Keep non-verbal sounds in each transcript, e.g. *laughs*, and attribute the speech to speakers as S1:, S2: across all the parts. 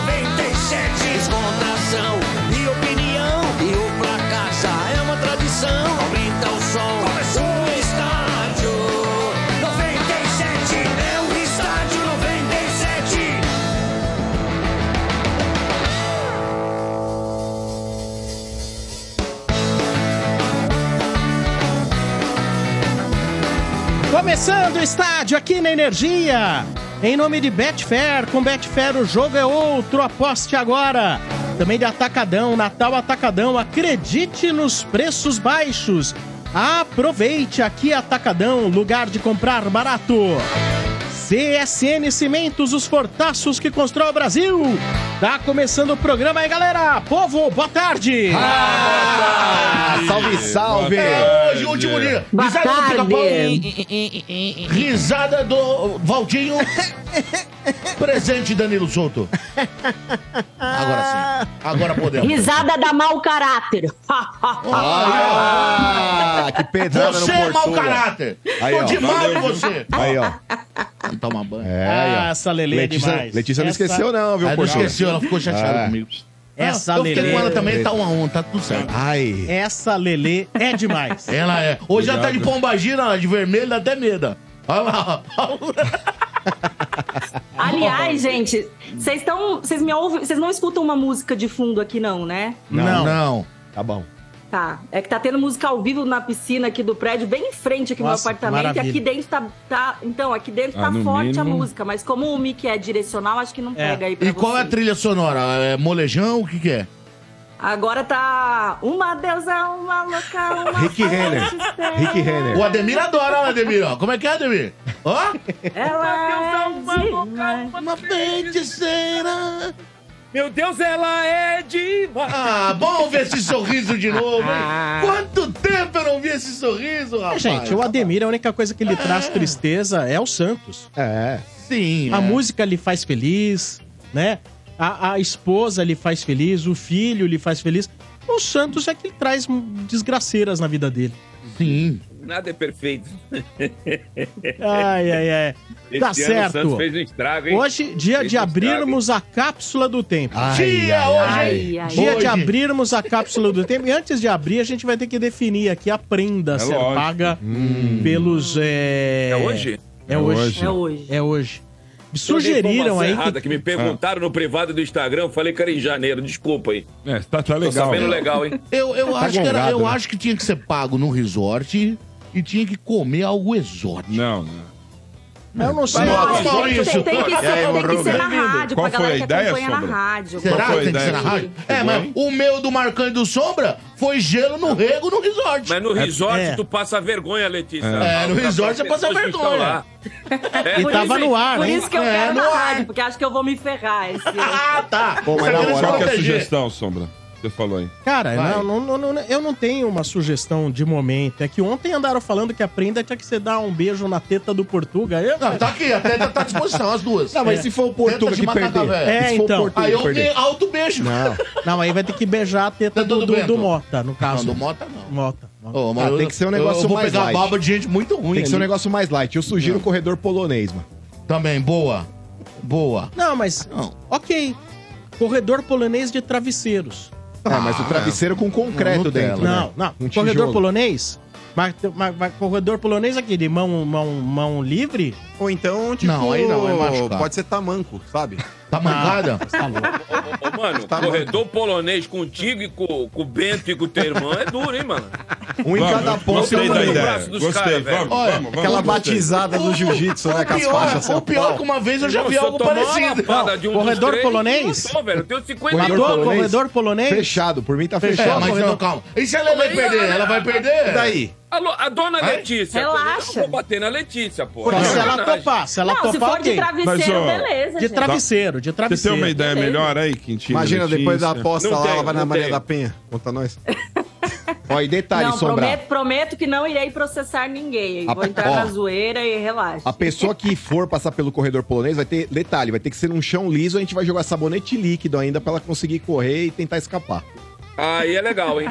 S1: é é
S2: Começando o estádio aqui na Energia. Em nome de Betfair, com Betfair o jogo é outro, aposte agora. Também de Atacadão, Natal Atacadão, acredite nos preços baixos. Aproveite aqui Atacadão, lugar de comprar barato. CSN Cimentos, os fortaços que constrói o Brasil. Tá começando o programa aí, galera. Povo, boa tarde.
S3: Ah, salve, salve!
S4: É hoje, último dia.
S5: Boa
S4: Risada do
S5: tarde.
S4: pica-pau. Risada do
S3: *laughs*
S4: Valdinho. Presente Danilo Souto. Agora sim. Agora podemos.
S5: Risada da mau caráter.
S3: Ah,
S4: *laughs*
S3: que pedrada
S4: Você
S3: no
S4: é mau
S3: Portuga.
S4: caráter.
S3: Aí,
S4: Tô
S3: ó.
S4: de mal com você.
S3: Aí, ó.
S4: Toma banho.
S3: É,
S2: Ah,
S3: aí, ó.
S2: essa Lelê é
S3: Letícia,
S2: demais.
S3: Letícia não
S2: Essa-
S3: esqueceu, não, viu,
S4: Ela não
S3: Portuga?
S4: esqueceu, ela ficou chateada
S3: Ah.
S4: comigo.
S2: Essa
S4: Ah, eu fiquei com
S2: Lelê.
S4: ela também, tá um a um, tá tudo certo.
S3: Ai.
S2: Essa Lelê *laughs* é demais.
S4: Ela é. Hoje ela tá de
S3: Obrigado.
S4: pombagira, ela de vermelho, dá até medo. Olha lá, ó.
S5: Aliás, gente, vocês estão. Vocês me ouvem. Vocês não escutam uma música de fundo aqui, não, né?
S3: Não.
S4: Não.
S3: Tá bom.
S5: Tá. É que tá tendo música ao vivo na piscina aqui do prédio, bem em frente aqui
S2: Nossa,
S5: no meu apartamento.
S2: maravilha.
S5: E aqui dentro tá. tá- então, aqui dentro
S6: Ah,
S5: tá
S6: no
S5: forte a
S6: mínimo.
S5: música, mas como o mic é direcional, acho que não
S2: É.
S5: pega aí pra
S4: E qual é a
S5: vocês.
S4: trilha sonora? É molejão? O que que é?
S5: Agora tá. Uma deusa, uma louca,
S4: *laughs*
S5: uma.
S3: Rick
S5: fã
S3: Renner.
S5: de
S3: Rick
S5: estrela.
S3: Renner.
S4: O Ademir adora, olha, Ademir, ó. Como é que é, Ademir? Ó.
S5: Ela é demais.
S4: Uma feiticeira.
S6: Meu Deus, ela é diva!
S4: Ah, bom ver esse sorriso de novo, hein? Quanto tempo eu não vi esse sorriso,
S2: Ah. É,
S4: rapaz?
S2: gente, o Ademir, a única coisa que lhe traz tristeza é o Santos.
S3: É.
S4: Sim.
S2: A
S4: é.
S2: música lhe faz feliz, né? A, a esposa lhe faz feliz, o filho lhe faz feliz. O Santos é que traz desgraceiras na vida dele.
S4: Sim.
S6: Nada é perfeito.
S2: Ai, ai, ai. Tá
S6: Esse ano o Santos
S2: certo.
S6: fez um estrago, hein?
S2: Hoje, dia
S6: Fez
S2: de
S6: um estrago,
S2: abrirmos a cápsula do tempo.
S3: Ai,
S4: Dia
S3: ai,
S4: hoje,
S3: ai.
S5: Ai,
S4: hein?
S5: ai.
S2: Dia de
S4: Hoje.
S2: abrirmos a cápsula do tempo. E antes de abrir, a gente vai ter que definir aqui a prenda a
S6: É
S2: ser
S6: lógico.
S2: paga pelos. É...
S6: hein? É hoje?
S2: É hoje.
S5: É hoje.
S2: É hoje. Me
S6: Eu dei
S2: Sugeriram
S6: informação
S2: aí
S6: Errada,
S2: que.
S6: que... me perguntaram
S7: Ah.
S6: no privado do Instagram, eu falei que era em janeiro, desculpa aí.
S7: É, tá, tá
S6: Tô
S7: legal.
S6: sabendo
S7: né?
S6: legal, hein?
S4: Eu, eu, acho, que era-
S3: gongado,
S4: eu
S3: né?
S4: acho que tinha que ser pago num resort e tinha que comer algo exótico.
S7: Não, não.
S2: Eu não sei.
S5: Não,
S4: Vai, Paulo,
S5: tem,
S4: isso.
S5: tem, tem que ser,
S7: E aí,
S5: tem que
S7: Bruno?
S5: ser na
S4: Bem-vindo.
S5: rádio,
S7: Qual
S5: pra galera
S7: foi
S5: que
S7: a ideia,
S5: acompanha na
S7: Sombra?
S5: rádio.
S4: Será
S7: Qual
S4: que
S7: foi
S4: tem
S7: a
S4: que ser na
S7: ideia?
S4: rádio? É,
S7: Tudo
S4: mas
S7: bem?
S4: o meu do Marcão e do Sombra foi gelo no rego no resort.
S6: Mas no resort
S2: é.
S6: tu passa vergonha, Letícia.
S4: É, no
S6: Tá
S4: resort
S6: pra
S4: você passa
S6: pessoas que estão
S4: vergonha.
S6: lá. É,
S2: E
S6: por
S2: tava
S6: isso-
S2: no ar,
S5: Por
S2: hein?
S5: isso que eu
S4: É,
S5: quero
S4: não
S5: na
S4: é.
S5: rádio, porque acho que eu vou me ferrar esse ano.
S4: Ah, tá.
S3: Pô, mas
S4: Você
S3: na
S4: quer se
S3: moral,
S7: Qual que é a
S4: proteger.
S7: sugestão, Sombra? Você falou aí.
S2: Cara, é
S4: Vai.
S2: não, não, não, não- eu não tenho uma sugestão de momento. É que ontem andaram falando que a prenda tinha que ser dar um beijo na teta do Portuga. Eu-
S4: Não, tá aqui, até tá à disposição, as duas.
S3: Não, mas se for o Portuga
S4: Tenta de
S3: que
S4: macaca,
S3: perder.
S4: velho.
S2: É,
S3: se for
S2: então.
S3: o Portuga
S4: Aí eu
S3: que perder.
S4: me alto beijo.
S3: Não.
S2: Não, aí vai ter que beijar a teta
S4: Teta
S2: do,
S4: do
S2: do-
S4: Bento.
S2: do Mota, no
S4: Não,
S2: caso.
S4: do Mota não.
S2: Mota. Mota.
S4: Ô, mas
S3: Ah,
S4: eu-
S3: tem que ser um negócio
S4: eu vou
S3: mais
S4: pegar
S3: light.
S4: baba de gente muito ruim.
S3: Tem que ser um
S4: ali.
S3: negócio mais light. Eu sugiro o corredor polonês, mano.
S4: Também, boa. Boa.
S2: Não, mas.
S4: Não.
S2: Ok. Corredor polonês de travesseiros.
S3: É, mas o travesseiro com concreto
S4: Não,
S3: dentro.
S4: Nutella.
S2: Não,
S3: né?
S2: não.
S3: Um
S2: corredor
S3: tijolo.
S2: polonês? Mas, mas- mas corredor polonês aqui de mão, mão, mão livre?
S8: Ou então, tipo,
S4: Não, aí não, é machucado.
S8: pode ser tamanco, sabe?
S4: Tá mancada?
S2: Tá louco.
S6: Ô, ô, mano,
S8: Tá bom.
S6: corredor polonês contigo e com, com o Bento e com o teu irmão é duro, hein, mano?
S3: Um em
S7: Vamos,
S3: cada
S7: eu
S3: ponta.
S7: Gostei
S6: eu
S3: um
S7: da
S6: mandei
S3: ali.
S6: o braço
S7: ideia.
S6: dos
S7: Gostei,
S6: caras, velho.
S7: vamos,
S4: Olha,
S7: vamos, vamos.
S8: Aquela
S7: gostei.
S8: batizada do jiu-jitsu,
S2: é
S8: né? Com as faixas assim,
S4: pior,
S8: ó,
S4: o pior é que
S8: pau.
S4: uma vez eu já
S6: Irmão,
S4: vi
S6: se eu
S4: algo
S6: tomar uma
S4: parecido.
S6: lapada de um dos
S2: corredor
S6: três,
S2: polonês?
S6: não, velho, eu tenho 50
S3: Corredor
S2: Matou
S3: polonês?
S2: corredor polonês?
S3: Fechado. Por mim tá
S2: Fechado.
S3: fechado.
S4: É, mas
S2: corredor.
S4: não, calma. E se a Lelê
S6: Também,
S4: perder?
S6: né?
S4: Ela vai perder?
S8: E daí?
S6: Alô, a dona Letícia. né?
S5: Relaxa.
S6: Eu não vou bater na Letícia, pô. é
S2: Não, se é, ela
S6: Sacanagem.
S2: topar, se ela
S5: Não, se
S2: topar,
S5: for de
S2: ok.
S7: Mas,
S5: travesseiro,
S7: ó,
S5: beleza,
S2: De
S5: gente.
S2: travesseiro, de
S7: Você tem
S2: travesseiro.
S7: uma ideia
S5: Entendi.
S7: melhor aí, Quintino?
S8: Imagina, depois da
S7: Letícia?
S8: aposta
S6: Não
S8: lá,
S6: tem,
S8: ela vai na
S6: não
S8: Maria
S6: tem.
S8: da Penha. Conta nós.
S3: Ó, e
S8: Tá
S3: detalhe,
S5: Não,
S3: Sombra.
S5: prometo, prometo que não irei processar ninguém.
S3: A-
S5: Vou entrar
S3: ó.
S5: na zoeira e relaxa.
S3: A pessoa que for passar pelo corredor polonês vai ter detalhe, vai ter que ser num chão liso, a gente vai jogar sabonete líquido ainda pra ela conseguir correr e tentar escapar.
S6: Aí é legal, hein?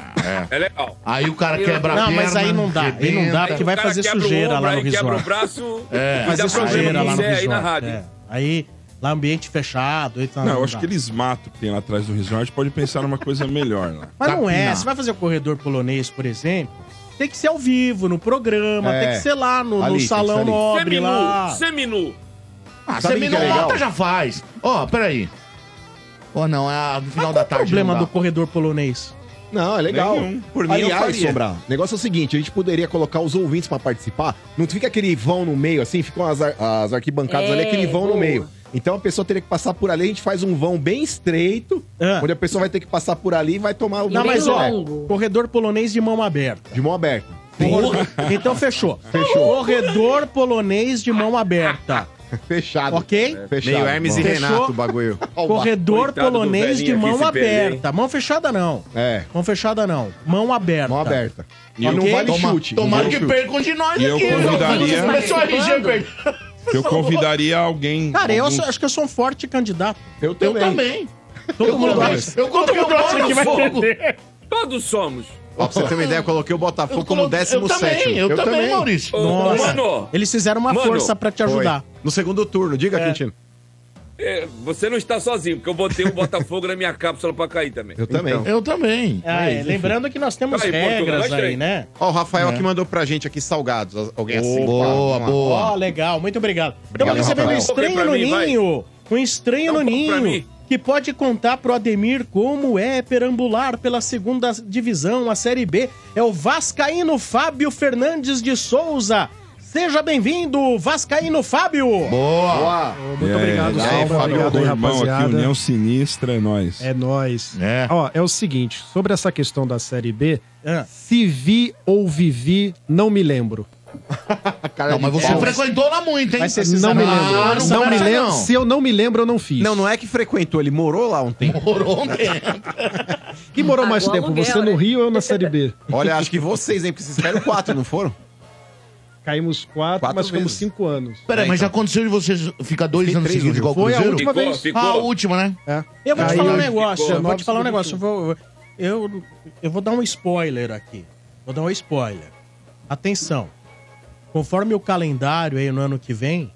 S6: É, legal.
S4: Aí o cara
S6: Eu-
S4: quebra a perna.
S2: Não, mas aí não dá, aí
S4: arrebenta.
S2: não dá, porque vai
S6: O cara
S2: fazer
S6: quebra o
S2: sujeira
S6: ombro,
S2: lá no
S6: aí Quebra o
S2: resort.
S6: braço
S4: É.
S6: e dá
S2: Fazer sujeira
S6: problema
S2: lá
S6: pra
S2: no
S6: você aí na
S2: resort.
S6: rádio.
S2: é. Aí, lá ambiente fechado. aí tá-
S7: Não, eu acho
S2: dá.
S7: que eles matam que tem lá atrás do resort. Pode pensar numa coisa melhor lá.
S2: Mas não é.
S4: Não.
S2: Você vai fazer o corredor polonês, por exemplo, tem que ser ao vivo, no programa,
S3: É.
S2: tem que ser lá no, no
S3: Ali, tem que ser
S2: salão
S3: ali.
S2: nobre
S6: Seminu,
S2: lá.
S6: seminu.
S4: Ah,
S3: Sabe
S4: você me
S3: que é
S4: não
S3: legal?
S4: mata, já faz. Ó, peraí. Ó, não, é a- no final
S2: Qual é
S4: da
S2: o
S4: tarde.
S2: problema
S4: não dá.
S2: do corredor polonês?
S3: Não, é legal.
S7: Nenhum.
S3: Por mim,
S7: mim, eu
S3: Aliás,
S7: faria.
S3: Sombra, o negócio é o seguinte, a gente poderia colocar os ouvintes pra participar. Não fica aquele vão no meio, assim, ficam as, ar- as arquibancadas
S5: É,
S3: ali, aquele vão no
S5: boa.
S3: meio. Então a pessoa teria que passar por ali, a gente faz um vão bem estreito,
S2: Ah.
S3: onde a pessoa vai ter que passar por ali e vai tomar o
S2: Não,
S5: Bem
S2: mas ó,
S5: longo.
S2: corredor polonês de mão aberta.
S3: de mão aberta.
S2: Então fechou. Fechou. Corredor polonês de mão aberta.
S3: *laughs* Fechado. É,
S2: Ok?
S3: Fechado.
S8: Meio Hermes
S2: Bom.
S8: e
S2: Fechou?
S8: Renato
S3: *laughs*
S8: o bagulho.
S2: Corredor
S6: Coitado do
S2: polonês de
S6: velhinho aqui
S2: mão
S6: se perder,
S2: aberta. mão fechada não.
S3: É,
S2: Mão fechada não. Mão aberta.
S3: mão aberta.
S7: E
S3: E
S7: eu-
S3: não vale
S8: Toma-
S3: chute.
S4: Tomara
S3: não
S4: que
S3: vale chute.
S4: percam de nós
S7: E eu
S4: aqui.
S7: convidaria-
S4: Os Pessoal RG
S5: Participando?
S4: perdeu.
S7: Eu convidaria alguém.
S2: Cara, eu
S7: algum-
S2: sou- acho que eu sou um forte candidato.
S3: Eu
S4: Eu
S3: também.
S4: também.
S2: Todo mundo
S4: coloquei-
S2: acha.
S4: Eu coloquei o Dória no fogo.
S6: Todos somos.
S8: Ó, pra você ter uma ideia, eu coloquei o Botafogo
S4: Eu
S8: como
S4: coloquei- Eu
S8: 17.
S4: também, eu
S3: Eu
S4: também,
S3: também.
S4: Maurício.
S6: Ô, ô,
S2: Nossa.
S6: mano,
S2: Eles fizeram uma
S6: Mano,
S2: força pra te ajudar.
S8: No segundo turno, diga, Quintino.
S6: é, você não está sozinho, porque eu botei o Botafogo na minha cápsula pra cair também.
S3: Eu também.
S8: Então.
S9: Então.
S4: Eu também.
S2: Ah, é, lembrando que nós temos
S6: Aí, Portugal,
S2: regras
S6: gostei.
S2: aí, né?
S8: Ó, o
S4: É.
S8: Rafael que mandou pra gente aqui salgados. Alguém assim.
S3: Boa,
S2: Ó,
S3: boa.
S2: legal, muito obrigado. Estamos
S3: Obrigado,
S2: recebendo um
S3: Rafael.
S2: estranho
S6: Coloquei
S2: no
S6: pra mim, vai.
S2: ninho. Um estranho
S6: Então,
S2: no
S6: coloca pra
S2: ninho
S6: mim.
S2: que pode contar pro Ademir como é perambular pela segunda divisão, a Série B. É o Vascaíno Fábio Fernandes de Souza. Seja bem-vindo, Vascaíno Fábio!
S3: Boa.
S9: Muito
S7: É,
S9: obrigado,
S7: e aí,
S9: Salva.
S7: Fábio,
S9: Obrigado
S7: do
S9: aí,
S7: irmão aqui,
S9: rapaziada.
S7: União Sinistra, é nóis.
S9: É nóis.
S4: É.
S9: Ó, é o seguinte, sobre essa questão da Série B,
S6: É.
S2: Ah.
S9: se vi ou vivi, não me lembro.
S3: Cara,
S8: Não, mas
S3: de
S8: você
S4: Você
S3: pau.
S4: frequentou lá muito, hein?
S2: Vai ser
S9: Não me lembro.
S4: Ah, não
S9: não me
S4: começa,
S9: lembro.
S4: não.
S9: Se eu não me lembro, eu não fiz.
S8: Não, não é que frequentou, ele morou lá ontem.
S4: Morou
S9: *laughs*
S4: um tempo.
S9: Que morou mais
S5: Pagou
S9: tempo,
S5: aluguel,
S9: você no
S5: né?
S9: Rio ou na Série B?
S8: Olha, acho que vocês, hein? Porque vocês caíram quatro, não foram?
S9: Caímos quatro,
S8: Quatro
S9: mas ficamos
S8: vezes.
S9: cinco anos.
S4: Peraí, então. mas já
S2: então.
S4: aconteceu de vocês ficar dois
S8: Fiquei
S4: anos
S8: três
S4: seguidos
S8: anos.
S4: igual o
S9: Foi a
S4: Cruzeiro?
S9: última
S6: Ficou,
S9: vez.
S6: ficou.
S4: Ah, a última, né?
S9: É.
S2: Eu vou
S9: Caiu,
S2: te falar um
S9: ficou.
S2: negócio, eu vou te
S9: Nove
S2: falar um
S9: segundos.
S2: negócio. Eu vou, eu, eu vou dar um spoiler aqui. Vou dar um spoiler. Atenção. Conforme o calendário aí no ano que vem,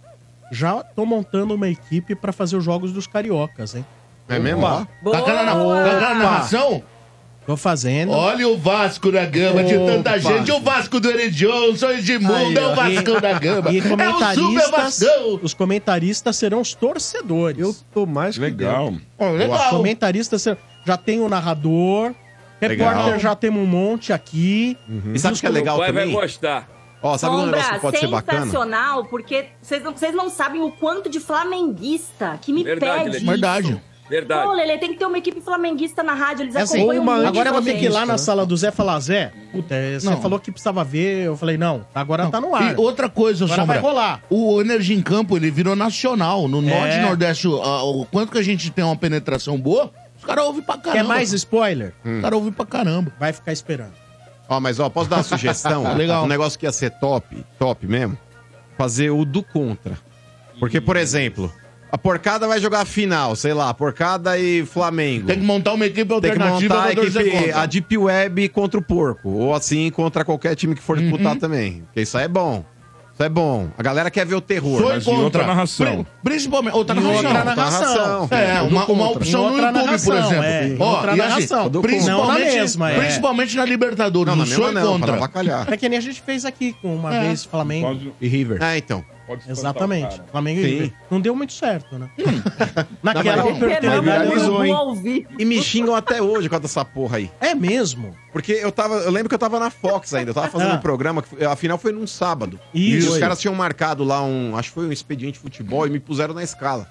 S2: já tô montando uma equipe pra fazer os jogos dos cariocas, hein?
S8: É mesmo? Ó.
S4: Tá aquela na- tá aquela narração?
S2: Tô fazendo.
S4: Olha o Vasco da Gama, de tanta gente. O Vasco do Eredjon, o Edmundo, é o Vasco da Gama.
S2: E
S4: É o Super
S2: comentaristas,
S4: Vascão.
S2: os comentaristas serão os torcedores.
S9: Eu tô mais que
S7: Legal.
S4: Ó,
S2: Os
S4: Legal.
S2: comentaristas serão- já tem o narrador,
S8: Legal.
S2: repórter já temos um monte aqui.
S4: Uhum.
S8: E sabe o que é legal
S6: o pai
S8: também?
S6: vai gostar.
S2: Ah,
S8: Ó, sabe um negócio que pode ser bacana?
S5: sensacional, porque vocês não, vocês não sabem o quanto de flamenguista que me
S6: Verdade,
S5: pede.
S6: Lele.
S5: isso.
S4: Verdade.
S6: Verdade.
S5: Pô, Lele, tem que ter uma equipe flamenguista na rádio, eles
S2: É assim,
S5: acompanham
S9: uma
S5: muito
S2: Agora eu vou ter que ir lá na
S9: né?
S2: sala do Zé falar, Zé, puta, é, você
S4: Não.
S2: falou que precisava ver. Eu falei, não, agora tá no
S4: E
S2: ar.
S4: outra coisa,
S2: Agora vai
S4: Sombra.
S2: rolar.
S4: O Energia em Campo, ele virou nacional. No Norte
S2: É.
S4: e Nordeste, a- o quanto que a gente tem uma penetração boa, os caras ouvem pra caramba.
S2: Quer mais spoiler?
S4: Os caras ouvem pra caramba.
S2: Vai ficar esperando.
S8: Ó, mas ó, posso dar uma sugestão?
S4: *laughs* Legal.
S8: Um negócio que ia ser top, top mesmo. Fazer o do contra. Porque, por exemplo, a porcada vai jogar a final, sei lá, porcada e Flamengo.
S4: Tem que montar uma equipe
S8: Tem que
S4: alternativa
S8: montar a
S4: pra torcer
S8: equipe,
S4: contra.
S8: a Deep Web contra o porco. Ou assim, contra qualquer time que for
S4: Uhum.
S8: disputar também. Porque isso aí é bom. Isso é bom. A galera quer ver o terror.
S4: Foi
S7: mas em outra
S4: contra.
S7: narração.
S4: Pri- Principalmente. Outra
S2: Em
S4: narração.
S2: outra
S8: narração.
S4: É, uma, uma opção no
S2: Outra
S4: YouTube, por
S2: narração,
S4: exemplo.
S2: é.
S4: Ó,
S2: Outra
S4: e assim,
S2: narração. Do
S4: principalmente,
S2: Não, na mesma, é.
S4: principalmente na Libertadores,
S8: Não,
S4: no
S8: na
S4: sou
S8: mesma
S4: e
S8: não, para
S4: contra.
S8: avacalhar.
S2: É que nem a gente fez aqui com uma
S4: É.
S2: vez Flamengo.
S7: Pode,
S3: E River.
S8: Ah, então.
S7: pode espantar o
S2: Exatamente.
S7: cara.
S2: Flamengo e
S8: Sim.
S2: River. Não deu muito certo, né? Naquela
S8: Não,
S5: Perdão,
S8: mas-
S2: oportunidade.
S8: mas viralizou,
S5: eu
S8: hein?
S5: vou ouvir.
S8: E me xingam até hoje com essa porra aí.
S2: É mesmo.
S8: Porque eu tava. Eu lembro que eu tava na Fox ainda. Eu tava fazendo
S2: Ah.
S8: um programa, que a final foi num sábado.
S2: Isso.
S8: E os caras tinham marcado lá um. Acho que foi um expediente de futebol e me puseram na escala.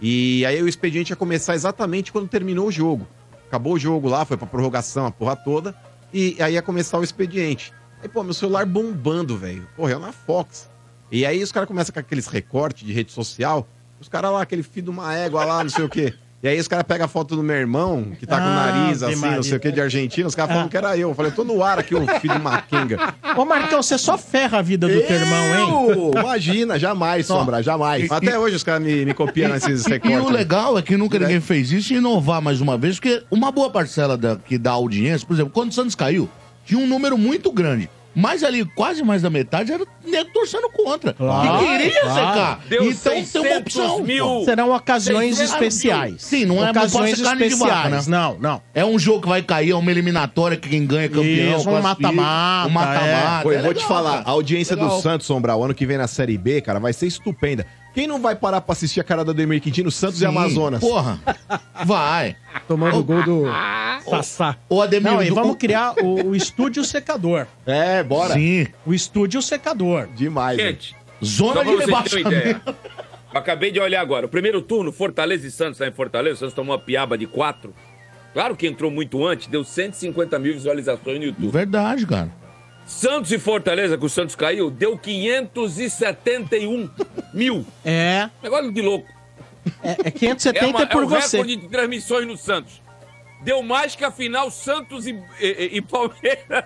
S8: E aí o expediente ia começar exatamente quando terminou o jogo. Acabou o jogo lá, foi pra prorrogação, a porra toda. E aí ia começar o expediente. Aí, pô, meu celular bombando, velho. Porra, eu na Fox. E aí os caras começam com aqueles recortes de rede social. Os caras lá, aquele filho de uma égua lá, não sei o quê. E aí os caras pegam a foto do meu irmão, que tá com o
S2: Ah,
S8: nariz Ah.
S2: Ave
S8: assim,
S2: Maria.
S8: não sei o quê, de Argentina. Os caras falam que era eu. Eu falei, eu tô no ar aqui, o filho de *laughs* uma quenga.
S2: Ô, Marcão, você só ferra a vida do teu irmão, hein?
S3: Eu?
S2: *laughs*
S3: Imagina, jamais, Sombra, jamais.
S8: Até hoje os caras me, me copiam nesses
S4: E o
S8: recortes. né?
S4: legal é que
S3: Né?
S4: nunca ninguém fez isso e inovar mais uma vez, porque uma boa parcela da, que dá audiência, por exemplo, quando o Santos caiu, tinha um número muito grande. Mas ali, quase mais da metade, era nego torcendo contra.
S2: Claro,
S4: e queria
S2: claro.
S4: secar.
S6: Deu
S4: então tem uma
S6: 600
S4: opção.
S6: mil.
S4: pô.
S2: Serão ocasiões
S6: 600
S2: especiais.
S4: Sim, não é- não pode
S2: ocasiões
S4: ser carne de vaca,
S2: especiais.
S4: né?
S2: Não, não.
S4: É um jogo que vai cair, é uma eliminatória que quem ganha é campeão.
S2: Isso, um
S4: classifica,
S2: mata-mata,
S4: Um mata-mata.
S3: Pô, eu
S4: É
S3: vou te
S4: legal,
S3: falar,
S4: cara.
S3: a audiência
S4: Legal.
S3: do Santos, Sombra, o ano que vem na Série B, cara, vai ser estupenda. Quem não vai parar pra assistir a cara do Ademir Quintino, Santos e
S4: Sim,
S3: Amazonas?
S4: Porra. Vai.
S9: Tomando o gol do Sassá.
S4: Ô, Ademir,
S2: Não, e
S4: do-
S2: vamos criar o, o estúdio secador.
S3: É, bora.
S4: Sim.
S2: O estúdio secador.
S3: Demais. hein?
S6: Gente,
S4: Zona de
S6: só pra vocês terem uma
S4: rebaixamento.
S6: ideia. Eu acabei de olhar agora. O primeiro turno, Fortaleza e Santos, lá em Fortaleza. O Santos tomou uma piaba de 4. Claro que entrou muito antes, deu 150 mil visualizações no YouTube.
S4: Verdade, cara.
S6: Santos e Fortaleza, que o Santos caiu, deu 571 mil.
S2: É,
S6: Negócio de louco.
S2: é, é
S6: É,
S2: 570
S6: uma,
S2: é por
S6: é o
S2: você.
S6: recorde de transmissões no Santos. Deu mais que a final Santos e, e- e Palmeiras.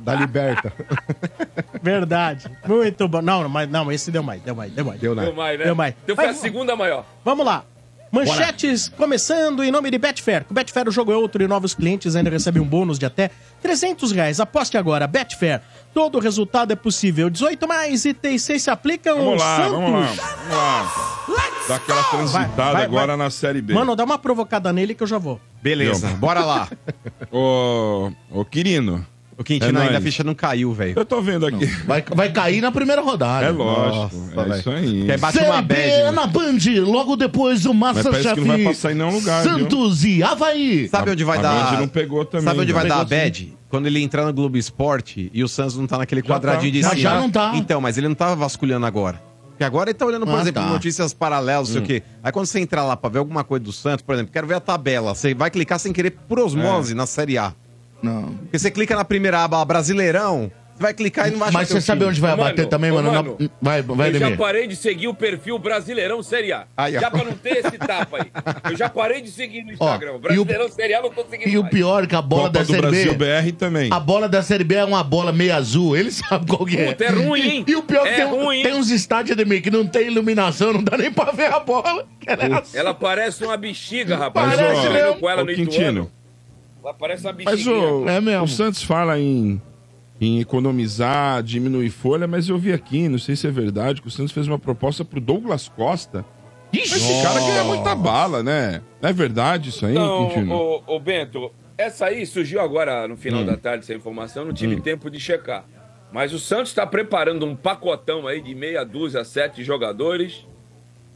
S3: Da liberta.
S2: *laughs* Verdade. Muito bom. Não, mas não, esse deu mais, deu mais, deu mais.
S3: Deu, né?
S6: Deu mais, né?
S2: Deu mais.
S6: Então foi a
S2: Mas-
S6: segunda maior.
S2: Vamos lá. Manchetes começando em nome de Betfair. Com Betfair o jogo é outro e novos clientes ainda recebem um bônus de até 300 reais. Aposte agora, Betfair. Todo resultado é possível. 18 mais e tem 6 se aplicam.
S7: Vamos lá,
S2: um Santos.
S7: vamos lá, vamos lá. Dá aquela transitada
S2: Vai, vai,
S7: agora
S2: vai.
S7: na Série B.
S2: Mano, dá uma provocada nele que eu já vou.
S8: Beleza, bora lá.
S7: *laughs* Ô, ô Quirino,
S8: O Quintino
S7: É
S8: ainda a
S7: nóis.
S8: ficha não caiu, velho.
S7: eu tô vendo aqui.
S4: Vai, vai cair na primeira rodada.
S7: É lógico, é
S8: velho.
S7: isso aí.
S8: Quer bate uma
S4: Série B é
S8: bad. né?
S4: na Band, logo depois do
S7: parece
S4: Masterchef.
S7: que não vai passar em nenhum lugar, viu?
S4: Santos e Havaí.
S8: Sabe
S7: A-
S8: onde vai
S7: a
S8: dar?
S7: Band não pegou também,
S4: né?
S7: né?
S8: Sabe onde
S7: não
S8: vai dar a
S7: pegou,
S8: bad? Quando ele entrar no Globo Esporte e o Santos não tá naquele quadradinho
S7: tá.
S8: de
S4: Mas
S8: cima.
S4: já não tá.
S8: Então, mas ele não tava vasculhando agora. Porque agora ele tá olhando, por
S4: Ah,
S8: exemplo,
S4: tá.
S8: notícias paralelas, não sei o quê. Aí quando você entrar lá pra ver alguma coisa do Santos, por exemplo, quero ver a tabela. Você vai clicar sem querer por osmose na Série A.
S4: Não.
S8: Porque você clica na primeira aba Brasileirão, você vai clicar e não vai
S4: Mas
S8: teu
S4: você sabe
S8: time.
S4: onde vai
S6: Ô,
S4: abater
S6: mano,
S4: também,
S6: ô,
S4: mano? Na-
S6: mano,
S4: Vai, vai,
S6: eu já
S4: Ademir.
S6: parei de seguir o perfil Brasileirão Série A.
S8: Aí, ó.
S6: já pra não ter esse tapa aí. Eu já parei de seguir no Instagram.
S4: e o-
S6: Brasileirão Série A não tô seguindo
S4: E o
S6: mais.
S4: pior é que a bola
S7: Copa
S4: da
S7: do
S4: Série
S7: Brasil
S4: B...
S7: BR também.
S4: A bola da Série B é uma bola meio azul, ele *laughs* sabe qual que é.
S6: Puta, é ruim, hein?
S4: E, e o pior é que
S6: É
S4: tem, um-
S6: ruim, hein?
S4: tem uns estádios, Ademir, que não tem iluminação, não dá nem pra ver a bola. que ela é azul.
S6: Ela parece uma bexiga, rapaz.
S4: Mas,
S6: Eu
S4: ó,
S6: tô treinando com ela
S7: ô
S6: no
S7: Quintino,
S6: Ituano. Ela parece uma
S7: mas
S6: bexiguinha.
S7: o,
S4: É mesmo.
S7: o Santos fala em, em economizar, diminuir folha, mas eu vi aqui, não sei se é verdade, que o Santos fez uma proposta pro Douglas Costa. Ixi, Esse cara ganha muita bala, né? Não é verdade isso aí,
S6: Então,
S7: Quintino? Hum.
S6: ô, ô, Bento, essa aí surgiu agora no final da tarde, essa informação, não tive tempo de checar. Mas o Santos está preparando um pacotão aí de meia dúzia, sete jogadores,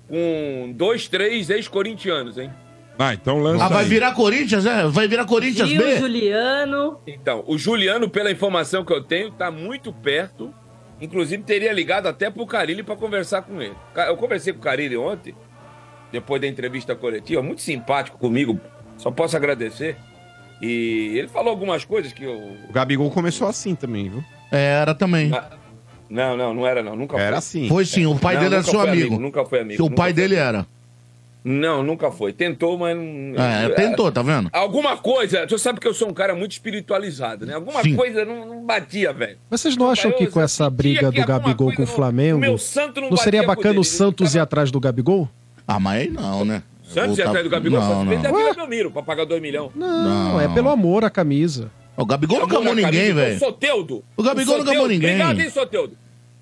S6: com dois, três ex-corintianos, hein?
S7: Ah, então lança
S4: Ah, vai
S7: aí.
S4: virar Corinthians, é? Vai virar Corinthians
S5: Gil,
S4: B?
S5: Juliano.
S6: Então, o Juliano, pela informação que eu tenho, tá muito perto. Inclusive, teria ligado até pro Carilli para conversar com ele. Ca- Eu conversei com o Carilli ontem, depois da entrevista coletiva, muito simpático comigo, só posso agradecer. E ele falou algumas coisas que eu.
S8: O Gabigol começou assim também, viu?
S4: É, Era também.
S6: Não, não, não era não, nunca foi.
S8: Era assim.
S4: Foi sim, o pai
S6: Não,
S4: dele era
S6: nunca
S4: seu
S6: foi
S4: amigo.
S6: Nunca foi amigo.
S4: Que o
S6: nunca
S4: pai
S6: foi.
S4: dele era.
S6: Não, nunca foi. Tentou, mas não.
S4: É, tentou, tá vendo?
S6: Alguma coisa, você sabe que eu sou um cara muito espiritualizado, né? Alguma
S4: Sim.
S6: coisa não, não batia, velho.
S9: Mas vocês não acham que com essa briga do Gabigol com o Flamengo,
S6: Meu santo não,
S9: não seria
S6: batia com
S9: bacana
S6: dele,
S9: o
S6: ele
S9: Santos ir
S6: ficava-
S9: atrás do Gabigol?
S4: Ah, mas aí não, né?
S6: Santos e
S4: Voltar-
S6: atrás do Gabigol,
S4: Não,
S6: só se fez da
S4: não.
S6: Vila Belmiro pra pagar 2 milhões.
S9: Não, é pelo amor à camisa.
S4: O Gabigol não camou ninguém, velho.
S6: Soteudo.
S4: O Gabigol não
S6: Soteldo,
S4: gamou ninguém.
S6: Obrigado, hein, Soteudo.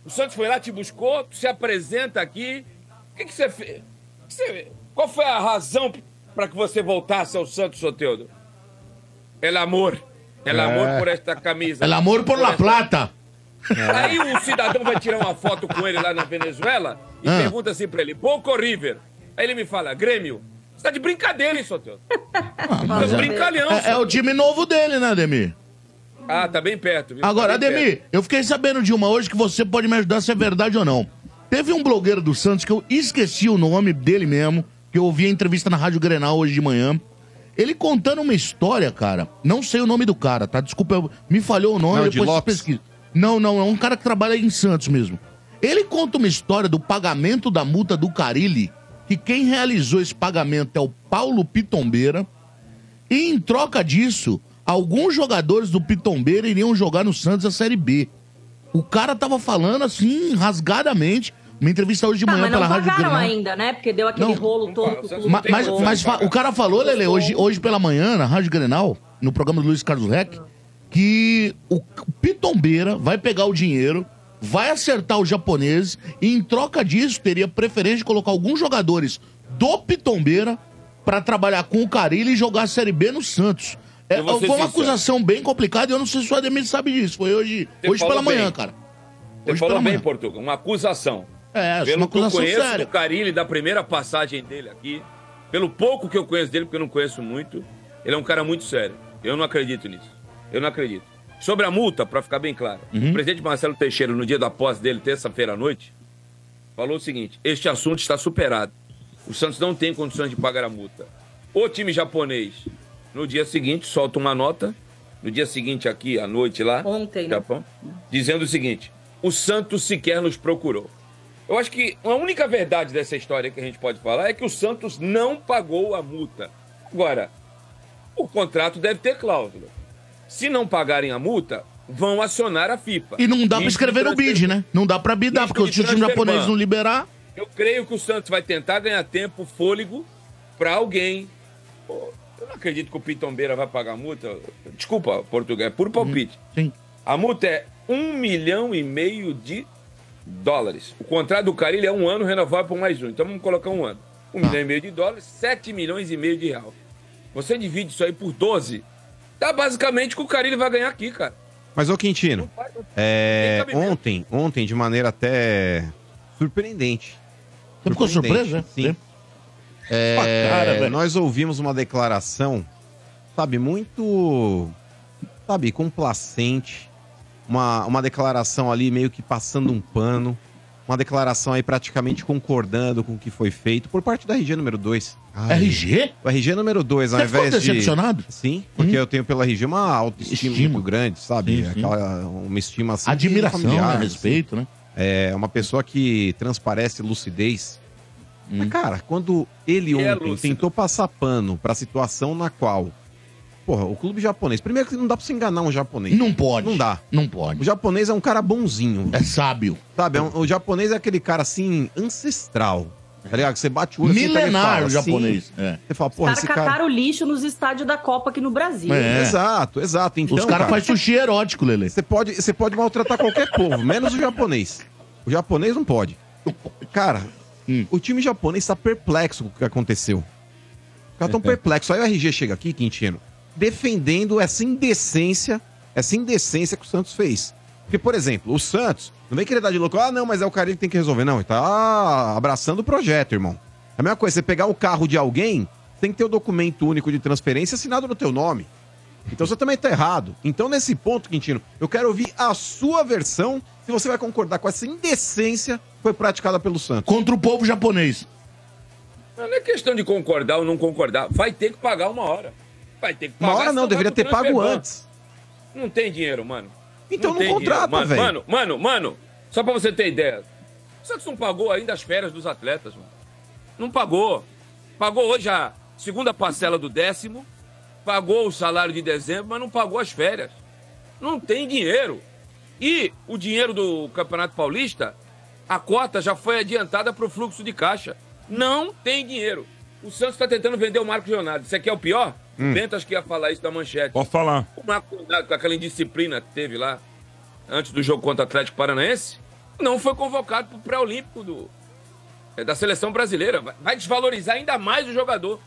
S6: O Santos foi lá, te buscou, tu se apresenta aqui. O que, que você fez? O que você- Qual foi a razão pra que você voltasse ao Santos, Soteudo? El amor. El amor por esta camisa.
S4: É. El amor É por la
S6: esta-
S4: plata. É,
S6: Aí o cidadão vai tirar uma foto com ele lá na Venezuela e
S4: Ah.
S6: pergunta assim pra ele, Boca ou River? Aí ele me fala, Grêmio. Você tá de brincadeira, hein, Soteudo? Tá de brincalhão,
S4: É, é o
S6: Soteldo.
S4: time novo dele, né, Ademir?
S6: Ah, tá bem perto. Viu?
S4: Agora,
S6: tá bem
S4: Ademir, eu fiquei sabendo de uma hoje que você pode me ajudar se é verdade ou não. Teve um blogueiro do Santos que eu esqueci o nome dele mesmo, que eu ouvi a entrevista na Rádio Grenal hoje de manhã. Ele contando uma história, cara. Não sei o nome do cara, tá? Desculpa, eu- me falhou o nome,
S8: Não,
S6: é
S8: de
S4: depois vocês
S8: Lopes.
S4: pesquisam. Não, não, é um cara que trabalha em Santos mesmo. Ele conta uma história do pagamento da multa do Carilli, que quem realizou esse pagamento é o Paulo Pitombeira. E em troca disso, alguns jogadores do Pitombeira iriam jogar no Santos a Série B. O cara tava falando assim, rasgadamente, uma entrevista hoje de
S5: Tá,
S4: manhã
S5: mas não
S4: pela Rádio
S5: pagaram
S4: Grenal.
S5: ainda, né? Porque deu aquele
S4: Não.
S5: rolo todo.
S6: pagaram,
S5: com o
S6: Santos
S5: clube.
S4: Ma-
S6: tem
S4: Mas,
S6: como
S4: mas fa-
S6: pagar.
S4: o cara falou, Lele, hoje, hoje pela manhã, na Rádio Grenal, no programa do Luiz Carlos Reck, que o Pitombeira vai pegar o dinheiro, vai acertar os japoneses e, em troca disso, teria preferência de colocar alguns jogadores do Pitombeira pra trabalhar com o Carilli e jogar a Série B no Santos. É, foi
S6: Eu vou
S4: uma
S6: ser sincero.
S4: acusação bem complicada e eu não sei se o Ademir sabe disso. Foi hoje,
S6: Você
S4: hoje pela
S6: falou
S4: manhã,
S6: bem.
S4: cara.
S6: Você
S4: Hoje
S6: falou
S4: pela
S6: bem,
S4: manhã.
S6: Portugal. Uma acusação.
S4: É,
S6: Pelo
S4: uma
S6: que eu
S4: acusação
S6: conheço
S4: séria.
S6: do Carilli, da primeira passagem dele aqui, pelo pouco que eu conheço dele, porque eu não conheço muito, ele é um cara muito sério. Eu não acredito nisso. Eu não acredito. Sobre a multa, para ficar bem claro,
S4: Uhum.
S6: o presidente Marcelo Teixeira, no dia da posse dele, terça-feira à noite, falou o seguinte: este assunto está superado. O Santos não tem condições de pagar a multa. O time japonês, no dia seguinte, solta uma nota, no dia seguinte, aqui, à noite lá,
S5: Ontem,
S6: no
S5: né?
S6: Japão, dizendo o seguinte: o Santos sequer nos procurou. Eu acho que a única verdade dessa história que a gente pode falar é que o Santos não pagou a multa. Agora, o contrato deve ter cláusula. Se não pagarem a multa, vão acionar a FIFA.
S4: E não dá pra
S6: Isso
S4: escrever no
S6: transfer-
S4: bid, né? Não dá pra bidar,
S6: Isso
S4: porque
S6: de
S4: se o time
S6: transfer
S4: japonês
S6: ban.
S4: não liberar.
S6: Eu creio que o Santos vai tentar ganhar tempo, fôlego, pra alguém. Pô, eu não acredito que o Pitombeira vai pagar a multa. Desculpa, português, é puro palpite.
S4: Sim.
S6: A multa é um milhão e meio de dólares. O contrato do Carilho é um ano renovável por mais um. Então vamos colocar um ano. Um
S8: Tá.
S6: milhão e meio de dólares, sete milhões e meio de real. Você divide isso aí por 12, dá basicamente o que o Carilho vai ganhar aqui, cara.
S8: Mas, ô Quintino, é,
S6: Tem cabimento.
S8: ontem, ontem, de maneira até surpreendente.
S4: Você ficou
S8: Surpreendente,
S4: surpreso, né?
S8: sim.
S4: É,
S8: É,
S4: cara, velho.
S8: nós ouvimos uma declaração, sabe, muito, sabe, complacente. Uma, uma declaração ali meio que passando um pano. Uma declaração aí praticamente concordando com o que foi feito por parte da RG número 2.
S4: Ah, é? RG?
S8: O RG número 2, ao
S4: Você ficou
S8: invés de...
S4: é decepcionado? Hum?
S8: Sim, porque eu tenho pela RG uma autoestima
S4: Estima.
S8: muito grande, sabe?
S4: Sim, sim.
S8: Aquela, uma estima assim,
S4: Admiração,
S8: familiar,
S4: né? respeito, né?
S8: É uma pessoa que transparece lucidez.
S4: Hum.
S8: Mas, cara, quando ele
S6: É
S8: ontem
S6: lúcido.
S8: tentou passar pano pra situação na qual. Porra, o clube japonês. Primeiro que não dá pra se enganar um japonês.
S4: Não pode.
S8: Não dá.
S4: Não
S8: O
S4: pode.
S8: japonês é um cara bonzinho.
S4: É sábio.
S8: Sabe? É um- o japonês é aquele cara assim, ancestral. Tá ligado? Que você bate o olho assim, pega e fala,
S4: Milenário
S8: assim,
S4: japonês. É.
S8: Você fala, porra,
S5: Os
S8: esse
S5: caras
S8: cara.
S5: cataram o lixo nos estádios da Copa aqui no Brasil.
S4: É.
S8: Exato, exato. Então,
S4: Os caras
S8: cara,
S4: fazem sushi erótico, Lele.
S8: Você pode, você pode maltratar qualquer povo, menos o japonês. O japonês não pode. Cara,
S4: Hum.
S8: o time japonês tá perplexo com o que aconteceu. Os caras
S4: É,
S8: tão perplexos. Aí o RG chega aqui, Quintino, defendendo essa indecência, essa indecência que o Santos fez. Porque, por exemplo, o Santos, não vem querer dar de louco, ah, não, mas é o cara que tem que resolver. Não, ele tá abraçando o projeto, irmão. É a mesma coisa, você pegar o carro de alguém, tem que ter o documento único de transferência assinado no teu nome. Então você também tá errado. Então, nesse ponto, Quintino, eu quero ouvir a sua versão se você vai concordar com essa indecência que foi praticada pelo Santos.
S4: Contra o povo japonês.
S6: Não é questão de concordar ou não concordar. Vai ter que pagar uma hora. Vai ter que pagar.
S8: Uma hora
S6: senão
S8: não,
S6: vai
S8: deveria
S6: pro
S8: ter
S6: transfer
S8: pago
S6: ban.
S8: antes.
S6: Não tem dinheiro, mano.
S8: Então não
S6: tem
S8: contrata,
S6: dinheiro, mano.
S8: velho.
S6: Mano, mano, mano, só pra você ter ideia. O Santos não pagou ainda as férias dos atletas, mano. Não pagou. Pagou hoje a segunda parcela do décimo, pagou o salário de dezembro, mas não pagou as férias. Não tem dinheiro. E o dinheiro do Campeonato Paulista, a cota já foi adiantada para o fluxo de caixa. Não tem dinheiro. O Santos está tentando vender o Marcos Leonardo. Isso aqui é o pior?
S8: Hum.
S6: O Bento acho que ia falar isso da manchete.
S7: Pode falar.
S6: O Marco Leonardo, é com aquela indisciplina que teve lá antes do jogo contra o Atlético Paranaense, não foi convocado para o pré-olímpico do- é, da seleção brasileira. Vai- Vai desvalorizar ainda mais o jogador.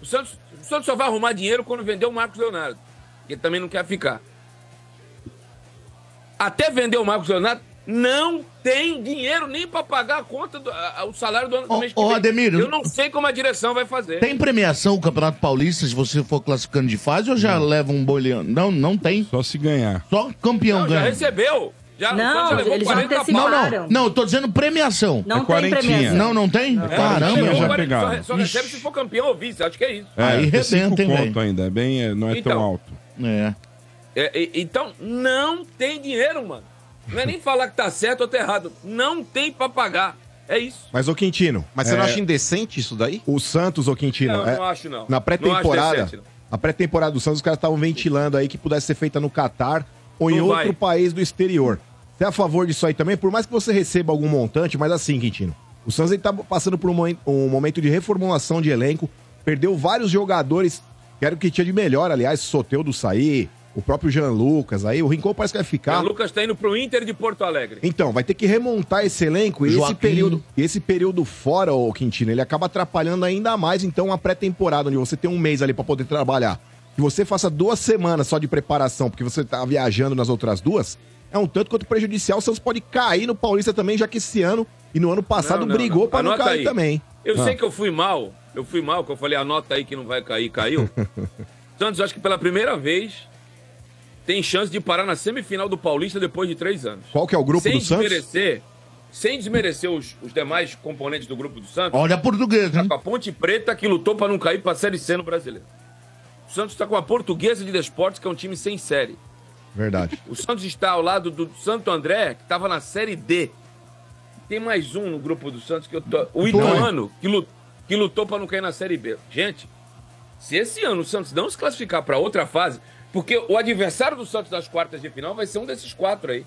S6: O Santos, o Santos só vai arrumar dinheiro quando vender o Marcos Leonardo. que Ele também não quer ficar. Até vender o Marcos Leonardo, não tem dinheiro nem para pagar a conta, do, a- a- o salário do ano
S4: Ô,
S6: do mês que
S4: ô,
S6: vem.
S4: Ademir,
S6: Eu não sei como a direção vai fazer.
S4: Tem premiação o Campeonato Paulista se você for classificando de fase ou já leva um bolhão? Não, não tem.
S7: Só se ganhar.
S4: Só campeão
S6: Não, já
S4: ganha.
S6: recebeu. Já, o
S5: Não,
S6: Santos já levou
S5: eles já
S6: 40 pau.
S4: Não, não.
S5: Pararam.
S4: Não, eu tô dizendo premiação.
S5: Não
S7: É
S5: tem
S7: quarentinha. É,
S5: premiação.
S4: Não, não tem? Caramba,
S7: já
S6: Não,
S4: velho.
S6: agora ele
S7: pegaram.
S6: É, Só, só recebe se for campeão ou vice, acho que é isso.
S7: É,
S4: Aí
S7: é cinco
S4: rebenta, hein,
S7: conto
S4: velho?
S7: ainda, é bem, é, não é tão
S6: Então.
S7: alto.
S4: É.
S6: É, e- então, não tem dinheiro, mano. Não é nem falar que tá certo ou tá errado. Não tem pra pagar. É isso.
S3: Mas, ô Quintino, é,
S8: Mas você não acha indecente isso daí?
S3: o Santos, ô Quintino,
S6: Não,
S3: é-
S6: não acho, não.
S3: na
S6: Não acho
S3: pré-temporada,
S6: decente, não.
S3: a pré-temporada do Santos, os caras estavam ventilando aí que pudesse ser feita no Catar ou em
S6: Não
S3: outro
S6: vai.
S3: país do exterior. Você é a favor disso aí também? Por mais que você receba algum montante, mas assim, Quintino, o Santos ele tá passando por um, momen- um momento de reformulação de elenco, perdeu vários jogadores, quero que tinha de melhor, aliás, Soteudo sair, o próprio Jean Lucas aí, o Rincon parece que vai
S4: Ah.
S3: ficar.
S6: O Lucas tá indo pro Inter de Porto Alegre.
S3: Então, vai ter que remontar esse elenco e esse
S4: Joaquim.
S3: período, e esse período fora, o Quintino, ele acaba atrapalhando ainda mais então a pré-temporada, onde você tem um mês ali pra poder trabalhar. Que você faça duas semanas só de preparação, porque você tá viajando nas outras duas, é um tanto quanto prejudicial. O Santos pode cair no Paulista também, já que esse ano e no ano passado
S6: Não, não,
S3: brigou
S6: não.
S3: pra não
S6: Anota
S3: cair
S6: aí.
S3: também. Ah. *laughs*
S6: Eu sei que eu fui mal. Eu fui mal, que eu falei, anota aí que não vai cair, caiu. Santos, acho que pela primeira vez, tem chance de parar na semifinal do Paulista depois de três anos.
S3: Qual que é o grupo
S6: sem
S3: do Santos?
S6: desmerecer, sem desmerecer os, os demais componentes do grupo do Santos.
S4: Olha a portuguesa, né? hein?
S6: Tá com a Ponte Preta que lutou para não cair para Série C no Brasileiro. O Santos está com a Portuguesa de Desportes, que é um time sem série.
S3: Verdade.
S6: O Santos está ao lado do Santo André, que estava na Série D. Tem mais um no grupo do Santos que eu tô... O Ituano, que lutou, que lutou para não cair na Série B. Gente, se esse ano o Santos não se classificar para outra fase, porque o adversário do Santos nas quartas de final vai ser um desses quatro aí.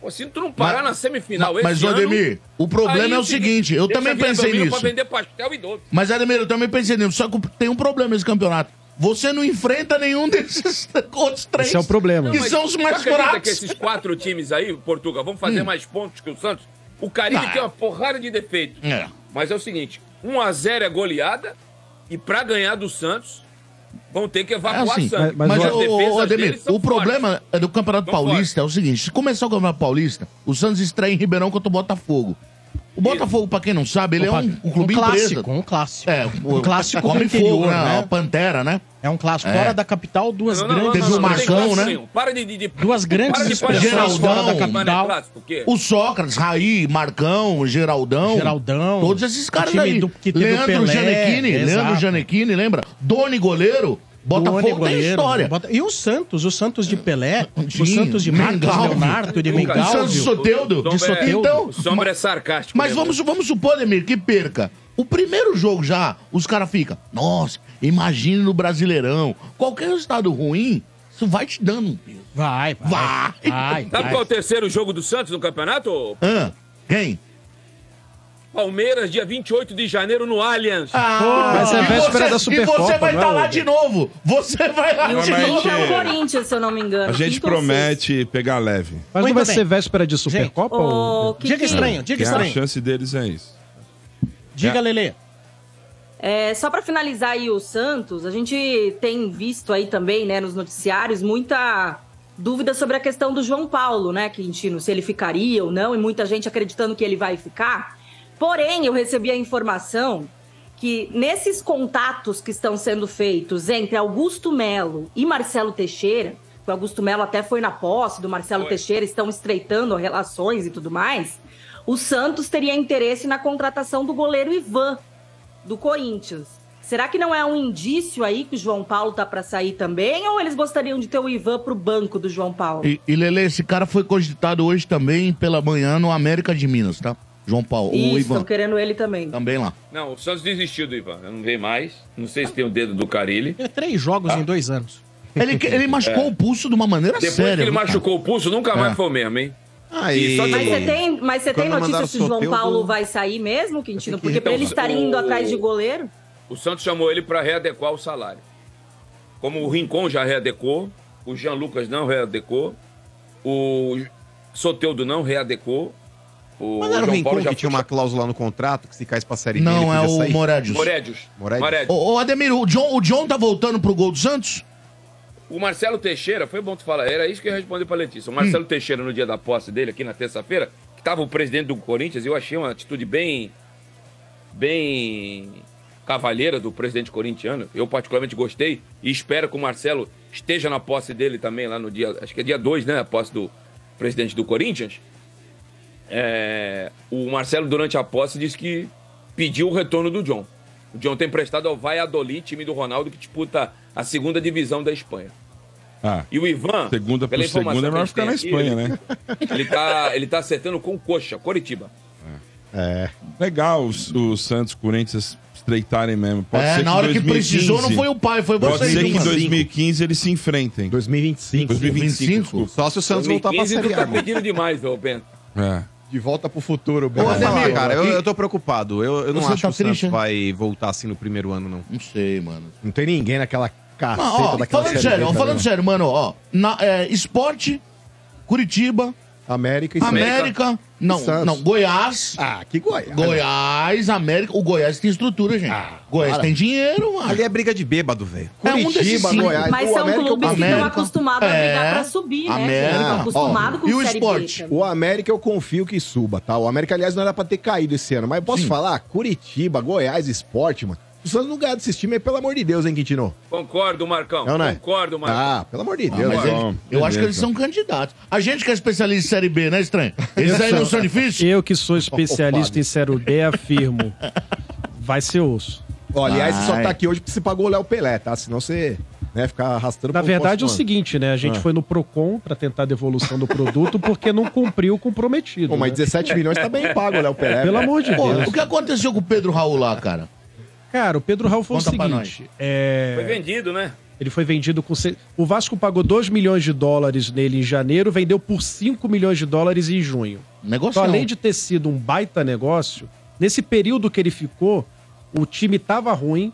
S6: Pô, se tu não parar
S4: Mas-
S6: na semifinal
S4: mas,
S6: esse ano,
S4: Ademir, o problema
S6: aí
S4: é o seguinte, eu
S6: deixa
S4: também
S6: Vila
S4: pensei
S6: Belmiro
S4: nisso.
S6: Pra vender pastel e doce.
S4: Mas, Ademir, eu também pensei nisso. Só que tem um problema esse campeonato. Você não enfrenta nenhum *laughs* desses outros três.
S9: Esse é o problema.
S4: Que
S6: Mas
S4: são os
S6: tu
S4: mais
S6: acredita que
S4: fracos.
S6: esses quatro times aí, Portugal, vão fazer
S9: Hum.
S6: mais pontos que o Santos? O Caribe
S4: Ah.
S6: tem uma porrada de defeitos.
S4: É.
S6: Mas é o seguinte: 1x0 é goleada, e pra ganhar do Santos, vão ter que
S4: É
S2: Ah,
S6: evacuar
S4: assim,
S6: Santos.
S4: mas,
S6: Porque as
S4: o- o,
S6: defesas
S4: o Ademir,
S6: deles são
S4: o problema
S6: fortes.
S4: é do Campeonato
S6: São
S4: Paulista é o seguinte: se começar o Campeonato Paulista, o Santos estreia em Ribeirão contra o Botafogo. O Botafogo, pra quem não sabe, ele é um, um clube
S2: clássico,
S4: empresa.
S2: um clássico.
S4: É,
S2: um clássico do
S4: come
S2: interior,
S4: fogo, né?
S2: né?
S4: A Pantera, né?
S2: É um clássico
S4: É.
S2: fora da capital, duas
S6: Não, não, não,
S2: grandes
S6: não, não, não tem
S4: Marcão,
S6: clássico
S4: né?
S6: nenhum. Para de, de, de-
S2: Duas grandes
S6: para de
S2: expressões
S6: palhaçada,
S4: fora da
S6: mano,
S2: capital.
S6: é clássico, o quê?
S4: O Sócrates, Raí, Marcão, Geraldão.
S2: Geraldão.
S4: Todos esses
S2: O
S4: caras
S2: time
S4: aí.
S2: do- que teve o
S4: Leandro
S2: Pelé,
S4: Gianecchini,
S2: exato.
S4: Leandro Gianecchini, lembra? Doni Goleiro. Botafogo
S2: Tony
S4: tem
S2: Goleiro,
S4: história.
S2: Bota- E o Santos, o Santos de Pelé, o
S4: É, Sim,
S2: Santos de Marcos
S4: Mengalvio.
S2: Leonardo, de
S6: Lucas,
S4: O Santos
S2: Mengalvio.
S4: Soteudo.
S6: Sombra é-
S2: Soteudo.
S4: Então,
S6: O Sombra é sarcástico.
S4: Mas
S6: né,
S4: vamos, vamos supor, Demir, que perca. O primeiro jogo já, os caras ficam, nossa, imagine no Brasileirão. Qualquer resultado ruim, isso vai te dando um peso.
S2: Vai, vai.
S4: Vai. *laughs*
S2: Vai.
S6: Sabe qual é o terceiro jogo do Santos no campeonato? ô?
S4: Hã? Quem?
S6: Palmeiras, dia 28 de janeiro no Allianz.
S9: Mas é
S4: Ah, E
S9: véspera
S4: você-
S9: da
S4: E você vai
S9: Supercopa,
S4: estar
S9: não é,
S4: tá lá
S9: Hugo?
S4: de novo. Você *laughs* vai lá
S5: E o
S4: de
S7: mas-
S4: novo.
S5: segundo é o
S7: gente-
S5: Corinthians, se eu não me engano. Então, assim,
S7: A gente
S5: Quinta ou
S7: promete pegar leve.
S9: Mas
S2: Então, Muito
S9: não vai
S2: bem.
S9: ser véspera de Supercopa?
S5: Gente,
S9: ou-
S5: o que-
S2: Diga
S5: que-
S2: estranho, diga
S7: Que a
S2: estranho.
S7: chance deles é isso.
S2: Diga, Lele.
S5: É, só para finalizar aí o Santos, a gente tem visto aí também, né, nos noticiários, muita dúvida sobre a questão do João Paulo, né, Quintino, se ele ficaria ou não, e muita gente acreditando que ele vai ficar. Porém, eu recebi a informação que nesses contatos que estão sendo feitos entre Augusto Melo e Marcelo Teixeira, o Augusto Melo até foi na posse do Marcelo
S6: Foi.
S5: Teixeira, estão estreitando relações e tudo mais, o Santos teria interesse na contratação do goleiro Ivan, do Corinthians. Será que não é um indício aí que o João Paulo tá pra sair também? Ou eles gostariam de ter o Ivan pro banco do João Paulo?
S4: E, e Lele, esse cara foi cogitado hoje também pela manhã no América de Minas, tá? João Paulo,
S5: Isso,
S4: o
S5: estão
S4: Ivan,
S5: querendo ele também.
S4: também lá.
S6: Não, o Santos desistiu do Ivan. Não vem mais. Não sei se tem o dedo do Carilli.
S2: É Três jogos em dois anos.
S4: Ele, que- ele machucou o pulso de uma maneira
S6: Ah. É. Depois
S4: séria.
S6: que ele
S4: viu, cara?
S6: machucou o pulso, nunca mais foi o mesmo, hein?
S8: É. Aí,
S6: só
S5: Mas você tem, mas você tem
S8: Quando mandaram
S5: notícia se o João
S8: Soteldo-
S5: Paulo vai sair mesmo, Quintino?
S8: Eu
S5: Porque
S8: tenho que
S5: pra ele
S6: retomar.
S5: estar indo
S6: O-
S5: atrás de goleiro,
S6: O Santos chamou ele para readequar o salário. Como o Rincon já readecou, o Jean Lucas não readecou, o Soteudo não readecou, o
S8: Mas não era o
S6: João Paulo
S8: Rincon
S6: já
S8: que tinha um-
S6: foi-
S8: uma cláusula no contrato que se caísse pra série B,
S4: Não,
S8: ele
S4: é
S8: podia
S4: o
S8: sair?
S4: Morédios.
S6: Morédios.
S8: Morédios.
S6: Morédios.
S4: Ô, ô, Ademir, o John, o John tá voltando pro gol do Santos?
S6: O Marcelo Teixeira, foi bom tu falar, era isso que eu respondi pra Letícia. O Marcelo Teixeira, no dia da posse dele, aqui na terça-feira, que tava o presidente do Corinthians, eu achei uma atitude bem. bem. cavalheira do presidente corintiano. Eu, particularmente, gostei e espero que o Marcelo esteja na posse dele também lá no dia. acho que é dia 2, né? A posse do presidente do Corinthians. É, o Marcelo, durante a posse, disse que pediu o retorno do John. O John tem emprestado ao Valladolid, time do Ronaldo, que disputa a segunda divisão da Espanha.
S7: Ah,
S6: E o Ivan.
S7: segunda por
S6: pela informação
S7: segunda é
S6: que a
S7: melhor
S6: gente
S7: ficar
S6: tem
S7: na
S6: aqui,
S7: Espanha, né?
S6: Ele tá, ele tá acertando com o Coxa, Coritiba.
S7: Legal os, os Santos Corinthians estreitarem mesmo. Pode
S4: É,
S7: ser
S4: na hora que
S7: 2015
S4: precisou não foi o pai, foi
S7: Pode
S4: você.
S7: ser que em
S4: Dumas.
S7: 2015 eles se enfrentem.
S3: 2025.
S7: 2025,
S4: 25.
S7: desculpa.
S8: Só se o Santos voltar pra
S6: 2015
S8: série
S6: tu tá
S8: A. mano.
S6: pedindo demais, ô Bento.
S7: É.
S3: De volta pro futuro,
S8: Eu
S3: Bel.
S8: vou
S4: Ô,
S8: falar,
S4: Ademir,
S8: cara, eu,
S4: e-
S8: eu tô preocupado. Eu, eu não
S4: Você
S8: acho
S4: tá
S8: que o Santos
S4: triste, né?
S8: vai voltar assim no primeiro ano, não.
S4: Não sei, mano.
S3: Não tem ninguém naquela caceta
S4: Mas, ó,
S3: daquela
S4: falando
S3: Série
S4: sério,
S3: B tá
S4: ó,
S3: também.
S4: falando sério, mano, ó. na- é, esporte, Curitiba,
S3: América e
S4: América, não,
S3: Santos.
S4: não, Goiás.
S3: Ah, que Goiás. Ah.
S4: Goiás, América. O Goiás tem estrutura, gente. Goiás tem dinheiro, mano.
S8: Ali é briga de bêbado, velho.
S4: É um desses
S3: Curitiba,
S4: cinco.
S3: Goiás.
S5: mas
S3: o
S5: são
S3: América,
S5: clubes que estão
S4: América.
S5: acostumados a
S4: É.
S5: brigar pra subir, né?
S4: América.
S5: gente? Tão
S3: Ah, ó,
S5: Acostumado com
S4: e o
S5: Série B
S4: esporte?
S3: Eu...
S5: também.
S3: O América eu confio que suba, tá? O América, aliás, não era pra ter caído esse ano. Mas posso
S4: Sim.
S3: falar? Curitiba, Goiás, esporte, mano. O Santos não ganha desses times, pelo amor de Deus, hein, Quintino?
S6: Concordo, Marcão.
S3: Não, não é?
S6: Concordo, Marcão.
S3: Ah, pelo amor de
S4: Ah,
S3: Deus.
S7: é
S4: mas eles- eu acho que eles são candidatos. A gente que é especialista em Série B, né, estranho? Eles aí não são difíceis?
S9: Eu que
S4: *laughs*
S9: sou especialista em Série B, afirmo. Vai ser osso.
S3: Ó, aliás, você só
S4: Ai.
S3: tá aqui hoje porque você pagou o Léo Pelé, tá? Senão você né, ficar arrastando
S9: Na
S3: pro
S9: verdade é o
S3: próximo ano.
S9: seguinte, né? A gente
S3: Ah.
S9: foi no Procon pra tentar a devolução do produto porque não cumpriu o comprometido.
S3: Pô, mas
S9: né?
S3: 17 milhões tá bem pago, Léo Pelé. né?
S9: Pelo
S3: velho.
S9: amor de
S4: Pô,
S9: Deus.
S4: o que aconteceu com o Pedro Raul lá, cara?
S9: Cara, o Pedro Raul foi
S4: Conta
S9: o
S4: pra
S9: seguinte.
S6: Foi
S9: É...
S6: vendido, né?
S9: Ele foi vendido com. se- O Vasco pagou 2 milhões de dólares nele em janeiro, vendeu por 5 milhões de dólares em junho.
S4: Um Negócio
S9: Então, além de ter sido um baita negócio, nesse período que ele ficou, o time tava ruim,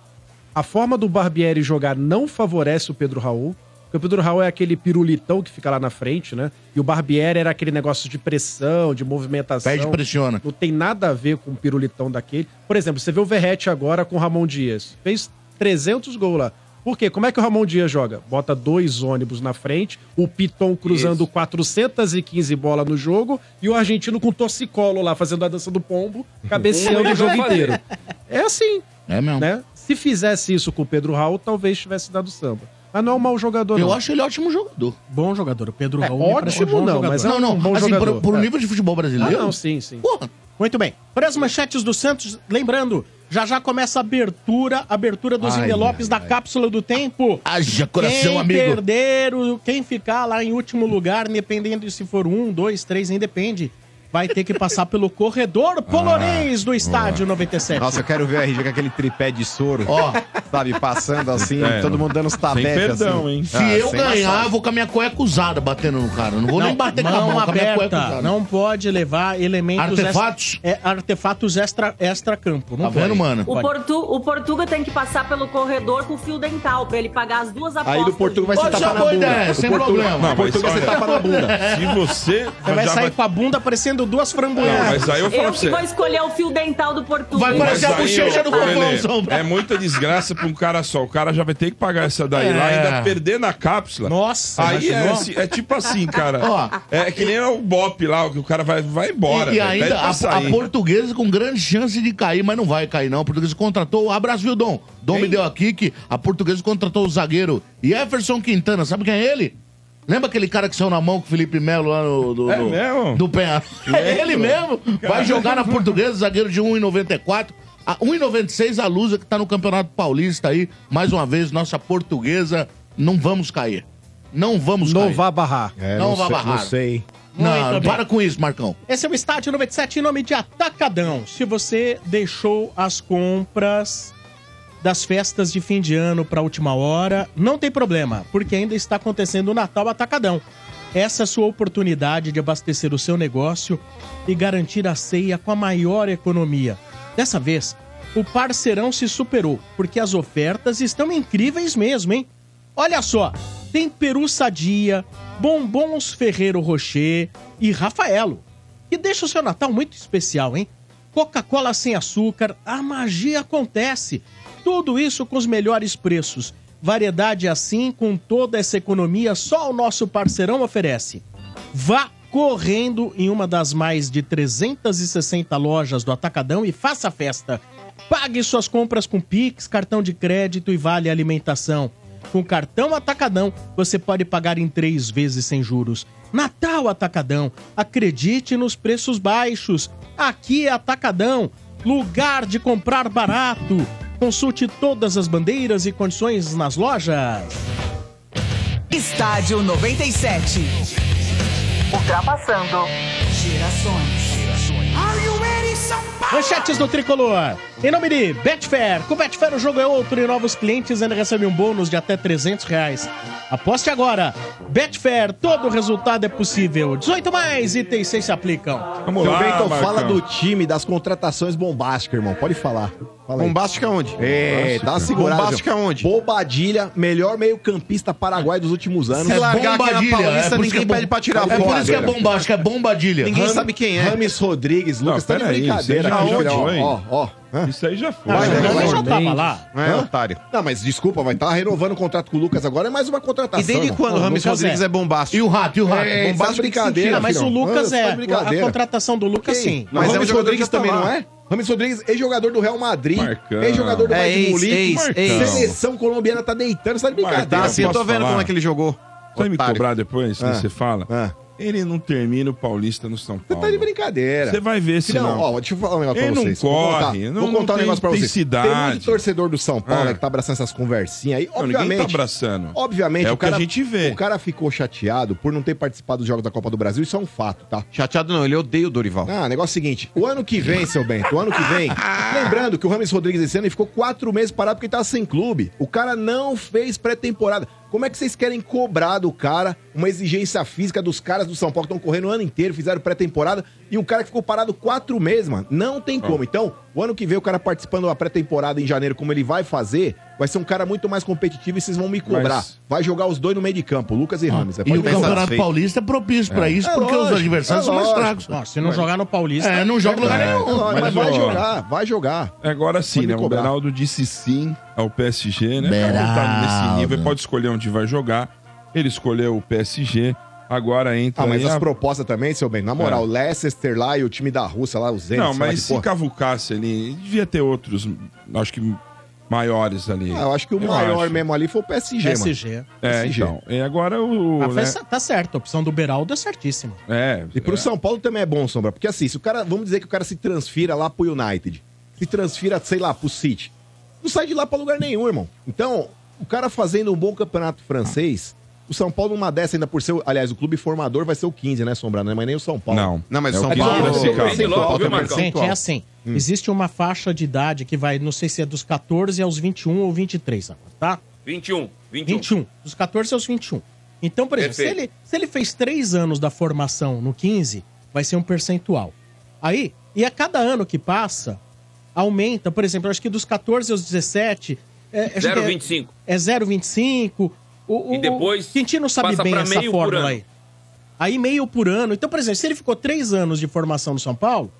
S9: a forma do Barbieri jogar não favorece o Pedro Raul, porque o Pedro Raul é aquele pirulitão que fica lá na frente, né? E o Barbieri era aquele negócio de pressão, de movimentação.
S4: Perde, pressiona.
S9: Não tem nada a ver com o pirulitão daquele. Por exemplo, você vê o Verrete agora com o Ramon Dias. Fez 300 gols lá. Por quê? Como é que o Ramon Dias joga? Bota dois ônibus na frente, o Piton cruzando 415 bola no jogo e o argentino com torcicolo lá fazendo a dança do pombo, cabeceando
S4: *laughs*
S9: o jogo inteiro. É assim,
S4: É mesmo.
S9: né? Se fizesse isso com o Pedro Raul, talvez tivesse dado samba. Mas não é um mau jogador,
S4: Eu
S9: não.
S4: acho ele ótimo jogador.
S2: Bom jogador. O Pedro
S9: É
S2: Raul me parece um
S9: ótimo,
S2: bom
S9: não,
S2: jogador.
S9: mas é
S4: Não, não.
S9: um bom
S4: assim,
S9: jogador.
S4: Pro, pro
S9: É.
S4: nível de futebol
S9: Ah,
S4: brasileiro.
S9: não, sim, sim.
S4: Porra,
S2: Muito bem. Para as manchetes do Santos, lembrando, já já começa a abertura, a abertura dos
S3: Ai,
S2: envelopes da Cápsula do Tempo.
S4: haja coração,
S2: quem
S4: amigo.
S2: perder, o- quem ficar lá em último lugar, dependendo se for um, dois, três, independe, vai ter que passar
S4: *laughs*
S2: pelo
S4: Ah,
S2: corredor polonês do estádio 97.
S8: Nossa, eu quero ver a RG com aquele tripé de soro,
S4: Ó,
S8: sabe? Passando assim,
S7: É,
S8: todo
S7: não.
S8: mundo dando os
S3: Tá
S8: tabetes.
S7: perdão,
S8: assim.
S7: hein?
S4: se
S8: Ah,
S4: eu
S8: sem
S4: ganhar,
S8: massagem.
S4: eu vou com a minha cueca usada batendo no cara. Não vou nem bater com a mão,
S2: mão
S4: com a minha cueca
S2: aberta.
S4: usada.
S2: Não pode levar elementos...
S4: Artefatos?
S2: extra- é, artefatos extra- extra-campo.
S4: Tá
S2: Ah, não
S4: vendo,
S2: pode.
S4: mano?
S2: Pode.
S5: O, Portu, o Portuga tem que passar pelo corredor com fio dental pra ele pagar as duas apostas.
S3: Aí do Portugal vai ser
S4: Pode ser uma
S3: tapa na
S4: boa
S3: bunda.
S4: ideia, sem problema.
S7: Não, mas
S3: Portugal vai ser
S7: olha,
S3: tapa na bunda.
S7: se você.
S2: Você vai
S7: já
S2: sair com a bunda parecendo duas
S7: Não,
S2: framboesas.
S7: mas aí eu falo
S5: Eu
S7: pra
S5: que
S7: você.
S5: vou escolher o fio dental do Portuga.
S4: Vai
S5: hein?
S4: parecer a
S7: Mas aí,
S4: bochecha do
S7: ô, Lelê,
S4: Confusão.
S7: É muita desgraça pra um cara só. O cara já vai ter que pagar essa daí
S4: É.
S7: lá, ainda perder na cápsula.
S2: Nossa,
S7: Aí é,
S2: imaginou?
S7: assim- é tipo assim, cara.
S4: Ó.
S7: é que nem o Bop lá, o que o cara vai, vai embora.
S4: E, e
S7: velho, pede
S4: ainda
S7: pra
S4: a,
S7: sair.
S4: a portuguesa com grande chance de cair, mas não vai cair, não. A portuguesa contratou. Abraço, viu, Dom? Dom me deu aqui que a portuguesa contratou o zagueiro Jefferson Quintana. Sabe quem é ele? Lembra aquele cara que saiu na mão com o Felipe Melo lá no. Do,
S7: É
S4: do,
S7: mesmo?
S4: do Penha. *laughs* É ele mesmo. Vai jogar na portuguesa, zagueiro de 1,94. A 1,96 a Lusa, que tá no Campeonato Paulista aí. Mais uma vez, nossa portuguesa. Não vamos cair. Não vamos
S9: Não
S4: cair.
S9: vá barrar.
S3: É,
S4: Não
S3: não,
S4: vai
S3: sei,
S4: barrar.
S3: não sei, hein?
S4: Não,
S2: Muito bem.
S4: para com isso, Marcão.
S2: Esse é o Estádio 97 em nome de Atacadão. Se você deixou as compras das festas de fim de ano para última hora, não tem problema, porque ainda está acontecendo o Natal Atacadão. Essa é a sua oportunidade de abastecer o seu negócio e garantir a ceia com a maior economia. Dessa vez, o parceirão se superou, porque as ofertas estão incríveis mesmo, hein? Olha só, tem Peru Sadia, Bombons Ferreiro Rocher e Rafaelo. E deixa o seu Natal muito especial, hein? Coca-Cola sem açúcar, a magia acontece. Tudo isso com os melhores preços. Variedade assim, com toda essa economia, só o nosso parceirão oferece. Vá correndo em uma das mais de 360 lojas do Atacadão e faça a festa. Pague suas compras com Pix, cartão de crédito e vale alimentação. Com cartão Atacadão, você pode pagar em três vezes sem juros. Natal Atacadão, acredite nos preços baixos. Aqui é Atacadão, lugar de comprar barato. Consulte todas as bandeiras e condições nas lojas.
S1: Estádio 97. Ultrapassando gerações. Are you ready, São Paulo?
S2: Manchetes do Tricolor. Em nome de Betfair. Com Betfair o jogo é outro e novos clientes ainda recebem um bônus de até 300 reais. Aposte agora. Betfair, todo resultado é possível. 18 mais, itens 6 se aplicam.
S7: Vamos
S3: Seu
S7: lá,
S3: Bento,
S7: Marcão.
S3: fala do time, das contratações bombásticas, irmão. Pode falar. Fala aí.
S8: Bombástica onde? tá
S3: É, dá uma segurada.
S8: Bombástica
S3: João.
S8: onde?
S3: Bobadilha, melhor meio-campista paraguai dos últimos anos.
S8: Se largar aqui na
S4: é Bombadilha,
S8: Paulista,
S4: é por isso
S8: ninguém
S4: que é bom-
S8: pede pra tirar
S4: É por
S8: fora.
S4: isso que é bombástico, é bombadilha.
S8: Ninguém
S3: Ram-
S8: sabe quem é.
S3: Rames Rodrigues,
S7: Não,
S3: Lucas, tá de
S7: pera aí,
S3: brincadeira.
S7: você já
S3: aqui,
S7: já
S3: ó,
S7: foi.
S3: ó, ó. Hã?
S7: Isso aí já foi.
S2: Ah,
S8: vai,
S2: o
S8: vai,
S2: Ramos já
S8: vai.
S2: tava lá.
S8: É, otário.
S3: Não, mas desculpa, vai estar renovando o contrato com o Lucas agora, é mais uma contratação.
S8: E desde
S3: irmão.
S8: quando o Rames
S2: Lucas
S8: Rodrigues
S2: é.
S8: é bombástico?
S4: E o rato, e o rato.
S3: É,
S4: Bombástico.
S3: tá de brincadeira,
S2: Ah, mas o
S3: filhão.
S2: Lucas
S3: Ah,
S2: é.
S3: tá de brincadeira.
S2: A contratação do Lucas,
S3: Quem?
S2: sim.
S8: Mas
S3: Mas
S8: é um
S3: Rames
S8: jogador
S3: Rodrigues
S8: que já tá
S3: também
S8: lá.
S3: não é? Rames Rodrigues, ex-jogador do Real Madrid,
S7: Marcão.
S3: ex-jogador do
S8: É,
S3: Bayern de
S8: ex,
S3: Munique,
S8: ex, ex.
S3: seleção colombiana tá deitando, você tá de brincadeira.
S8: Tá, assim, eu tô
S7: posso
S8: vendo
S7: falar?
S8: como é que ele jogou.
S7: Vai me
S8: Otário.
S7: cobrar depois, se
S3: Ah.
S7: você fala?
S3: Ah.
S7: Ele não termina o Paulista no São
S3: Você
S7: Paulo.
S3: tá de brincadeira.
S7: Você vai ver se
S3: não,
S7: não.
S3: ó, deixa eu falar um negócio
S7: Ele
S3: pra
S7: não
S3: vocês.
S7: corre,
S3: vou contar,
S7: não-
S3: vou
S7: não
S3: contar um
S7: tem
S3: negócio pra vocês. Tem
S7: intensidade.
S3: muito torcedor do São Paulo
S7: Ah.
S3: né, que tá abraçando essas conversinhas aí.
S7: Não, ninguém tá
S3: Obviamente,
S7: abraçando.
S3: obviamente
S7: É o
S3: o
S7: que a
S3: cara,
S7: gente vê.
S3: o cara ficou chateado por não ter participado dos Jogos da Copa do Brasil. Isso é um fato, tá?
S8: Chateado não, ele odeia o Dorival.
S3: Ah, negócio seguinte. O ano que vem, seu Bento, o ano que
S8: *laughs*
S3: vem. lembrando que o Rames Rodrigues esse ano ele ficou quatro meses parado porque ele tava sem clube. O cara não fez pré-temporada. Como é que vocês querem cobrar do cara uma exigência física dos caras do São Paulo que estão correndo o ano inteiro, fizeram pré-temporada e o cara que ficou parado quatro meses, mano? Não
S8: Ah.
S3: tem como. Então, o ano que vem, o cara participando da pré-temporada em janeiro, como ele vai fazer, vai ser um cara muito mais competitivo e vocês vão me cobrar.
S7: Mas-
S3: Vai jogar os dois no meio de campo, Lucas e
S8: é.
S3: Rames.
S4: Ah,
S2: é
S4: E o
S3: Pode pensar.
S4: Campeonato
S8: feito.
S4: Paulista é propício pra isso,
S3: É
S4: porque
S3: lógico,
S4: os adversários
S3: é
S4: são mais
S3: lógico.
S4: fracos.
S2: Ó, se não jogar no Paulista.
S4: É, não joga em lugar
S7: É.
S4: nenhum.
S3: Mas,
S7: Mas,
S3: vai
S7: ó,
S3: jogar, vai jogar.
S7: Agora sim,
S3: Pode me
S7: né? O
S3: cobrar.
S7: Beraldo disse sim ao PSG, né?
S4: Beraldo.
S7: Tá montado nesse nível, ele pode escolher onde vai jogar. Ele escolheu o PSG, agora entra
S3: Ah, mas
S7: aí
S3: as
S7: a-
S3: propostas também, seu bem. Na moral, Leicester lá e o time da Rússia lá, os Zenit,
S7: Não,
S3: sei lá
S7: mas
S3: que
S7: se
S3: porra.
S7: cavucasse ali, devia ter outros, acho que maiores ali.
S3: Ah, eu acho que o
S7: Eu
S3: maior
S7: acho.
S3: mesmo ali foi o PSG, mano.
S2: PSG.
S7: É,
S3: PSG.
S7: então. E agora o.
S2: Ah,
S7: né,
S2: faz- Tá certo, a opção do Beraldo é certíssima.
S7: É.
S3: E pro
S7: é,
S3: São Paulo também é bom, Sombra. Porque assim, se o cara, vamos dizer que o cara se transfira lá pro United, se transfira, sei lá, pro City, não sai de lá pra lugar nenhum, irmão. Então, o cara fazendo um bom campeonato francês, o São Paulo numa dessa ainda por ser, o- aliás, o clube formador vai ser o 15, né, Sombra? Não é mais nem o São Paulo.
S7: Não.
S8: Não, mas
S7: É
S8: o São
S7: que
S8: Paulo-
S7: Piracicaba.
S3: Não, não, não, não,
S6: logo,
S3: não,
S6: viu,
S3: não,
S6: Marcão?
S2: Gente, é assim. Existe uma faixa de idade que vai, não sei se é dos 14 aos 21 ou 23 agora, tá?
S6: 21, 21.
S2: 21. Dos 14 aos 21. Então, por exemplo, se
S6: Perfeito.
S2: ele, se ele fez três anos da formação no 15, vai ser um percentual. Aí, e a cada ano que passa, aumenta, por exemplo, eu acho que dos 14 aos 17. É, acho que é-
S6: 0,25.
S2: É 0,25. O, o,
S6: E depois
S2: O Quintino sabe
S6: passa
S2: bem
S6: pra
S2: essa
S6: meio por
S2: fórmula
S6: ano.
S2: aí. Aí meio por ano. Então, por exemplo, se ele ficou três anos de formação no São Paulo,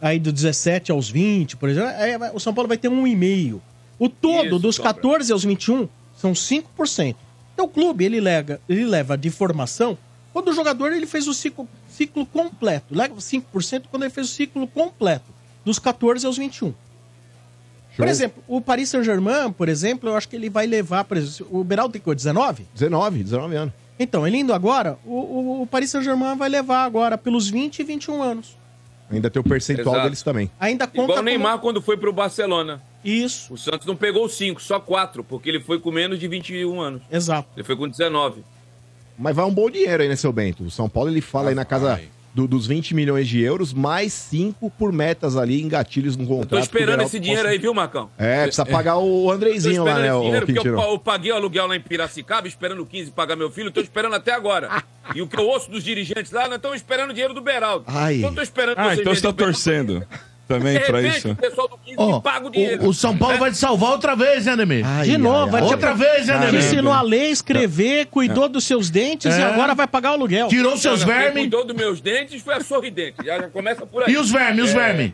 S2: aí do 17 aos 20, por exemplo, aí vai- o São Paulo vai ter um e meio. O todo
S6: Isso,
S2: dos
S6: Sombra.
S2: 14 aos 21 são 5%. Então o clube, ele, lega, ele leva de formação quando o jogador ele fez o ciclo, ciclo completo. Leva 5% quando ele fez o ciclo completo, dos 14 aos 21. Por exemplo, o Paris Saint-Germain, por exemplo, eu acho que ele vai levar, por exemplo, o Beraldo tem que 19?
S3: 19, 19 anos.
S2: Então, ele indo agora, o, o- o Paris Saint-Germain vai levar agora pelos 20 e 21 anos.
S3: Ainda tem o percentual
S6: Exato.
S3: deles também.
S2: Ainda conta
S6: Igual o
S2: como-
S6: Neymar quando foi pro Barcelona.
S2: Isso,
S6: O Santos não pegou 5, só 4, porque ele foi com menos de 21 anos.
S2: exato.
S6: Ele foi com 19.
S3: Mas vai um bom dinheiro aí, né, seu Bento? O São Paulo ele fala aí na casa do- dos 20 milhões de euros, mais 5 por metas ali em gatilhos no contrato.
S6: Tô
S3: que o
S6: esperando
S3: Beraldo
S6: esse dinheiro
S3: possa-
S6: aí, viu, Marcão?
S3: É, precisa pagar o
S6: Tô
S3: Andrezinho lá,
S6: esperando
S3: né,
S6: esse
S3: o
S6: dinheiro porque eu,
S3: Quintino.
S6: pa- eu paguei o aluguel lá em Piracicaba, esperando 15 pagar meu filho, tô esperando até
S4: *laughs*
S6: agora. E o que eu ouço dos dirigentes lá, nós estamos esperando o dinheiro do Beraldo.
S3: Ai.
S6: Então tô esperando
S7: Ah, então você
S6: verem
S7: tá
S6: o Beraldo.
S7: torcendo também
S6: De
S7: pra
S6: repente,
S7: isso.
S6: o pessoal do 15
S4: Ó,
S6: me paga o dinheiro.
S4: o, o São
S8: É.
S4: Paulo vai te salvar outra vez, né, Ademir?
S2: De novo, vai te
S4: outra vez, né,
S2: Te
S4: Ademir?
S2: ensinou a ler, escrever, cuidou dos seus dentes
S4: É.
S2: e agora vai pagar o aluguel.
S4: Tirou seus
S6: Olha, quem
S4: vermes.
S6: cuidou dos meus dentes foi a sorridente. Já, já começa por aí. É.
S4: E os vermes, e os vermes?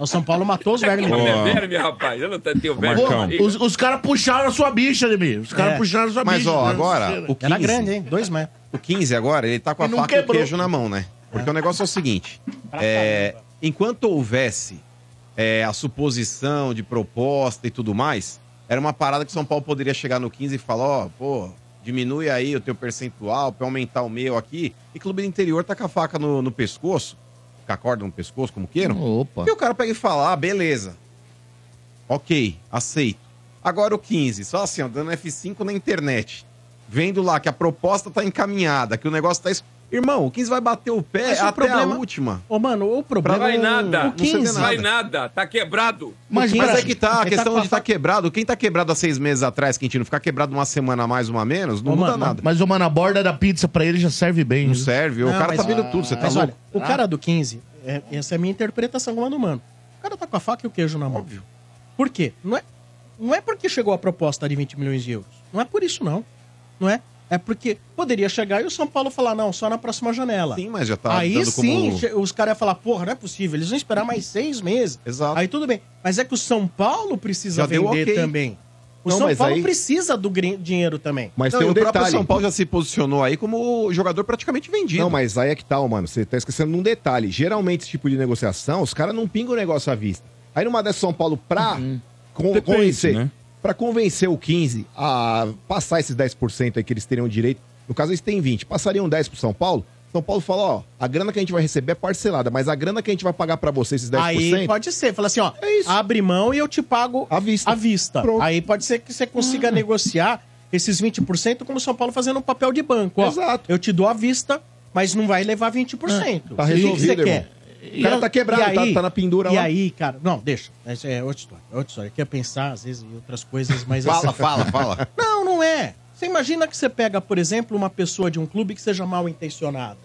S2: O São Paulo matou os vermes. né?
S6: Não
S7: Boa.
S6: é verme, rapaz. Eu não tenho verme.
S4: Pô,
S6: na
S7: Marcão.
S6: barriga.
S4: os os caras puxaram a sua bicha, Ademir. Os caras
S2: É.
S4: puxaram a sua
S8: Mas,
S4: bicha.
S8: ó,
S4: né?
S8: agora, o
S2: Era
S8: 15,
S2: grande, hein? Dois metros.
S8: o 15 agora, ele tá
S4: E
S8: com a
S4: não
S8: faca
S4: quebrou.
S8: e o queijo na mão, né? Porque o negócio é o seguinte, é, enquanto houvesse é, a suposição de proposta e tudo mais, era uma parada que o São Paulo poderia chegar no 15 e falar, ó, pô, diminui aí o teu percentual pra aumentar o meu aqui. E clube do interior tá com a faca no, no pescoço, com a corda no pescoço, como queiram.
S4: Opa.
S8: E o cara pega e fala, ah, beleza. Ok, aceito. Agora o 15, só assim, ó, dando F5 na internet. Vendo lá que a proposta tá encaminhada, que o negócio tá... es- Irmão, o 15 vai bater o pé
S2: Mas o
S8: até
S2: problema-
S8: a última.
S2: Ô, mano, o problema... é
S6: Vai nada.
S2: O 15...
S6: Não vai nada. Tá quebrado.
S4: Mas,
S2: Mas
S8: Mas
S4: pera-
S8: é que tá, a
S2: Ele
S8: questão
S2: tá com a
S8: de tá
S2: faca-
S8: quebrado, quem tá quebrado há seis meses atrás, Quintino, ficar quebrado uma semana a mais, uma a menos, não
S2: Ô,
S8: muda
S2: mano,
S8: nada.
S4: Mas, ô, mano, a borda da pizza pra ele já serve bem.
S8: Não
S4: né?
S8: serve, o
S2: Não,
S8: cara
S2: mas-
S8: tá vendo tudo, você tá
S2: Ah, Mas
S8: louco.
S2: olha, o cara do 15, é- essa é a minha interpretação como a do mano. O cara tá com a faca e o queijo na mão. Óbvio. Por quê? Não é, não é porque chegou a proposta de 20 milhões de euros. Não é por isso, não. Não é? É porque poderia chegar e o São Paulo falar, não, só na próxima janela.
S8: Sim, mas já tá
S2: Aí
S8: dando
S2: sim,
S8: como...
S2: che- os caras iam falar, porra, não é possível, eles vão esperar mais seis meses.
S8: Exato.
S2: Aí tudo bem. Mas é que o São Paulo precisa
S8: Já deu
S2: vender
S8: ok.
S2: também. O
S8: Não,
S2: São
S8: mas
S2: Paulo
S8: aí-
S2: precisa do grin- dinheiro também.
S3: Mas
S8: Não,
S3: tem
S8: e
S3: um
S8: o próprio
S3: detalhe.
S8: São Paulo já se posicionou aí como jogador praticamente vendido.
S3: Não, mas aí é que tal, mano. Você tá esquecendo de um detalhe. Geralmente, esse tipo de negociação, os caras não pingam o negócio à vista. Aí numa dessa São Paulo pra
S2: Uhum.
S3: con-
S7: Depende,
S3: convencer.
S7: né?
S3: Pra convencer o 15 a passar esses 10% aí que eles teriam direito. No caso, eles têm 20. Passariam 10 pro São Paulo. São Paulo fala, ó, a grana que a gente vai receber é parcelada, mas a grana que a gente vai pagar pra você, esses 10%,
S2: Aí pode ser, fala assim, ó, abre mão e eu te pago
S3: É à vista. Ah.
S2: à vista. Aí pode ser que você consiga negociar esses 20% como o São Paulo fazendo um papel de banco, ó.
S3: Exato.
S2: Eu te dou à vista, mas não vai levar 20%.
S3: Tá
S2: O que
S3: resolvido,
S2: que você
S3: irmão.
S2: quer?
S3: O cara tá quebrado,
S2: e
S3: tá- tá na pendura
S2: e
S3: lá.
S2: aí, cara, não, deixa. Essa é outra história, é outra história. Eu queria pensar, às vezes, em outras coisas, mas...
S8: Fala,
S2: assim-
S8: fala,
S2: *laughs*
S8: fala.
S2: Não, não é. Você imagina que você pega, por exemplo, uma pessoa de um clube que seja mal intencionada.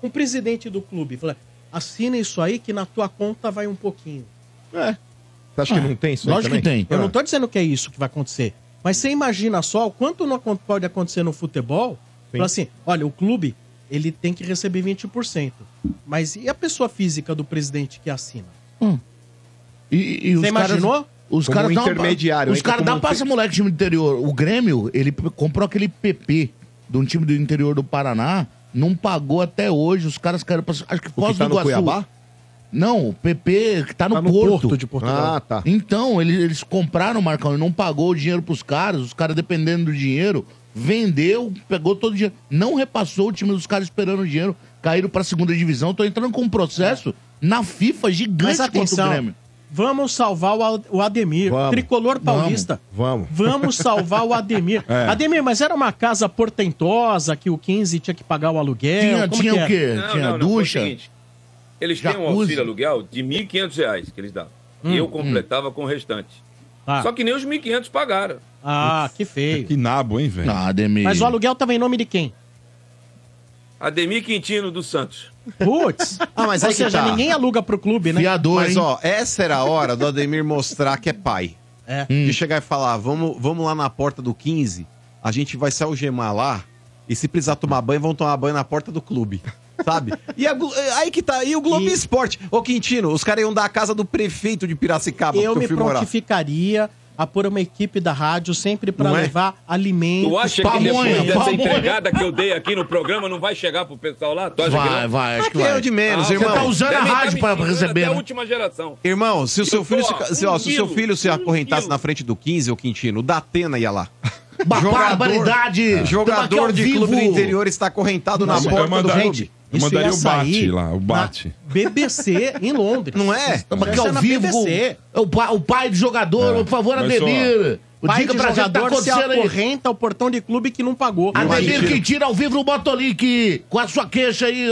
S2: Um presidente do clube fala, assina isso aí que na tua conta vai um pouquinho.
S3: É.
S2: Ah,
S3: Você acha que não tem isso aí
S4: Lógico que
S3: também? Ah.
S4: tem.
S2: Eu não tô dizendo que é isso que vai acontecer. Mas você imagina só o quanto não acon- pode acontecer no futebol. Fala assim, olha, o clube, ele tem que receber 20%. Mas e a pessoa física do presidente que assina?
S4: E- e os
S2: Hum. Você
S4: caras-
S2: imaginou?
S4: Os
S3: Como
S4: caras
S3: um
S4: dão uma-
S3: intermediário,
S4: Os
S3: entra
S4: caras
S3: como
S4: dão
S3: um
S4: passa moleque time do interior. O Grêmio, ele p- comprou aquele PP de um time do interior do Paraná, não pagou até hoje. Os caras querem passar. Acho que
S3: O
S4: Foz
S3: que tá
S4: do
S3: no
S4: Iguaçu.
S3: Cuiabá?
S4: Não, o PP que tá no,
S9: Tá no
S4: Porto.
S9: Porto de Portugal.
S3: Ah, tá.
S4: Então, ele- eles, compraram o Marcão e não pagou o dinheiro pros caras, os caras dependendo do dinheiro, vendeu, pegou todo o dinheiro, não repassou o time dos caras esperando o dinheiro, caíram pra segunda divisão, tô entrando com um processo na FIFA gigante
S2: É. Mas
S4: contra o
S2: atenção,
S4: Grêmio.
S2: vamos salvar o Al- o Ademir,
S3: Vamos.
S2: tricolor paulista.
S3: Vamos.
S2: Vamos salvar o Ademir.
S4: É.
S2: Ademir, mas era uma casa portentosa que o 15 tinha que pagar o aluguel?
S4: Tinha,
S2: Como
S4: tinha
S2: que
S4: o
S2: era?
S4: quê?
S6: Não,
S4: tinha
S6: não, não, foi o
S4: ducha?
S6: seguinte, eles têm um
S4: jacuzzi. Hum,
S6: auxílio aluguel de R$ 1.500 que eles davam. e eu completava com o restante.
S2: Ah,
S6: Só que nem os 1.500 pagaram.
S2: ah, que feio.
S7: Que nabo, hein, velho?
S4: Ah, Ademir.
S2: Mas o aluguel tava em nome de quem?
S6: Ademir Quintino do Santos.
S8: *laughs*
S2: Putz!
S8: Ah, mas
S2: Ou
S8: aí que
S2: seja,
S8: tá.
S2: ninguém aluga pro clube, né?
S4: Fiador,
S8: Mas,
S4: hein?
S8: ó, essa era a hora do Ademir mostrar que é pai.
S2: É.
S8: De chegar e falar, vamos, vamos lá na porta do 15, a gente vai se algemar lá, e se precisar tomar banho, vão tomar banho na porta do clube. Sabe? E a Glo- aí que tá, e o Globo
S2: E-
S8: Esporte. Ô, Quintino, os caras iam dar a casa do prefeito de Piracicaba,
S2: Eu
S8: porque
S2: me prontificaria a pôr uma equipe da rádio sempre pra
S8: Não é?
S2: levar alimentos.
S6: Tu acha que
S4: pamonha,
S6: depois dessa
S4: pamonha.
S6: entregada que eu dei aqui no programa não vai chegar pro pessoal lá? Tu acha que
S4: Vai,
S6: não?
S4: vai, acho que
S8: é
S4: vai.
S8: o de menos,
S6: Ah,
S8: irmão.
S4: Você tá usando a
S6: Devem tá
S4: rádio
S6: me
S4: pra
S6: xingando
S4: receber,
S6: Até a
S4: né?
S6: última geração.
S8: Irmão, se o seu filho,
S6: Pô,
S8: se, se- ó, se o seu
S6: um
S8: filho se
S6: quilo,
S8: acorrentasse
S6: um
S8: na frente do 15, ô Quintino, o Datena ia lá.
S4: Ba-
S8: *laughs* Jogador- É.
S4: Barbaridade! Tamo
S8: Jogador
S4: aqui ao
S8: de clube do
S4: vivo.
S8: interior está acorrentado na
S7: Nossa, eu
S8: porta do
S7: mandar-
S8: clube.
S7: Eu
S2: Isso
S7: mandaria
S2: ia
S7: o bate
S2: sair
S7: lá, o bate.
S2: na BBC em Londres.
S8: Não é?
S4: Tamo aqui
S2: Isso é
S4: ao
S2: na
S4: vivo.
S2: BBC.
S4: com- O, pa- o pai do
S2: É.
S4: jogador, *laughs* por favor,
S7: Mas,
S4: Ademir. O
S2: Pai
S4: dica
S2: de
S4: pra gente tá
S2: jogador se
S4: acontecendo aí.
S2: acorrenta ao portão de clube que não pagou. é
S4: Ademir
S8: Imagina.
S4: que tira ao vivo no Botolink com a sua queixa aí.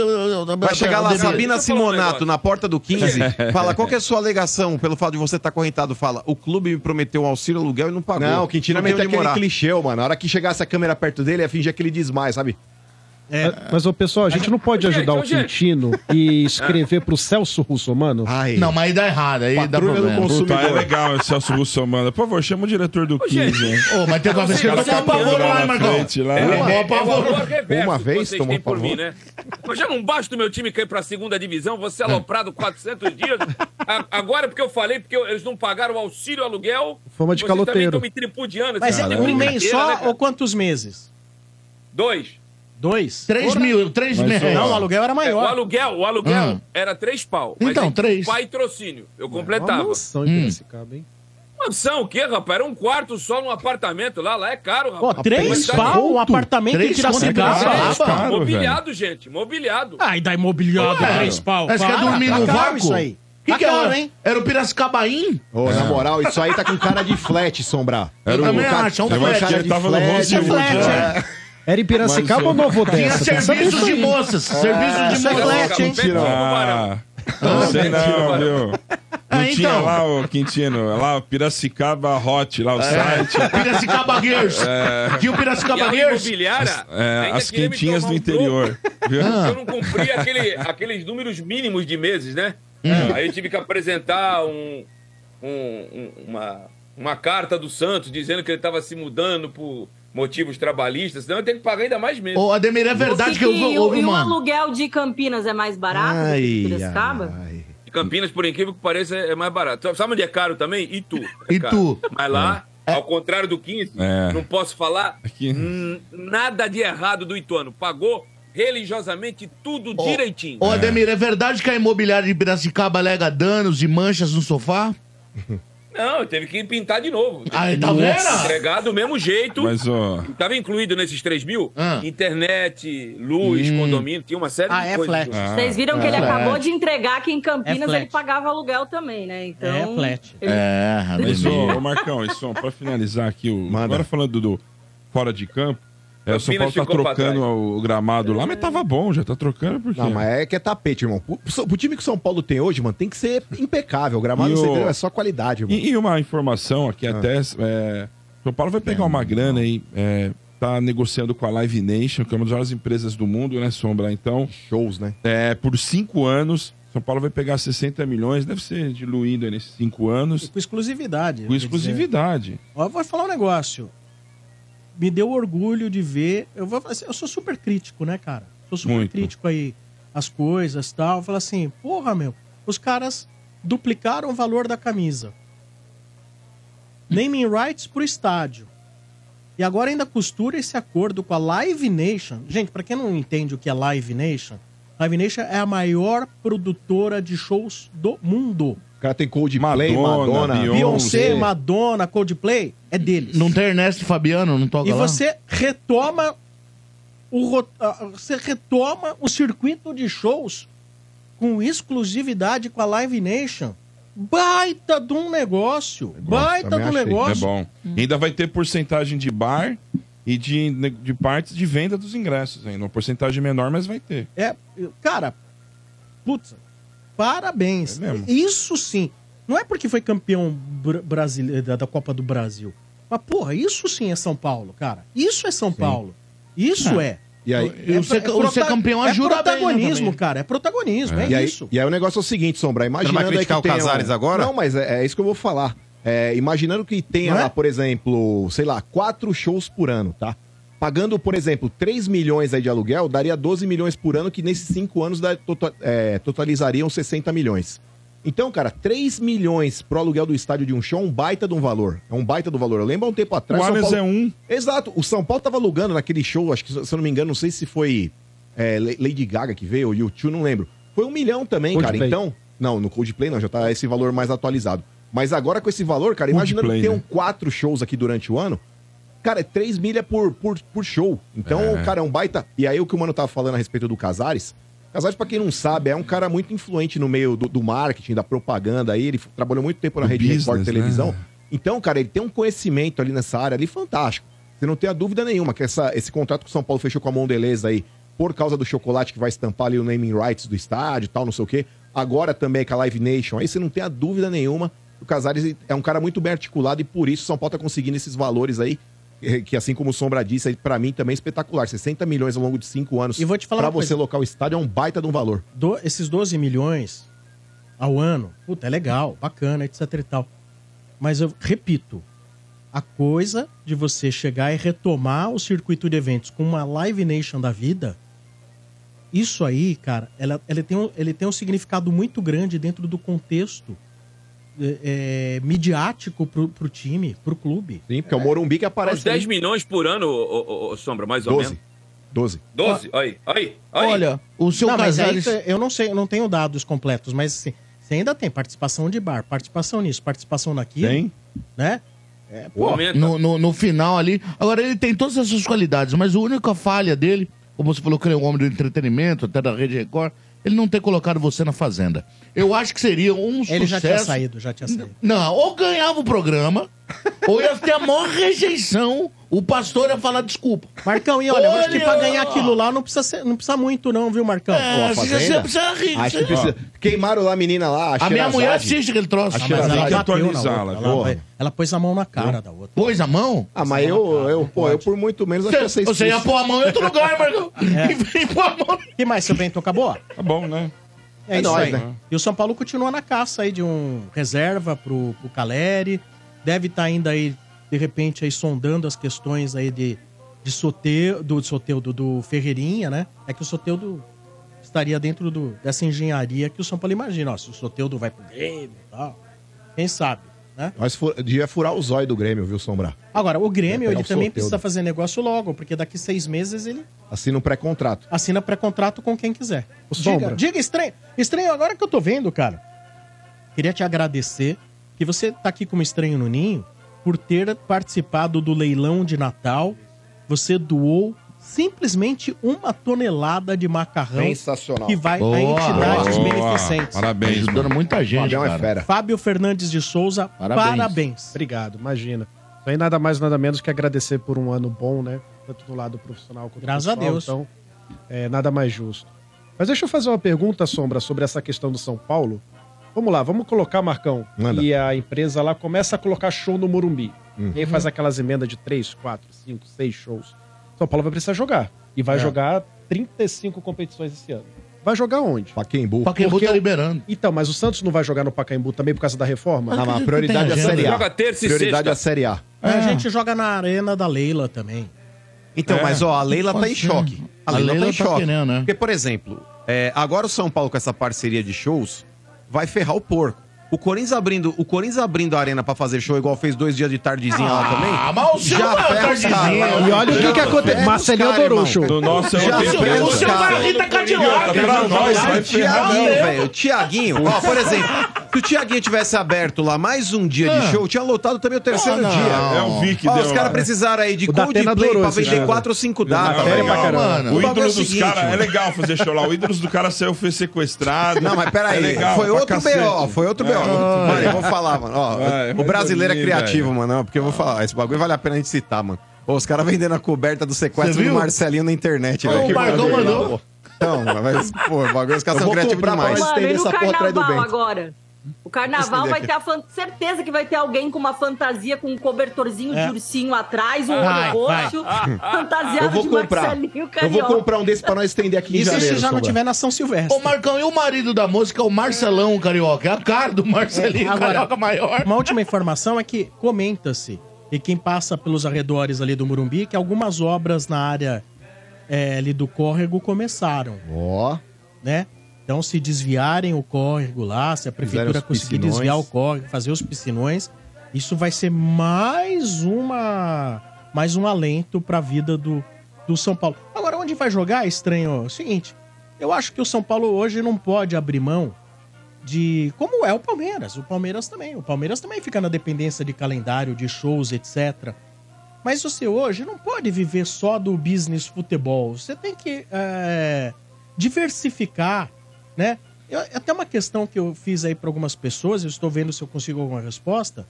S8: Vai chegar lá,
S4: Ademir.
S8: Sabina
S6: Deixa eu falar um
S8: Simonato,
S6: negócio.
S8: na porta do 15,
S6: *laughs*
S8: fala, qual que é a sua alegação pelo fato de você estar correntado? Fala, o clube me prometeu um auxílio aluguel e não pagou.
S3: Não, o Quintino
S8: tem
S3: meteu
S8: onde
S3: aquele
S8: morar.
S3: clichê, mano. A hora que chegasse a câmera perto dele, ia fingir aquele desmaio, sabe?
S2: É.
S9: Mas- Mas, ô, pessoal, a gente não pode
S6: Gente,
S9: ajudar o
S6: ô, gente.
S9: Quintino e escrever pro Celso Russomano?
S3: Ai.
S4: Não, mas aí dá errado. Aí dá
S3: Patrulha do
S4: problema.
S3: Consul-
S7: Puta, é
S3: Consumidor.
S7: legal esse Celso Russo, mano. Por favor, chama o diretor do 15, hein?
S4: Ô, mas teve uma vez que ele
S6: Os
S4: tomou um
S6: caras
S4: pavor
S6: caminhando
S7: lá
S4: lá, hein,
S7: na
S4: Marcão.
S7: frente, lá.
S4: Ele
S7: É,
S4: tomou um
S6: É o
S4: pavor.
S6: amor reverso
S3: Uma
S6: que
S3: vez
S6: vocês
S3: tomou
S6: têm por
S3: pavor.
S6: mim, né? Mas já não basta o meu time cair pra segunda divisão, você aloprado 400 dias. A- agora, porque eu falei, porque eu- eles não pagaram o auxílio aluguel.
S9: Fama de
S6: vocês também
S9: caloteiro.
S6: tão me tripudiando.
S2: Mas
S6: cara.
S2: é um mês
S6: Brincadeira, né,
S2: só
S6: cara?
S2: ou quantos meses?
S6: Dois.
S2: Dois?
S4: 3 mil, 3 mil.
S7: Mas, ó,
S2: Não, o aluguel era
S6: É, o
S2: maior.
S6: aluguel, o aluguel
S4: Hum.
S6: era três pau. mas
S4: Então,
S6: é
S4: três.
S6: Patrocínio. Eu
S9: Uma
S6: completava.
S9: mansão
S2: então
S9: em Piracicaba, hein?
S6: Mansão, o quê, rapaz? Era um quarto só num apartamento lá. Lá é caro,
S2: Pô,
S6: rapaz.
S2: três
S6: Mas- tá É,
S2: pau, um apartamento em
S4: Três
S2: Tiracicaba.
S4: contra
S2: Ah,
S4: três.
S2: pá.
S7: Caro,
S6: Mobiliado, gente. Mobiliado.
S2: Ah, e da imobiliária,
S7: Claro.
S2: três pau.
S4: Mas quer
S2: Para,
S4: dormir
S2: tá
S4: no
S2: caro
S4: vácuo?
S2: Isso aí.
S4: Que
S2: Tá
S4: que
S2: caro,
S4: era?
S2: hein?
S4: Era o É. Piracicabim?
S3: Ô, na moral, isso aí tá com cara de flat, Sombrar.
S7: É.
S8: Tá
S7: Era
S4: Eu
S7: o-
S4: também acho, é um
S7: Eu acho que
S4: flat.
S7: ele tava no Rose
S2: É flat,
S7: né?
S2: é.
S9: Era em Piracicaba
S7: Mas,
S9: ou Novo
S4: Tinha
S9: Odessa? Tem que saber
S4: serviços
S9: isso
S4: de
S3: é
S9: aí.
S4: moças. Serviços de
S2: Isso é
S4: moças.
S2: flat, hein?
S6: Mentira.
S7: Ah, não sei não, viu? Não
S4: Ah,
S7: tinha
S4: então. É.
S7: lá o Quintino, lá o Piracicaba Hot, lá o site.
S4: *laughs* Piracicaba Gears. Tinha o
S6: E a
S4: Piracicaba Gears.
S6: imobiliária.
S7: É,
S6: ainda
S7: as
S6: queria me
S7: quentinhas
S6: tomar
S7: do
S6: um
S7: interior. viu?
S4: Ah.
S6: Eu não cumpri aquele- aqueles números mínimos de meses, né?
S4: Hum.
S6: Aí eu tive que apresentar um- um- um- uma, uma carta do Santos dizendo que ele estava se mudando por motivos trabalhistas, senão eu tenho que pagar ainda mais meses.
S4: Ô, Ademir, é verdade que eu
S5: e,
S4: vou.
S5: o, e
S4: Houve
S5: o
S4: uma.
S5: aluguel de Campinas é mais barato do que de Piracicaba?
S6: De Campinas, por incrível que pareça, é mais barato. Sabe onde é caro também? Itu. É
S4: Itu.
S6: caro. Mas lá Ao contrário do 15,
S7: É.
S6: não posso falar n- nada de errado do Ituano. Pagou religiosamente tudo direitinho.
S4: Ô, Ademir, é verdade que a imobiliária de Piracicaba alega danos e manchas no sofá?
S6: Não, teve que pintar de novo.
S4: Aí, tá vendo?
S6: Entregar do mesmo jeito.
S7: Mas, ó.
S6: Tava incluído nesses 3 mil?
S4: Ah.
S6: Internet, luz, condomínio, tinha uma série
S2: Ah,
S6: de
S2: é
S6: coisas.
S2: flat.
S7: Ah,
S5: Vocês viram que ele
S4: é.
S5: acabou de entregar que em Campinas
S2: É
S5: ele
S2: flat.
S5: pagava aluguel também, né? Então.
S2: É flat.
S5: ele-
S4: É,
S7: Mas,
S4: Ademir.
S7: ô, ô, Marcão, e só pra finalizar aqui, o...
S8: Manda.
S7: agora falando do fora de campo, é, o São
S6: Campinas
S7: Paulo tá
S6: ficou pra
S7: trocando
S6: trás.
S7: o gramado lá, mas tava bom, já tá trocando porque.
S8: Não, mas é que é tapete, irmão. Pro, pro- pro time que o São Paulo tem hoje, mano, tem que ser impecável. O gramado
S7: E
S8: do
S7: o-
S8: Centenário é Ah. só qualidade, irmão.
S7: E, e uma informação aqui até. é, São Paulo vai pegar uma grana aí. É, tá negociando com a Live Nation, que é uma das maiores empresas do mundo, né, Sombra? Então,
S8: Shows, né?
S7: é, por cinco anos, São Paulo vai pegar 60 milhões, deve ser diluído aí nesses cinco anos,
S2: Com exclusividade. né,
S7: com
S2: quer dizer.
S7: exclusividade.
S2: Ó, eu vou falar um negócio. Me deu orgulho de ver. Eu, vou, falar assim, eu sou super crítico, né, cara? Sou super
S7: Muito.
S2: crítico aí as coisas tal. Fala assim, porra, meu, os caras duplicaram o valor da camisa. Naming rights pro estádio. E agora ainda costura esse acordo com a Live Nation. Gente, pra quem não entende o que é Live Nation, Live Nation é a maior produtora de shows do mundo.
S8: O cara tem Coldplay,
S7: Madonna,
S8: Madonna,
S7: Beyoncé.
S2: Beyoncé, Madonna, Coldplay, é deles.
S4: Não tem Ernesto Fabiano, não toca
S2: E
S4: lá?
S2: você retoma o ro- ah, você retoma o circuito de shows com exclusividade com a Live Nation. Baita de um negócio, baita
S8: também
S2: do
S8: achei.
S7: É
S2: negócio.
S7: bom. Ainda vai ter porcentagem de bar e de, ne- de partes de venda dos ingressos ainda. Uma porcentagem menor, mas vai ter.
S2: É, cara, putz, parabéns.
S7: É mesmo.
S2: isso sim. Não é porque foi campeão br- brasile- da, da Copa do Brasil. Mas, porra, isso sim é São Paulo, cara. Isso é São Paulo. Isso é.
S8: E aí,
S4: E o ser, o ser campeão ajuda
S2: É protagonismo,
S4: bem, né,
S2: cara. É protagonismo, é,
S8: e, aí,
S2: isso.
S8: e aí o negócio é o seguinte, Sombra, imaginando...
S10: Você não vai criticar
S8: aí que
S10: o
S8: tenha
S10: Casares agora?
S8: Não, mas é, é isso que eu vou falar. É, imaginando que tenha
S2: Não é?
S8: lá, por exemplo, sei lá, quatro shows por ano, tá? Pagando, por exemplo, 3 milhões aí de aluguel, daria 12 milhões por ano, que nesses cinco anos dá- tota- é, totalizariam 60 milhões. Então, cara, 3 milhões pro aluguel do estádio de um show é um baita de um valor. É um baita do valor. Eu lembro há um tempo atrás...
S7: O
S8: São
S7: Allianz
S8: Paulo-
S7: é um.
S8: Exato. O São Paulo tava alugando naquele show, acho que, se eu não me engano, não sei se foi é, Le- Lady Gaga que veio, ou U2, não lembro. Foi um milhão também, cara.
S9: Coldplay.
S8: Então, não, no Coldplay não, já tá esse valor mais atualizado. Mas agora com esse valor, cara, imaginando que
S7: Coldplay,
S8: tenham
S7: né?
S8: um quatro shows aqui durante o ano, cara, é 3 milha por, por, por show. Então, cara, é um baita. E aí o que o Mano tava falando a respeito do Casares. Casares, pra quem não sabe, é um cara muito influente no meio do, do marketing, da propaganda aí. Ele f- trabalhou muito tempo na
S7: Do
S8: Rede Record
S7: business,
S8: Televisão.
S7: né?
S8: Então, cara, ele tem um conhecimento ali nessa área ali fantástico. Você não tem a dúvida nenhuma que essa, esse contrato que o São Paulo fechou com a Mondelez aí, por causa do chocolate que vai estampar ali o naming rights do estádio e tal, não sei o quê. Agora também com a Live Nation, aí você não tem a dúvida nenhuma. que O Casares é um cara muito bem articulado e por isso o São Paulo tá conseguindo esses valores aí, eh, que assim como o Sombra disse, aí, pra mim também é espetacular. 60 milhões ao longo de 5 anos.
S2: E vou te falar
S8: Pra
S2: uma coisa.
S8: você locar o estádio é um baita de um valor.
S2: do- esses 12 milhões ao ano, puta, é legal, bacana, etc e tal. Mas eu repito, a coisa de você chegar e retomar o circuito de eventos com uma Live Nation da vida, isso aí, cara, ela, ela tem um, ele tem um significado muito grande dentro do contexto é, é, midiático pro, pro time, pro clube.
S8: Sim, porque é o Morumbi que
S6: Uns
S8: aparece.
S6: 10
S8: ali.
S6: milhões por ano, ô, ô, ô, Sombra, mais ou
S8: 12.
S6: menos.
S8: 12.
S6: 12? Olha aí, olha aí. olha aí.
S4: Olha, o seu
S2: não, mas aí,
S4: Casares...
S2: eu não sei, eu não tenho dados completos, mas assim, você ainda tem participação de bar, participação nisso, participação naquilo,
S7: Tem.
S2: né?
S6: Aumenta.
S4: É,
S7: tá-
S4: no, no, no final ali. Agora, ele tem todas essas qualidades, mas a única falha dele, como você falou que ele é um homem do entretenimento, até da Rede Record, ele não ter colocado você na Fazenda. Eu acho que seria um sucesso.
S2: Ele já tinha saído, já tinha saído.
S4: Não, ou ganhava o programa, ou ia ter a maior rejeição, o pastor ia falar desculpa.
S2: Marcão, e olha, eu acho que pra
S4: Olha!
S2: ganhar aquilo lá não precisa, ser- não precisa muito, não, viu, Marcão?
S4: É, você já- você
S8: Fazenda?
S4: precisa rir.
S8: Acho que
S4: você-
S8: precisa. Queimaram lá a menina lá.
S4: A minha mulher
S8: Xerazade.
S4: assiste aquele troço.
S8: A
S2: Mas
S8: Xerazade.
S2: ela
S7: Tem que
S2: bateu na outra,
S7: atualizá-la,
S2: ela,
S8: porra.
S2: vai- ela pôs a mão na cara da outra.
S4: Pôs a mão?
S8: Ah, mas
S3: é
S8: eu, eu, pô, eu por muito menos acho que
S4: Você,
S8: vocês.
S4: você ia pôr a mão em outro lugar,
S2: *laughs*
S4: Marcão. *laughs* E vem pôr a mão.
S2: O É. que mais, seu Bento? Acabou?
S7: Tá bom, né?
S2: É,
S8: É
S2: isso
S8: nóis,
S2: aí.
S8: né?
S2: E o São Paulo continua na caça aí de um reserva pro, pro Caleri. Deve estar ainda aí, de repente, aí sondando as questões aí de, de Soteu, do Soteu, do, do Ferreirinha, né? É que o Soteudo estaria dentro do, dessa engenharia que o São Paulo imagina. Ó, se o Soteudo vai pro Grêmio e tal, quem sabe? né?
S3: Nós fu- devia furar o zóio do Grêmio, viu, Sombra?
S2: Agora, o Grêmio,
S3: Vai pegar
S2: ele
S3: o
S2: também
S3: Soteldo.
S2: precisa fazer negócio logo, porque daqui seis meses ele
S3: Assina um pré-contrato.
S2: assina pré-contrato com quem quiser. Diga,
S3: Sombra.
S2: diga estranho. Estranho, agora que eu tô vendo, cara, queria te agradecer que você tá aqui como estranho no Ninho por ter participado do leilão de Natal. Você doou simplesmente uma tonelada de macarrão
S3: Sensacional.
S2: que vai
S4: Boa. Tá
S2: a entidades
S7: Boa.
S2: beneficentes.
S7: Parabéns,
S4: Ajudando
S7: mano.
S4: muita gente,
S3: Fabião é
S4: cara.
S3: fera.
S2: Fábio Fernandes de Souza,
S4: Parabéns.
S2: parabéns.
S9: Obrigado, imagina. Isso aí nada mais nada menos que agradecer por um ano bom, né? Tanto do lado profissional quanto
S2: Graças
S9: pessoal,
S2: a Deus.
S9: Então, é, nada mais justo. Mas deixa eu fazer uma pergunta, Sombra, sobre essa questão do São Paulo. Vamos lá, vamos colocar, Marcão,
S3: Manda. Uhum.
S9: e a empresa lá começa a colocar show no Morumbi. E aí faz aquelas emendas de 3, 4, 5, 6 shows. São Paulo vai precisar jogar. E
S2: É.
S9: vai jogar 35 competições esse ano. Vai jogar onde?
S3: Paquembu.
S4: Pacaembu
S9: Porque
S4: tá
S9: eu-
S4: liberando.
S9: Então, mas o Santos não vai jogar no Pacaembu também por causa da reforma?
S3: Ah, mas a
S4: Não
S3: prioridade é
S4: tem
S3: a Série A.
S6: Joga terça e
S3: Prioridade é a
S6: sexta.
S3: Série A.
S2: A gente joga na arena da Leila também.
S8: Então,
S7: É.
S8: mas ó, a Leila
S4: Pode
S8: tá em
S4: ser.
S8: choque. A, Leila, tá em choque.
S4: querendo, né?
S8: Porque, por exemplo, é, agora o São Paulo com essa parceria de shows vai ferrar o porco. O Corinthians abrindo, o Corinthians abrindo a arena pra fazer show igual fez dois dias de tardezinha lá também.
S4: Ah, mas o seu
S8: Já
S4: não é o
S8: ferra os caras.
S4: tardezinho.
S9: E olha o que, que aconteceu.
S8: Pega
S9: Marcelinho
S8: os cara,
S9: adorou o
S8: irmão.
S9: show.
S7: Do nosso é
S8: Já
S7: o
S8: se
S7: tempo.
S8: ferrou,
S4: O seu
S8: cara.
S4: vai rir da Cadillac.
S7: Pra nós, vai ferrar
S8: Tiaguinho,
S7: mesmo.
S8: velho. Tiaguinho. Ó, por exemplo, se o Tiaguinho tivesse aberto lá mais um dia de show, tinha lotado também o terceiro
S4: Ah, não.
S8: dia.
S7: Ah. É o Vic
S8: Ó,
S7: deu
S8: os
S7: lá.
S8: caras precisaram aí de
S9: O Datena
S8: Coldplay
S9: adorou
S8: pra
S9: esse
S8: vender
S9: jogo.
S8: 4 ou 5 datas.
S7: Não, é legal,
S4: mano.
S8: O
S7: O
S8: bagulho é o
S7: ídolo dos
S8: seguinte,
S7: caras, é
S8: mano.
S7: legal fazer show lá. O ídolo do cara saiu, foi sequestrado.
S8: Não, mas
S7: É
S8: peraí.
S7: legal
S8: foi
S7: pra
S8: outro
S7: cacete. É,
S8: BO, foi outro BO.
S3: É,
S8: Mano, eu vou falar, mano. Ó,
S7: Vai,
S8: o
S7: vai
S8: brasileiro é
S7: dormir,
S8: criativo,
S7: velho.
S8: mano. não, Porque eu vou falar, esse bagulho vale a pena a gente citar, mano. Ô, os caras vendendo a coberta do sequestro
S4: Cê
S8: do
S4: viu?
S8: Marcelinho na internet,
S4: Ô,
S8: velho.
S4: O Marcão mandou.
S8: Então, mas, pô, o bagulho, os caras
S3: Eu
S8: são
S3: vou
S8: criativos
S3: comprar
S8: demais.
S3: pra
S5: Mano,
S3: estender
S5: e no
S3: essa porra atrás do
S5: carnaval
S3: Bento.
S5: agora? O carnaval
S8: Estender
S5: vai
S8: aqui.
S5: ter a fan- certeza que vai ter alguém com uma fantasia com um cobertorzinho de ursinho atrás, um
S2: É. Vai,
S5: olho
S2: vai. Ah,
S5: roxo, fantasiado
S3: Eu vou
S5: de
S3: comprar.
S5: Marcelinho
S3: Eu vou
S5: Carioca.
S3: comprar um desse pra nós estender aqui em
S2: Isso
S3: janeiro.
S2: se já não
S3: Sombra.
S2: tiver na São Silvestre.
S4: Ô, Marcão, e o marido da música é o Marcelão Carioca. É a cara do Marcelinho
S2: É, Agora-
S4: Carioca maior.
S2: Uma última informação é que comenta-se, e quem passa pelos arredores ali do Murumbi, que algumas obras na área é, ali do córrego começaram,
S3: Ó,
S2: né? Então, se desviarem o córrego lá, se a prefeitura
S3: Fizeram os
S2: conseguir
S3: piscinões.
S2: desviar o córrego, fazer os piscinões, isso vai ser mais uma mais um alento para a vida do, do São Paulo. Agora, onde vai jogar, estranho? É o seguinte, eu acho que o São Paulo hoje não pode abrir mão de como é o Palmeiras. O Palmeiras também. O Palmeiras também fica na dependência de calendário, de shows, etc. Mas você hoje não pode viver só do business futebol. Você tem que é, diversificar, né? Eu- até uma questão que eu fiz aí para algumas pessoas, eu estou vendo se eu consigo alguma resposta.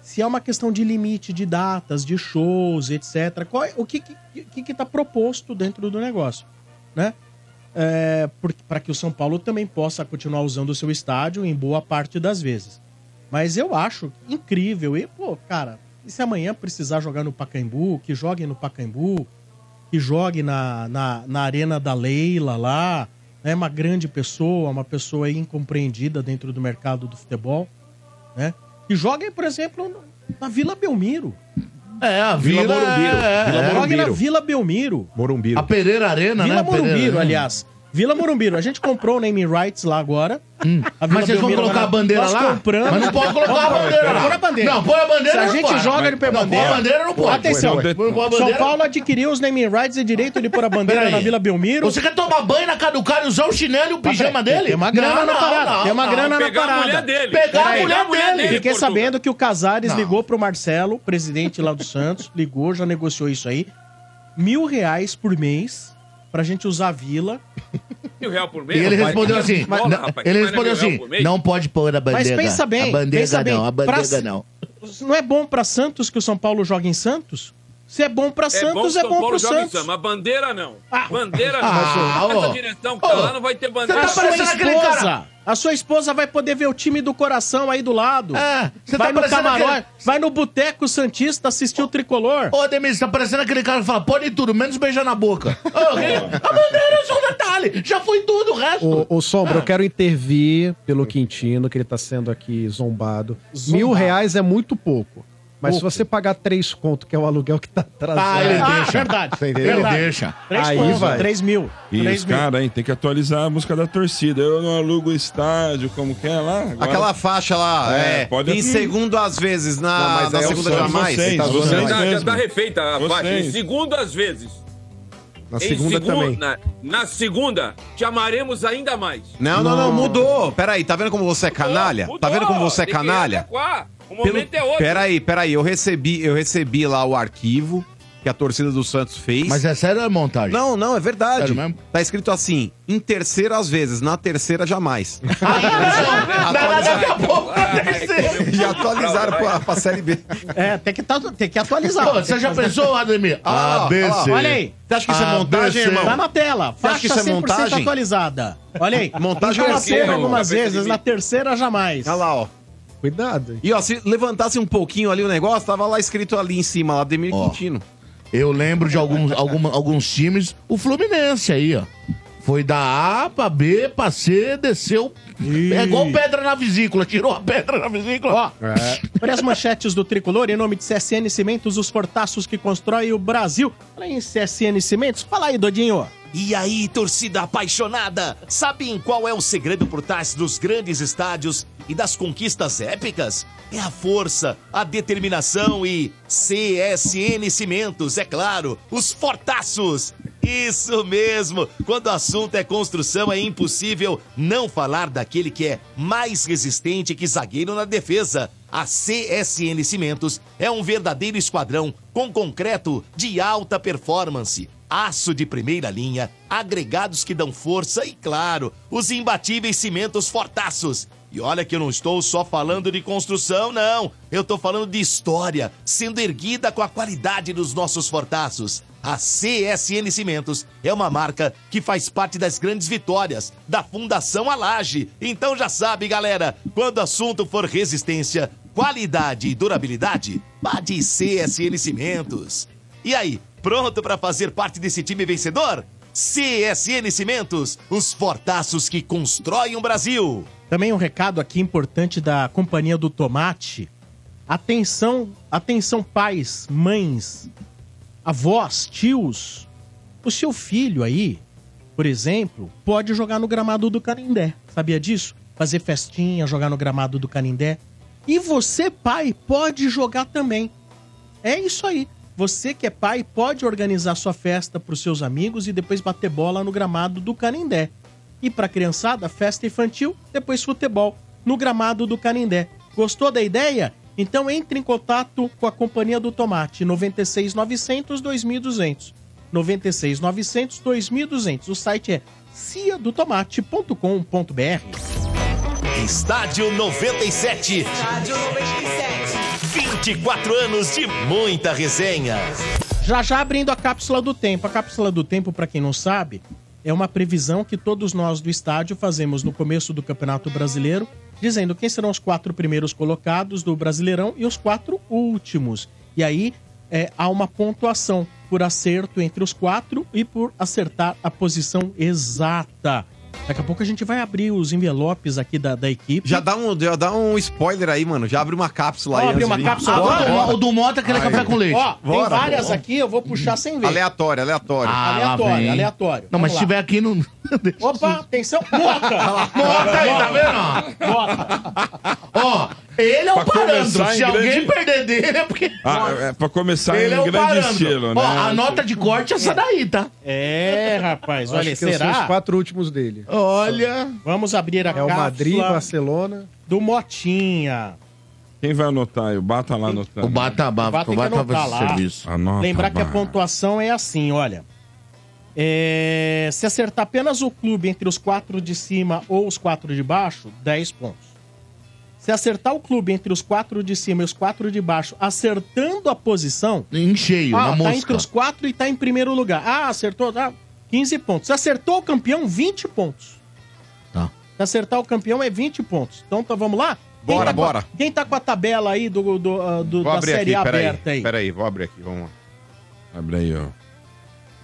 S2: Se é uma questão de limite de datas, de shows, etc. Qual é- o que está que, que tá proposto dentro do negócio, né? para É, que o São Paulo também possa continuar usando o seu estádio em boa parte das vezes. Mas eu acho incrível. E, pô, cara, e se amanhã precisar jogar no Pacaembu, que jogue no Pacaembu, que jogue na, na, na Arena da Leila lá, é uma grande pessoa, uma pessoa aí incompreendida dentro do mercado do futebol, né? Que joguem, por exemplo, na Vila Belmiro.
S4: É, a Vila,
S3: Vila Morumbiro.
S4: é-
S3: Vila
S4: é-
S2: Jogue na
S3: Morumbiro.
S2: Vila Belmiro.
S3: Morumbiro.
S4: A Pereira Arena,
S2: Vila
S4: né? Pereira,
S2: Morumbiro,
S4: né?
S2: aliás. Vila Morumbiro, a gente comprou o naming rights lá agora. A Vila
S4: Hum. Mas vocês vão
S2: Belmiro
S4: colocar
S2: agora-
S4: a bandeira
S2: nós
S4: lá?
S2: compramos.
S4: Mas não pode colocar a bandeira lá.
S2: Põe a bandeira.
S4: Não, põe a bandeira
S2: Se a
S4: não
S2: gente
S4: pode.
S2: joga, ele põe a
S4: Não,
S2: bandeira.
S4: Põe a bandeira não pode.
S2: Atenção.
S4: Põe, põe, põe a
S2: São
S4: bandeira.
S2: Paulo adquiriu os naming rights e direito de pôr a bandeira
S4: Peraí.
S2: na Vila Belmiro.
S4: Você quer tomar banho na cara do cara e usar o chinelo e o um pijama
S2: Tá, Tem-
S4: dele?
S2: Tem uma grana
S4: Não,
S2: na
S4: não,
S2: parada.
S4: não,
S2: tem uma
S4: não.
S2: grana na
S6: Pegar a mulher
S2: parada.
S6: dele.
S4: Pegar a
S6: Peraí.
S4: mulher dele.
S2: Fiquei
S6: Portugal.
S2: sabendo que o Casares
S4: Não.
S2: ligou pro Marcelo, presidente lá do Santos, ligou, já negociou isso aí. Mil reais por mês pra gente usar a vila.
S6: Mil real por mês.
S4: E ele
S6: rapaz.
S4: respondeu assim,
S6: Bola,
S4: não,
S6: rapaz.
S4: ele
S6: Mas
S4: respondeu
S6: é mil real
S4: assim,
S6: por mês?
S4: não pode pôr a bandeira.
S2: pensa bem,
S4: A bandeira
S2: pensa bem.
S4: não, a bandeira
S2: Pra-
S4: não.
S2: Não é bom pra Santos que o São Paulo joga em Santos? Se é bom pra Santos, é
S6: São
S2: bom
S6: Paulo
S2: pro
S6: joga em
S2: Santos.
S6: Samba, Mas bandeira não.
S2: Ah.
S6: Bandeira
S4: Ah,
S6: não. Essa
S4: ô.
S6: direção que tá
S4: Ô,
S6: lá não vai ter bandeira.
S2: A
S4: Tá
S2: sua
S4: parecendo aquele
S2: esposa,
S4: cara.
S2: a sua esposa vai poder ver o time do coração aí do lado.
S4: É, você
S2: vai
S4: tá
S2: no
S4: parecendo
S2: camarote,
S4: aquele-
S2: vai no boteco santista assistir o tricolor.
S4: Ô, Ademir, tá parecendo aquele cara que fala, pode tudo, menos beijar na boca. Ô, a bandeira é só um detalhe, já foi tudo, o resto.
S9: Ô, ô, Sombra, eu quero intervir pelo Quintino, que ele tá sendo aqui zombado. Mil reais é muito pouco. Mas se você pagar três conto, que é o aluguel que tá atrasado.
S2: Ah, ele deixa. verdade.
S4: Você entendeu? Ele
S2: Verdade.
S4: deixa.
S2: Três
S9: Aí
S2: pontos,
S9: vai.
S2: três mil.
S7: E
S2: Três
S7: os
S2: mil.
S7: caras, hein, tem que atualizar a música da torcida. Eu não alugo estádio, como que é lá? Agora-
S8: Aquela faixa lá,
S7: É,
S8: é,
S7: pode-
S8: em segundo às vezes, na,
S6: Ah,
S3: Não, mas
S8: na
S3: aí é o
S8: segunda
S3: Santos,
S8: jamais.
S7: vocês,
S8: Você tá zoando
S7: vocês
S8: nós.
S7: não
S6: Já, já
S7: mesmo.
S6: tá refeita a
S7: Vocês.
S6: faixa. Em segundo, às vezes.
S3: Na
S6: Em
S3: segunda
S6: segun-
S3: também.
S6: Na, na segunda, te amaremos ainda mais.
S8: Não, não, não, mudou. Peraí, tá vendo como você é canalha?
S6: Mudou,
S8: Tá vendo como você é
S6: tem que
S8: canalha?
S6: adequar. O
S8: Pelo...
S6: momento é outro.
S8: Peraí, peraí, eu recebi, eu recebi lá o arquivo que a torcida do Santos fez.
S4: Mas é sério ou é montagem?
S8: Não, não, é verdade.
S4: Sério mesmo?
S8: Tá escrito assim, em terceira às vezes, na
S4: *laughs*
S8: terceira jamais.
S6: Daqui a pouco.
S4: Ah,
S8: *laughs* E atualizaram pra, pra Série B.
S2: É, tem que, tá- tem que atualizar.
S4: Pô, você já pensou, Ademir?
S8: Ah,
S4: ABC.
S2: Olha aí.
S8: Você acha que isso é montagem,
S4: ABC?
S2: Tá
S8: irmão?
S2: na tela.
S8: Você acha
S2: Faixa
S8: que isso é
S2: 100%
S8: montagem?
S2: atualizada. Olha aí.
S8: Montagem
S2: Então,
S8: é
S2: na
S8: assim,
S2: cena
S8: ó.
S2: algumas
S6: Cabeça de
S2: vezes,
S6: mim.
S8: *laughs*
S2: na terceira jamais.
S8: Olha lá, ó.
S9: Cuidado. hein?
S8: E ó, se levantasse um pouquinho ali o negócio, tava lá escrito ali em cima, lá Demir
S4: Ó.
S8: Quintino.
S4: Eu lembro de alguns, alguma- alguns times, o Fluminense aí, ó. Foi da A pra B pra C, desceu. É igual pedra na vesícula, tirou a pedra na vesícula. Ó,
S5: É.
S2: Para as manchetes do Tricolor, em nome de CSN Cimentos, os fortaços que constroem o Brasil. Fala aí em CSN Cimentos. Fala aí, Dodinho.
S11: E aí, torcida apaixonada, sabem qual é o segredo por trás dos grandes estádios e das conquistas épicas? É a força, a determinação e CSN Cimentos, é claro, os fortaços. Isso mesmo! Quando o assunto é construção, é impossível não falar daquele que é mais resistente que zagueiro na defesa. A CSN Cimentos é um verdadeiro esquadrão com concreto de alta performance aço de primeira linha, agregados que dão força e, claro, os imbatíveis cimentos fortaços. E olha que eu não estou só falando de construção, não. Eu estou falando de história, sendo erguida com a qualidade dos nossos fortaços. A CSN Cimentos é uma marca que faz parte das grandes vitórias da Fundação Alage. Então já sabe, galera, quando o assunto for resistência, qualidade e durabilidade, vá de CSN Cimentos. E aí, pronto pra fazer parte desse time vencedor? CSN Cimentos, os fortaços que constroem o Brasil.
S2: Também um recado aqui importante da Companhia do Tomate. Atenção, atenção pais, mães, avós, tios. O seu filho aí, por exemplo, pode jogar no gramado do Canindé. Sabia disso? Fazer festinha, jogar no gramado do Canindé. E você, pai, pode jogar também. É isso aí. Você que é pai pode organizar sua festa para os seus amigos e depois bater bola no gramado do Canindé. E para criançada, festa infantil, depois futebol no gramado do Canindé. Gostou da ideia? Então entre em contato com a Companhia do Tomate 96 900 2200. 96 900 2200. O site é ciadotomate.com.br.
S11: Estádio 97,
S1: Rádio 97.
S11: 24 anos de muita resenha.
S2: Já já abrindo a cápsula do tempo. A cápsula do tempo, para quem não sabe, é uma previsão que todos nós do estádio fazemos no começo do Campeonato Brasileiro, dizendo quem serão os quatro primeiros colocados do Brasileirão e os quatro últimos. E aí é, há uma pontuação por acerto entre os quatro e por acertar a posição exata. Daqui a pouco a gente vai abrir os envelopes aqui da, da equipe.
S8: Já dá, um, já dá um spoiler aí, mano. Já abre uma cápsula aí.
S2: Ó, abre uma
S8: assim.
S2: cápsula
S8: Bora,
S2: agora?
S8: bora.
S4: o do Mota, aquele café com leite.
S2: Ó, tem
S8: Bora,
S2: várias
S8: bora.
S2: aqui, eu vou puxar sem ver.
S8: Aleatório, aleatório.
S4: Ah, lá vem.
S2: aleatório, aleatório.
S4: não,
S2: Vamos
S4: mas
S2: lá.
S4: se tiver aqui, não.
S2: Opa, atenção.
S4: *laughs*
S2: Mota!
S4: Mota aí, tá vendo?
S2: Mota!
S4: Ó, ele é o
S7: Pra
S4: parâmetro.
S7: começar em
S4: Se alguém
S7: grande-
S4: perder dele, é porque.
S7: Ah, é, pra começar
S4: ele é
S7: em
S4: o
S7: grande
S4: parâmetro.
S7: estilo, né?
S4: Ó, a nota de corte é essa daí, tá?
S2: É, rapaz, olha,
S9: Acho que eu sei os
S2: será?
S9: quatro últimos dele.
S4: Olha.
S2: Vamos abrir a
S9: É o Madrid,
S2: cápsula
S9: Barcelona.
S2: do Motinha.
S7: Quem vai anotar? aí? O Bata lá anotando.
S4: O Batabá,
S2: Bata
S4: o
S2: tem que
S4: Batabá
S2: anotar
S4: faz
S2: lá.
S4: esse serviço.
S7: Anota,
S2: Lembrar que a
S7: Bata.
S2: pontuação é assim, olha. É, se acertar apenas o clube entre os quatro de cima ou os quatro de baixo, 10 pontos. Se acertar o clube entre os quatro de cima e os quatro de baixo, acertando a posição,
S4: Em cheio,
S2: Ah,
S4: na
S2: tá
S4: mosca.
S2: entre os quatro e tá em primeiro lugar. Ah, acertou, tá? 15 pontos. Se acertou o campeão, 20 pontos.
S4: Tá.
S2: Se acertar o campeão é 20 pontos. Então tá, vamos lá?
S8: Bora,
S2: tá com a-
S8: bora.
S2: quem tá com a tabela aí do, do, ah, do-
S8: Vou
S2: da
S8: abrir aqui,
S2: série A
S8: peraí.
S2: aberta aí?
S8: Peraí, vou abrir aqui, vamos lá.
S7: Abre aí, ó.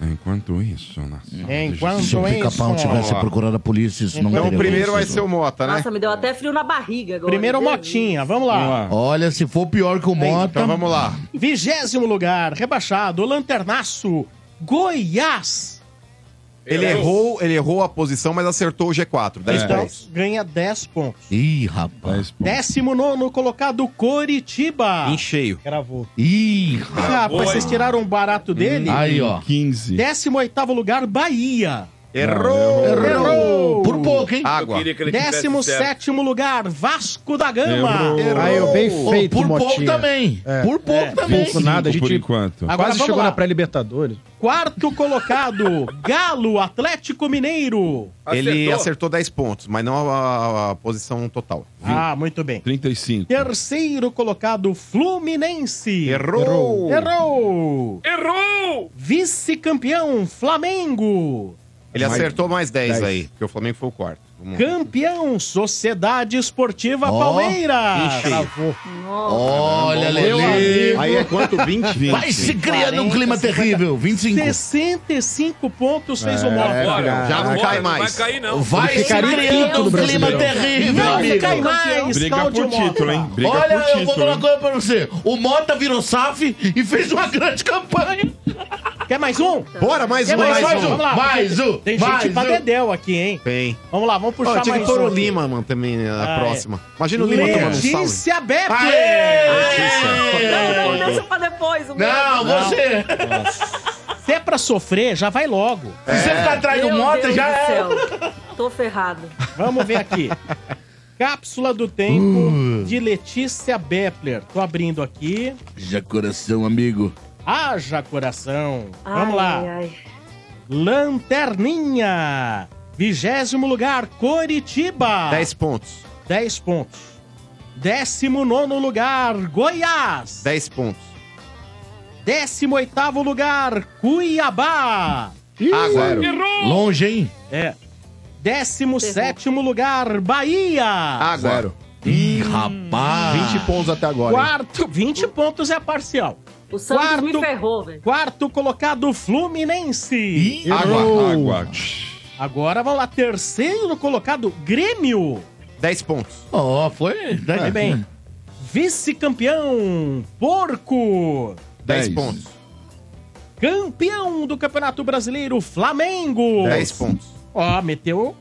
S7: Enquanto isso, na sala de
S2: Enquanto
S7: justiça-
S2: isso-
S4: tivesse
S7: Vamos lá.
S4: procurado a polícia, isso não
S7: Então,
S4: teria
S7: primeiro
S4: acontecido.
S7: vai ser o né?
S3: né?
S8: Mota,
S5: Nossa, me deu até frio na barriga agora.
S2: Primeiro o
S5: Meu
S2: Motinha, vamos lá.
S4: Olha, se for pior que o Mota.
S2: Então vamos
S8: lá.
S2: Vigésimo lugar, rebaixado, Lanternaço, Goiás.
S8: Ele errou, ele errou a posição, mas acertou o G4. 10
S2: Então,
S8: pontos.
S2: ganha 10 pontos.
S4: Ih, rapaz.
S2: Décimo nono colocado, Coritiba.
S8: Em cheio.
S2: Ah, Gravou.
S4: Ih,
S2: Ah, Rapaz, vocês tiraram o barato dele?
S4: Aí, ó.
S7: 15.
S2: Décimo oitavo lugar, Bahia.
S8: Errou!
S2: Errou!
S4: Por pouco, hein?
S8: Água.
S2: Décimo sétimo lugar, Vasco da Gama.
S7: Errou.
S9: Aí, eu bem
S4: Ô,
S9: feito,
S4: por pouco
S9: Motinha.
S4: também.
S9: É.
S4: Por pouco também.
S9: pouco nada, a
S7: Cinco
S9: gente
S7: por enquanto.
S2: Agora
S9: quase
S2: vamos
S9: chegou
S2: lá.
S9: na pré-Libertadores.
S2: Quarto colocado, Galo Atlético Mineiro.
S8: Ele acertou 10 pontos, mas não a, a- a posição total.
S2: Ah, muito bem.
S7: 35.
S2: Terceiro colocado, Fluminense.
S8: Errou!
S2: Errou.
S6: Errou!
S2: Vice-campeão, Flamengo.
S8: Ele acertou mais 10,
S9: Dez.
S8: aí, porque o Flamengo foi o quarto. Vamos lá.
S2: Campeão, Sociedade Esportiva
S4: Ó.
S2: Palmeiras.
S9: Travou.
S4: Olha, Lele.
S3: Aí é quanto? 20? 20.
S4: Vai se criar num clima terrível. 25.
S2: 65 pontos fez
S4: É,
S2: o Mota.
S6: Agora,
S8: já não
S6: agora,
S8: cai
S6: Não
S8: mais.
S6: vai cair, não.
S4: Vai se
S9: Ficaria
S4: criando
S9: quinto
S4: um
S9: do
S4: clima
S9: Brasileirão.
S4: terrível,
S2: Não
S4: amigo.
S2: cai mais,
S7: Briga
S2: Cláudio
S7: por título,
S2: Mota.
S7: hein? Briga
S4: é Olha,
S7: por
S4: eu vou
S7: título.
S4: falar uma
S7: hein?
S4: coisa pra você. O Mota virou SAF e fez uma *laughs* grande campanha.
S2: Quer mais um?
S8: Bora, mais
S2: Quer
S8: um, mais,
S2: mais, mais um?
S8: um.
S2: Vamos lá.
S4: Mais um.
S2: Tem
S4: mais
S2: gente pra
S4: um.
S2: dedéu aqui, hein?
S8: Tem.
S2: Vamos lá, vamos
S8: Ó,
S2: puxar
S8: tinha que
S2: mais
S8: pôr
S2: um.
S8: o
S2: aqui.
S8: Lima, mano, também né,
S2: Ah,
S8: na
S2: é.
S8: próxima. Imagina o Lima tomando um salve.
S2: Letícia Beppe!
S4: Aê!
S5: Deus. Não, não, deixa pra depois. o meu. é
S4: Não, você.
S2: Se é pra sofrer, já vai logo.
S4: Se você ficar atrás
S5: Meu
S4: do Mota,
S5: Deus
S4: já
S5: do
S4: é.
S5: céu. Tô ferrado.
S2: Vamos ver aqui. Cápsula do Tempo
S8: Uh.
S2: de Letícia Bepler. Tô abrindo aqui.
S4: Já coração, amigo.
S2: Haja coração.
S5: Ai,
S2: Vamos lá.
S5: ai, ai.
S2: Lanterninha. Vigésimo lugar, Coritiba.
S8: 10 pontos.
S2: 10 pontos. Décimo nono lugar, Goiás.
S8: 10 pontos.
S2: Décimo oitavo lugar, Cuiabá.
S8: Água.
S4: Ah, Longe, hein?
S2: É. Décimo sétimo lugar, Bahia.
S8: Água. Zero.
S4: Ih, rapaz.
S3: 20 pontos até agora. hein?
S2: Quarto, 20 pontos é parcial.
S5: O Santos me
S2: Quarto-
S5: ferrou, velho.
S2: Quarto colocado, Fluminense.
S4: Ih,
S8: Água.
S7: Água.
S2: Agora vamos lá, terceiro colocado, Grêmio.
S8: 10 pontos.
S4: Ó, foi. né?
S2: Vai bem. Vice-campeão, Porco.
S8: 10
S7: Dez.
S8: pontos.
S2: Campeão do Campeonato Brasileiro, Flamengo.
S8: 10 pontos.
S2: Ó, meteu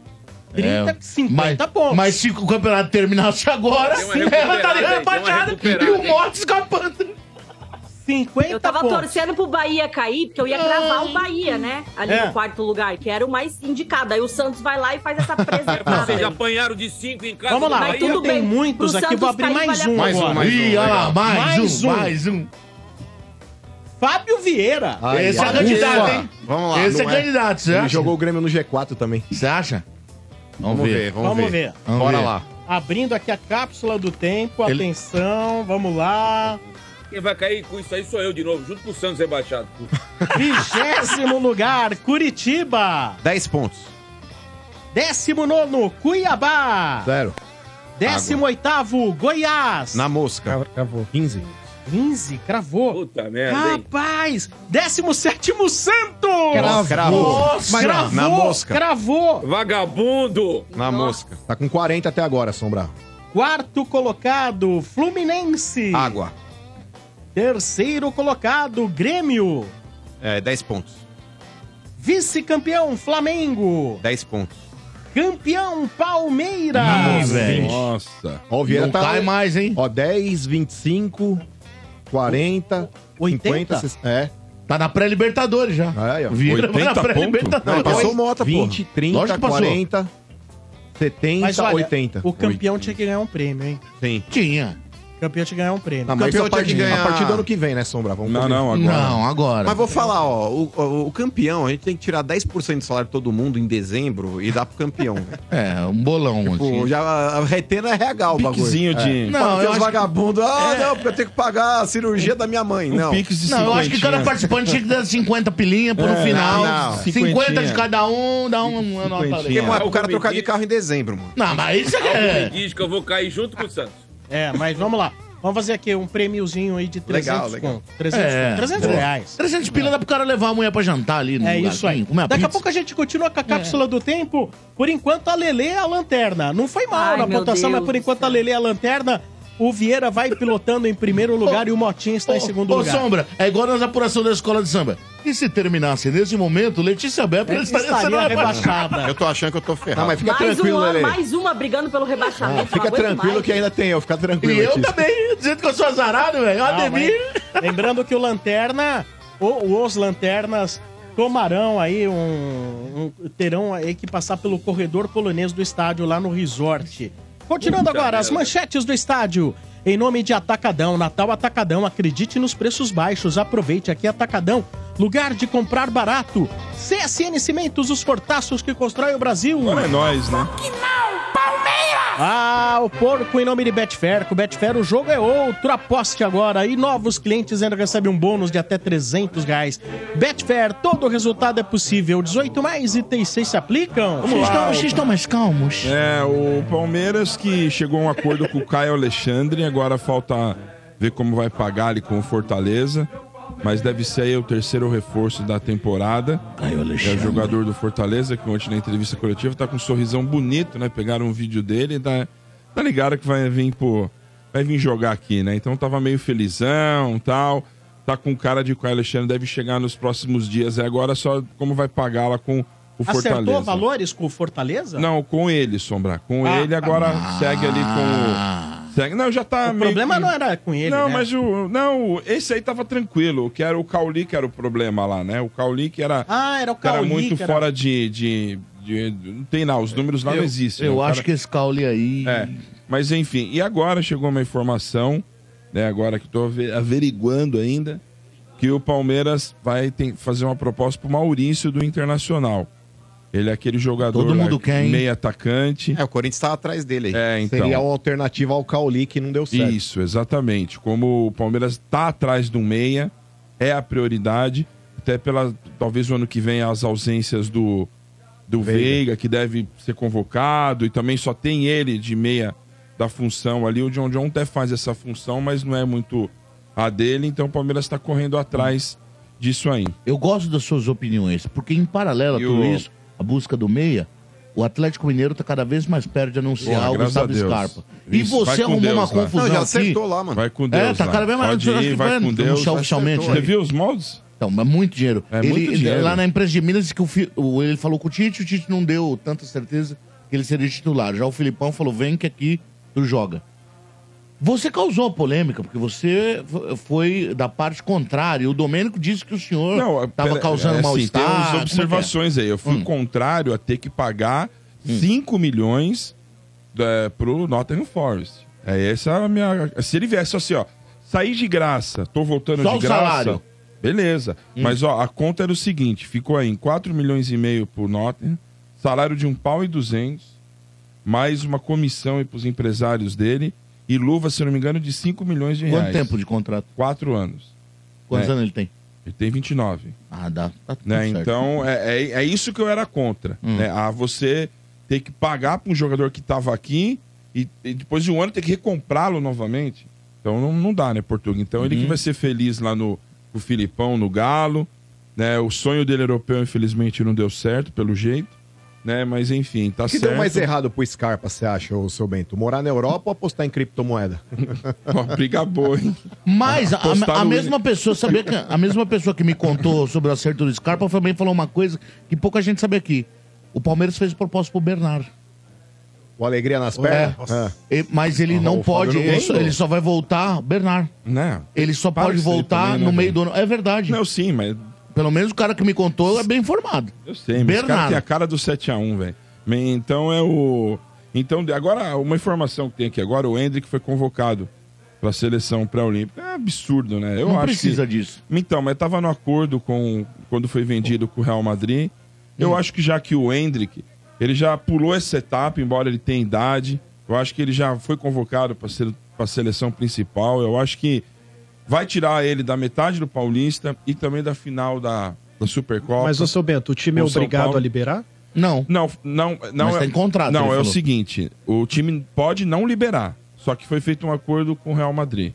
S2: 30,
S4: É,
S2: 50
S4: Mas,
S2: pontos.
S4: mas se o campeonato terminasse agora,
S6: Deu
S4: *laughs*
S6: uma
S4: ela estaria
S6: recuperada,
S4: rebaixada
S6: deu uma
S4: e o Mota escapando.
S2: 50
S5: Eu tava
S2: pontos.
S5: torcendo pro Bahia cair, porque eu ia gravar o Bahia, né? Ali
S2: É.
S5: no quarto lugar, que era o mais indicado. Aí o Santos vai lá e faz essa
S6: Vocês já
S5: presentada.
S6: apanharam de 5 em casa.
S2: Vamos lá,
S6: Bahia.
S5: Mas tudo
S2: eu
S5: bem.
S2: tenho muitos
S5: Pro
S2: aqui, vou
S5: Santos
S2: abrir
S5: cair,
S2: mais
S5: vale a
S2: um
S5: pena.
S2: agora.
S8: Mais um,
S4: Ih, olha lá,
S8: legal.
S4: mais,
S2: Mais
S4: um,
S2: um.
S4: mais um.
S2: Fábio Vieira.
S4: Esse é
S3: ufa.
S4: candidato, hein?
S8: Vamos lá.
S4: Esse é
S8: não é?
S4: candidato, você
S3: Ele
S4: acha?
S3: jogou o Grêmio no G4 também.
S4: Você acha?
S8: Vamos ver, vamos,
S2: Vamos
S8: ver.
S2: ver.
S4: Vamos
S8: Bora
S4: ver.
S8: lá.
S2: Abrindo aqui a cápsula do tempo,
S4: Ele-
S2: atenção, vamos lá.
S7: um.
S6: Quem vai cair com isso aí sou eu de novo, junto com o Santos rebaixado.
S2: Vigésimo lugar, Curitiba.
S8: 10 pontos.
S2: Décimo nono, Cuiabá.
S3: Zero.
S2: Décimo oitavo, Goiás.
S8: Na mosca.
S9: Travou.
S3: 15.
S2: 15, cravou.
S6: Puta merda, hein?
S2: Rapaz, décimo sétimo, Santos.
S3: Cravou.
S4: Nossa,
S3: Mas-
S2: Cravou,
S8: Na mosca.
S2: cravou.
S6: Vagabundo!
S8: Na mosca.
S3: Tá com 40 até agora, Sombra.
S2: Quarto colocado, Fluminense.
S8: Água.
S2: Terceiro colocado, Grêmio.
S8: É, 10 pontos.
S2: Vice-campeão, Flamengo.
S8: 10 pontos.
S2: Campeão, Palmeiras.
S4: Ih, velho.
S7: Nossa.
S3: Ó, o Vieira
S4: Não
S3: tá.
S4: cai mais, hein?
S3: Ó, 10, 25, 40,
S2: 80?
S3: 50, 60. É.
S4: Tá na pré-Libertadores já.
S3: Aí, ó.
S4: O Vieira vai na
S7: 80
S3: Não, ele
S4: pré-Libertadores.
S3: passou o Mota,
S8: 20,
S3: 20, 30,
S4: Lógico que passou.
S3: 40, 70,
S2: Mas olha,
S3: 80.
S2: o campeão tinha que ganhar um prêmio, hein?
S8: Sim.
S4: Tinha.
S2: O campeão tinha que ganhar um prêmio.
S3: Ah, mas
S8: campeão
S3: isso a partir,
S8: tinha que ganhar-
S3: a partir do ano que vem, né,
S8: Ah,
S3: Sombra? Vamos
S7: Não,
S3: combinar.
S7: não, agora.
S4: Não, agora.
S8: Mas vou falar, ó, o, o- o campeão, a gente tem que tirar 10% do salário de todo mundo em dezembro e dar pro campeão. velho.
S4: É, um bolão,
S8: Pô,
S4: assim.
S8: Tipo, já a- a retendo é regal o bagulho.
S7: Piquezinho de.
S4: Não,
S8: Não,
S4: eu
S8: tem
S4: acho
S8: os
S4: que- É.
S8: vagabundos, ah, não, porque eu tenho que pagar a cirurgia da minha mãe. Não.
S7: Pix Um de
S4: Não, eu acho que cada
S7: cinquentinha. É,
S4: participante tinha que dar 50 pilinha por um final.
S8: não, não.
S4: 50 de
S7: Cinquentinha.
S4: cada um, dá uma, uma nota ali.
S8: Porque, mano,
S6: É,
S8: o cara
S7: tá
S6: o
S8: trocar
S6: Comedy-
S8: de carro em dezembro, mano.
S4: Não, mas isso
S6: Alguém
S4: é.
S6: diz que eu vou cair junto com o Santos.
S2: É, mas vamos lá. Vamos fazer aqui um prêmiozinho aí de 300
S4: Legal, legal.
S2: conto. 300, conto, 300
S4: É, Boa.
S2: reais.
S4: 300 pila dá pro cara levar a mulher pra jantar ali no
S2: É isso aí.
S4: lugarzinho, comer uma
S2: Daqui a
S4: pizza. É.
S2: pouco a gente continua com a cápsula do tempo. Por enquanto, a Lele é a lanterna. Não foi mal
S4: Ai,
S2: na
S4: meu
S2: pontuação,
S4: Deus
S2: mas por enquanto a Lele é a lanterna. O Vieira vai pilotando em primeiro lugar e o Motinha está em segundo
S4: Ô,
S2: lugar.
S4: Sombra, é igual nas apurações da escola de samba. E se terminasse nesse momento, Letícia Beppler
S2: Ela
S4: estaria,
S2: estaria
S4: sendo
S2: rebaixada.
S4: Eu tô achando que eu tô ferrado. mas
S5: mais uma, um mais uma brigando pelo rebaixamento.
S3: Ah, fica
S5: não aguento
S3: tranquilo
S5: mais.
S3: que ainda tem eu, fica tranquilo.
S2: E eu
S3: Letícia.
S4: também, dizendo que eu sou azarado, velho.
S2: Não, mas Lembrando que o Lanterna, ou os Lanternas, tomarão aí um, um- Terão aí que passar pelo corredor polonês do estádio lá no resort. Continuando
S12: Puta
S2: agora, as
S12: merda.
S2: manchetes do estádio. Em nome de Atacadão, Natal Atacadão, acredite nos preços baixos, aproveite aqui Atacadão, lugar de comprar barato. CSN Cimentos, os fortaços que constroem o Brasil.
S7: Agora é nós, né?
S2: Ah, o porco em nome de Betfair. Com Betfair o jogo é outro. Aposte agora e novos clientes ainda recebem um bônus de até 300 reais. Betfair, todo resultado é possível. 18 mais e 36 se aplicam.
S7: Vamos lá, Vocês estão- o- vocês
S4: estão mais calmos?
S7: É, o Palmeiras que chegou a um acordo com o Caio Alexandre, agora falta ver como vai pagar ali com o Fortaleza. Mas deve ser aí o terceiro reforço da temporada.
S4: Caio Alexandre.
S7: É o jogador do Fortaleza, que ontem na entrevista coletiva tá com um sorrisão bonito, né? Pegaram um vídeo dele e tá, tá ligado que vai vir, pô, vai vir jogar aqui, né? Então tava meio felizão tal. Tá com cara de que o Caio Alexandre deve chegar nos próximos dias. É agora só como vai pagar lá com o Fortaleza.
S2: Acertou valores com o Fortaleza?
S7: Não, com ele, Sombra. Com
S2: Ah,
S7: ele agora segue ali com o. Segue. Não, já tá.
S2: O problema não era com ele,
S7: Não,
S2: né?
S7: mas o. Não, esse aí tava tranquilo. O que era o Cauli que era o problema lá, né? O Cauli que era.
S2: Ah, era o
S7: que Era
S2: Cauli
S7: muito
S2: que era-
S7: fora de, de, de- Não tem lá, os números lá
S4: Eu-
S7: não existem.
S4: eu
S7: né? O
S4: acho que esse caule aí.
S7: É. Mas enfim, e agora chegou uma informação, né? Agora que tô ave- averiguando ainda, que o Palmeiras vai tem- fazer uma proposta pro Maurício do Internacional. Ele é aquele jogador
S3: Todo
S7: lá,
S3: mundo quer, hein?
S7: meio atacante.
S3: É, o Corinthians tá atrás dele aí.
S7: É, então.
S3: Seria uma alternativa ao Cauli que não deu certo.
S7: Isso, exatamente. Como o Palmeiras está atrás do meia, é a prioridade. Até pela. Talvez o ano que vem as ausências do, do Veiga. que deve ser convocado, e também só tem ele de meia da função ali. O John John até faz essa função, mas não é muito a dele, então o Palmeiras está correndo atrás disso aí.
S4: Eu gosto das suas opiniões, porque em paralelo a
S7: E
S4: tudo
S7: o-
S4: isso, a busca do meia, o Atlético Mineiro tá cada vez mais perto de anunciar
S7: Porra,
S4: o
S7: graças a
S4: Gustavo
S7: Deus.
S4: Scarpa. E
S7: Isso, vai
S4: você
S7: com
S4: arrumou
S7: Deus,
S4: uma
S7: né?
S4: confusão.
S7: Não, já
S4: aqui.
S7: acertou lá, mano. Vai com Deus
S4: É, tá
S7: lá.
S4: cada vez mais
S7: Pode
S4: acho que
S7: ir, vai com
S4: anunciar
S7: Deus.
S4: oficialmente.
S7: Você viu os moldes?
S4: né? Então, mas muito dinheiro.
S7: É
S4: ele,
S7: muito
S4: ele-
S7: dinheiro.
S4: Lá na empresa de Minas, que o, fi- o- ele falou com o Tite, o Tite não deu tanta certeza que ele seria titular. Já o Filipão falou: vem que aqui tu joga. Você causou polêmica, porque você f- foi da parte contrária. O Domênico disse que o senhor estava
S7: Pera-
S4: causando
S7: é assim,
S4: mal-estar.
S7: Tem
S4: Como é Hum.
S7: umas
S4: que é?
S7: observações aí. Eu fui contrário a ter que pagar
S4: Hum.
S7: 5 milhões é, pro Nottingham Forest. É essa é a minha. Se ele viesse assim, ó, saí de graça, tô voltando
S4: Só
S7: de
S4: o
S7: graça.
S4: salário. Hum.
S7: Beleza. Mas ó, a conta era o seguinte: ficou aí em 4 milhões e meio pro Nottingham, salário de um pau e 200, mais uma comissão aí pros empresários dele. E luva, se eu não me engano, de 5 milhões de
S4: Quanto
S7: reais.
S4: tempo de contrato?
S7: Quatro anos.
S4: Quantos
S7: É.
S4: anos ele tem?
S7: Ele tem 29.
S4: Ah, dá. Tá tudo
S7: Né?
S4: certo.
S7: Então, é, é, é isso que eu era contra.
S3: Hum.
S7: né? A você ter que pagar para um jogador que estava aqui e, e depois de um ano ter que recomprá-lo novamente. Então, não, não dá, né, Portuga? Então, ele
S3: Uhum.
S7: que vai ser feliz lá no com o Filipão, no Galo. Né? O sonho dele europeu, infelizmente, não deu certo, pelo jeito. Né? Mas, enfim, tá
S3: O que
S7: certo.
S3: deu mais errado pro Scarpa, você acha, ô seu Bento? Morar na Europa ou apostar
S7: *laughs*
S3: em criptomoeda?
S7: Uma briga tá boa, hein?
S4: Mas a,
S3: Apostar
S4: a- a
S3: no-
S4: mesma pessoa sabia que a mesma pessoa que me contou sobre o acerto do Scarpa também falou uma coisa que pouca gente sabe aqui. O Palmeiras fez proposta pro Bernardo.
S3: O Alegria nas pernas? Ah,
S4: É. E- Mas ele não
S3: o Fábio
S4: pode,
S3: não
S4: ele
S3: gostou.
S4: só, ele só vai voltar, Bernard.
S7: Né?
S4: Ele só
S7: Para
S4: pode
S7: isso aí
S4: voltar
S7: também, né,
S4: no meio
S7: velho?
S4: do ano. É verdade.
S7: Não, sim, mas.
S4: Pelo menos o cara que me contou é bem informado.
S7: Eu sei, mas o cara tem a cara do 7x1, velho. Me- Então é o. Então, de- agora, uma informação que tem aqui agora, o Hendrick foi convocado para a seleção pré-olímpica. É absurdo, né? Eu
S4: Não
S7: acho
S4: precisa
S7: que...
S4: disso.
S7: Então, mas estava no acordo com quando foi vendido com o Real Madrid. Eu acho que já que o Hendrick, ele já pulou essa etapa, embora ele tenha idade. Eu acho que ele já foi convocado para a seleção principal. Eu acho que vai tirar ele da metade do Paulista e também da final da, da Supercopa.
S9: Mas, ô seu Bento, o time é
S7: Com São
S9: obrigado
S7: Paulo.
S9: a liberar?
S4: Não.
S7: Não, não, não.
S9: Mas
S7: é-
S9: tem contrato,
S7: Não,
S9: ele
S7: é o
S9: falou.
S7: seguinte: o time pode não liberar. Só que foi feito um acordo com o Real Madrid.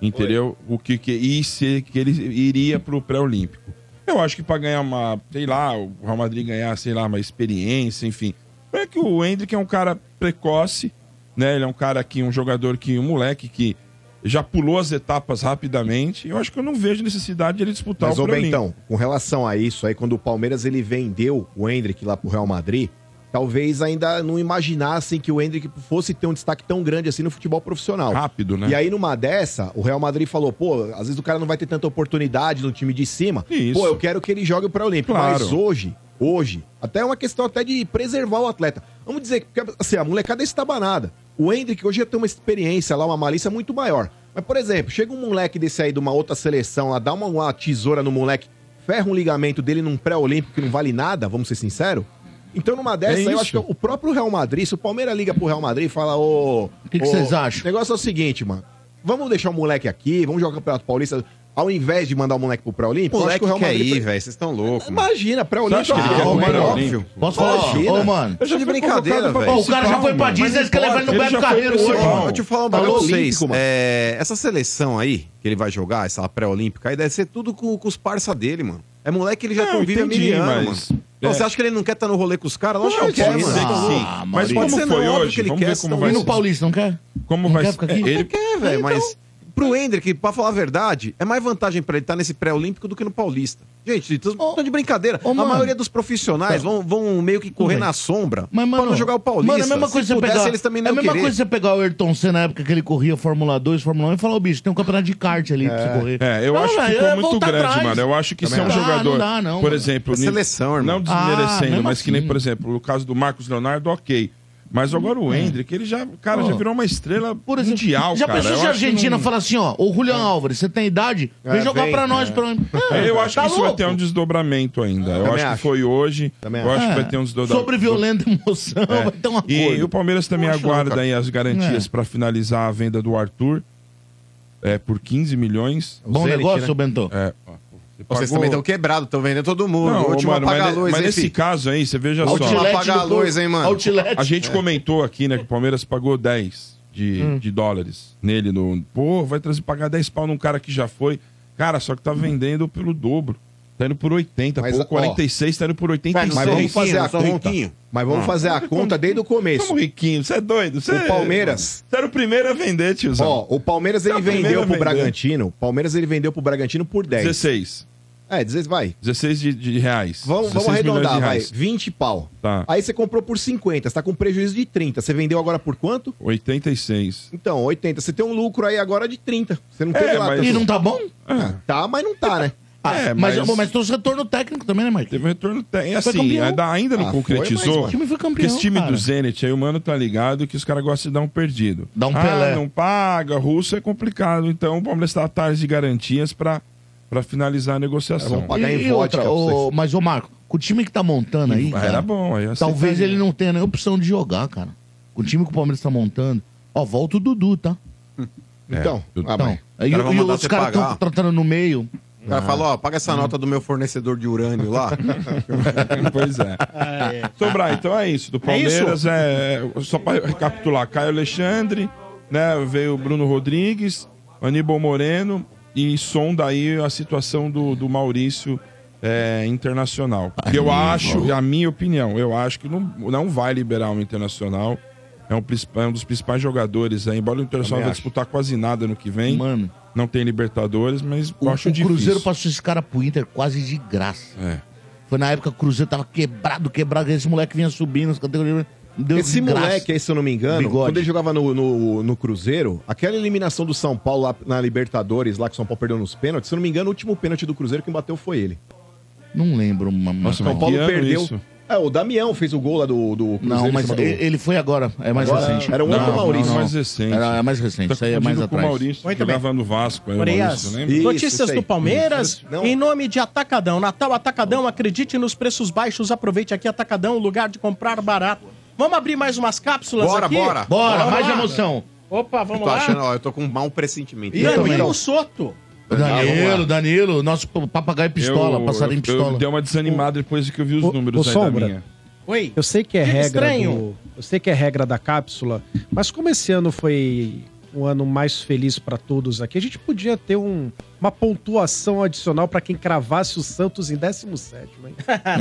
S7: Entendeu? O que, que, e se, que ele iria pro pré-olímpico. Eu acho que para ganhar uma, sei lá, o Real Madrid ganhar, sei lá, uma experiência, enfim. É que o Hendrick é um cara precoce, né? Ele é um cara que, um jogador que, um moleque que já pulou as etapas rapidamente. Eu acho que eu não vejo necessidade de ele disputar
S8: Mas,
S7: Tá o
S8: ô
S7: pré-olímpico.
S8: Bentão, com relação a isso aí, quando o Palmeiras ele vendeu o Hendrick lá pro Real Madrid, talvez ainda não imaginassem que o Hendrick fosse ter um destaque tão grande assim no futebol profissional.
S7: Rápido, né?
S8: E aí, numa dessa, o Real Madrid falou, pô, às vezes o cara não vai ter tanta oportunidade no time de cima.
S7: Isso.
S8: Pô, eu quero que ele jogue o pré-olímpico.
S7: Claro.
S8: Mas hoje, hoje, até é uma questão até de preservar o atleta. Vamos dizer que assim, a molecada está banada. O Hendrick hoje já tem uma experiência lá, uma malícia muito maior. Mas, por exemplo, chega um moleque desse aí de uma outra seleção lá, dá uma, uma tesoura no moleque, ferra um ligamento dele num pré-olímpico que não vale nada, vamos ser sinceros. Então, numa dessa,
S4: É
S8: aí, eu
S4: isso.
S8: acho que o próprio Real Madrid, se o Palmeiras liga pro Real Madrid e fala, ô. O
S4: que que vocês acham?
S8: O negócio é o seguinte, mano. Vamos deixar o moleque aqui, vamos jogar o Campeonato Paulista. Ao invés de mandar o moleque pro Pré-Olímpico, eu acho
S13: Moleque é
S8: que é o Real
S13: quer
S8: Madrid.
S13: ir, velho. Vocês estão loucos.
S8: Imagina, Pré-Olímpico. é
S13: Você acha que ele
S9: é
S13: quer ir pro Pré-Olímpico?
S4: Posso falar?
S13: Imagina.
S4: Ô, mano.
S13: Eu já fui brincadeira,
S4: Pô,
S13: velho.
S4: o cara já foi pra Disney, eles querem levar ele no Beto Carreiro hoje,
S13: Ó,
S4: mano.
S13: Deixa eu falar um
S4: Tá
S13: bagulho pra vocês.
S4: olímpico, mano.
S13: É, essa seleção aí, que ele vai jogar, essa pré-olímpica, aí deve ser tudo com, com os parça dele, mano. É moleque, ele já
S7: Não,
S13: convive
S7: entendi,
S13: há mil anos,
S7: mas-
S13: mano. Não,
S7: é.
S13: Você acha que ele não quer estar no rolê com os caras? Lógico
S7: Pode
S13: que ele quer,
S7: ser
S13: mano.
S7: que sim.
S13: Ah,
S7: Mas
S13: Maurício.
S7: como
S13: Pode ser não,
S7: foi
S13: óbvio
S7: hoje?
S13: que ele
S7: Vamos
S13: quer,
S7: ver como
S13: senão
S7: vai
S4: E
S7: ser.
S4: no Paulista, não quer?
S7: Como
S4: Não
S7: vai
S4: quer
S7: ser?
S4: ficar aqui?
S7: É, Ele...
S13: É, velho,
S4: então.
S13: mas pro Hendrick, pra falar a verdade, é mais vantagem pra ele estar nesse pré-olímpico do que no paulista. Gente, vocês estão de brincadeira.
S4: ô,
S13: a
S4: mano.
S13: maioria dos profissionais vão, vão meio que correr
S4: Tudo bem.
S13: na sombra
S4: Mas, mano,
S13: pra não jogar o paulista.
S4: Mano, é a mesma coisa
S13: Se
S4: você
S13: pudesse,
S4: pegar.
S13: eles também
S4: é
S13: não
S4: a mesma
S13: querer.
S4: coisa você pegar o Ayrton Senna na época que ele corria Fórmula 2, Fórmula 1 e falar, ô bicho, tem um campeonato de kart ali pra você correr.
S7: É, eu
S4: Não,
S7: acho que
S4: velho, é
S7: ficou muito
S4: voltar
S7: grande,
S4: atrás.
S7: mano. Eu acho que se é um
S4: Também acho. Ah,
S7: jogador.
S4: não dá, não,
S7: por
S4: mano.
S7: exemplo,
S13: É seleção, irmão.
S7: não desmerecendo,
S4: mesmo
S7: mas que nem,
S4: assim.
S7: por exemplo, o caso do Marcos Leonardo, ok. Mas agora o Hendrick, ele já, cara,
S4: É. Pô.
S7: já virou uma estrela
S4: Por exemplo,
S7: mundial,
S4: já
S7: cara.
S4: pensou
S7: Eu
S4: se a
S7: acho que
S4: Argentina
S7: não-
S4: fala assim, ó, ô Julian Alvarez, você tem idade? Vem
S8: É,
S4: jogar
S8: vem,
S4: pra nós,
S8: é.
S4: pra... É,
S7: Eu acho
S4: tá
S7: que isso vai
S4: louco?
S7: ter um desdobramento ainda. Eu acho, que
S8: acho.
S7: foi hoje.
S8: Também
S7: eu acho que vai ter um
S4: Sobre
S7: desdobramento.
S4: É. Sobre violenta emoção, vai ter uma
S7: É. E
S4: coisa.
S7: o Palmeiras também
S4: Não acho não,
S7: aguarda
S4: então cara. É.
S7: aí as garantias pra finalizar a venda do Arthur é, por 15 milhões.
S4: Bom
S8: Zenit,
S4: negócio,
S8: né?
S4: seu Bentão.
S7: É, ó, você
S13: Vocês
S7: pagou-
S13: também estão quebrados, estão vendendo todo mundo.
S7: Não,
S13: o
S7: ô,
S13: último
S7: mano,
S13: apaga a
S7: mas,
S13: luz,
S7: mas
S13: hein,
S7: nesse
S13: filho?
S7: caso aí, você veja
S13: Outlet.
S7: só.
S13: apagar
S4: do
S13: a
S4: Porto.
S13: luz, hein, mano?
S4: Outlet.
S7: A
S13: É.
S7: gente comentou aqui, né, que o Palmeiras pagou 10 de, de dólares nele. No, Pô, vai trazer pagar 10 pau num cara que já foi. Cara, só que tá vendendo pelo dobro. Tá indo por 80,
S8: Mas,
S7: pô,
S8: ó,
S7: 46, tá indo por
S13: mas
S7: 86.
S8: Mas vamos fazer a
S13: Sou
S8: conta.
S13: ronquinho.
S8: Mas vamos fazer a conta desde o começo.
S7: Ah. Como riquinho, você é doido. Você
S8: O Palmeiras.
S7: Você é era o primeiro a vender, tiozão.
S8: Ó, o Palmeiras
S7: É
S8: ele
S7: o primeiro
S8: vendeu
S7: a
S8: pro
S7: vender.
S8: Bragantino. O Palmeiras ele vendeu pro Bragantino por 10.
S7: 16.
S8: É, 16 vai.
S7: 16 de, de reais.
S8: Vamos,
S7: 16
S8: vamos arredondar, vai.
S7: milhões de reais.
S8: 20 pau.
S7: Tá.
S8: Aí você comprou por 50, você tá com prejuízo de 30. Você vendeu agora por quanto?
S7: 86.
S8: Então, 80. Você tem um lucro aí agora de 30. Você não teve
S7: É,
S8: lá
S7: mas-
S8: tanto.
S4: E não tá bom?
S8: Ah, Tá, mas não tá, né?
S4: Ah,
S7: É,
S4: mas,
S7: mas-
S4: mas... trouxe retorno técnico também, né, Mike?
S7: Teve um retorno. Te... E
S4: Foi
S7: assim,
S4: campeão.
S7: ainda, ainda não
S8: Ah, foi,
S7: concretizou.
S8: mas, mano, o
S4: time foi campeão,
S7: Porque esse time
S4: cara.
S7: do Zenit aí, o mano tá ligado que os caras gostam de dar um perdido.
S4: Dá um
S7: ah,
S4: Pelé.
S7: não paga, russo é complicado. Então o Palmeiras tá atrás de garantias pra, pra finalizar a negociação.
S8: Vamos pagar
S4: E-
S8: em
S4: e
S8: vodka
S4: outra,
S8: pra
S4: ô,
S8: vocês.
S4: Mas, ô Marco, com o time que tá montando aí,
S7: Ah,
S4: cara,
S7: Era bom. Aí
S4: talvez
S7: aceitaria.
S4: ele não tenha nem opção de jogar, cara. Com o time que o Palmeiras tá montando. Ó, volta o Dudu,
S7: *laughs*
S4: tá?
S7: É,
S8: Então,
S7: tudo
S8: ah,
S4: Então,
S8: mas-
S4: aí,
S13: Cara, vai
S4: e
S13: mandar
S4: os
S13: você
S4: caras estão
S13: pagar.
S4: tratando no meio.
S13: O
S4: Ah.
S13: cara fala, ó, paga essa nota do meu fornecedor de urânio lá.
S7: *laughs* pois é. Sobrar, então é isso. Do Palmeiras, é só para recapitular, Caio Alexandre, né, veio o Bruno Rodrigues, Aníbal Moreno e sonda aí a situação do, do Maurício é, internacional. Que eu acho, é a minha opinião, eu acho que não, não vai liberar um internacional. É um, princip- é um dos principais jogadores aí. Embora o Internacional
S8: Também
S7: vai
S8: acho.
S7: disputar quase nada no que vem.
S4: Mano.
S7: Não tem Libertadores, mas eu
S4: O,
S7: acho
S4: o
S7: difícil.
S4: Cruzeiro passou esse cara pro Inter quase de graça.
S7: É.
S4: Foi na época que o Cruzeiro tava quebrado, quebrado. Esse moleque vinha subindo as categorias. Deu de
S8: Esse
S4: graça.
S8: moleque aí, se eu não me engano,
S4: Bigode.
S8: quando ele jogava no, no, no Cruzeiro, aquela eliminação do São Paulo lá na Libertadores, lá que o São Paulo perdeu nos pênaltis, se eu não me engano, o último pênalti do Cruzeiro quem bateu foi ele.
S4: Não lembro, mano.
S7: Nossa,
S8: São
S7: mas
S8: Paulo
S7: que ano
S8: perdeu.
S7: isso?
S8: É, o Damião fez o gol lá do, do Cruzeiro.
S4: Não,
S8: em
S4: mas
S8: cima do-
S4: ele ele foi agora. É mais
S8: Agora-
S4: recente.
S8: era um
S4: Não,
S8: outro
S4: não,
S8: Maurício.
S4: não.
S7: Mais recente.
S4: Era é mais recente.
S7: Tá
S4: Isso aí é mais
S7: confundindo com
S4: atrás.
S7: o Maurício, que
S2: Muito bem.
S7: jogava no Vasco. aí, o
S2: Porém,
S7: Maurício,
S2: as
S7: lembra?
S8: Isso,
S2: notícias
S8: isso aí.
S2: do Palmeiras,
S8: Isso, não.
S2: em nome de Atacadão. Natal Atacadão, acredite nos preços baixos. Aproveite aqui Atacadão, lugar de comprar barato. Vamos abrir mais umas cápsulas
S13: Bora,
S2: aqui?
S13: bora.
S4: Bora,
S2: Vamos
S4: mais
S2: lá.
S4: emoção.
S2: Opa, vamos
S13: tô
S2: lá.
S13: achando, ó, eu tô com um mau pressentimento.
S2: E
S4: também. *laughs*
S2: Danilo Soto.
S4: Danilo, Danilo, nosso papagaio pistola,
S7: Eu-
S4: passarinho
S7: eu-
S4: pistola.
S7: Eu dei uma desanimada depois que eu vi os
S9: o-
S7: números
S9: o
S7: aí da
S9: Sombra.
S7: minha.
S2: Oi.
S9: Eu sei que é
S2: Fica
S9: regra
S2: estranho.
S9: do... Eu sei que é regra da cápsula, mas como esse ano foi um ano mais feliz para todos aqui, a gente podia ter um- uma pontuação adicional para quem cravasse o Santos em 17º, hein?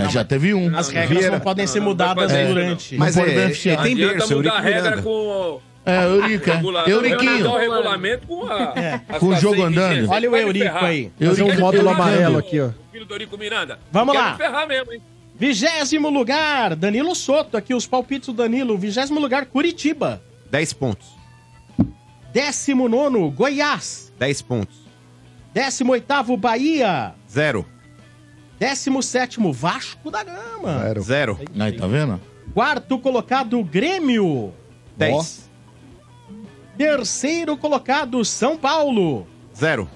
S4: Mas já teve um.
S2: As regras não podem ser mudadas
S4: fazer isso,
S2: durante.
S4: Mas
S2: Não
S4: é,
S2: pode
S4: é,
S2: beneficiar.
S6: Não adianta mudar a regra com.
S4: É, Eurica.
S6: Regula-
S4: Euriquinho. É.
S6: Não, não, o regulamento com a. as
S4: Com o jogo
S6: cacete
S4: andando.
S6: vigência.
S2: Olha o
S6: Vai me
S2: Eurico tá
S6: ferrar.
S2: aí.
S4: Eurico
S9: Fazer um módulo
S4: Eurico.
S9: amarelo aqui, ó.
S6: Filho do Eurico Miranda.
S2: Vamos
S6: Quero
S2: lá.
S6: ferrar mesmo, hein?
S2: Vigésimo lugar, Danilo Soto. Aqui os palpites do Danilo. Vigésimo lugar, Curitiba.
S8: 10 pontos.
S2: Décimo nono, Goiás.
S8: 10 pontos.
S2: Décimo oitavo, Bahia.
S8: Zero.
S2: Décimo sétimo, Vasco da Gama. É
S3: Zero.
S8: Zero.
S4: Aí, tá vendo?
S2: Quarto colocado, Grêmio.
S8: 10.
S2: Terceiro colocado, São Paulo.
S8: Zero.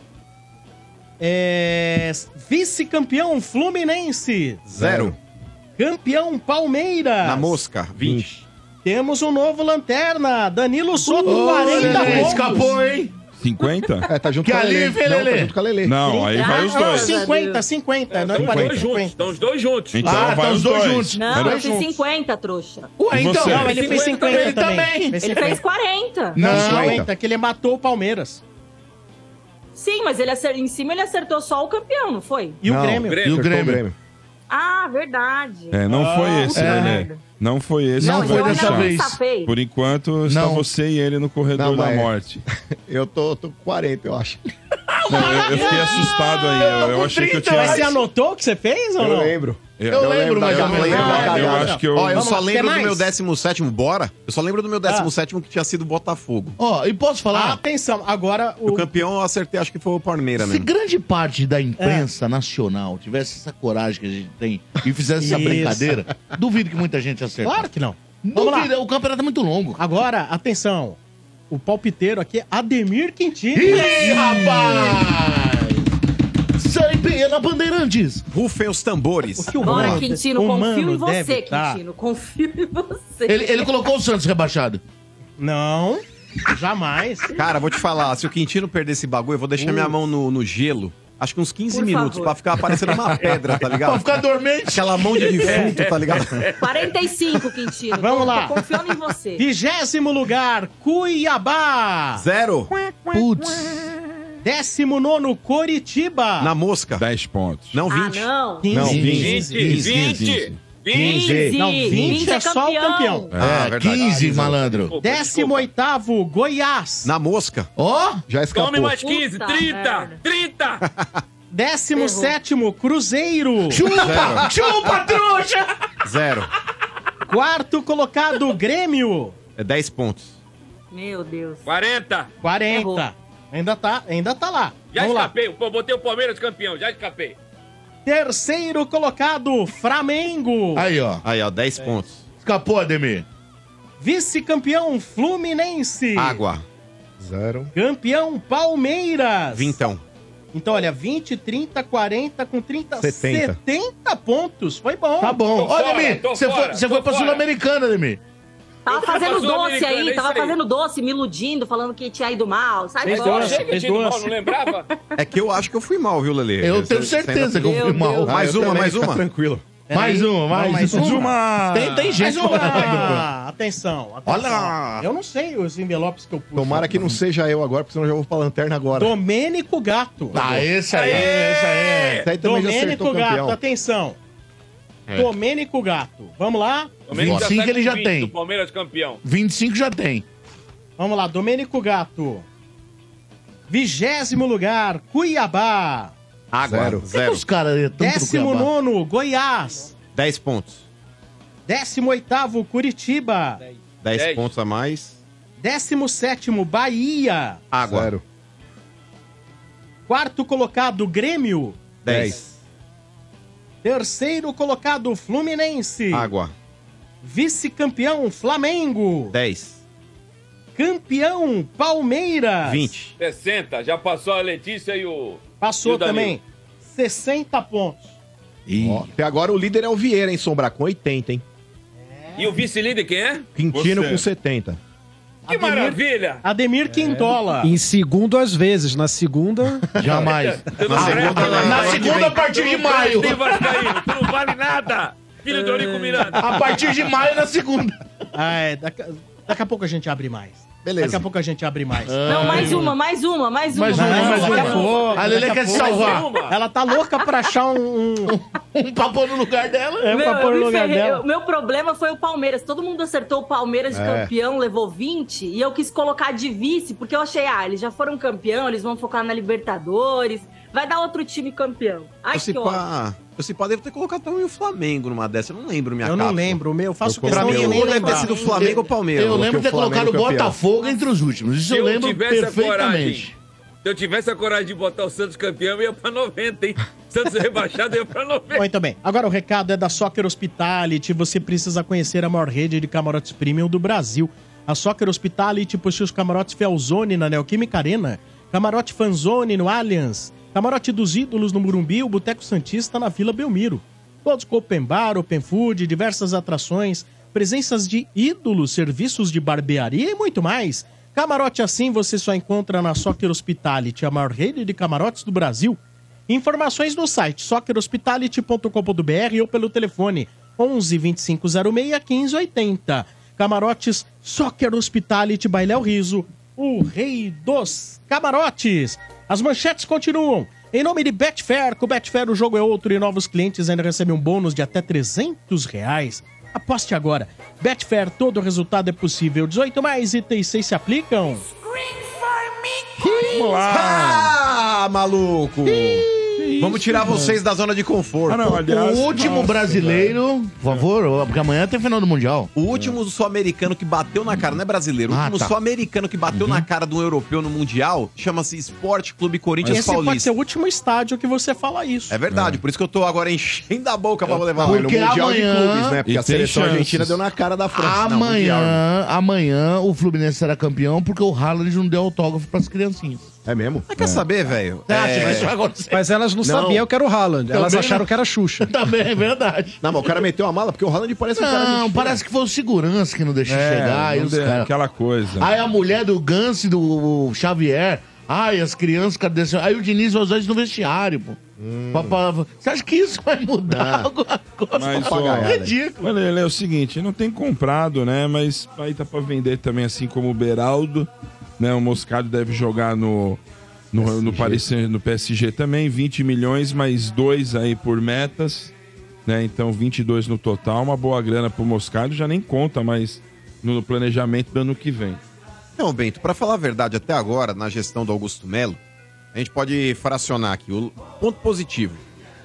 S2: É... Vice-campeão, Fluminense.
S8: Zero.
S2: Campeão, Palmeiras.
S8: Na mosca, 20.
S2: Temos um novo lanterna, Danilo Soto, 40
S4: Lelê,
S2: pontos.
S4: escapou, hein?
S7: 50?
S3: É, tá junto
S4: Que
S3: com a Lelê.
S4: alívio, hein,
S3: Não, tá
S4: Lelê?
S3: junto com a Lelê.
S7: Não, aí vai os
S2: Ah,
S7: dois.
S2: 50, 50, não
S6: Estão
S2: é
S6: os
S2: 40.
S6: dois juntos. Estão os dois juntos.
S7: Então
S4: Ah,
S7: vai
S4: tá
S7: os dois juntos.
S5: Não,
S7: Era
S5: eu fiz 50, trouxa.
S4: Ué,
S7: E você?
S2: Não, ele fez 50
S4: Ele
S2: também.
S4: também.
S2: Fez
S5: Ele
S2: 50.
S5: fez 40.
S2: Não,
S4: Não,
S2: 50, que ele matou o Palmeiras.
S5: Sim, mas ele acer... em cima ele acertou só o campeão, não foi?
S2: E o
S3: Não,
S2: Grêmio.
S6: Grêmio.
S4: E o
S3: Acertou
S4: Grêmio?
S5: Ah, verdade.
S7: É, não foi esse, né,
S5: puta
S7: Lelê.
S5: merda.
S7: Não foi esse.
S4: Não
S7: que
S4: foi
S7: vai
S4: dessa
S7: puxar.
S4: vez.
S5: Safei.
S7: Por enquanto, está
S4: Não.
S7: você e ele no corredor
S3: Não,
S7: da
S3: mas-
S7: morte.
S3: Eu tô, tô com 40, eu acho.
S7: Não, eu, eu fiquei assustado aí. Eu, eu achei que eu tinha.
S2: Mas você anotou o que você fez ou
S3: Eu
S2: não?
S3: lembro.
S7: Eu,
S4: Eu lembro, mas
S3: eu
S4: já
S3: não
S4: não
S3: lembro.
S4: lembro.
S3: Ah,
S7: eu
S3: Não,
S7: acho que eu.
S8: Ó, eu
S2: Vamos
S8: só
S2: lá, quer
S8: lembro do
S2: mais?
S8: meu 17, bora? Eu só lembro do meu 17 que tinha sido Botafogo. Ah.
S4: Ó, e posso falar?
S2: Atenção, agora
S8: O
S2: o...
S8: campeão eu acertei, acho que foi o Palmeiras
S4: Se
S8: mesmo.
S4: grande parte da imprensa nacional tivesse essa coragem que a gente tem e fizesse essa
S2: Isso.
S4: brincadeira, duvido que muita gente acerte.
S2: Claro que não. Vamos lá.
S4: Duvido, o campeonato é muito longo.
S2: Agora, atenção. O palpiteiro aqui é Ademir Quintino.
S4: Ih, rapaz! Série B na Bandeirantes.
S8: Rufem os tambores.
S2: que o
S5: Bora,
S2: mano-
S5: Quintino,
S2: o
S5: confio
S2: mano
S5: em você,
S2: deve tá-
S5: Quintino. Confio em você.
S4: Ele, ele colocou o Santos rebaixado.
S2: Não, jamais.
S8: Cara, vou te falar, se o Quintino perder esse bagulho, eu vou deixar minha mão no, no gelo. Acho que uns 15
S5: Por
S8: minutos,
S5: favor.
S8: pra ficar parecendo uma pedra, tá
S4: Pra
S8: ligado?
S4: ficar dormente.
S8: Aquela mão de defunto, tá ligado?
S5: 45, Quintino.
S2: Ah, Vamos
S5: Tô-
S2: lá.
S5: tô Confiando em você.
S2: Vigésimo lugar, Cuiabá.
S8: Zero
S4: Putz.
S2: Décimo nono, Coritiba.
S8: na mosca.
S7: 10 pontos.
S8: Não,
S5: Ah,
S8: 20.
S5: não.
S2: 15.
S8: Não,
S6: 20, 20. 20.
S5: 15.
S2: Não, 20 é só o campeão.
S4: É,
S8: verdade.
S4: 15, malandro.
S2: Décimo oitavo, Goiás.
S8: Na mosca.
S4: Ó,
S3: Já escapou.
S6: Tome mais 15,
S5: Puta
S6: 30,
S5: merda.
S6: 30.
S2: Décimo
S5: Ferrou.
S2: sétimo, Cruzeiro.
S4: chupa! chupa, trouxa!
S8: Zero.
S2: Quarto colocado, Grêmio.
S8: É 10 pontos.
S5: Meu Deus.
S6: 40.
S2: 40.
S5: Ferrou.
S2: Ainda tá, ainda tá lá.
S6: Já
S2: Vamos lá.
S6: escapei. Pô, botei o Palmeiras campeão, já escapei.
S2: Terceiro colocado, Flamengo. É
S4: Aí, ó.
S8: Aí, ó, 10 pontos.
S4: Escapou, Ademir.
S2: Vice-campeão, Fluminense.
S8: Água.
S3: Zero.
S2: Campeão, Palmeiras.
S8: Vintão.
S2: Então, olha, 20, 30, 40, com 30, 70,
S3: 70.
S2: pontos. Foi bom.
S4: Tá bom.
S6: Tô
S4: Ó,
S6: fora,
S4: Ademir,
S6: tô
S4: você foi,
S6: fora,
S4: você
S6: tô
S4: foi pra
S6: fora.
S4: Sul-Americana, Ademir.
S5: Tava fazendo
S6: Passou o
S5: doce
S6: americano, é
S5: aí,
S6: isso
S5: tava
S6: aí.
S5: fazendo doce, me iludindo, falando que tinha ido mal. Sai
S2: Fez
S5: fora.
S2: doce.
S6: Achei que
S2: fez
S6: tinha ido mal,
S2: doce.
S6: não lembrava?
S8: É que eu acho que eu fui mal, viu, Lelê?
S4: Eu tenho
S8: Você- você
S4: certeza que
S8: ainda- um
S4: eu fui
S5: Meu
S4: mal.
S5: Deus.
S8: Mais
S3: Eu
S8: uma,
S3: também,
S8: mais
S3: fica
S8: uma.
S3: Tranquilo.
S4: Mais uma, mais,
S2: mais
S4: uma.
S7: uma.
S4: Tem, tem gente
S2: Mais
S4: que vai-
S2: uma! Atenção, atenção.
S4: Olha!
S2: Ah, Eu não sei os envelopes que eu puxo.
S3: Tomara que não seja eu agora, porque senão eu já vou pra lanterna agora.
S2: Domênico Gato.
S4: Ah, esse aí, esse aí.
S3: Esse aí também já acertou
S2: É, Domênico
S3: o
S2: Gato,
S3: campeão.
S2: atenção. Domênico Gato. Vamos lá?
S6: Palmeiras tá
S4: 25
S6: com
S4: ele já
S6: 20,
S4: tem.
S6: O Palmeiras campeão.
S4: 25 já tem.
S2: Vamos lá, Domênico Gato. Vigésimo lugar, Cuiabá.
S8: Água.
S3: Zero.
S4: Por que
S8: Zero.
S4: os caras é tanto do
S2: Décimo
S4: Cuiabá?
S2: nono, Goiás.
S8: 10 pontos.
S2: Décimo oitavo, Curitiba.
S8: 10
S6: Dez.
S8: pontos a mais.
S2: Décimo sétimo, Bahia.
S8: Água.
S3: Zero.
S2: Quarto colocado, Grêmio.
S8: 10.
S2: Terceiro colocado, Fluminense.
S8: Água.
S2: Vice-campeão, Flamengo.
S8: 10.
S2: Campeão, Palmeiras.
S8: 20.
S6: 60, já passou a Letícia e o... E
S2: Passou
S6: o Danilo?
S2: também. 60 pontos.
S4: Ih,
S3: Ó, até agora o líder é o Vieira, hein, Sombra? Com 80, hein?
S6: E o vice-líder quem é?
S3: Quintino
S7: Você.
S3: com 70.
S6: Que maravilha!
S2: Ademir Quindola.
S9: Em segundo, às vezes. Na segunda,
S4: jamais.
S6: Tu não presta,
S9: né?
S6: não.
S4: Na segunda, a partir de
S6: Tu não presta,
S4: maio. *laughs*
S6: hein, Vascaíno? Tu não vale nada! Filho do Eurico Miranda!
S4: A partir de maio, na segunda.
S2: Ah, é, daqui, daqui a pouco a gente abre mais.
S3: Beleza.
S2: Daqui a pouco a gente abre mais.
S5: Não, mais uma, mais uma, mais uma.
S2: Mais uma, mais uma. A Lelê quer se salvar. Ela tá louca pra achar um.
S4: um papo no lugar dela.
S2: É,
S5: Meu, eu
S2: pra pôr
S5: me
S2: no lugar
S5: ferrei.
S2: dela.
S5: Eu- meu problema foi o Palmeiras. Todo mundo acertou o Palmeiras de
S2: É.
S5: campeão, levou 20, e eu quis colocar de vice, porque eu achei, ah, eles já foram campeão, eles vão focar na Libertadores, vai dar outro time campeão. Ai,
S8: Eu se
S5: que ódio.
S8: pá, eu se pá, devo ter colocado também o Flamengo numa dessa. Eu não lembro minha
S2: Eu não
S8: cápsula.
S2: lembro, o meu, eu faço
S8: Eu
S2: questão
S8: coloquei
S2: de
S8: o
S2: nem
S8: gol, deve ter
S2: lembrar.
S8: sido Flamengo ou Palmeiras.
S4: Eu lembro de ter colocado o
S8: é
S4: Botafogo entre os últimos. Isso
S6: Se
S4: eu
S6: eu
S4: lembro
S6: tivesse a
S4: perfeitamente.
S6: coragem. Se eu tivesse a coragem de botar o Santos campeão, eu ia pra 90, hein? Santos rebaixado, eu ia pra 90.
S2: Bom, então bem. Agora o recado é da Soccer Hospitality. Você precisa conhecer a maior rede de camarotes premium do Brasil. A Soccer Hospitality possui os camarotes Felzone na Neoquímica Arena, camarote Fanzone no Allianz, camarote dos Ídolos no Murumbi e o Boteco Santista na Vila Belmiro. Todos com open bar, open food, diversas atrações, presenças de ídolos, serviços de barbearia e muito mais. Camarote assim você só encontra na Soccer Hospitality, a maior rede de camarotes do Brasil. Informações no site soccerhospitality.com.br ou pelo telefone 11 2506 1580. Camarotes Soccer Hospitality Bailel Riso, o rei dos camarotes. As manchetes continuam. Em nome de Betfair, com Betfair o jogo é outro e novos clientes ainda recebem um bônus de até 300 reais. Aposte agora. Betfair, todo resultado é possível. 18 mais itens 6 se aplicam.
S8: Vamos lá. Ah, maluco. Vamos tirar vocês da zona de conforto.
S2: Ah,
S4: o último brasileiro, por favor, porque amanhã tem final do Mundial.
S8: O último sul-americano que bateu na cara, não é brasileiro, o
S4: Ah,
S8: último
S4: tá.
S8: sul-americano que bateu na cara de um europeu no Mundial chama-se Esporte Clube Corinthians
S2: Esse pode ser
S8: Paulista.
S2: o último estádio que você fala isso.
S8: É verdade, por isso que eu tô agora enchendo a boca pra levar
S4: Porque
S8: ele.
S3: Mundial
S4: amanhã-
S3: de clubes, né?
S7: E
S3: Porque a
S7: tem
S3: seleção
S7: chances.
S3: argentina deu na cara da França. Não, Mundial, né?
S4: Amanhã, amanhã o Fluminense será campeão porque o Haaland não deu autógrafo pras criancinhas.
S3: É mesmo?
S8: Mas Ah, quer saber, velho?
S4: Você acha que
S8: É...
S4: isso vai acontecer?
S9: Mas elas não, sabiam que era o Haaland. Elas
S4: Também
S9: acharam
S4: não.
S9: que era a Xuxa.
S4: Também é verdade.
S3: Não, mas o cara meteu a mala, porque o Haaland
S8: um
S3: parece que o
S8: é
S3: cara...
S4: Não, parece que foi o segurança que não deixou chegar.
S7: É,
S4: e
S7: não
S4: os
S7: deu
S4: caras.
S7: aquela coisa.
S4: Aí a mulher do Gans e do Xavier. Ai, as crianças, cadê? esse- Aí o Diniz vai usar isso no vestiário, pô.
S8: Hum.
S4: Pra- pra- Você acha que isso vai
S8: Ah.
S4: mudar alguma coisa?
S7: Mas, ó,
S4: é ridículo.
S7: Olha, Lele, é o seguinte, não tem comprado, né? Mas aí tá pra vender também, assim como o Beraldo, né? O Moscado deve jogar no, no, no, Paris Saint- no PSG também, 20 milhões, mais dois aí por metas, né? Então 22 no total, uma boa grana pro Moscado, já nem conta mais no planejamento do ano que vem.
S8: Não, Bento, pra falar a verdade, até agora, na gestão do Augusto Melo, a gente pode fracionar aqui. O ponto positivo,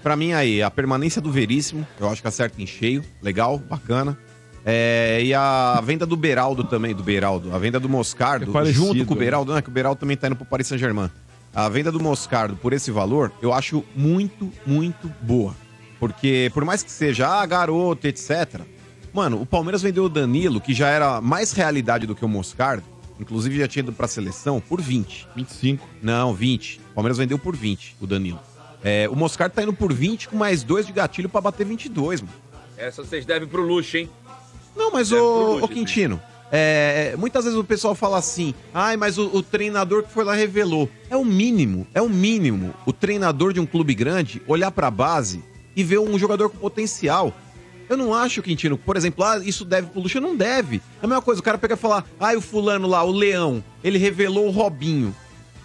S8: pra mim aí, a permanência do Veríssimo, eu acho que acerta em cheio, legal, bacana. É, e a venda do Beraldo também, do Beraldo, a venda do Moscardo,
S7: É parecido,
S8: junto com o
S7: né?
S8: Beraldo, né, que o Beraldo também tá indo pro Paris Saint-Germain. A venda do Moscardo por esse valor, eu acho muito, muito boa. Porque, por mais que seja, ah, garoto, etc., Mano, o Palmeiras vendeu o Danilo, que já era mais realidade do que o Moscardo, inclusive já tinha ido pra seleção, por 20.
S7: 25.
S8: Não, 20. O Palmeiras vendeu por 20, o Danilo. É, o Moscardo tá indo por 20 com mais dois de gatilho pra bater 22, mano.
S6: Essa vocês devem pro luxo, hein?
S8: Não, mas
S6: É, por
S8: ô,
S6: hoje,
S8: ô Quintino, é, muitas vezes o pessoal fala assim, ai, mas o, o treinador que foi lá revelou. É o mínimo, é o mínimo o treinador de um clube grande olhar pra base e ver um jogador com potencial. Eu não acho, Quintino, por exemplo, ah, isso deve pro Luxo, não deve. É a mesma coisa, o cara pega e fala, ai, o fulano lá, o Leão, ele revelou o Robinho.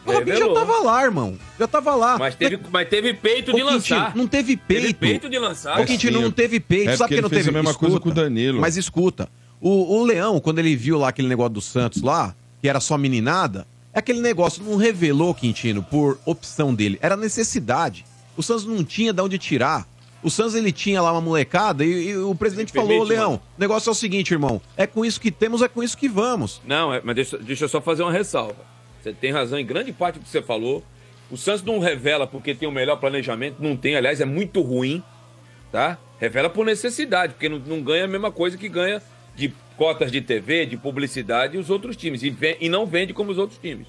S8: O Robinho já
S6: Revelou.
S8: tava lá, irmão. Já tava lá.
S6: Mas teve, mas teve peito
S8: Ô,
S6: de lançar.
S8: Quintino, não teve peito.
S6: Teve peito de lançar.
S8: Ô, Quintino, não teve peito.
S7: É porque
S8: Sabe por que
S7: ele
S8: não
S7: fez
S8: teve?
S7: a mesma coisa com o Danilo.
S8: Mas escuta, o, o Leão, quando ele viu lá aquele negócio do Santos lá, que era só meninada, é aquele negócio não revelou, Quintino, por opção dele. Era necessidade. O Santos não tinha de onde tirar. O Santos, ele tinha lá uma molecada e, e o presidente
S6: Me
S8: falou,
S6: permite,
S8: "Ô, Leão,
S6: mano.
S8: o negócio é o seguinte, irmão, é com isso que temos, é com isso que vamos.
S6: Não, é- mas deixa, deixa eu só fazer uma ressalva. Você tem razão em grande parte do que você falou. O Santos não revela porque tem o melhor planejamento, não tem, aliás, é muito ruim, tá? Revela por necessidade, porque não, não ganha a mesma coisa que ganha de cotas de TV, de publicidade e os outros times. E, ve- e não vende como os outros times.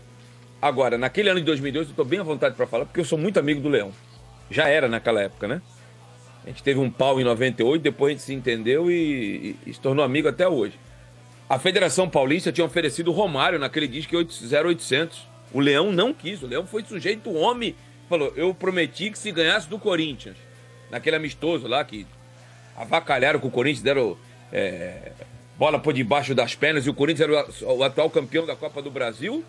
S6: Agora, naquele ano de 2002, eu tô bem à vontade para falar, porque eu sou muito amigo do Leão. Já era naquela época, né? A gente teve um pau em 98, depois a gente se entendeu e- e- e se tornou amigo até hoje. A Federação Paulista tinha oferecido o Romário naquele disco que 8- 0800. O Leão não quis, o Leão foi sujeito homem. Falou, eu prometi que se ganhasse do Corinthians. Naquele amistoso lá que avacalharam com o Corinthians, deram é, bola por debaixo das pernas, e o Corinthians era o, o atual campeão da Copa do Brasil.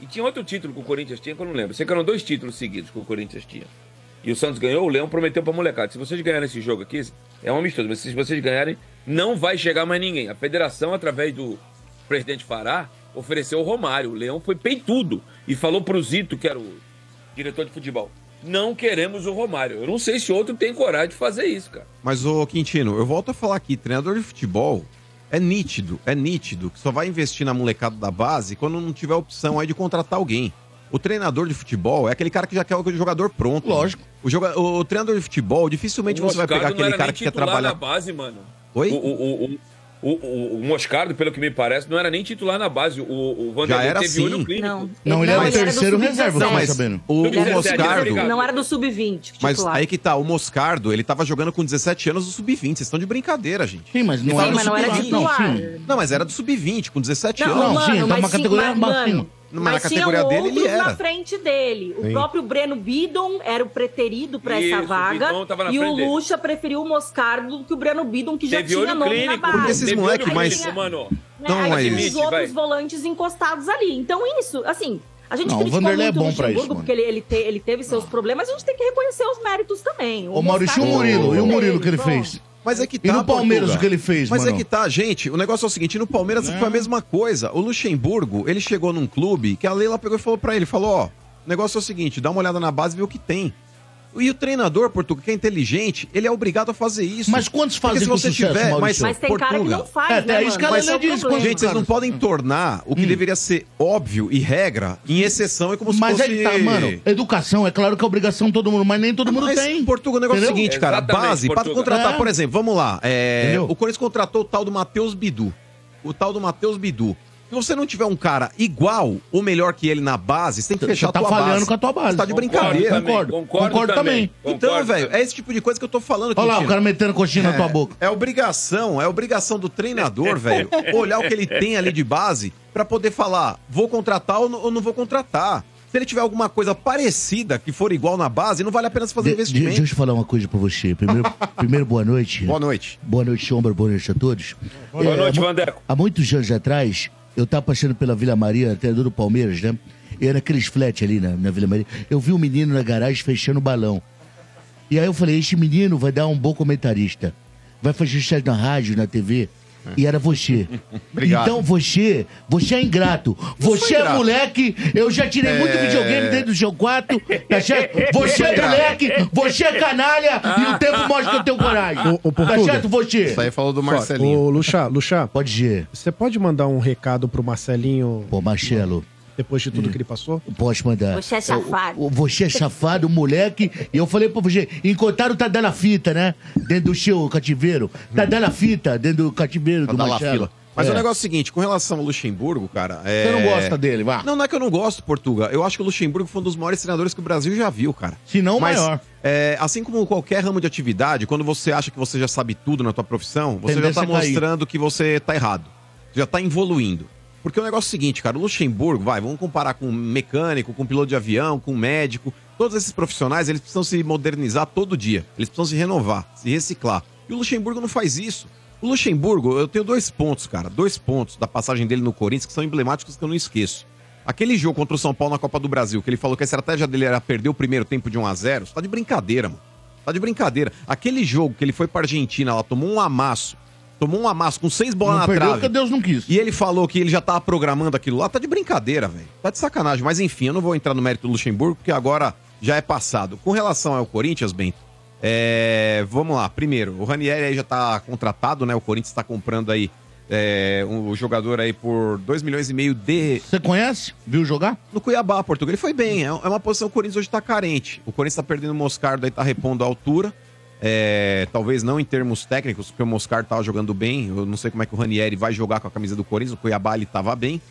S6: E tinha outro título que o Corinthians tinha, que eu não lembro. Sei que eram dois títulos seguidos que o Corinthians tinha. E o Santos ganhou, o Leão prometeu pra molecada. Se vocês ganharem esse jogo aqui, é um amistoso, mas se vocês ganharem, não vai chegar mais ninguém. A federação, através do presidente Fará, ofereceu o Romário. O Leão foi peitudo e falou pro Zito, que era o diretor de futebol, não queremos o Romário. Eu não sei se outro tem coragem de fazer isso, cara.
S8: Mas, ô Quintino, eu volto a falar aqui, treinador de futebol é nítido, é nítido, que só vai investir na molecada da base quando não tiver opção aí de contratar alguém. O treinador de futebol é aquele cara que já quer o jogador pronto. Lógico. O, joga... o treinador de futebol, dificilmente você vai
S6: Moscardo
S8: pegar
S6: não
S8: aquele
S6: era
S8: cara
S6: nem
S8: que quer
S6: titular
S8: trabalhar.
S6: na base, mano.
S8: Oi?
S6: O, o, o, o, o- o Moscardo, pelo que me parece, não era nem titular na base. O, o Vanderlei
S8: Já era
S6: teve
S8: sim.
S6: olho clínico.
S5: Não.
S8: Não, ele era o terceiro reserva,
S5: não
S8: eu tô
S5: mas
S8: sabendo. O- o Moscardo-
S5: Não era do sub-20, titular.
S8: Mas aí que tá, o Moscardo, ele tava jogando com 17 anos no sub-20. Vocês estão de brincadeira, gente.
S4: Sim, mas
S5: não era do Sim, mas não era sub-20, titular. não, sim.
S8: Não, mas era do sub-20, com 17
S5: Não,
S8: anos.
S5: mano,
S4: tá
S5: mas sim, então mas, mano,
S8: Mas,
S5: mas
S8: na categoria
S5: tinham
S8: dele, ele
S5: outros na
S8: era.
S5: frente dele. O
S8: Sim.
S5: próprio Breno Bidon era o preterido pra
S8: Isso,
S5: essa
S8: o
S5: vaga.
S8: Bidon tava na
S5: E o
S8: frente dele.
S5: Lucha preferiu o Moscardo do que o Breno Bidon, que já
S6: Teve
S5: tinha
S6: olho
S5: nome na
S6: clínico.
S5: base.
S8: Porque esses
S5: Teve
S8: moleque
S5: olho
S8: mais-
S5: clínico,
S6: mano.
S5: né?
S8: Não,
S5: Aí
S8: mas-
S5: tinha os
S8: Admite,
S5: outros
S8: vai.
S5: volantes encostados ali. Então, isso, assim, a gente
S4: Não, o
S5: criticou
S4: Vanderlei é
S5: muito
S4: bom
S5: o
S4: pra isso,
S5: Luxemburgo,
S4: mano.
S5: porque ele, ele, te- ele teve seus problemas, a gente tem que reconhecer os méritos também. é
S4: Ô, Maurício, e o
S5: Moscardo-
S4: Murilo? E o Murilo que ele
S5: Pronto.
S4: fez?
S8: Mas é que tá,
S4: E no Palmeiras
S8: Portuga.
S4: o que ele fez,
S8: Mas
S4: mano?
S8: é que tá, gente. O negócio é o seguinte: no Palmeiras foi a mesma coisa. O Luxemburgo, ele chegou num clube que a Leila pegou e falou pra ele: falou, ó, o negócio é o seguinte, dá uma olhada na base e vê o que tem. E o treinador, Portuga, que é inteligente, ele é obrigado a fazer isso.
S4: Mas quantos fazem
S8: Porque
S4: com sucesso,
S8: mas,
S4: Maurício? Mas tem cara que
S8: Portuga,
S4: não faz, É, tem né, a mano? escala
S8: Mas-
S4: não diz quantos Hum.
S8: Gente, vocês não
S4: caras.
S8: podem tornar o que deveria ser óbvio e regra em exceção e como se
S4: Mas
S8: fosse... Ah,
S4: é que tá, mano. Educação, é claro que é obrigação de todo mundo, mas nem todo mundo
S8: Mas,
S4: tem.
S8: Portugal, o negócio é o
S4: Entendeu? É.
S8: seguinte, cara. Base, para contratar, por exemplo, vamos lá. é,
S4: Entendeu?
S8: o Corinthians contratou o tal do Matheus Bidu. O tal do Matheus Bidu. Se você não tiver um cara igual ou melhor que ele na base, você tem que
S4: Você
S8: fechar
S4: tá
S8: a tua
S4: falhando
S8: base.
S4: com a tua base.
S8: Você tá de
S4: Concordo
S8: brincadeira.
S4: também, Concordo. concordo, concordo também. também.
S8: Então,
S4: Concordo
S8: velho, é esse tipo de coisa que eu tô falando.
S4: Olha lá,
S8: Quintino.
S4: o cara metendo coxinha na
S8: É,
S4: tua boca.
S8: É obrigação, é obrigação
S4: *laughs*
S8: do treinador, velho, olhar o que ele tem ali de base pra poder falar, vou contratar ou não, ou não vou contratar. Se ele tiver alguma coisa parecida que for igual na base, não vale a pena se fazer
S12: De- de-
S8: investimento.
S12: Deixa eu te falar uma coisa pra você. Primeiro, primeiro boa noite. Boa
S8: noite.
S12: Boa noite, Sombra. Boa noite a todos. É,
S6: Boa noite,
S12: há mu-
S6: Vandeco.
S12: Há muitos anos atrás, eu tava passando pela Vila Maria, treinador do Palmeiras, né? E era aqueles flat ali na, na Vila Maria. Eu vi um menino na garagem fechando o balão. E aí eu falei, este menino vai dar um bom comentarista. Vai fazer sucesso na rádio, na TV. E era você.
S4: Obrigado.
S12: Então você, você é ingrato. Você é
S4: ingrato.
S12: moleque. Eu já tirei muito
S4: É.
S12: videogame dentro do seu quarto, tá certo? Você é
S4: Obrigado.
S12: moleque, você é canalha
S2: Ah.
S12: e o tempo mostra que eu tenho coragem.
S9: Ô, ô,
S12: tá
S9: Portuga.
S12: certo, você?
S9: Só, Ô, Luxá, Luxá.
S12: Pode ir.
S9: Você pode mandar um recado pro Marcelinho?
S12: Pô, Marcelo.
S9: Depois de tudo que ele passou?
S12: Posso mandar.
S9: Você é safado.
S12: O- o- Você é safado, moleque. E eu falei pra você, encontraram o Tadala Fita, né? Dentro do seu cativeiro. Tadala Fita, dentro do cativeiro
S8: Pra
S12: do
S8: dar lá
S12: Marcelo.
S8: fila. Mas
S12: É.
S8: o negócio é o seguinte, com relação ao Luxemburgo, cara. É...
S12: Você não gosta dele,
S8: vá. Não, não é que eu não gosto, Portuga. Eu acho que o Luxemburgo foi um dos maiores treinadores que o Brasil já viu, cara.
S4: Se não, o
S8: Mas,
S4: maior.
S8: é, assim como qualquer ramo de atividade, quando você acha que você já sabe tudo na tua profissão, você
S4: Tendência
S8: já
S4: a
S8: tá
S4: cair.
S8: mostrando que você tá errado. Você já tá evoluindo. Porque o negócio é o seguinte, cara, o Luxemburgo, vai, vamos comparar com mecânico, com piloto de avião, com médico, todos esses profissionais, eles precisam se modernizar todo dia. Eles precisam se renovar, se reciclar. E o Luxemburgo não faz isso. O Luxemburgo, eu tenho dois pontos, cara, dois pontos da passagem dele no Corinthians que são emblemáticos que eu não esqueço. Aquele jogo contra o São Paulo na Copa do Brasil, que ele falou que a estratégia dele era perder o primeiro tempo de 1 a 0 você tá de brincadeira, mano. Tá de brincadeira. Aquele jogo que ele foi pra Argentina, ela tomou um amasso. Tomou um amasso com seis bolas
S4: Não
S8: na
S4: perdeu
S8: trave.
S4: porque Deus não quis.
S8: E ele falou que ele já tava programando aquilo lá. Tá de brincadeira, velho. Tá de sacanagem. Mas enfim, eu não vou entrar no mérito do Luxemburgo, porque agora já é passado. Com relação ao Corinthians, Bento, é, vamos lá. Primeiro, o Ranieri aí já tá contratado, né? O Corinthians tá comprando aí é, um jogador aí por 2 milhões e meio de...
S4: Você conhece? Viu jogar?
S8: No Cuiabá, Portugal. Ele foi bem. É é uma posição que o Corinthians hoje tá carente. O Corinthians tá perdendo o Moscardo aí, tá repondo a altura. É, talvez não em termos técnicos, porque o Moscardo tava jogando bem. Eu não sei como é que o Ranieri vai jogar com a camisa do Corinthians. O Cuiabá ele tava bem.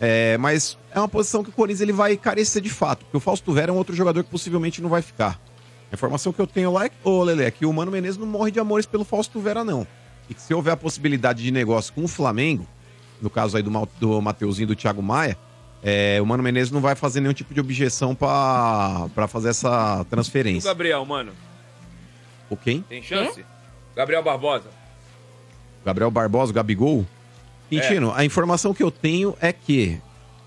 S8: É, mas é uma posição que o Corinthians ele vai carecer de fato. Porque o Fausto Vera é um outro jogador que possivelmente não vai ficar. A informação que eu tenho lá é, ô, Lele, é que o Mano Menezes não morre de amores pelo Fausto Vera, não. E que se houver a possibilidade de negócio com o Flamengo, no caso aí do, Mau- do Mateuzinho e do Thiago Maia, é, o Mano Menezes não vai fazer nenhum tipo de objeção pra pra fazer essa
S6: E o
S8: transferência.
S6: Gabriel, mano?
S8: O quem?
S6: Tem chance? Gabriel Barbosa.
S8: Gabriel Barbosa, o Gabigol. É. Quintino, a informação que eu tenho é que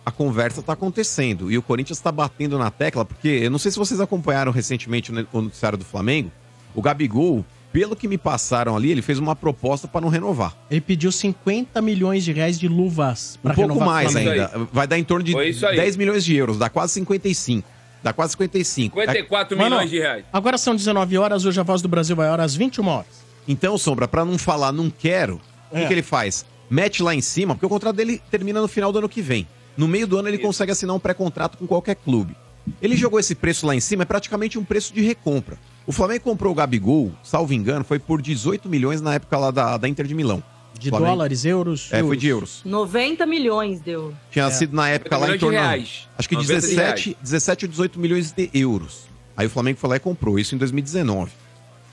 S8: a conversa está acontecendo e o Corinthians está batendo na tecla, porque eu não sei se vocês acompanharam recentemente o ne- o noticiário do Flamengo. O Gabigol, pelo que me passaram ali, ele fez uma proposta para não renovar.
S2: Ele pediu 50 milhões de reais de luvas
S8: Um
S2: pra
S8: pouco
S2: renovar com o
S8: mais
S2: Flamengo.
S8: ainda. Vai dar em torno de
S2: Foi isso aí.
S8: 10 milhões de euros, dá quase 55. Dá quase 55.
S6: 54 milhões de reais.
S2: Agora são 19 horas, hoje a Voz do Brasil vai horas 21 horas.
S8: Então, Sombra, pra não falar não quero, o que
S2: É.
S8: que, ele faz? Mete lá em cima, porque o contrato dele termina no final do ano que vem. No meio do ano ele consegue assinar um pré-contrato com qualquer clube. Ele jogou esse preço lá em cima, é praticamente um preço de recompra. O Flamengo comprou o Gabigol, salvo engano, foi por 18 milhões na época lá da, da Inter de Milão.
S2: De
S8: Flamengo-
S2: dólares, euros.
S8: É, foi de euros.
S5: 90 milhões deu.
S8: Tinha sido na época lá em torno. Acho que 17, 17 ou 18 milhões de euros. Aí o Flamengo foi lá e comprou, isso em 2019.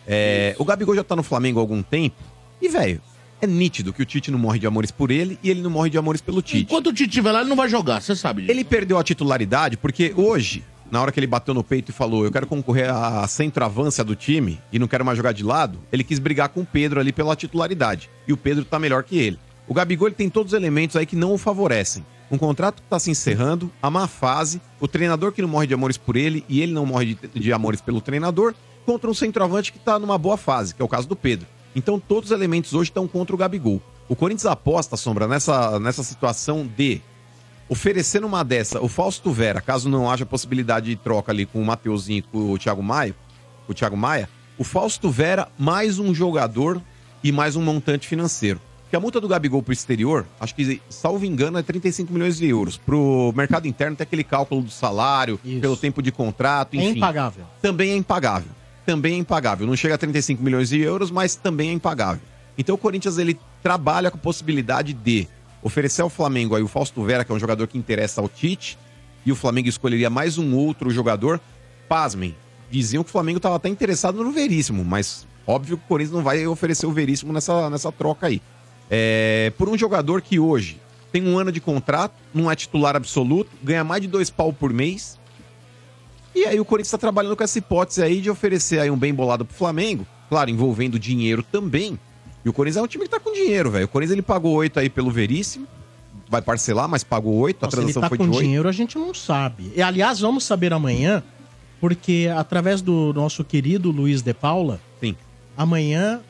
S8: É, o Gabigol já tá no Flamengo há algum tempo. E, velho, é nítido que o Tite não morre de amores por ele e ele não morre de amores pelo Tite. Enquanto o Tite estiver lá, ele não vai jogar, você sabe Ele perdeu a titularidade porque hoje, na hora que ele bateu no peito e falou, eu quero concorrer à centroavância do time e não quero mais jogar de lado, ele quis brigar com o Pedro ali pela titularidade. E o Pedro tá melhor que ele. O Gabigol ele tem todos os elementos aí que não o favorecem. Um contrato que tá se encerrando, a má fase, o treinador que não morre de amores por ele e ele não morre de, de amores pelo treinador, contra um centroavante que tá numa boa fase, que é o caso do Pedro. Então todos os elementos hoje estão contra o Gabigol. O Corinthians aposta, Sombra, nessa, nessa situação de oferecer numa dessa o Fausto Vera, caso não haja possibilidade de troca ali com o Mateuzinho e com o Thiago Maia, o Thiago Maia, o Fausto Vera mais um jogador e mais um montante financeiro. Porque a multa do Gabigol pro exterior, acho que, salvo engano, é 35 milhões de euros. Pro mercado interno tem aquele cálculo do salário, pelo tempo de contrato,
S2: É
S8: enfim.
S2: impagável.
S8: Também é impagável. Também é impagável. Não chega a 35 milhões de euros, mas também é impagável. Então o Corinthians ele trabalha com a possibilidade de oferecer ao Flamengo aí o Fausto Vera, que é um jogador que interessa ao Tite, e o Flamengo escolheria mais um outro jogador. Pasmem, diziam que o Flamengo estava até interessado no Veríssimo, mas óbvio que o Corinthians não vai oferecer o Veríssimo nessa, nessa troca aí. É, por um jogador que hoje tem um ano de contrato, não é titular absoluto, ganha mais de dois pau por mês, e aí o Corinthians está trabalhando com essa hipótese aí de oferecer aí um bem bolado pro Flamengo, claro, envolvendo dinheiro também. E o Corinthians é um time que tá com dinheiro, velho. O Corinthians ele pagou oito aí pelo Veríssimo, vai parcelar, mas pagou oito, a
S2: Se ele
S8: transação
S2: tá
S8: foi
S2: com
S8: de oito.
S2: dinheiro, a gente não sabe. E, aliás, vamos saber amanhã, porque através do nosso querido Luiz de Paula,
S8: Sim.
S2: amanhã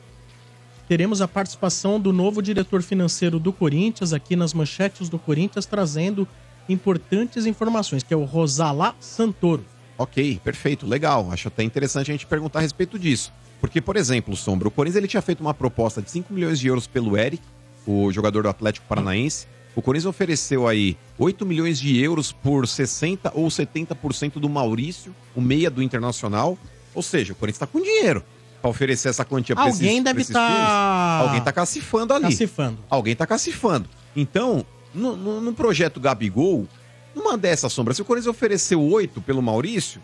S2: teremos a participação do novo diretor financeiro do Corinthians, aqui nas manchetes do Corinthians, trazendo importantes informações, que é o Rosalá Santoro.
S8: Ok, perfeito, legal. Acho até interessante a gente perguntar a respeito disso. Porque, por exemplo, Sombra, o Corinthians ele tinha feito uma proposta de 5 milhões de euros pelo Eric, o jogador do Atlético Paranaense. O Corinthians ofereceu aí 8 milhões de euros por 60% ou 70% do Maurício, o meia do Internacional. Ou seja, o Corinthians está com dinheiro para oferecer essa quantia pra esses-
S2: Alguém deve
S8: pra esses
S2: tá-
S8: times. Alguém tá cacifando ali.
S2: Cacifando.
S8: Alguém tá cacifando. Então, no, no- no projeto Gabigol, numa dessa sombra, se o Corinthians ofereceu 8 pelo Maurício,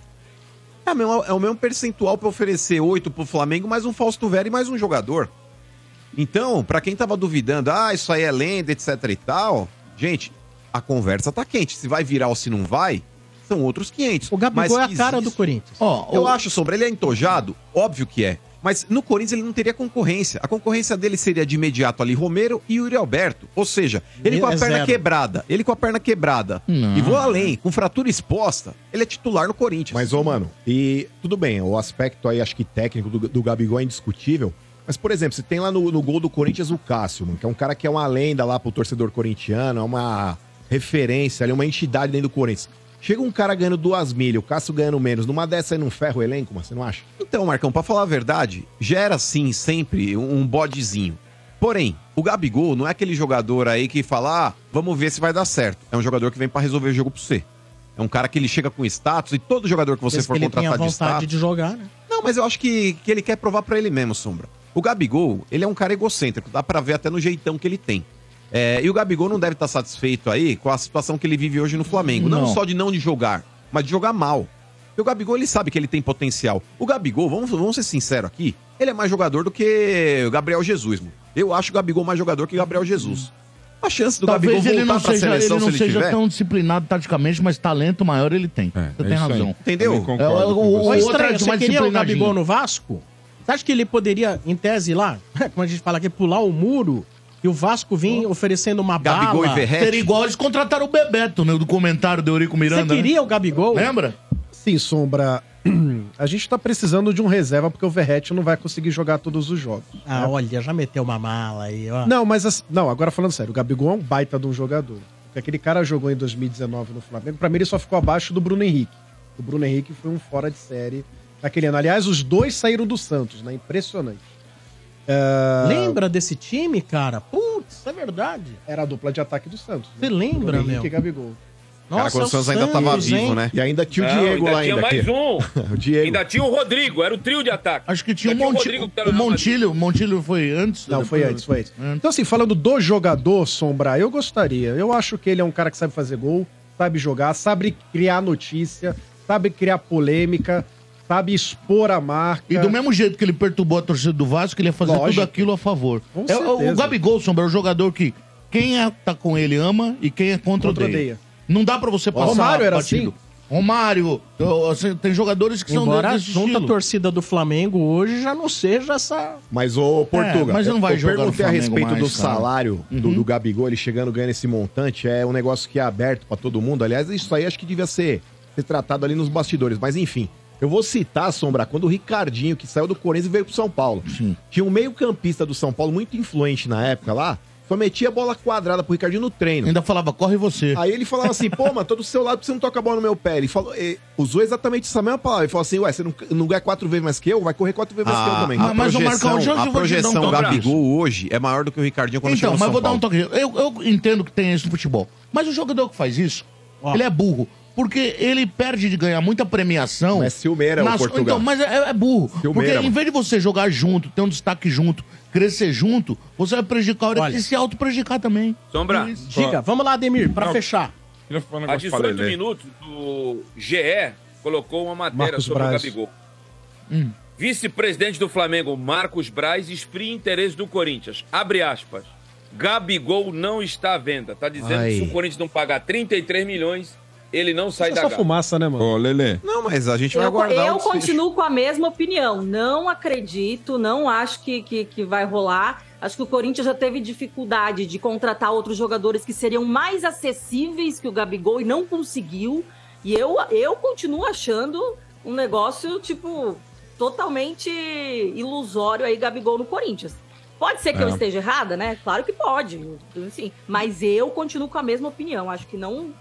S8: é, a mesma- é o mesmo percentual pra oferecer 8 pro Flamengo, mais um Fausto Vera e mais um jogador. Então, pra quem tava duvidando, ah, isso aí é lenda, etc e tal, gente, a conversa tá quente. Se vai virar ou se não vai, são outros 500. O
S2: Gabigol é a cara do Corinthians.
S8: Ó, eu acho, Sombra, ele é entojado? Óbvio que é. Mas no Corinthians ele não teria concorrência. A concorrência dele seria de imediato ali Romero e Yuri Alberto. Ou seja, ele
S2: É
S8: com a perna
S2: zero.
S8: quebrada. Ele com a perna quebrada.
S3: Não.
S8: E vou além, com fratura exposta, ele é titular no Corinthians.
S3: Mas, ô, mano, e tudo bem, o aspecto aí, acho que técnico do, do Gabigol é indiscutível. Mas, por exemplo, você tem lá no, no gol do Corinthians o Cássio, mano, que é um cara que é uma lenda lá pro torcedor corintiano, é uma referência, ele é uma entidade dentro do Corinthians. Chega um cara ganhando duas milhas, o Cássio ganhando menos, numa dessa aí não ferra o elenco, mas você não acha?
S8: Então, Marcão, pra falar a verdade, gera sim sempre um um bodezinho. Porém, o Gabigol não é aquele jogador aí que fala, ah, vamos ver se vai dar certo. É um jogador que vem pra resolver o jogo pro você. É um cara que ele chega com status e todo jogador que você
S2: Desde
S8: for
S2: que ele tenha
S8: contratar de
S2: vontade
S8: status.
S2: de jogar, né?
S8: Não, mas eu acho que, que ele quer provar pra ele mesmo, Sombra. O Gabigol, ele é um cara egocêntrico, dá pra ver até no jeitão que ele tem. É, e o Gabigol não deve estar satisfeito aí com a situação que ele vive hoje no Flamengo. Não,
S13: Não.
S8: só de não de jogar, mas de jogar mal. E o Gabigol, ele sabe que ele tem potencial. O Gabigol, vamos, vamos ser sinceros aqui, ele é mais jogador do que o Gabriel Jesus, mano. Eu acho o Gabigol mais jogador que o Gabriel Jesus. A chance do
S12: Talvez
S8: Gabigol
S12: ele
S8: voltar
S12: não
S8: pra
S12: seja,
S8: seleção
S12: ele não
S8: se ele
S12: seja
S8: tiver... é
S12: tão disciplinado taticamente, mas talento maior ele tem. você tem razão.
S8: Entendeu?
S12: É, o- o-
S2: Ô,
S12: o-
S2: estranho,
S12: outra
S2: você
S12: mais
S2: queria o
S12: disciplinadinho.
S2: Gabigol no Vasco? Você acha que ele poderia, em tese, ir lá, *laughs* como a gente fala aqui, pular o muro e o Vasco vir oferecendo uma
S12: Gabigol
S2: bala?
S12: e Verratti?
S2: Seria
S12: Seria
S2: igual
S12: igual
S2: eles
S4: contrataram o Bebeto, né? Do comentário do Eurico Miranda. né?
S2: Você queria o Gabigol?
S4: Lembra?
S9: né? Sim, Sombra. *clears throat* A gente tá precisando de um reserva porque o Verrete não vai conseguir jogar todos os jogos. É
S2: Ah, olha, já meteu uma mala aí, ó.
S9: Não, mas assim, não, agora falando sério, o Gabigol é um baita de um jogador. Porque aquele cara jogou em 2019 no Flamengo, pra mim ele só ficou abaixo do Bruno Henrique. O Bruno Henrique foi um fora de série naquele ano. Aliás, os dois saíram do Santos, né? Impressionante. Ah,
S2: Lembra desse time, cara? Putz, é verdade.
S9: Era a dupla de ataque do Santos. né?
S2: Você lembra,
S9: Bruno
S2: meu?
S9: Henrique e Gabigol.
S8: Cara, quando o Santos ainda tava vivo, né?
S3: E ainda tinha o Diego
S6: ainda
S3: lá
S6: tinha
S3: ainda.
S6: mais
S3: aqui.
S6: um.
S3: o Diego.
S6: Ainda tinha o Rodrigo, era o trio de ataque.
S4: Acho que tinha o,
S6: Ainda
S4: um Monti-
S6: é Rodrigo, que tá era
S4: o
S6: lá, mas-
S4: Montilho. O Montilho foi antes?
S9: Não, foi antes, foi antes. Então, assim, falando do jogador, Sombra, eu gostaria. Eu acho que ele é um cara que sabe fazer gol, sabe jogar, sabe criar notícia, sabe criar polêmica, sabe expor a marca.
S4: E do mesmo jeito que ele perturbou a torcida do Vasco, ele ia fazer
S9: É. Lógico.
S4: tudo aquilo a favor.
S9: Com
S4: É, o-
S9: certeza.
S4: o Gabigol, Sombra, é o jogador que quem é, tá com ele ama e quem é contra,
S9: Contra
S4: odeia.
S9: odeia.
S4: Não dá pra você passar
S9: Romário era assim?
S4: Romário, eu- assim, tem jogadores que
S2: Embora
S4: são
S2: a
S4: desse
S2: junta
S4: estilo.
S2: torcida do Flamengo hoje já não seja essa...
S3: Mas, ô, Portuga,
S4: É, mas não vai
S3: eu
S4: jogar no
S3: perguntei a
S4: Flamengo
S3: respeito
S4: mais,
S3: do
S4: cara. Uhum.
S3: salário do, do Gabigol, ele chegando ganhando esse montante, é um negócio que é aberto pra todo mundo. Aliás, isso aí acho que devia ser, ser tratado ali nos bastidores. Mas, enfim, eu vou citar, Sombra, quando o Ricardinho, que saiu do Corinthians e veio pro São Paulo. Tinha um meio campista do São Paulo, muito influente na época lá, só metia bola quadrada pro Ricardinho no treino.
S4: Ainda falava, corre você.
S3: Aí ele falava assim, pô, mano, tô do seu lado, por que você não toca a bola no meu pé. Ele falou, e usou exatamente essa mesma palavra. Ele falou assim, ué, você não, não ganha quatro vezes mais que eu? Vai correr quatro vezes mais que eu
S8: Ah, A,
S3: também.
S8: a
S4: mas, ô,
S8: projeção,
S4: Marcão, hoje eu vou te
S8: a
S4: dar um
S8: projeção do
S4: toque.
S8: Gabigol hoje é maior do que o Ricardinho quando
S4: então,
S8: chegou no
S4: mas
S8: São
S4: vou dar
S8: Paulo.
S4: um toque. Eu, eu entendo que tem isso no futebol. Mas o jogador que faz isso, ele é burro. Porque ele perde de ganhar muita premiação.
S3: Mas ciumeira o Portugal.
S4: Então, mas é, é burro. porque
S3: mano.
S4: em vez de você jogar junto, ter um destaque junto, crescer junto, você vai prejudicar a hora
S2: Olha.
S4: e se auto-prejudicar também.
S6: Sombra,
S2: Diga, vamos lá, Ademir, pra
S6: Não.
S2: fechar.
S8: um
S6: Há 18 minutos, o GE colocou uma matéria
S2: Marcos
S6: sobre
S2: Braz.
S6: o Gabigol. Vice-presidente do Flamengo, Marcos Braz, exprimia interesse do Corinthians. Abre aspas. Gabigol não está à venda. Tá dizendo
S8: Ai.
S6: que se o Corinthians não pagar 33 milhões, ele não sai
S9: Isso é
S6: da
S9: só
S6: Gávea.
S9: fumaça, né, mano?
S7: Ô, Lelê.
S8: Não, mas a gente vai
S5: Eu,
S8: aguardar
S5: eu
S8: o desfecho.
S5: continuo com a mesma opinião. Não acredito, não acho que, que, que vai rolar. Acho que o Corinthians já teve dificuldade de contratar outros jogadores que seriam mais acessíveis que o Gabigol e não conseguiu. E eu, eu continuo achando um negócio, tipo, totalmente ilusório aí, Gabigol no Corinthians. Pode ser que
S7: É.
S5: eu esteja errada, né? Claro que pode. Assim, mas eu continuo com a mesma opinião. Acho que não.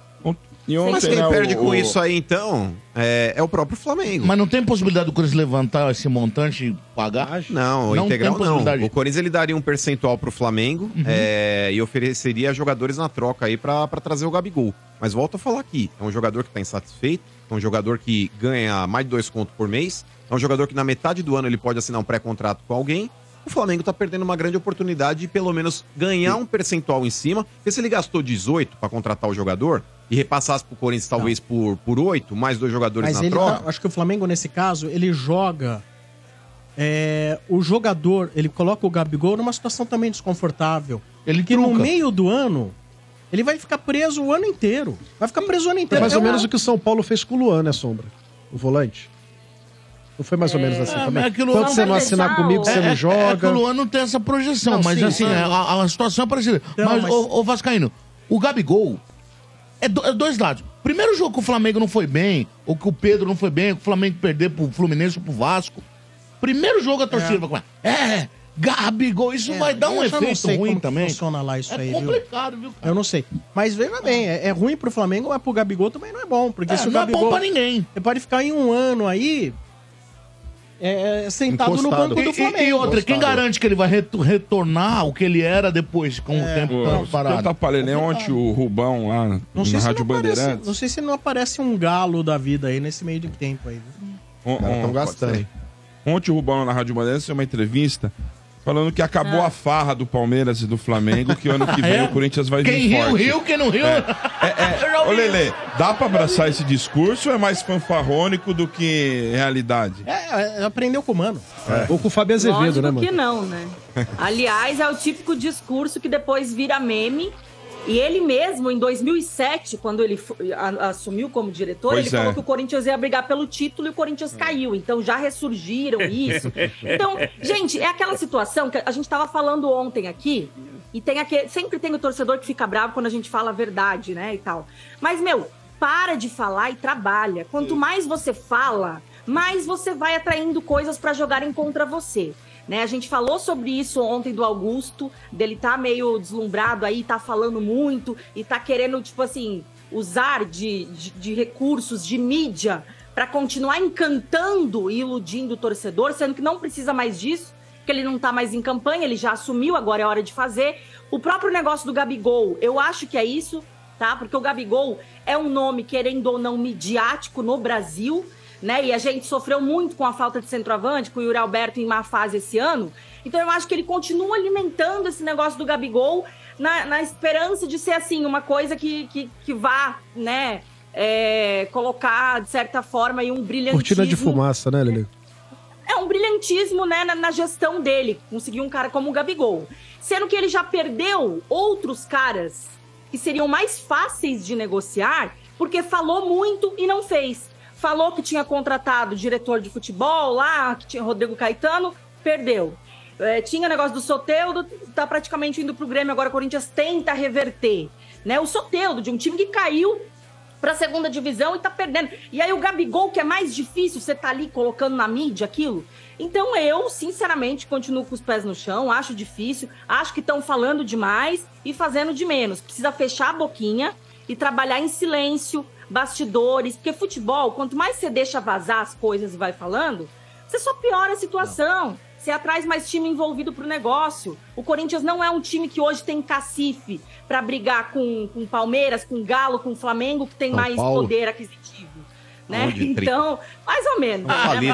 S7: E
S8: Mas quem perde com isso aí, então, é, é o próprio Flamengo.
S4: Mas não tem possibilidade do Corinthians levantar esse montante e pagar?
S8: Não, o
S4: Não
S8: integral
S4: tem
S8: não.
S4: possibilidade.
S8: O Corinthians ele daria um percentual pro Flamengo é, e ofereceria jogadores na troca aí pra pra trazer o Gabigol. Mas volto a falar aqui, é um jogador que tá insatisfeito, é um jogador que ganha mais de dois contos por mês, é um jogador que na metade do ano ele pode assinar um pré-contrato com alguém. O Flamengo tá perdendo uma grande oportunidade de pelo menos ganhar um percentual em cima, porque se ele gastou 18 pra contratar o jogador e repassasse pro Corinthians talvez por, por 8, mais dois jogadores
S2: Mas
S8: na
S2: ele
S8: troca.
S2: tá- acho que o Flamengo, nesse caso, ele joga. é, o jogador, ele coloca o Gabigol numa situação também desconfortável.
S4: Ele
S2: que no
S4: truca.
S2: meio do ano, ele vai ficar preso o ano inteiro. Vai ficar preso o ano
S9: É
S2: inteiro.
S9: mais
S2: É
S9: ou
S2: um-
S9: menos o que o São Paulo fez com o Luan, né, Sombra? O volante. Não foi mais ou menos assim
S4: É,
S9: também?
S4: mas aquilo-
S9: Quanto você
S4: Não,
S9: não
S4: mas
S9: assinar
S5: deixar
S9: comigo,
S5: o-
S9: você
S4: É,
S9: não
S4: é- É que
S9: joga.
S4: o Luan não tem essa projeção,
S2: Não,
S4: mas
S2: sim,
S4: assim,
S2: sim.
S4: é- a, a situação é parecida.
S2: Então,
S4: mas,
S2: mas-
S4: Ô, ô, Vascaíno, o Gabigol é, do- é dois lados. Primeiro jogo que o Flamengo não foi bem, ou que o Pedro não foi bem, que o Flamengo perder pro Fluminense ou pro Vasco. Primeiro jogo a torcida vai falar, é, Gabigol, isso
S2: É,
S4: vai dar um
S2: eu já não
S4: efeito
S2: sei
S4: ruim
S2: como que
S4: também.
S2: Funciona lá isso
S4: é
S2: aí, viu?
S4: complicado, viu?
S2: Eu não sei. Mas veja bem, é, é ruim pro Flamengo, mas pro Gabigol também não é bom. Porque
S4: É,
S2: se o
S4: não é
S2: Gabigol.
S4: bom pra ninguém.
S2: Ele pode ficar em um ano aí. é, é,
S4: Tá
S2: sentado
S3: Encostado.
S2: no
S4: E,
S2: banco do
S4: e-
S2: Flamengo.
S4: e outra, quem
S3: Gostado.
S4: garante que ele vai retu- retornar o que ele era depois, com
S2: É.
S4: o tempo tão
S7: Eu
S4: parado?
S7: tava falando né, ontem o Rubão lá
S2: Não sei,
S7: na
S2: se
S7: Rádio
S2: não aparece-
S7: Bandeirantes.
S2: não sei se não aparece um galo da vida aí nesse meio de tempo aí. viu? É,
S7: On-
S3: Os caras
S7: on-
S3: tão gastando, hein?
S7: Ontem o Rubão na Rádio Bandeirantes deu uma entrevista falando que acabou a farra do Palmeiras e do Flamengo, que ano que vem
S4: Ah. *laughs* É?
S7: o Corinthians vai
S4: Quem
S7: vir
S4: riu,
S7: forte. É.
S4: riu, quem não *laughs* riu. Eu já
S7: Ô
S4: ouvi
S7: Lelê, dá pra abraçar esse discurso ou é mais fanfarrônico do que realidade?
S2: É, é, aprendeu com o mano.
S9: É.
S8: É.
S9: Ou com o Fábio
S7: né,
S9: Azevedo,
S5: Lógico
S9: né, mano?
S5: que não, né? Aliás, é o típico discurso que depois vira meme E ele mesmo, em 2007, quando ele fo- a- assumiu como diretor,
S13: Pois
S5: ele
S13: é.
S5: falou que o Corinthians ia brigar pelo título e o Corinthians caiu. Então já ressurgiram isso. Então, gente, é aquela situação que a gente estava falando ontem aqui. E tem aquele, sempre tem o torcedor que fica bravo quando a gente fala a verdade, né? E tal. Mas, meu, para de falar e trabalha. Quanto mais você fala, mais você vai atraindo coisas para jogarem contra você. Né, a gente falou sobre isso ontem do Augusto, dele tá meio deslumbrado aí, tá falando muito e tá querendo, tipo assim, usar de, de, de recursos, de mídia, para continuar encantando e iludindo o torcedor, sendo que não precisa mais disso, porque ele não tá mais em campanha, ele já assumiu, agora é hora de fazer. O próprio negócio do Gabigol, eu acho que é isso, tá? Porque o Gabigol é um nome, querendo ou não, midiático no Brasil, né? E a gente sofreu muito com a falta de centroavante, com o Yuri Alberto em má fase esse ano. Então eu acho que ele continua alimentando esse negócio do Gabigol na, na esperança de ser, assim, uma coisa que, que, que vá, né? é, colocar, de certa forma, aí um
S9: Cortina de
S5: brilhantismo
S9: fumaça, né, Lele?
S5: é um brilhantismo né, na, na gestão dele, conseguir um cara como o Gabigol. Sendo que ele já perdeu outros caras que seriam mais fáceis de negociar, porque falou muito e não fez. Falou que tinha contratado diretor de futebol lá, que tinha Rodrigo Caetano, perdeu. É, tinha negócio do Soteudo, tá praticamente indo pro Grêmio, agora o Corinthians tenta reverter. Né? O Soteudo, de um time que caiu pra segunda divisão e tá perdendo. E aí o Gabigol, que é mais difícil, você tá ali colocando na mídia aquilo. Então eu, sinceramente, continuo com os pés no chão, acho difícil, acho que estão falando demais e fazendo de menos. Precisa fechar a boquinha e trabalhar em silêncio, bastidores, porque futebol, quanto mais você deixa vazar as coisas e vai falando, você só piora a situação. Você atrai mais time envolvido pro negócio. O Corinthians não é um time que hoje tem cacife pra brigar com com Palmeiras, com Galo, com Flamengo, que tem
S8: São
S5: mais
S8: Paulo.
S5: poder aquisitivo. Né?
S8: Onde trica.
S5: Então, mais ou menos.
S8: Tá
S5: né?
S8: falido.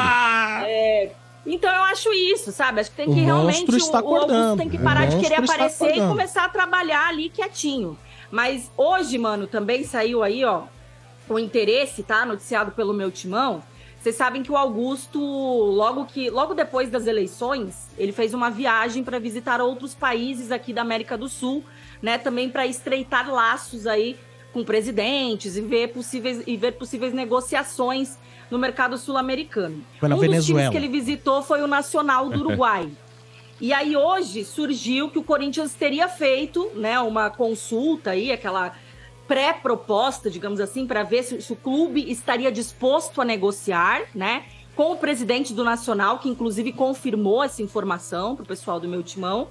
S5: É, então eu acho isso, sabe? Acho que tem
S2: O
S5: que realmente
S2: monstro está
S5: Augusto
S2: acordando.
S5: tem que
S2: O
S5: parar de
S2: monstro
S5: querer
S2: está
S5: aparecer e
S2: acordando.
S5: começar a trabalhar ali quietinho. Mas hoje, mano, também saiu aí, ó, o interesse, tá? Noticiado pelo meu timão. Vocês sabem que o Augusto, logo que logo depois das eleições, ele fez uma viagem para visitar outros países aqui da América do Sul, né? Também para estreitar laços aí com presidentes e ver possíveis e ver possíveis negociações no mercado sul-americano.
S2: Foi na
S5: um dos times
S2: Venezuela.
S5: que ele visitou foi o Nacional do Uruguai. E aí hoje surgiu que o Corinthians teria feito, né, uma consulta aí, aquela pré-proposta, digamos assim, para ver se, se o clube estaria disposto a negociar, né, com o presidente do Nacional, que inclusive confirmou essa informação pro pessoal do meu timão,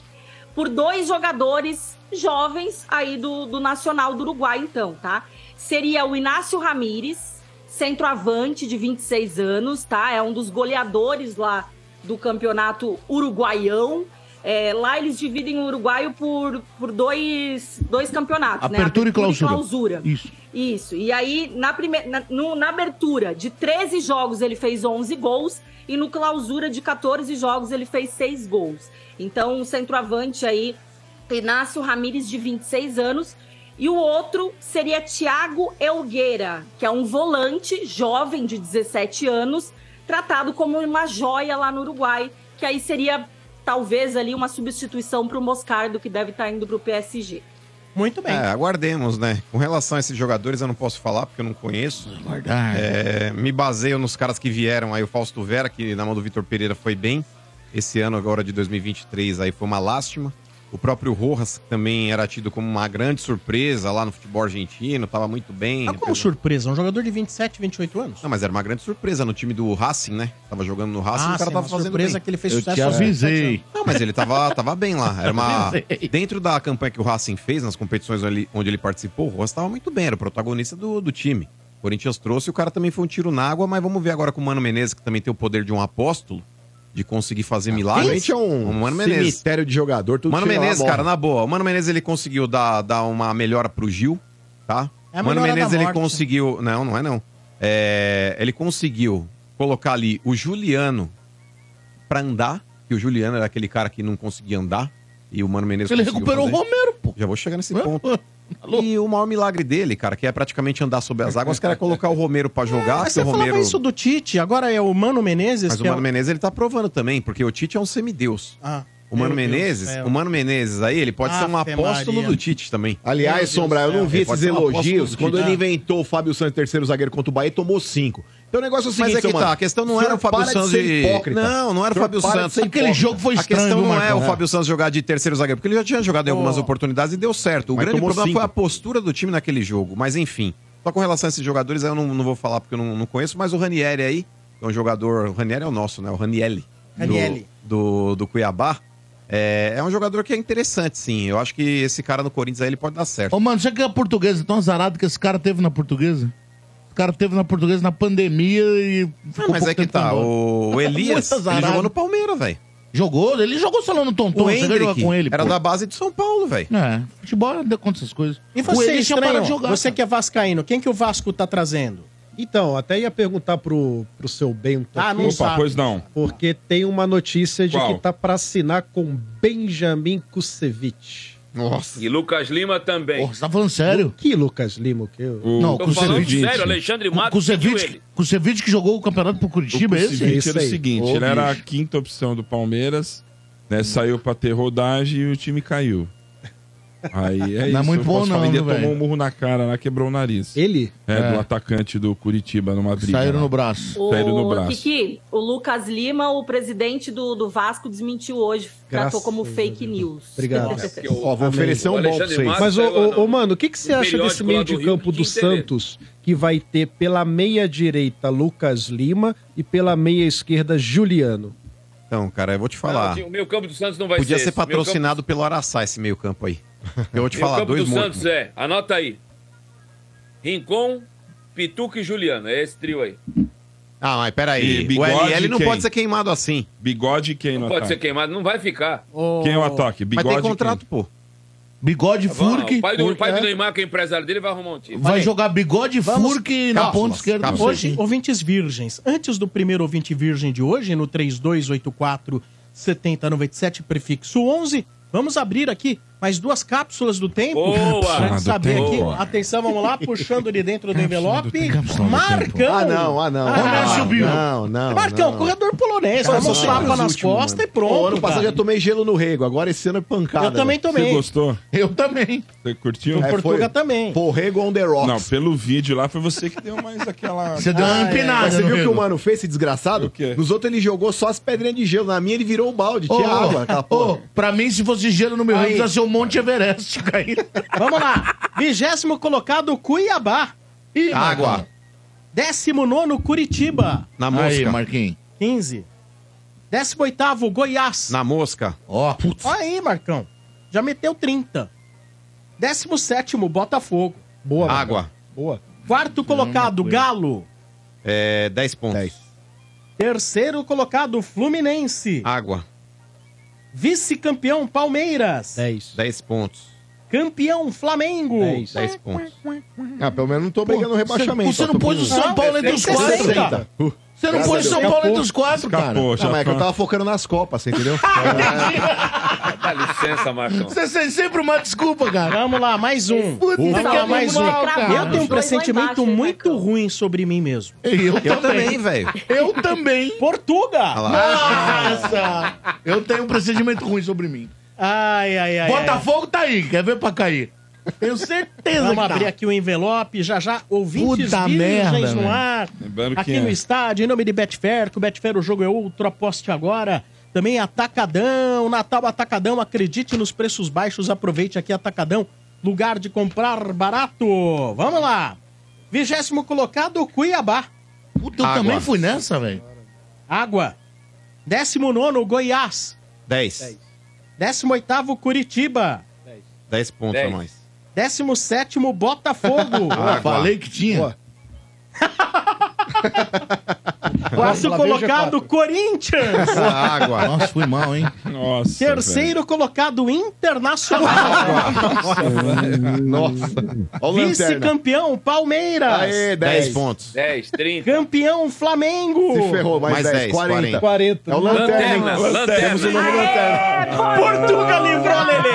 S5: por dois jogadores jovens aí do, do Nacional do Uruguai, então, tá? Seria o Inácio Ramírez, centroavante de 26 anos, tá? É um dos goleadores lá do campeonato uruguaião. É, lá eles dividem o uruguaio por, por dois, dois campeonatos, né?
S4: Apertura e clausura.
S5: clausura.
S4: Isso.
S5: Isso. E aí, na, prime... na, no- na abertura de 13 jogos, ele fez 11 gols. E no clausura de 14 jogos, ele fez 6 gols. Então, o centroavante aí, Inácio Ramírez, de 26 anos. E o outro seria Thiago Elgueira, que é um volante jovem de 17 anos, tratado como uma joia lá no Uruguai, que aí seria talvez ali uma substituição para o Moscardo, que deve estar indo para o PSG.
S2: Muito
S8: bem. É, aguardemos, né? Com relação a esses jogadores, eu não posso falar porque eu não conheço.
S4: Aguardar.
S8: É, me baseio nos caras que vieram aí, o Fausto Vera, que na mão do Vitor Pereira foi bem. Esse ano, agora de 2023, aí foi uma lástima. O próprio Rojas, que também era tido como uma grande surpresa lá no futebol argentino, tava muito bem.
S2: Como surpresa, um jogador de 27, 28 anos.
S8: Não, mas era uma grande surpresa no time do Racing, né? Tava jogando no Racing,
S2: Ah,
S8: o cara
S2: sim,
S8: tava
S2: uma
S8: fazendo
S2: surpresa
S8: bem.
S2: que ele fez Eu sucesso te aos avisei. 27 anos.
S8: Não, mas ele tava, tava bem lá.
S3: *laughs*
S8: Era uma...
S2: Avisei.
S8: Dentro da campanha que o Racing fez, nas competições ali- onde ele participou, o Ross tava muito bem, era o protagonista do, do time. O Corinthians trouxe, o cara também foi um tiro na água, mas vamos ver agora com o Mano Menezes, que também tem o poder de um apóstolo, de conseguir fazer milagres.
S3: Realmente é um
S8: O Mano Menezes.
S3: cemitério de jogador. Tudo
S8: Mano
S3: chega lá,
S8: Menezes,
S3: morre.
S8: cara, na boa. O Mano Menezes, ele conseguiu dar, dar uma melhora pro Gil, tá?
S3: É a
S8: O Mano
S3: melhora
S8: Menezes,
S3: da
S8: ele
S3: morte.
S8: conseguiu... Não, não é não. É, Ele conseguiu colocar ali o Juliano pra andar, que o Juliano era aquele cara que não conseguia andar, e o Mano Menezes
S4: Ele
S8: conseguiu
S4: recuperou o
S8: fazer.
S4: Romero, pô.
S8: Já vou chegar nesse ponto. E o maior milagre dele, cara, que é praticamente andar sob as águas, que era colocar o Romero pra jogar, porque
S2: Mas você
S8: o Romero...
S2: falava isso do Tite, agora é o Mano Menezes.
S8: Mas o
S2: que é
S8: Mano Menezes, ele tá provando também, porque o Tite é um semideus.
S2: Ah.
S8: O Mano
S3: Meu Deus
S8: Menezes,
S3: do céu.
S8: o Mano Menezes aí, ele pode ser um
S3: Ave
S8: apóstolo
S3: Maria.
S8: do Tite também.
S3: Aliás, Sombra, eu não vi
S8: Ele pode
S3: esses
S8: ser um apóstolo
S3: elogios.
S8: do
S3: Quando
S8: Tite.
S3: ele inventou o Fábio Santos, terceiro zagueiro contra o Bahia, tomou cinco. Então o negócio é o
S8: Mas
S3: seguinte,
S8: é que
S3: Sombra,
S8: tá, a questão não
S3: senhor
S8: era o Fábio
S3: para de
S8: Santos
S3: ser
S8: de-
S3: hipócrita.
S8: Não, não era
S3: senhor
S8: o Fábio
S3: para de
S8: Santos.
S3: ser
S8: Aquele
S3: hipócrita.
S8: jogo foi estranho,
S3: A questão
S8: viu,
S3: não é
S8: Marcão?
S3: o
S8: É.
S3: Fábio
S8: Santos jogar de terceiro zagueiro, porque ele já tinha jogado em algumas
S3: Pô.
S8: oportunidades e deu certo. O
S3: Mas
S8: grande
S3: tomou
S8: problema
S3: cinco.
S8: foi a postura do time naquele jogo. Mas enfim, só com relação a esses jogadores, aí eu não, não vou falar porque eu não, não conheço, mas o Ranieri aí, que é um jogador. O Ranieri é o nosso, né? O Ranielli. do-
S13: Ranieri.
S8: Do, do Cuiabá. É, é um jogador que é interessante, sim. Eu acho que esse cara no Corinthians aí ele pode dar certo.
S4: Ô, mano, você que é portuguesa, tão azarado que esse cara teve na portuguesa? O cara teve na portuguesa na pandemia e.
S8: Ah, mas é que tá. *laughs* O, o Elias, ele jogou no Palmeiras, velho.
S4: Jogou, ele jogou só lá no Tom Tom,
S8: O
S4: você jogou
S8: Hendrick
S4: com ele.
S8: era
S4: pô.
S8: da base de São Paulo, velho.
S4: É, futebol não deu conta dessas coisas.
S2: E
S4: O
S2: você,
S4: Elias tinha
S2: estranho,
S4: parado de jogar,
S2: você que é vascaíno, quem que o Vasco tá trazendo?
S9: Então, até ia perguntar pro, pro seu Bento.
S2: Ah, não Opa, sabe. pois
S7: não.
S9: Porque tem uma notícia de
S6: Qual?
S9: que tá pra assinar com Benjamin Kusevich.
S6: Nossa. E Lucas Lima também.
S9: você tá falando sério? Que Lucas Lima, o que eu...
S6: Tô falando sério, Alexandre Matos pediu ele.
S4: Kusevich que jogou o campeonato pro Curitiba, é esse?
S7: Kusevich era o seguinte,
S4: Ô,
S7: ele era a
S4: bicho.
S7: quinta opção do Palmeiras, né? Saiu pra ter rodagem e o time caiu.
S4: *laughs*
S7: Aí
S4: Não
S7: é
S4: é
S7: isso.
S4: muito
S7: eu
S4: bom
S7: posso
S4: não,
S7: falar,
S4: né,
S7: Ele tomou
S4: velho?
S7: um murro na cara lá, quebrou o nariz.
S9: Ele?
S7: É,
S4: É.
S7: do atacante do Curitiba numa briga.
S4: Saíram
S7: lá.
S4: no braço.
S7: Saíram no
S5: O,
S7: braço.
S5: Kiki, o Lucas Lima, o presidente do, do Vasco, desmentiu hoje. tratou
S9: Graças
S5: como fake news.
S9: Obrigado.
S3: Ó, vou oferecer um bom pra vocês.
S9: Mas, ô, ô, ô, mano, o que, que
S2: no
S9: você acha desse
S2: periódico lá
S9: meio
S2: do
S9: de
S2: Rio
S9: campo
S2: que
S9: do
S2: tinha interesse.
S9: Santos que vai ter pela meia direita Lucas Lima e pela meia esquerda Juliano?
S8: Então, cara, eu vou te falar.
S6: assim, O meio campo do Santos não vai
S8: Podia
S6: ser.
S8: ser,
S6: esse. Meio campo-
S8: patrocinado pelo Araçá esse meio-campo aí. Eu vou te
S6: meio
S8: falar,
S6: campo
S8: dois
S6: do
S8: mortos.
S6: Santos é. Anota aí. Rincon, Pituca e Juliano. É esse trio aí.
S8: Ah, mas
S7: E
S8: peraí. O
S7: bigode
S8: LL não
S7: quem?
S8: pode ser queimado assim.
S7: Bigode quem né?
S6: Não
S7: no
S6: pode
S7: ataque?
S6: ser queimado, não vai ficar.
S7: Quem é o ataque? Bigode
S8: mas tem contrato, pô.
S4: Bigode,
S6: Vamos lá,
S4: Furk.
S6: Tá O pai do, o
S4: Furk,
S6: pai do
S4: é.
S6: Neymar, que é empresário dele, vai arrumar um time.
S4: Vai jogar bigode, Furk na ponta esquerda. do
S2: Hoje,
S4: Santos.
S2: ouvintes virgens. Antes do primeiro ouvinte virgem de hoje, no 3284 7097, prefixo 11, vamos abrir aqui mais duas cápsulas do tempo.
S3: Boa!
S2: Pra
S3: Cápsula
S2: gente
S3: do
S2: saber aqui.
S3: tempo.
S2: Atenção, vamos lá, puxando de dentro do envelope.
S3: Cápsula do tempo.
S2: Marcão! É
S3: Ah, não, ah, não. Ah, não, não, não,
S2: Marcão,
S3: não.
S2: corredor polonês, toma um tapa nas costas e pronto. tá.
S3: ano passado
S2: cara.
S3: eu já tomei gelo no rego, agora esse ano é pancada.
S2: Eu também
S3: velho.
S2: tomei. Você
S7: gostou?
S4: Eu também.
S7: Você curtiu?
S3: O É, Portuga foi-
S2: também.
S3: Porrego on é um the rocks.
S7: um Não, pelo vídeo lá foi você que deu mais aquela... Ah, é.
S3: Você deu uma empinada. Mas você viu o que o mano fez, esse desgraçado? Nos outros ele jogou só as pedrinhas de gelo. Na minha ele virou o balde,
S4: Ô,
S3: tinha água. aquela porra.
S4: ô, pra mim, se fosse gelo no meu
S3: Aí.
S4: ramo, ia ser um Monte Everest cair.
S2: Vamos lá. Vigésimo colocado, Cuiabá. Ih,
S4: Água.
S2: Marcão. Décimo nono, Curitiba.
S8: Na mosca.
S4: Aí, Marquinhos.
S2: 15. Décimo oitavo, Goiás.
S8: Na mosca.
S4: Ó,
S2: Olha aí, Marcão. Já meteu 30. Décimo sétimo, Botafogo.
S9: Boa.
S8: Água.
S9: Boa.
S2: Quarto colocado,
S8: coisa.
S2: Galo.
S8: É, 10 pontos.
S2: Terceiro colocado, Fluminense.
S8: Água.
S2: Vice-campeão, Palmeiras.
S9: 10.
S8: 10 pontos.
S2: Campeão, Flamengo.
S8: 10. 10 pontos.
S3: Ah, pelo menos não tô brigando no rebaixamento.
S8: você não pôs o São
S3: Paulo entre os quatro, cara.
S4: Você não pôs o São Paulo entre os quatro, cara.
S3: Escapou, já mas é que eu tava focando nas Copas, você *laughs* entendeu?
S8: É.
S6: Dá licença, Marcão.
S4: Você tem sempre uma desculpa, cara.
S2: Vamos lá, mais um.
S4: Puta,
S2: Vamos
S4: que
S2: lá, mais um.
S4: animal, cara.
S2: Eu tenho um
S4: Os dois lá
S2: pressentimento muito ruim sobre mim mesmo.
S4: Eu,
S8: também, velho.
S4: Eu também.
S2: Portuga!
S4: Nossa! Eu tenho um procedimento ruim sobre mim.
S2: Ai, ai, ai.
S4: Botafogo tá aí, quer ver pra cair? Tenho certeza
S2: Vamos
S4: que tá.
S2: abrir aqui o envelope, já já ouvintes
S4: Puta
S2: virgens
S4: merda,
S2: no
S4: velho.
S2: ar.
S7: Lembrando que
S2: aqui
S7: é.
S2: no estádio, em nome de Betfair, que o Betfair o jogo é outro, aposte agora. Também Atacadão, Natal Atacadão, acredite nos preços baixos, aproveite aqui Atacadão, lugar de comprar barato. Vamos lá. Vigésimo colocado, Cuiabá.
S4: Puta, eu Água. também fui nessa, velho.
S2: Água. Décimo nono, Goiás.
S8: 10.
S2: Décimo oitavo, Curitiba.
S8: 10 pontos a mais.
S2: Décimo sétimo, Botafogo.
S8: Água.
S4: Falei que tinha.
S2: Quarto
S4: Lá vem o
S2: colocado,
S3: *laughs*
S2: Corinthians.
S4: Água. Nossa, fui mal, hein?
S7: Nossa,
S2: Terceiro colocado, Internacional.
S3: Nossa. Ó o lanterna.
S2: Vice-campeão, Palmeiras.
S3: Aê, 10 pontos.
S6: 10, 30.
S2: Campeão, Flamengo.
S3: Se ferrou, mais, 10, 40.
S9: 40.
S3: É o lanterna, hein?
S6: Lanterna, lanterna.
S3: Temos o nome do lanterna.
S2: Portuga livrou, Lelê.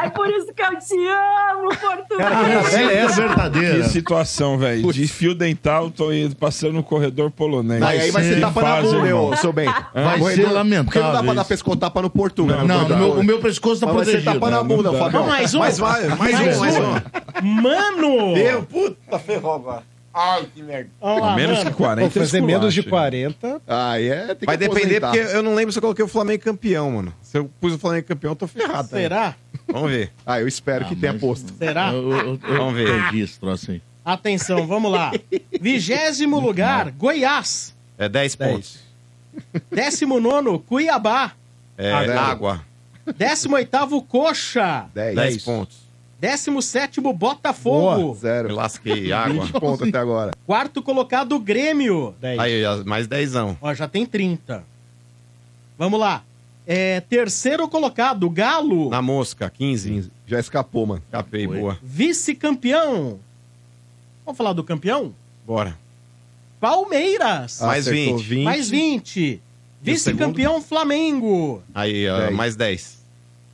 S5: Ai, por isso que eu te amo, Portugal.
S1: Ah,
S7: Cara, que
S4: é verdadeira.
S7: Que situação, velho. De fio dental, tô indo, passando corredor polonês.
S3: Aí, aí vai ser tapa na
S7: fase,
S3: bunda,
S7: irmão.
S3: ô, seu bem.
S7: Hã?
S3: Vai ser lamentável Porque não dá pra dar
S7: isso.
S3: pescotapa no Portugal.
S7: Não, não, o meu- o meu
S4: pescoço
S7: tá protegido.
S3: Vai ser tapa na
S7: Não, não
S3: bunda,
S7: dá.
S3: Fabião.
S7: Não, mais um.
S3: Mais, vai, mais,
S7: Mais
S3: um,
S7: um.
S3: mais um.
S2: Mano!
S8: Meu, puta, ferrou agora. Ai, que merda.
S2: Olha lá, Menos mano. que 40
S8: Vou fazer
S2: é
S8: menos de
S9: 40.
S3: Ah, é. Tem
S8: Vai
S3: que
S8: depender,
S3: aposentar.
S8: porque eu não lembro se eu coloquei o Flamengo campeão, mano. Se eu pus o Flamengo campeão, eu tô ferrado. né?
S2: Será?
S8: Vamos ver.
S3: Ah, eu espero
S8: que tenha posto.
S2: Será? Eu- eu- eu
S8: Vamos ver.
S2: perdi
S4: esse troço aí.
S2: Atenção, vamos lá. Vigésimo lugar, Goiás.
S8: É 10 pontos.
S2: Décimo nono, Cuiabá.
S8: É
S2: Água.
S8: água.
S2: Décimo oitavo, Coxa.
S3: É
S8: 10. pontos.
S2: Décimo sétimo, Botafogo.
S3: Zero.
S8: Me lasquei, água.
S3: 20 pontos até agora.
S2: Quarto colocado, Grêmio.
S8: Aí, mais 10.
S2: Ó, já tem 30. Vamos lá. É, terceiro colocado, Galo.
S8: Na mosca, 15.
S3: Já escapou, mano.
S8: Escapei, boa.
S2: Vice-campeão. Vamos falar do campeão?
S8: Bora.
S2: Palmeiras.
S3: Ah,
S8: Mais Acertou 20. 20.
S2: Mais 20.
S8: E o
S2: Vice-campeão Flamengo.
S8: Aí, ó,
S2: Dez.
S8: mais 10.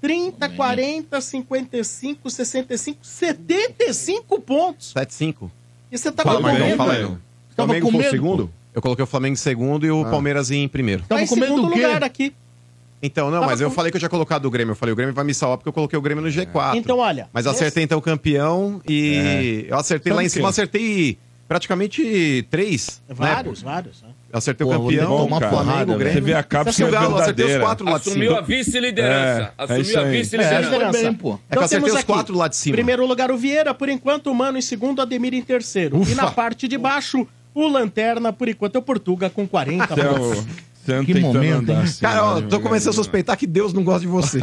S2: 30, 40, 55, 65, 75 pontos.
S8: 7, 5.
S2: E você tava com medo? Tá Tava
S8: Flamengo
S2: com
S8: foi o
S2: medo,
S8: segundo? Eu coloquei o Flamengo em segundo e o
S2: Ah.
S8: Palmeiras em primeiro.
S2: Tá em segundo lugar aqui.
S8: Então, não,
S2: Tava
S8: mas eu
S2: com-
S8: falei que eu já colocado o Grêmio. Eu falei, o Grêmio vai me salvar porque eu coloquei o Grêmio no G4.
S2: Então, olha,
S8: Mas acertei então o campeão e eu acertei
S2: Sabe
S8: lá em
S2: quem?
S8: cima, acertei praticamente três. né?
S2: Vários, vários. né?
S8: Eu acertei o
S2: Pô, vou ter que
S8: campeão,
S2: tomar
S8: Flamengo,
S2: porrada,
S8: Grêmio.
S2: velho. Você vê a cápsula
S8: Acertei o Galo, acertei os
S2: verdadeira.
S8: quatro lá de
S6: Assumiu
S8: cima.
S6: a vice-liderança.
S7: É, é
S6: Assumiu
S7: isso
S6: a
S7: aí.
S6: vice-liderança.
S2: Liderança.
S8: É que eu
S2: Então
S8: acertei
S2: temos
S8: os
S2: aqui,
S8: quatro lá de cima.
S2: Primeiro lugar o Vieira, por enquanto o Mano em segundo, Ademir em terceiro. E na parte de baixo, o Lanterna, por enquanto é o Portuga com 40 pontos.
S7: Que momento, hein?
S3: assim,
S8: Cara,
S3: né,
S8: ó, tô começando a suspeitar que Deus não gosta
S12: *laughs*
S8: de você.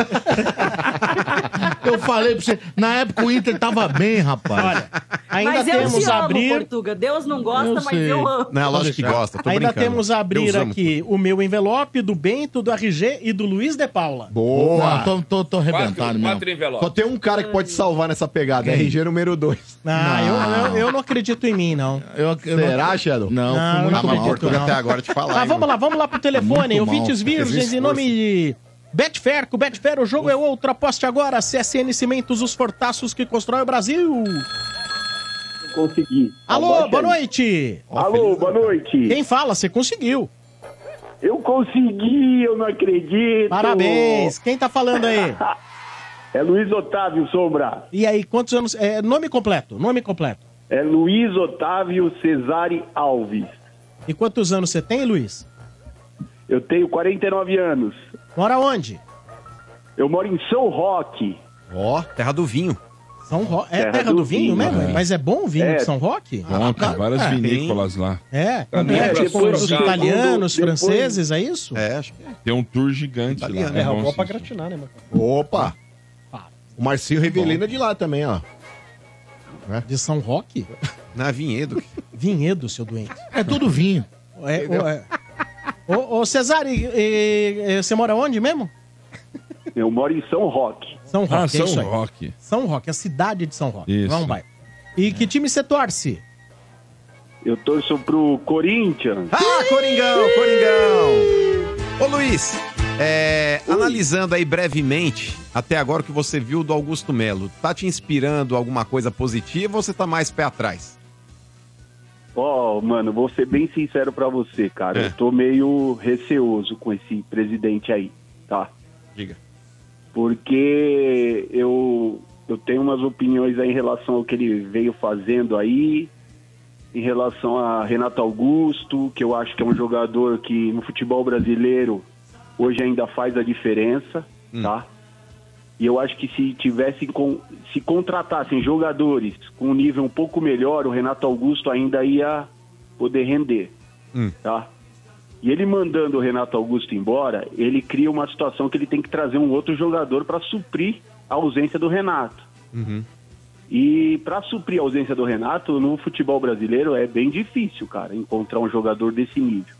S4: Eu falei pra você, na época o Inter tava bem, rapaz.
S2: Ainda
S5: mas eu
S2: temos
S5: te amo,
S2: abrir-
S5: Portuga. Deus não gosta, mas eu amo.
S2: Ainda temos a abrir
S4: Deus amo,
S2: aqui o meu envelope do Bento, do RG e do Luiz de Paula.
S3: Boa.
S2: Não,
S4: tô, tô, tô
S2: arrebentado Quatro- mesmo. quatro envelopes.
S3: Só tem um cara que pode salvar nessa pegada.
S2: Quem?
S3: RG número 2.
S2: Ah, eu- eu, eu não acredito em mim, não.
S3: Será, Shadow? Ah,
S2: Não, fui muito mal.
S3: é
S2: Não. Mas Ah, vamos lá, vamos lá pro telefone.
S3: Tá Muito mal. Fez
S2: Ouvintes virgens,
S3: um
S2: em nome de Betfair, com Betfair o jogo é outro. Aposte agora, CSN Cimentos, os fortaços que constroem o Brasil.
S13: Consegui.
S2: Alô,
S13: Abaixa
S2: boa
S13: aí.
S2: noite.
S13: Alô, boa noite.
S2: Quem fala? Você conseguiu.
S13: Eu consegui, eu não acredito.
S2: Parabéns. Quem tá falando aí?
S13: *laughs* É Luiz Otávio Sombra.
S2: E aí, quantos anos? É, nome completo, nome completo.
S13: É Luiz Otávio Cesare Alves.
S2: E quantos anos você tem, Luiz?
S13: Eu tenho 49 anos.
S2: Mora onde?
S13: Eu moro em São Roque.
S8: Ó, terra do vinho.
S2: São Ro... É terra, do, vinho,
S13: né?
S2: mesmo?
S7: é.
S2: Mas é bom o vinho
S7: É.
S2: de São Roque?
S7: Bom, tem várias
S2: É.
S7: vinícolas lá.
S2: É,
S7: Tá bem,
S2: compete
S7: professor,
S2: com os
S7: já.
S2: italianos,
S7: Depois-
S2: franceses, é isso?
S8: É, acho que é.
S7: Tem um tour
S2: Tá
S7: gigante
S2: né?
S7: lá.
S3: Italiano,
S7: É
S3: é,
S7: bom,
S3: Europa
S7: sim.
S2: gratinar, né, Marcão?
S3: Opa. O Marcinho Revelino
S2: Tá Bom.
S3: é de lá também, ó.
S2: De
S3: *laughs*
S2: São Roque?
S8: Na Vinhedo.
S2: Vinhedo, seu doente.
S4: É tudo vinho.
S2: É, ô, é. Ô, ô, Cesare, e- e- você mora onde mesmo?
S13: Eu moro em São Roque.
S2: São Roque,
S13: Ah,
S2: é
S13: São
S2: isso aí.
S7: Roque.
S2: São Roque, a cidade de São Roque.
S13: Isso.
S2: Vamos, vai. E que time você torce?
S13: Eu torço pro Corinthians.
S8: Ah, Coringão, Coringão! Ô Luiz, é, analisando aí brevemente, até agora o que você viu do Augusto Melo, tá te inspirando alguma coisa positiva ou você tá mais pé atrás?
S13: Ó, mano, vou ser bem sincero pra você, cara. Eu tô meio receoso com esse presidente aí, tá?
S8: Diga.
S13: Porque eu, eu tenho umas opiniões aí em relação ao que ele veio fazendo aí, em relação a Renato Augusto, que eu acho que é um jogador que no futebol brasileiro hoje ainda faz a diferença, tá? E eu acho que se tivessem com, se contratassem jogadores com um nível um pouco melhor, o Renato Augusto ainda ia poder render,
S9: Hum,
S13: tá? E ele mandando o Renato Augusto embora, ele cria uma situação que ele tem que trazer um outro jogador para suprir a ausência do Renato.
S9: uhum.
S13: E para suprir a ausência do Renato, no futebol brasileiro é bem difícil, cara, encontrar um jogador desse nível.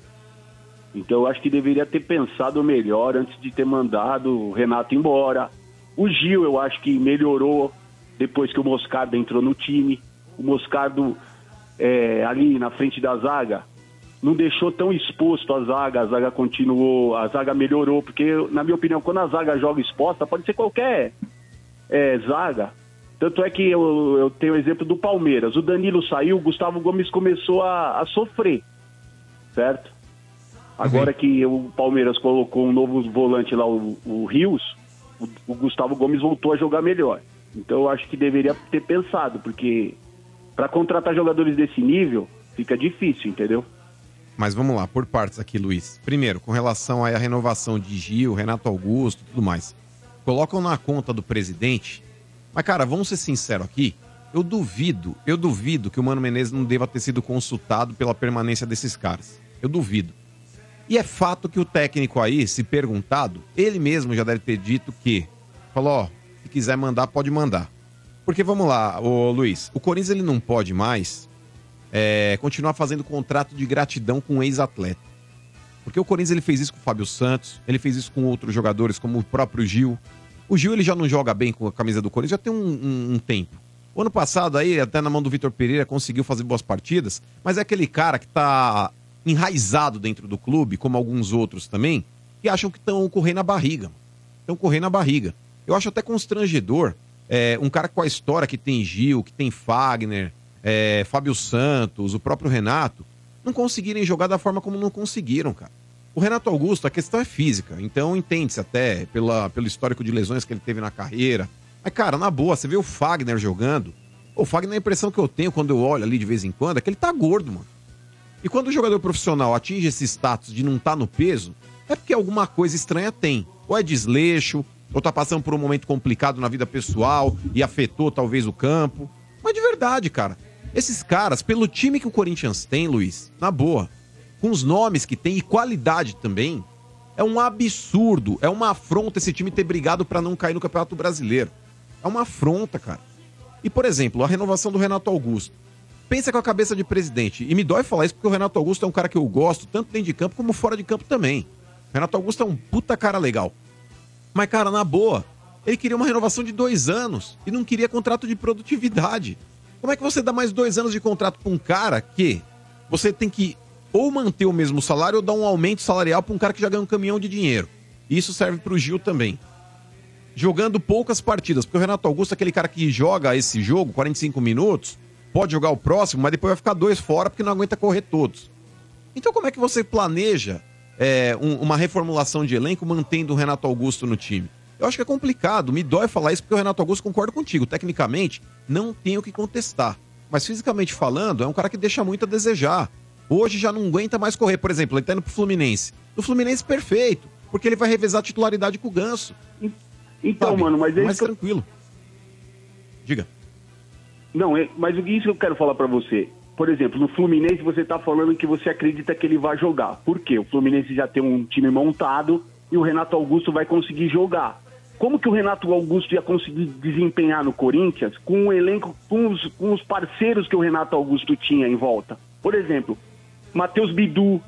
S13: Então eu acho que deveria ter pensado melhor antes de ter mandado o Renato embora. O Gil, eu acho que melhorou depois que o Moscardo entrou no time. O Moscardo, é, ali na frente da zaga, não deixou tão exposto a zaga. A zaga continuou, a zaga melhorou. Porque, na minha opinião, quando a zaga joga exposta, pode ser qualquer é, zaga. Tanto é que eu, eu tenho o exemplo do Palmeiras. O Danilo saiu, o Gustavo Gomes começou a, a sofrer. certo? Agora que o Palmeiras colocou um novo volante lá, o, o Rios, o, o Gustavo Gomes voltou a jogar melhor. Então eu acho que deveria ter pensado, porque para contratar jogadores desse nível fica difícil, entendeu?
S8: Mas vamos lá, por partes aqui, Luiz. Primeiro, com relação aí à renovação de Gil, Renato Augusto tudo mais. Colocam na conta do presidente. Mas, cara, vamos ser sinceros aqui. Eu duvido, eu duvido que o Mano Menezes não deva ter sido consultado pela permanência desses caras. Eu duvido. E é fato que o técnico aí, se perguntado, ele mesmo já deve ter dito que. Falou, ó, se quiser mandar, pode mandar. Porque vamos lá, ô Luiz, o Corinthians ele não pode mais é, continuar fazendo contrato de gratidão com um ex-atleta. Porque o Corinthians ele fez isso com o Fábio Santos, ele fez isso com outros jogadores, como o próprio Gil. O Gil ele já não joga bem com a camisa do Corinthians, já tem um, um- um tempo. O ano passado aí, até na mão do Vitor Pereira, conseguiu fazer boas partidas, mas é aquele cara que tá enraizado dentro do clube, como alguns outros também, que acham que estão correndo a barriga. Estão correndo a barriga. Eu acho até constrangedor é, um cara com a história que tem Gil, que tem Fagner, é, Fábio Santos, o próprio Renato, não conseguirem jogar da forma como não conseguiram, cara. O Renato Augusto, a questão é física, então entende-se até pela, pelo histórico de lesões que ele teve na carreira. Mas, cara, na boa, você vê o Fagner jogando. O Fagner, a impressão que eu tenho quando eu olho ali de vez em quando é que ele tá gordo, mano. E quando o jogador profissional atinge esse status de não estar no peso, é porque alguma coisa estranha tem. Ou é desleixo, ou tá passando por um momento complicado na vida pessoal e afetou talvez o campo. Mas de verdade, cara, esses caras, pelo time que o Corinthians tem, Luiz, na boa, com os nomes que tem e qualidade também, é um absurdo, é uma afronta esse time ter brigado pra não cair no Campeonato Brasileiro. É uma afronta, cara. E, por exemplo, a renovação do Renato Augusto. Pensa com a cabeça de presidente. E me dói falar isso porque o Renato Augusto é um cara que eu gosto, tanto dentro de campo como fora de campo também. O Renato Augusto é um puta cara legal. Mas, cara, na boa, ele queria uma renovação de dois anos e não queria contrato de produtividade. Como é que você dá mais dois anos de contrato pra um cara que você tem que ou manter o mesmo salário ou dar um aumento salarial pra um cara que já ganha um caminhão de dinheiro? E Isso serve pro Gil também jogando poucas partidas. Porque o Renato Augusto é aquele cara que joga esse jogo, 45 minutos, pode jogar o próximo, mas depois vai ficar dois fora porque não aguenta correr todos. Então como é que você planeja é, um- uma reformulação de elenco mantendo o Renato Augusto no time? Eu acho que é complicado, me dói falar isso porque o Renato Augusto concordo contigo. Tecnicamente, não tem o que contestar. Mas fisicamente falando, é um cara que deixa muito a desejar. Hoje já não aguenta mais correr, por exemplo, ele tá indo pro Fluminense. No Fluminense, perfeito, porque ele vai revezar a titularidade com o Ganso.
S13: Então, mano, mas é
S8: Mais
S13: isso que eu-
S8: tranquilo. Diga.
S13: Não, é- mas o que- isso que eu quero falar pra você. Por exemplo, no Fluminense você tá falando que você acredita que ele vai jogar. Por quê? O Fluminense já tem um time montado e o Renato Augusto vai conseguir jogar. Como que o Renato Augusto ia conseguir desempenhar no Corinthians com o elenco, com os, com os parceiros que o Renato Augusto tinha em volta? Por exemplo, Matheus Bidu,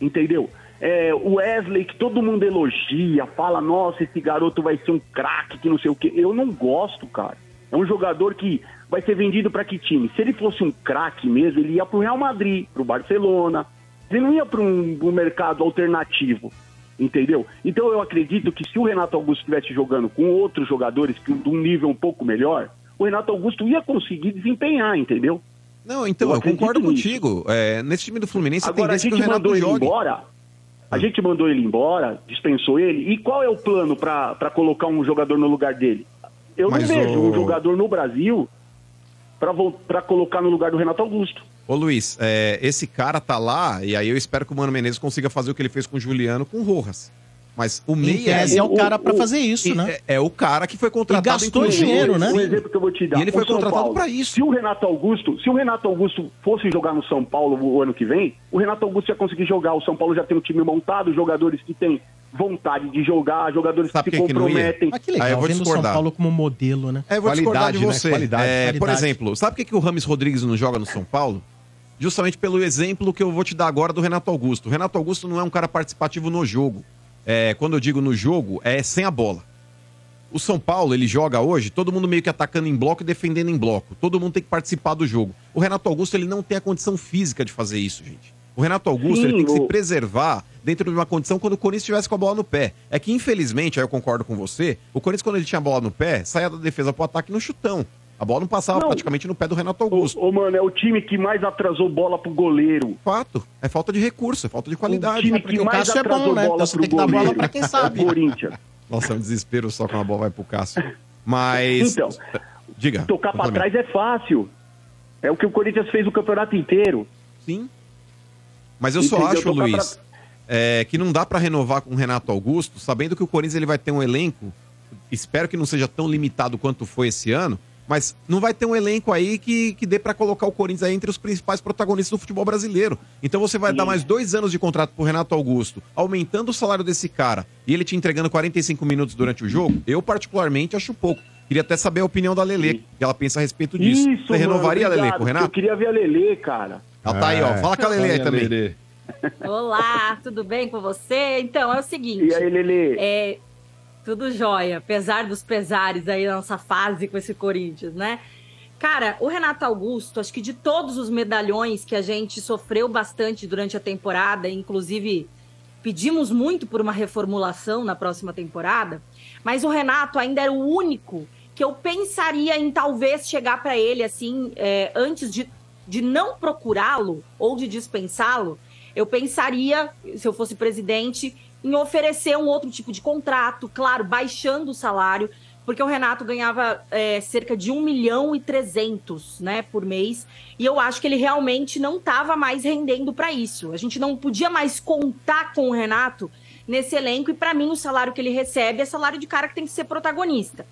S13: entendeu? É, o Wesley, que todo mundo elogia, fala, nossa, esse garoto vai ser um craque, que não sei o quê. Eu não gosto, cara. É um jogador que vai ser vendido pra que time? Se ele fosse um craque mesmo, ele ia pro Real Madrid, pro Barcelona. Ele não ia para um, pra um mercado alternativo, entendeu? Então eu acredito que se o Renato Augusto estivesse jogando com outros jogadores que, de um nível um pouco melhor, o Renato Augusto ia conseguir desempenhar, entendeu?
S8: Não, então, eu,
S13: acredito
S8: concordo
S13: nisso.
S8: contigo. É, nesse time do Fluminense,
S13: Agora a
S8: tendência é
S13: gente mandou ele
S8: jogue.
S13: embora. A gente mandou ele embora, dispensou ele. E qual é o plano pra pra colocar um jogador no lugar dele? Eu
S8: Mas
S13: não vejo
S8: o-
S13: um jogador no Brasil pra vol- pra colocar no lugar do Renato Augusto.
S8: Ô Luiz, é, esse cara tá lá, e aí eu espero que o Mano Menezes consiga fazer o que ele fez com o Juliano com o Rojas. Mas o meia
S2: tese, é o cara pra fazer isso,
S8: e-
S2: né?
S8: É, é o cara que foi contratado. inclusive.
S13: Um exemplo que eu vou te dar.
S8: E ele foi
S13: O São
S8: contratado
S13: Paulo.
S8: pra
S13: isso. Se o Renato Augusto, se o Renato Augusto fosse jogar no São Paulo o ano que vem, o Renato Augusto ia conseguir jogar. O São Paulo já tem um time montado, jogadores que têm vontade de jogar, jogadores que se comprometem.
S2: Ah, que legal, vendo o São Paulo como modelo, né?
S8: É, eu vou discordar de você. É, Por
S2: Qualidade.
S8: exemplo, sabe por que, que o Rames Rodrigues não joga no São Paulo? Justamente pelo exemplo que eu vou te dar agora do Renato Augusto. O Renato Augusto não é um cara participativo no jogo. É, quando eu digo no jogo, é sem a bola. O São Paulo, ele joga hoje, todo mundo meio que atacando em bloco e defendendo em bloco. Todo mundo tem que participar do jogo. O Renato Augusto, ele não tem a condição física de fazer isso, gente. O Renato Augusto,
S13: Sim,
S8: ele tem que se
S13: o-
S8: preservar dentro de uma condição quando o Corinthians estivesse com a bola no pé. É que, infelizmente, aí eu concordo com você, o Corinthians, quando ele tinha a bola no pé, saía da defesa pro ataque no chutão. A bola não passava
S13: Não.
S8: praticamente no pé do Renato Augusto.
S13: Ô, ô, mano, é o time que mais atrasou bola pro goleiro.
S8: Fato. É falta de recurso, é falta de qualidade.
S13: O time que mais
S8: é
S13: atrasou
S8: né? Então,
S13: bola pro goleiro É o Corinthians.
S8: Nossa, é um desespero só quando a bola vai pro Cássio. Mas.
S13: Então,
S8: diga.
S13: Tocar pra trás é fácil. É o que o Corinthians fez o campeonato inteiro.
S8: Sim. Mas eu só
S13: Entendeu?
S8: acho,
S13: Tocar
S8: Luiz, é, que não dá pra renovar com o Renato Augusto, sabendo que o Corinthians ele vai ter um elenco. Espero que não seja tão limitado quanto foi esse ano, mas não vai ter um elenco aí que, que dê pra colocar o Corinthians aí entre os principais protagonistas do futebol brasileiro. Então você vai dar mais dois anos de contrato pro Renato Augusto, aumentando o salário desse cara e ele te entregando 45 minutos durante o jogo. Eu, particularmente, acho pouco. Queria até saber a opinião da Lele, que ela pensa a respeito disso. você
S13: mano,
S8: renovaria,
S13: obrigado, É.
S8: Lele, com o
S13: porque Eu
S8: Renato?
S13: queria ver a Lele, cara.
S8: Ela tá aí, ó. Fala com a Lele aí também.
S5: Olá, tudo bem com você? Então, é o seguinte.
S13: E aí, Lelê?
S5: É, tudo jóia, apesar dos pesares aí da nossa fase com esse Corinthians, né? Cara, o Renato Augusto, acho que de todos os medalhões que a gente sofreu bastante durante a temporada, inclusive pedimos muito por uma reformulação na próxima temporada, mas o Renato ainda era o único que eu pensaria em talvez chegar para ele assim, é, antes de, de não procurá-lo ou de dispensá-lo, eu pensaria, se eu fosse presidente, em oferecer um outro tipo de contrato, claro, baixando o salário, porque o Renato ganhava é, cerca de 1 milhão e 300 né, por mês, e eu acho que ele realmente não estava mais rendendo para isso. A gente não podia mais contar com o Renato nesse elenco, e para mim o salário que ele recebe é salário de cara que tem que ser protagonista.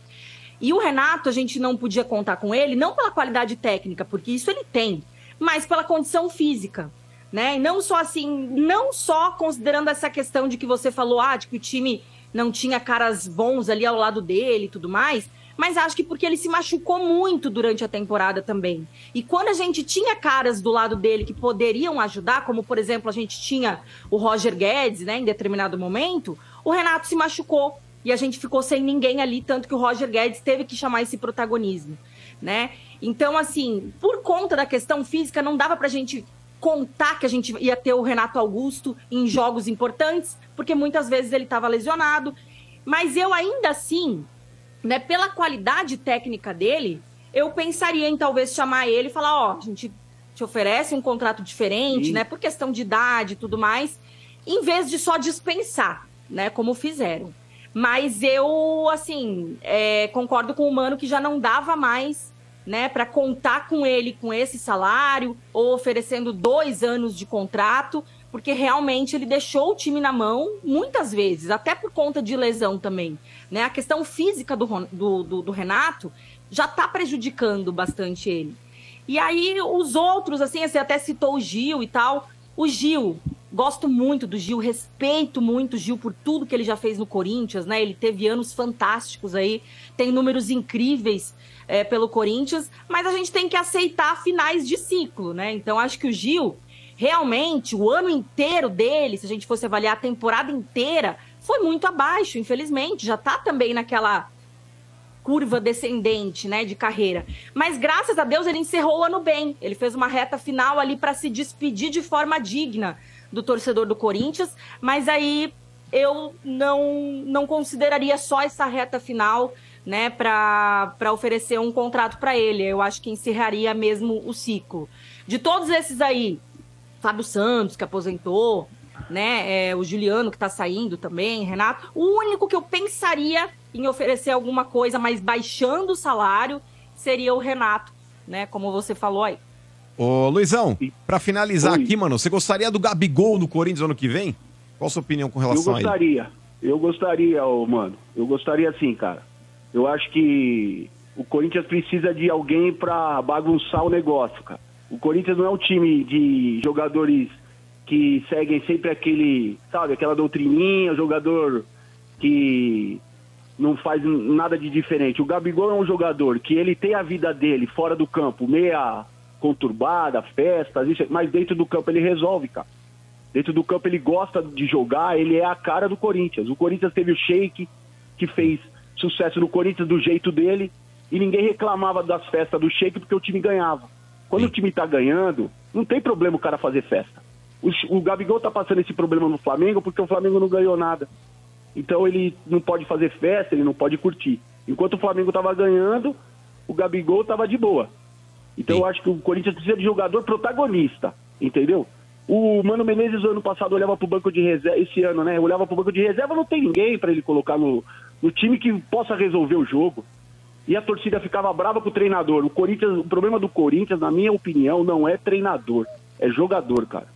S5: E o Renato, a gente não podia contar com ele, não pela qualidade técnica, porque isso ele tem, mas pela condição física. Né? E não só assim, não só considerando essa questão de que você falou, ah, de que o time não tinha caras bons ali ao lado dele e tudo mais, mas acho que porque ele se machucou muito durante a temporada também. E quando a gente tinha caras do lado dele que poderiam ajudar, como por exemplo a gente tinha o Roger Guedes, né, em determinado momento, o Renato se machucou e a gente ficou sem ninguém ali, tanto que o Roger Guedes teve que chamar esse protagonismo, né? Então, assim, por conta da questão física, não dava pra gente contar que a gente ia ter o Renato Augusto em jogos importantes, porque muitas vezes ele estava lesionado. Mas eu ainda assim, né, pela qualidade técnica dele, eu pensaria em talvez chamar ele e falar, ó, a gente te oferece um contrato diferente, né, por questão de idade e tudo mais, em vez de só dispensar, né, como fizeram. Mas eu, assim, é, concordo com o Mano que já não dava mais, né, para contar com ele com esse salário ou oferecendo dois anos de contrato, porque realmente ele deixou o time na mão muitas vezes, até por conta de lesão também, né? A questão física do, Ron- do, do- do Renato já tá prejudicando bastante ele. E aí os outros, assim, você até citou o Gil e tal. O Gil, gosto muito do Gil, respeito muito o Gil por tudo que ele já fez no Corinthians, né? Ele teve anos fantásticos aí, tem números incríveis é, pelo Corinthians, mas a gente tem que aceitar finais de ciclo, né? Então acho que o Gil, realmente, o ano inteiro dele, se a gente fosse avaliar a temporada inteira, foi muito abaixo, infelizmente. Já tá também naquela curva descendente, né, de carreira. Mas graças a Deus ele encerrou o ano bem. Ele fez uma reta final ali para se despedir de forma digna do torcedor do Corinthians, mas aí eu não não consideraria só essa reta final, né, para oferecer um contrato para ele. Eu acho que encerraria mesmo o ciclo. De todos esses aí, Fábio Santos, que aposentou, né? é, o Juliano, que tá saindo também, Renato. O único que eu pensaria em oferecer alguma coisa, mas baixando o salário, seria o Renato, né? Como você falou aí.
S8: Ô, Luizão, pra finalizar aqui, mano, você gostaria do Gabigol no Corinthians ano que vem? Qual a sua opinião com
S13: Eu
S8: relação a ele?
S13: gostaria. Eu gostaria, ô, mano. Eu gostaria sim, cara. Eu acho que o Corinthians precisa de alguém pra bagunçar o negócio, cara. O Corinthians não é um time de jogadores que seguem sempre aquele, sabe, aquela doutrininha, jogador que não faz nada de diferente. O Gabigol é um jogador que ele tem a vida dele fora do campo, meia conturbada, festas, isso, mas dentro do campo ele resolve, cara. Dentro do campo ele gosta de jogar, ele é a cara do Corinthians. O Corinthians teve o Sheik, que fez sucesso no Corinthians do jeito dele, e ninguém reclamava das festas do Sheik porque o time ganhava. Quando o time tá ganhando, não tem problema o cara fazer festa. O, Sh- o Gabigol tá passando esse problema no Flamengo porque o Flamengo não ganhou nada. Então ele não pode fazer festa, ele não pode curtir. Enquanto o Flamengo tava ganhando, o Gabigol tava de boa. Então eu acho que o Corinthians precisa de jogador protagonista, entendeu? O Mano Menezes ano passado olhava pro banco de reserva, esse ano, né? Olhava pro banco de reserva, não tem ninguém pra ele colocar no, no time que possa resolver o jogo. E a torcida ficava brava com o treinador. O Corinthians, o problema do Corinthians, na minha opinião, não é treinador, é jogador, cara.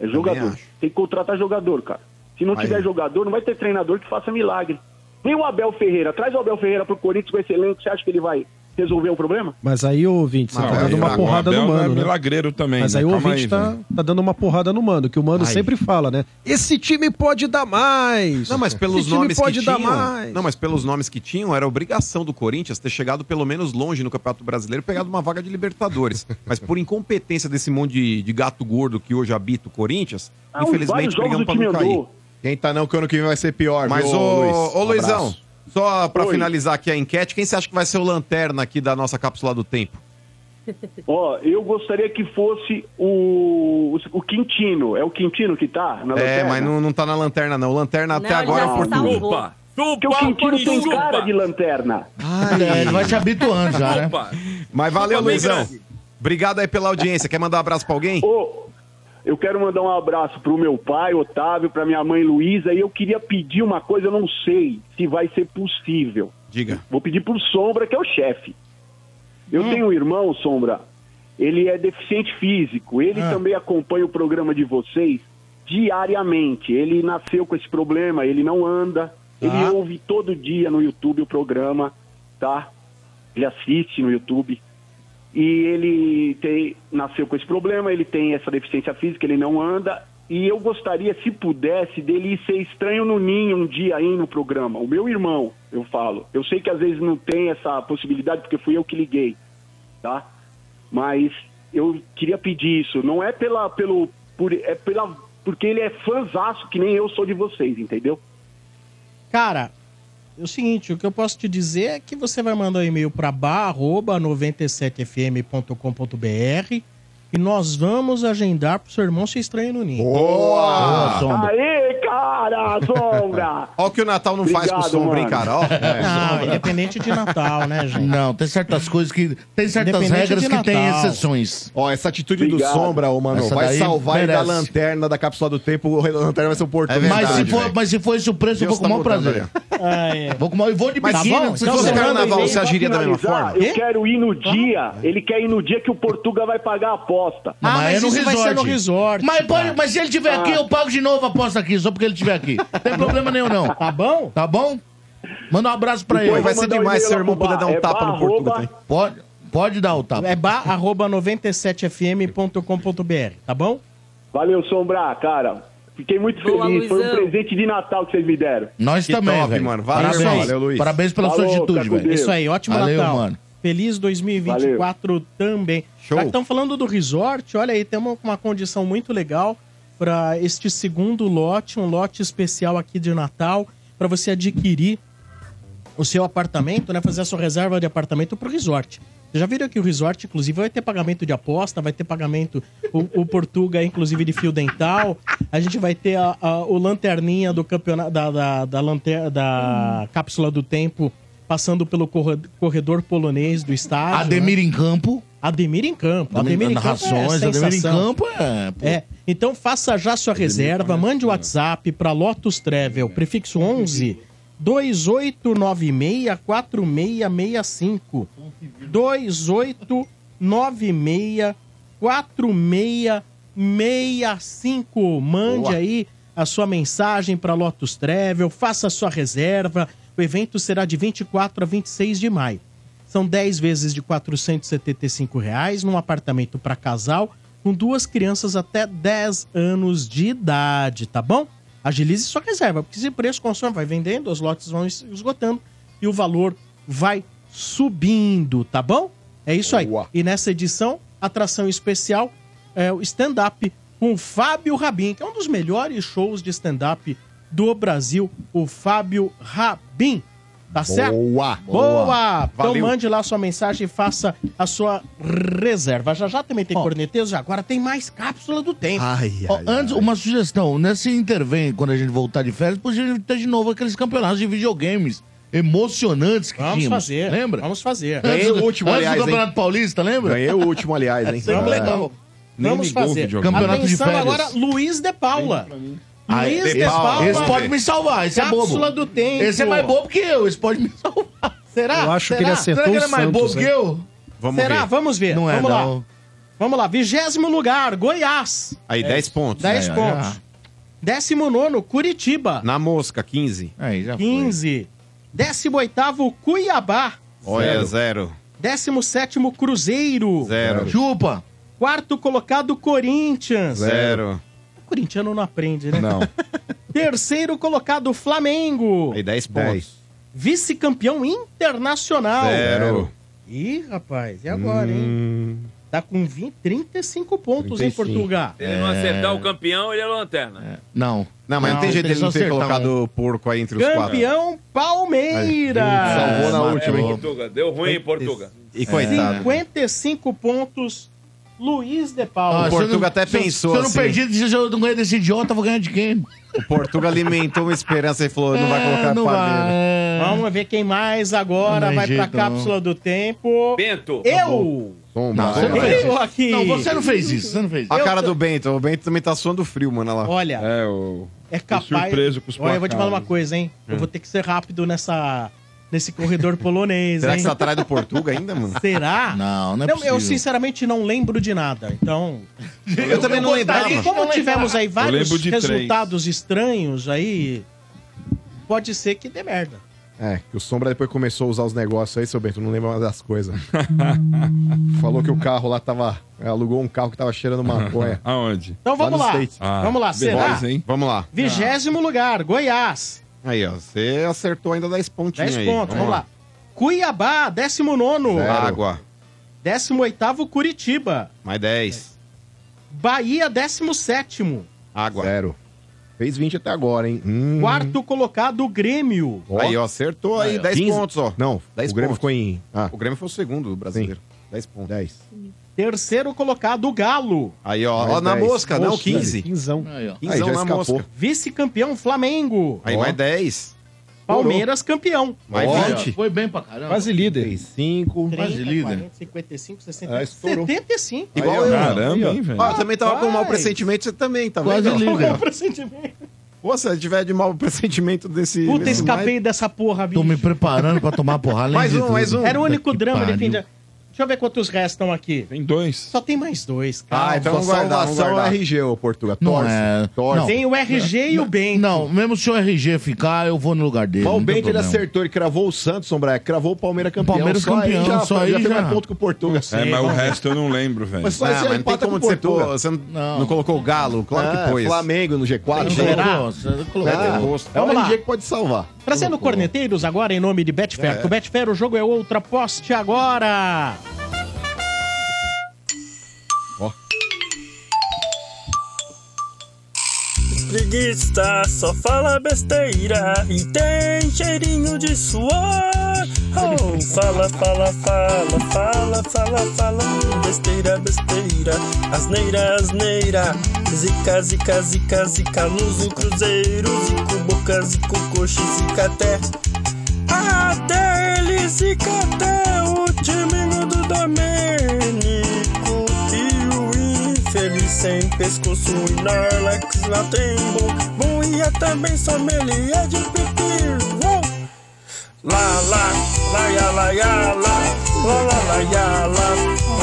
S13: É jogador.
S8: acho.
S13: Tem que contratar jogador, cara. Se não
S8: Aí.
S13: tiver jogador, não vai ter treinador que faça milagre. Vem o Abel Ferreira, traz o Abel Ferreira pro Corinthians com esse elenco, você acha que ele vai resolver o problema?
S9: Mas aí o ouvinte, você
S7: Não,
S9: tá
S7: aí
S9: dando uma
S7: o
S9: porrada
S7: Abel
S9: no
S7: não
S9: mano.
S7: é
S9: né?
S7: milagreiro também,
S9: Mas
S7: né?
S9: aí o
S7: Calma
S9: ouvinte
S7: aí,
S9: tá,
S7: velho.
S9: tá dando uma porrada no mano, que o mano sempre fala, né? Esse time pode dar mais.
S8: Não, mas pelos
S9: Esse time
S8: nomes
S9: pode
S8: que
S9: dar
S8: tinham.
S9: mais.
S8: Não, mas pelos nomes que tinham, era obrigação do Corinthians ter chegado pelo menos longe no Campeonato Brasileiro e pegado uma vaga
S9: *laughs*
S8: de Libertadores. mas por incompetência desse monte de, de gato gordo que hoje habita o Corinthians,
S13: Ah, os vários
S8: infelizmente
S13: jogos
S8: brigamos
S13: do
S8: pra
S13: time
S8: não cair.
S13: andou.
S3: Quem tá não, que ano que vem vai ser pior.
S8: Mas,
S3: viu,
S8: ô,
S3: Luiz?
S8: ô,
S3: Um
S8: Luizão,
S3: abraço.
S8: só pra
S3: Oi.
S8: finalizar aqui a enquete, quem você acha que vai ser o lanterna aqui da nossa cápsula do tempo?
S13: Ó, eu gostaria que fosse o, o Quintino. É o Quintino que tá na
S8: É,
S13: lanterna?
S8: mas não, não tá na lanterna, não. Lanterna até agora é o
S13: tá
S8: Portugal.
S13: Porque Tá o Quintino tem
S8: chupa.
S13: cara de lanterna.
S8: Ai.
S13: ele vai se
S12: habituando
S13: já, né? Opa.
S8: Mas valeu,
S13: Opa, bem
S8: Luizão.
S13: grande.
S8: Obrigado aí pela audiência. Quer mandar um abraço pra alguém?
S13: Eu quero mandar um abraço pro meu pai, Otávio, pra minha mãe Luísa, e eu queria pedir uma coisa, eu não sei se vai ser possível.
S8: Diga.
S13: Vou pedir pro Sombra, que é o chefe. Eu tenho um irmão, Sombra, ele é deficiente físico, ele também acompanha o programa de vocês diariamente. Ele nasceu com esse problema, ele não anda, ele ouve todo dia no YouTube o programa, tá? Ele assiste no YouTube. E ele tem, nasceu com esse problema, ele tem essa deficiência física, ele não anda. E eu gostaria, se pudesse, dele ir ser estranho no ninho um dia aí no programa. O meu irmão, eu falo. Eu sei que às vezes não tem essa possibilidade, porque fui eu que liguei, tá? Mas eu queria pedir isso. Não é pela, pelo, por, é pela, porque ele é fãzaço, que nem eu sou de vocês, entendeu?
S2: Cara, é o seguinte, o que eu posso te dizer é que você vai mandar um e-mail para bar@97fm.com.br e nós vamos agendar pro seu irmão se estranho no ninho.
S8: Boa! Ah,
S13: Aê, cara,
S8: *laughs*
S13: sombra!
S8: Olha o que o Natal não faz com
S2: Obrigado,
S8: sombra, hein,
S2: mano.
S4: *laughs*
S8: cara. Ó.
S2: Ah, independente de Natal, né, gente?
S12: Não, tem certas coisas que. Tem certas
S2: Independente
S12: regras
S2: de
S12: que tem
S2: Natal.
S12: exceções.
S3: Ó, essa atitude do Sombra, ô, mano,
S12: Essa
S3: vai
S12: daí
S3: salvar ele da
S12: merece.
S3: lanterna da cápsula do tempo. A lanterna vai ser
S4: É
S3: um
S8: é
S3: portão.
S8: né?
S12: mas, se for, mas se for esse o preço, eu
S3: Deus
S12: vou com o maior
S3: tá mudando
S12: prazer.
S2: é.
S12: Vou com o maior e
S2: Tá
S12: vou de
S13: Mas
S12: biquíni,
S13: se-
S12: não
S13: se
S2: Então
S12: sei
S13: fosse
S12: se-
S13: carnaval, você agiria da mesma forma? é Eu quero ir no dia, ele quer ir no dia que o Portuga vai pagar a aposta.
S4: Ah,
S12: Não, mas, é no resort. Mas, pode,
S13: cara.
S12: mas se ele estiver aqui,
S13: Ah.
S12: eu pago de novo a aposta aqui, só porque ele estiver aqui. Não tem problema nenhum, não. Tá
S2: bom?
S12: Tá bom? Manda um abraço pra
S8: Depois
S12: ele.
S8: vai ser Vou mandar um demais se seu e-mail irmão lá pro puder bar. dar um É tapa no bar, Portuga, arroba-
S12: Pode, pode dar o tapa.
S2: É bar@97fm.com.br, tá bom?
S13: Valeu, Sombra, cara. Fiquei muito
S2: Boa,
S13: feliz. Foi um
S2: Luizão.
S13: presente de Natal que vocês me deram.
S12: Nós também, velho. Parabéns. Parabéns pela sua atitude, velho.
S2: É isso aí, ótimo
S12: Valeu,
S2: Natal.
S12: mano.
S2: Feliz 2024 também.
S12: Show.
S2: Já que estão falando do resort, olha aí, temos uma condição muito legal para este segundo lote, um lote especial aqui de Natal, para você adquirir o seu apartamento, né? Fazer a sua reserva de apartamento pro resort. Você já viram que o resort, inclusive, vai ter pagamento de aposta, vai ter pagamento, o, o Portuga, inclusive, de fio dental. A gente vai ter a- a- o lanterninha do campeonato, da, da, da, lanter- da cápsula do tempo, passando pelo corre- corredor polonês do
S4: Ah,
S2: estádio. né?
S12: Ademir em campo.
S2: Ademir em campo. Ademir, em campo
S12: Narrações,
S2: é
S12: Ademir em
S2: sensação.
S12: campo é, pô. é
S2: É, então faça já sua reserva, mande o WhatsApp para Lotus Travel, prefixo 11 28964665. 28964665. Mande
S12: Boa.
S2: aí a sua mensagem para Lotus Travel, faça a sua reserva. O evento será de 24 a 26 de maio. São 10 vezes de R$ 475 reais num apartamento para casal com duas crianças até 10 anos de idade, tá bom? Agilize sua reserva, porque esse preço consome vai vendendo, os lotes vão es- esgotando e o valor vai subindo, tá bom? É isso aí. E nessa edição, atração especial é o stand-up com o Fábio Rabin, que é um dos melhores shows de stand-up do Brasil, o Fábio Rabin. Tá certo?
S3: Boa.
S2: Boa!
S3: Boa.
S2: Então
S3: Valeu.
S2: mande lá sua mensagem e faça a sua reserva. Já já também tem corneteiros, agora tem mais cápsula do tempo.
S12: Ó, antes, uma sugestão. Nesse intervém, quando a gente voltar de férias, podia ter de novo aqueles campeonatos de videogames
S4: emocionantes que
S2: Vamos
S4: tínhamos.
S2: fazer.
S4: Lembra?
S2: Vamos fazer.
S4: Antes,
S2: Ganhei
S4: do-
S2: o último,
S4: antes
S2: aliás,
S4: do Campeonato
S2: hein?
S4: Paulista, lembra? é
S2: Ganhei o último, aliás, hein?
S4: Sempre
S2: Ah.
S4: legal.
S2: Nem Vamos ligou o fazer. videogame.
S4: Campeonato de
S2: Atenção
S4: férias.
S2: agora, Luiz De Paula.
S4: Ah,
S2: Luiz
S4: é esse-
S2: De Paula.
S4: Esse pode me salvar, esse é bobo.
S2: Cápsula do tempo.
S4: Esse é mais bobo que eu, esse pode me salvar. Será?
S2: Eu acho que
S4: Será?
S2: ele
S4: Será
S2: acertou
S4: que
S2: o
S4: ele é mais
S2: Santos,
S4: bobo
S2: hein?
S4: que eu?
S8: Vamos
S2: Será?
S8: ver.
S2: Vamos ver.
S8: Não é,
S2: Vamos lá.
S8: não.
S2: Vamos lá. Vigésimo lugar, Goiás.
S8: Aí, 10 pontos.
S2: 10
S8: Aí, aí,
S2: pontos.
S8: aí.
S2: Décimo nono, Curitiba.
S8: Na mosca, 15.
S4: Aí, já
S2: 15. Décimo oitavo, Cuiabá.
S8: Olha, zero.
S2: Décimo sétimo, Cruzeiro.
S8: Zero.
S4: Chupa.
S2: Quarto colocado, Corinthians.
S8: Zero.
S2: O corintiano não aprende, né?
S8: Não.
S2: *laughs* Terceiro colocado, Flamengo.
S8: Aí, 10 pontos.
S2: Vice-campeão internacional.
S8: Zero. Hum.
S2: Ih, rapaz, e agora, hein? Tá com 20, 35 pontos, em
S8: 35.
S2: Portugal.
S4: É.
S8: É,
S6: Se ele não acertar o campeão, ele é lanterna.
S4: Não.
S8: Não, mas não, tem jeito
S2: ele
S8: dele não
S2: só
S8: ter
S2: acertar
S8: colocado o porco aí entre os quatro.
S2: Campeão Palmeiras.
S8: Aí, Salvou na última,
S6: É,
S8: hein?
S6: Portuga. Deu ruim em Portuga.
S8: E coitado.
S2: 55 pontos, Luiz de Paula.
S8: Ah, O Portuga até pensou
S4: Se eu não
S8: assim.
S4: perdi, se eu não ganhei desse idiota, eu vou ganhar de quem?
S8: O Portuga alimentou uma esperança e falou: não
S12: É,
S8: vai colocar
S2: não
S8: Palmeiras.
S2: Vamos ver quem mais agora
S8: Não tem
S2: vai
S8: jeito,
S2: pra cápsula do tempo.
S6: Bento.
S2: Eu!
S8: Bomba.
S2: você não fez isso. aqui. Não, você não fez
S4: isso, você não fez
S2: isso.
S8: A
S2: Eu
S8: cara
S2: tô-
S8: do Bento, o Bento também tá suando frio, mano, olha lá.
S2: Olha.
S8: É, o...
S2: É capaz.
S8: surpreso com os
S2: Olha, eu vou te falar uma
S8: placares.
S2: coisa, hein? Eu
S8: Hum.
S2: vou ter que ser rápido nessa nesse corredor *laughs* polonês,
S8: Será
S2: hein?
S8: que você tá atrás do Portuga ainda, mano?
S2: Será?
S4: Não, não é possível.
S2: Eu sinceramente não lembro de nada. Então,
S8: Eu, também não
S2: gostaria-
S8: lembrava.
S2: Como tivemos aí vários
S8: lembro de três.
S2: resultados estranhos aí, pode ser que dê merda.
S3: É, que o Sombra depois começou a usar os negócios aí, seu Bento, não lembra mais das coisas.
S8: *laughs*
S3: Falou que o carro lá tava. Alugou um carro que tava cheirando
S8: *laughs*
S3: maconha.
S7: Aonde?
S2: Então vamos lá.
S8: Ah,
S2: Vamos lá, será?
S8: Vamos lá.
S2: Vigésimo lugar, Goiás.
S8: Aí, ó, você acertou ainda 10 pontinhos
S2: 10
S8: aí.
S2: pontos, vamos lá. Cuiabá, 19.
S8: Zero. Água,
S2: 18, Curitiba.
S8: mais 10.
S2: Bahia, 17.
S8: Água.
S3: Zero. Fez 20 até agora, hein? Hum.
S4: Uhum.
S2: Quarto colocado, Grêmio.
S8: Aí, ó, acertou aí,
S3: Aí, ó.
S8: 10
S3: 15.
S8: pontos, ó.
S3: Não,
S8: 10
S3: o Grêmio
S8: pontos.
S3: ficou em- ah.
S8: O Grêmio foi o segundo do brasileiro. 10 pontos.
S3: 10.
S2: Terceiro colocado, Galo.
S8: Aí, ó, ó na mosca, não,
S9: né?
S8: 15.
S2: Quinzão.
S4: Aí, ó.
S8: Quinzão na mosca.
S3: *laughs*
S2: Vice-campeão, Flamengo.
S8: Aí, mais 10.
S2: Palmeiras, campeão.
S8: Mais
S4: Ó,
S8: 20.
S4: Foi bem pra caramba.
S9: Quase líder.
S3: 5.
S2: 30,
S4: Quase líder.
S2: 40, 55, 60,
S8: Ah, estourou.
S2: 75.
S8: Igual eu.
S7: Caramba, hein, velho.
S8: Ó, eu também tava com um mau
S2: Rapaz.
S8: pressentimento, você também tava.
S2: Quase
S8: Então,
S2: liga.
S8: qual o Pô, se eu tiver de mau *laughs* pressentimento desse...
S2: Puta,
S8: desse
S2: escapei dessa porra, bicho.
S12: Tô me preparando pra tomar porrada. além
S2: mais
S12: de
S2: um,
S12: tudo.
S2: mais um. Era o único
S12: Que
S2: drama de
S12: pariu.
S2: fim de... Deixa eu ver quantos restam aqui.
S7: Tem dois.
S2: Só tem mais dois, cara.
S3: Ah, então vamos guardar, vamos guardar.
S2: é
S3: RG, ô Portuga.
S12: Não
S3: Torce.
S12: é.
S3: Torce.
S12: Não.
S2: Tem o RG e o Bento.
S12: Não, mesmo se o RG ficar, eu vou no lugar dele.
S3: Mas o
S12: não tem
S3: Bento ele
S12: problema.
S3: acertou, ele cravou o Santos, Sombra, cravou o Palmeiras campeão.
S12: Palmeiras campeão,
S3: já,
S12: só aí
S3: já tem
S12: já.
S3: mais
S8: um
S3: ponto que o Portuga.
S7: É, mas o resto eu não lembro, velho.
S3: Mas só esse aí empata com o Portuga.
S8: não,
S3: não
S8: colocou o Galo?
S3: Claro que pôs. Flamengo no G4.
S2: Tem
S8: né?
S2: que colocar.
S3: Ah, é
S2: Vamos
S3: o
S2: lá.
S3: RG que pode salvar.
S2: Trazendo corneteiros agora em nome de Betfair. Com Betfair o jogo é outra poste agora.
S14: Preguiça só fala besteira e tem cheirinho de suor. Oh, fala, fala, fala, fala, fala, fala. Besteira, besteira, asneira, asneira. Zica, zica, zica, zica, luso, cruzeiro, zico, boca, zico, coxa, zica, até. Até ele zica, até o time do Domênico. E o infeliz sem pescoço, Narlex lá tem bom. Bom, e é também sommelier de pipi. Uou! Lá, lá, lá, ya, lá, ya, lá, lá, lá, lá, ya, lá,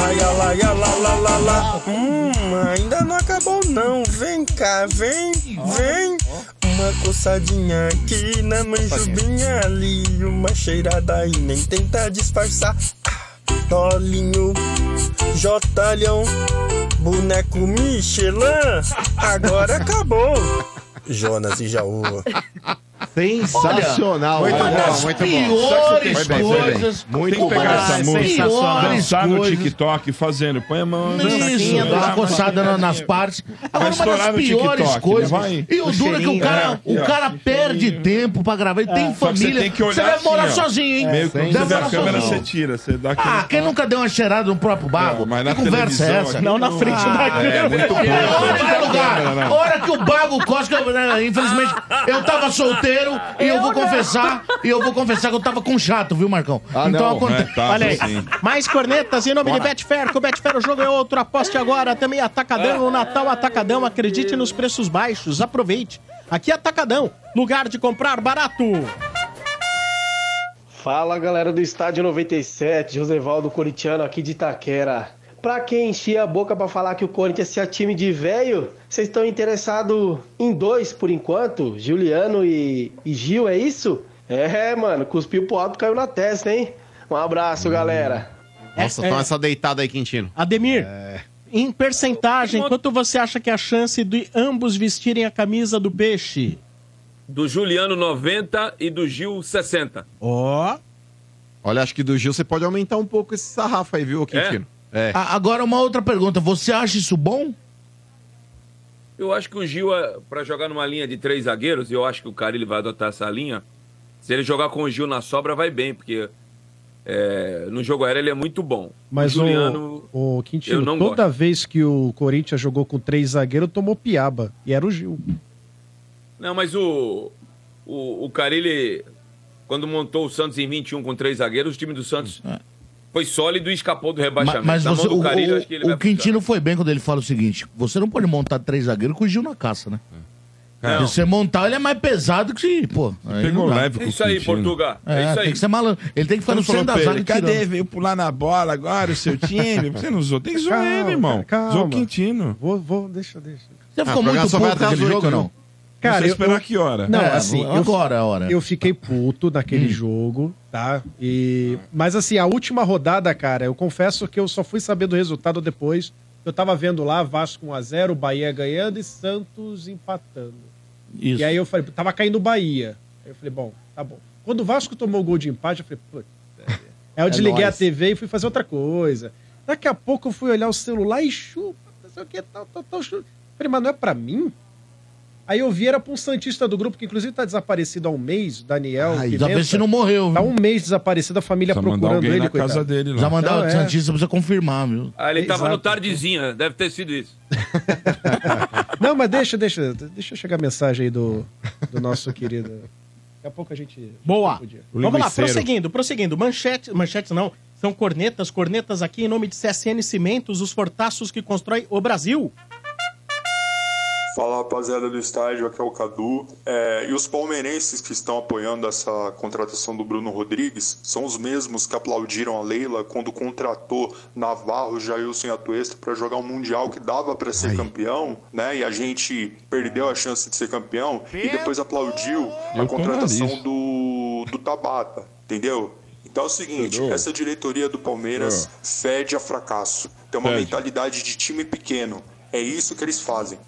S14: lá, ya, lá, ya, lá, lá, lá, lá. Hum, ainda não acabou não, vem cá, vem, vem. Uma coçadinha aqui na manjubinha ali, uma cheirada aí, nem tenta disfarçar. Ah, Tolinho, Jotalhão, boneco Michelin, agora acabou. Jonas e Jaú.
S3: Sensacional.
S14: Olha,
S3: muito
S14: uma
S3: bom,
S14: das
S3: muito bom.
S14: piores
S3: Foi bem, foi bem.
S14: coisas-
S3: Muito
S7: Tem que pegar
S3: bom.
S7: essa música,
S12: sensacional.
S7: dançar no
S12: Coisas.
S7: TikTok fazendo. Põe a mão na
S12: Isso,
S7: saquinha,
S12: dá uma
S7: dá
S12: coçada na- nas partes. Agora, Ah, uma
S7: estourar
S12: das
S7: no
S12: piores
S7: TikTok,
S12: coisas.
S7: né? Vai.
S12: E o duro
S7: O
S12: é que o
S7: cheirinho,
S12: cara,
S7: é,
S12: o
S7: ó. É,
S12: cara perde tempo pra gravar. Ele tem
S7: Só que
S12: família.
S7: Você tem que olhar
S12: vai
S7: assim,
S12: morar
S7: ó.
S12: sozinho, hein?
S7: Meio que
S12: Deve
S7: quando você vê
S12: morar
S7: a câmera,
S12: sozinho.
S7: você tira. Você dá aquele...
S12: Ah, quem nunca deu uma cheirada no próprio barro?
S7: mas na
S12: que conversa é
S7: televisão,
S12: essa?
S7: aqui Não, na não- frente da Ah, câmera. é muito
S12: Hora
S7: pouco.
S12: que o lugar,
S7: Não, não, não.
S12: hora que o bago cosca, né, infelizmente, eu tava solteiro.
S4: brasileiro e eu,
S2: Eu
S4: vou
S2: não.
S4: confessar, e eu vou confessar que eu tava
S12: um
S4: com chato, viu, Marcão?
S2: não.
S4: aconte-
S2: É, tava Olha aí. sim. Mais cornetas em nome de Betfair. Com Betfair o jogo é outro. Aposte agora. Também Atacadão. O Natal Atacadão. Acredite nos preços baixos. Aproveite. Aqui é Atacadão. Lugar de comprar barato.
S15: Fala galera do Estádio 97, Josevaldo Coritiano aqui de Itaquera. Pra quem enchia a boca pra falar que o Corinthians é time de velho, vocês estão interessados em dois por enquanto? Juliano e, e Gil, é isso? É, mano, cuspiu pro alto caiu na testa, hein? Um abraço, galera.
S4: Hum.
S8: Nossa,
S2: É,
S8: toma
S2: é.
S8: essa deitada aí, Quintino.
S2: Ademir,
S4: É.
S2: em percentagem, quanto você acha que é a chance de ambos vestirem a camisa do peixe?
S6: Do Juliano 90 e do Gil 60.
S2: Ó.
S8: Olha, acho que do Gil você pode aumentar um pouco esse sarrafo aí, viu, Quintino? É.
S9: Ah,
S12: Ah,
S4: A- Agora uma outra pergunta, você acha isso bom?
S6: Eu acho que o Gil, é- pra jogar numa linha de três zagueiros, e eu acho que o Carilli vai adotar essa linha, se ele jogar com o Gil na sobra, vai bem, porque é, no jogo aéreo ele é muito bom.
S9: Mas
S6: o Juliano,
S9: o, o Quintino,
S6: eu não
S9: toda vez que o Corinthians jogou com três zagueiros, tomou piaba. E era o Gil.
S6: Não, mas o, o, o Carilli, quando montou o Santos em 21 com três zagueiros, o time do Santos foi sólido e escapou do
S4: Ma-
S6: rebaixamento.
S4: É. Mas
S6: Na mão
S4: você,
S6: do
S4: o,
S6: Carille,
S4: o-
S6: acho que ele
S4: o
S6: vai pro
S4: Quintino foi bem quando ele fala o seguinte: você não pode montar três zagueiros com o Gil na caça, né?
S6: É. Não. É
S4: Se você montar, ele é mais pesado que, pô. aí
S7: Pegou
S4: não dá.
S7: leve com o
S6: Isso aí,
S7: Quintino.
S6: Portuga.
S4: É, tem que ser malandro. Ele tem que ficar no
S7: Então
S4: centro da
S7: falou pra
S4: zaga
S7: ele,
S4: e
S7: Cadê?
S4: tirando.
S7: Veio pular na bola agora o seu time? Você não usou. Tem que zoar
S9: Calma,
S7: ele, irmão.
S9: cara,
S7: Zoou o
S9: calma.
S7: Quintino. Ah,
S9: Vou, vou, deixa, deixa.
S7: Você ficou muito pouco naquele jogo, ou não?
S9: Cara,
S7: Você
S9: eu-
S7: esperar
S9: eu-
S7: que hora?
S9: Não, assim, eu-
S7: agora é a hora. Hum.
S9: Eu fiquei puto naquele jogo, tá? E mas assim, a última rodada, cara, eu confesso que eu só fui saber do resultado depois. Eu tava vendo lá Vasco 1 a 0, Bahia ganhando e Santos empatando.
S4: Isso.
S9: E aí eu falei, tava caindo o Bahia. Aí eu falei, bom, tá bom. Quando o Vasco tomou o gol de empate, eu falei, putz. Aí eu
S4: É
S9: desliguei
S4: nóis.
S9: a TV e fui fazer outra coisa. Daqui a pouco eu fui olhar o celular e chupa, não sei o que, tal, tal, tal, chupa. Falei, mas não é pra mim? Aí eu vi, era pra um Santista do grupo, que inclusive tá desaparecido há um mês, Daniel.
S12: Ah,
S4: Ai,
S9: Pimenta.
S4: já vê se não morreu.
S9: Tá um mês desaparecido, a família
S4: Precisa mandar
S9: procurando
S4: alguém
S9: ele,
S4: na
S9: coitado. é.
S4: casa dele lá. Já mandar o Santista precisa confirmar, viu?
S6: Ah, ele tava no
S9: Exato.
S6: tardezinha, deve ter sido isso.
S9: *laughs* Não, mas deixa, deixa, deixa chegar a mensagem aí do, do nosso querido. Daqui a pouco a gente...
S2: Boa.
S9: O
S2: Vamos lá,
S9: linguiceiro.
S2: prosseguindo, prosseguindo. Manchete, manchetes não, são cornetas, cornetas aqui em nome de CSN Cimentos, os fortaços que constrói o Brasil.
S16: Fala rapaziada do estádio, aqui é o Cadu. É, e os palmeirenses que estão apoiando essa contratação do Bruno Rodrigues são os mesmos que aplaudiram a Leila quando contratou Navarro, Jailson e Atuesta para jogar um Mundial que dava para ser campeão, né? E a gente perdeu a chance de ser campeão e depois aplaudiu a
S7: Eu tô
S16: contratação
S7: nariz.
S16: do, do Tabata, entendeu? Então é o seguinte,
S7: Entendeu?
S16: essa diretoria do Palmeiras fede a fracasso. Tem uma
S7: Fede.
S16: mentalidade de time pequeno. É isso que eles fazem.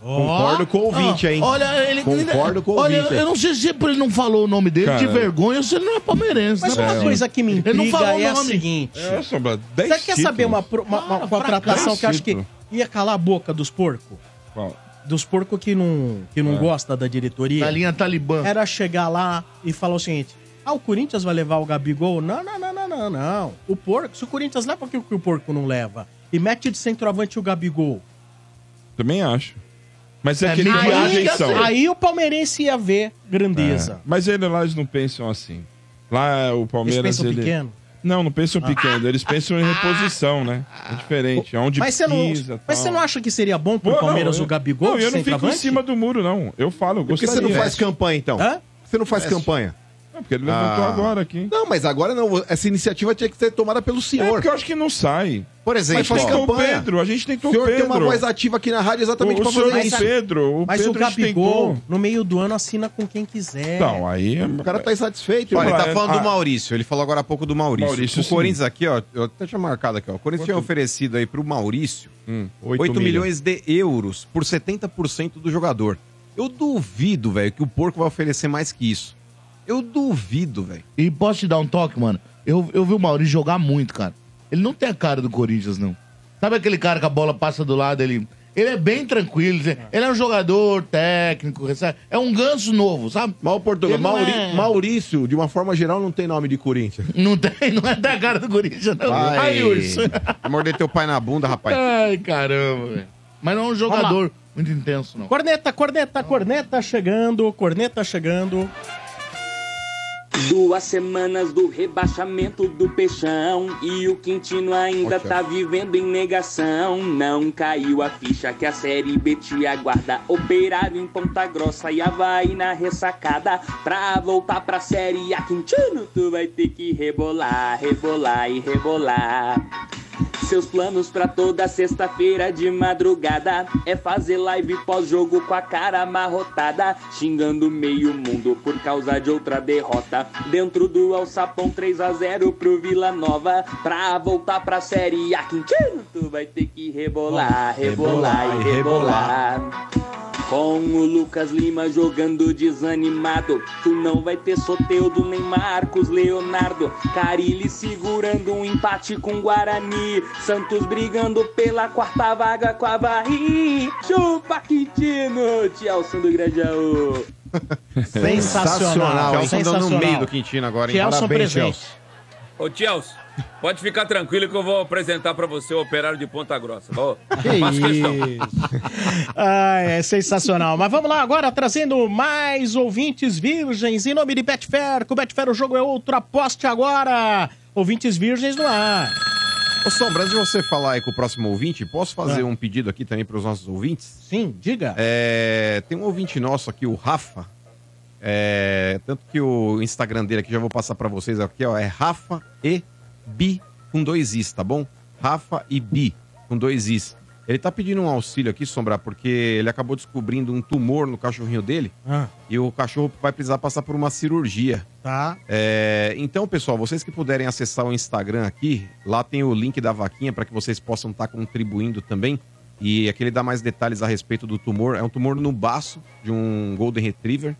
S8: Concordo com o ouvinte,
S4: Ah,
S8: hein?
S4: Olha, ele.
S8: Concordo com o
S4: Olha,
S8: ouvinte.
S4: eu não sei se é ele não falou o nome dele de
S7: Cara.
S4: vergonha ou se ele não é palmeirense.
S2: Mas
S4: né,
S2: uma
S4: Paulo?
S2: coisa que me
S4: Ele não
S2: intriga
S4: falou o
S2: é a
S4: nome.
S2: seguinte.
S7: É, Sombra, 10
S2: Você quer saber uma, pro- uma,
S7: Ah,
S2: uma contratação
S7: Dez
S2: que eu acho que
S7: títulos.
S2: ia calar a boca dos porcos?
S7: Qual?
S2: Dos porcos que não, que não
S7: É.
S2: gosta da diretoria.
S7: Da linha
S2: Talibã. Era chegar lá e falar o seguinte: ah, o Corinthians vai levar o Gabigol? Não, não, não, não, não, não. O porco, se o Corinthians leva, por que que o porco não leva? E mete de centroavante o Gabigol.
S7: Também acho. Mas é, então.
S2: É,
S7: que ele
S2: aí-
S7: tem rejeição.
S2: Aí o palmeirense ia ver grandeza.
S7: É. Mas ele, lá eles não pensam assim. Lá o Palmeiras.
S2: Eles pensam
S7: ele...
S2: pequeno?
S7: Não, não pensam
S2: Ah.
S7: pequeno. Eles pensam em
S3: Ah.
S7: reposição, né? É diferente. É onde
S2: mas, você não,
S7: pisa.
S2: mas
S7: tal.
S2: você não acha que seria bom pro
S7: Pô, não,
S2: Palmeiras
S7: eu-
S2: o Gabigol?
S7: Não,
S2: de
S7: eu não fico em
S2: centroavante?
S7: cima do muro, não. Eu falo, eu
S3: Por que
S7: gostaria.
S3: É você não faz campanha, então?
S2: Hã?
S3: Você não faz
S7: É,
S3: campanha?
S7: Não, porque ele levantou agora aqui.
S3: Ah.
S7: É
S3: Não, mas agora não. Essa iniciativa tinha que ser tomada pelo senhor.
S7: porque eu acho que não sai.
S3: Por exemplo,
S7: Mas tentou o
S3: campanha.
S7: Pedro, a gente tentou
S3: o senhor
S7: o Pedro.
S3: tem uma voz ativa aqui na rádio exatamente
S7: O- o
S3: pra
S7: senhor
S3: fazer
S7: não
S3: isso.
S7: Pedro, o
S2: Mas o
S7: Pedro
S2: Gabigol,
S7: tentou.
S2: no meio do ano, assina com quem quiser.
S7: Não, aí. é-
S8: O cara tá insatisfeito.
S2: irmão.
S8: Olha, ele tá
S2: Ah,
S8: falando
S2: ah.
S8: do Maurício. Ele falou agora há pouco do Maurício.
S7: Maurício,
S8: o
S7: sim.
S8: Corinthians aqui, ó. Eu até tinha marcado aqui, ó. O Corinthians tinha
S7: Quanto? Hum,
S8: oferecido aí pro Maurício
S7: oito
S8: 8, milhões de euros por 70% do jogador. Eu duvido, velho, que o porco vai oferecer mais que isso. Eu duvido, velho.
S4: E posso te dar um toque, mano? Eu, eu vi o Maurício jogar muito, cara. Ele não tem a cara do Corinthians, não. Sabe aquele cara que a bola passa do lado, ele... Ele é bem tranquilo, ele- ele é um jogador técnico, recebe- é um ganso novo, sabe? é-
S3: Mal português, Mauri- Maurício, de uma forma geral, não tem nome de Corinthians.
S4: Não tem, não é da cara do Corinthians, não.
S8: Vai
S4: Aí, Urso.
S8: Morder teu pai na bunda, rapaz.
S4: Ai, caramba, velho. Mas não é um jogador, muito intenso, não.
S2: Corneta, corneta, corneta chegando, corneta chegando.
S17: Duas semanas do rebaixamento do Peixão e o Quintino ainda
S18: Ótimo.
S17: tá vivendo em negação. Não caiu a ficha que a Série B te aguarda. Operário em Ponta Grossa e Havaí na ressacada. Pra voltar pra Série A, Quintino, tu vai ter que rebolar, rebolar e rebolar. Seus planos pra toda sexta-feira de madrugada é fazer live pós-jogo com a cara amarrotada, xingando meio mundo por causa de outra derrota. Dentro do alçapão 3 a 0 pro Vila Nova, pra voltar pra série A, Quintino, tu vai ter que rebolar, rebolar e rebolar. Com o Lucas Lima jogando desanimado, tu não vai ter Soteudo nem Marcos Leonardo. Carilli segurando um empate com Guarani, Santos brigando pela quarta vaga com a Bahia. Chupa Quintino, te alçando Grajaú.
S8: Sensacional,
S6: Sensacional,
S8: hein? Estão dando Tá no
S6: sensacional.
S8: meio do Quintino agora, hein?
S6: Chelsea
S8: Parabéns,
S6: presente.
S8: Chelsea.
S6: Ô, Chelsea, pode ficar tranquilo que eu vou apresentar pra você o operário de Ponta Grossa. Ó,
S2: Que
S6: faço questão.
S2: Ah, é sensacional. Mas vamos lá agora, trazendo mais ouvintes virgens em nome de Betfair. Com Betfair o jogo é outro, aposte agora. Ouvintes virgens no ar.
S8: Ô, Sombra, antes de você falar aí com o próximo ouvinte, posso fazer um pedido aqui também para os nossos ouvintes?
S2: Ah. Sim, diga.
S8: tem um ouvinte nosso aqui, o Rafa. É, tanto que o Instagram dele aqui, já vou passar para vocês aqui, ó. É Rafa e Bi com dois Is, tá bom? Rafa e Bi com dois Is. Ele tá pedindo um auxílio aqui, Sombra, porque ele acabou descobrindo um tumor no cachorrinho dele.
S2: Ah,
S8: E o cachorro vai precisar passar por uma cirurgia.
S2: tá.
S8: É, então, pessoal, vocês que puderem acessar o Instagram aqui, lá tem o link da vaquinha para que vocês possam estar contribuindo também. E aqui ele dá mais detalhes a respeito do tumor. É um tumor no baço de um Golden Retriever.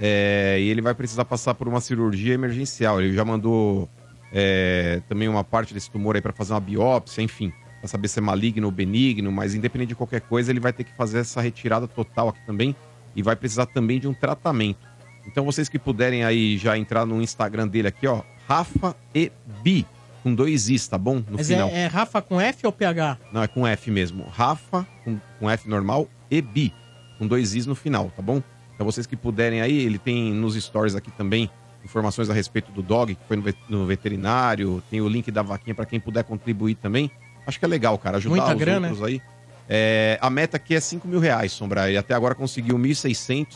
S8: É, e ele vai precisar passar por uma cirurgia emergencial. Ele já mandou é, também uma parte desse tumor aí para fazer uma biópsia, enfim, para saber se é maligno ou benigno. Mas independente de qualquer coisa, ele vai ter que fazer essa retirada total aqui também. E vai precisar também de um tratamento. Então vocês que puderem aí já entrar no Instagram dele aqui, ó, Rafa e Bi, com dois Is, tá bom? No
S2: Mas
S8: final.
S2: é, é Rafa com F ou PH?
S8: Não, é com F mesmo. Rafa, com, com F normal, e Bi, com dois Is no final, tá bom? Então vocês que puderem aí, ele tem nos stories aqui também informações a respeito do dog, que foi no, ve- no veterinário, tem o link da vaquinha pra quem puder contribuir também. Acho que é legal, cara, ajudar
S2: Muita
S8: os
S2: grana, né?
S8: outros aí. É, a meta aqui é 5 mil reais, Sombra, e até agora conseguiu 1.600.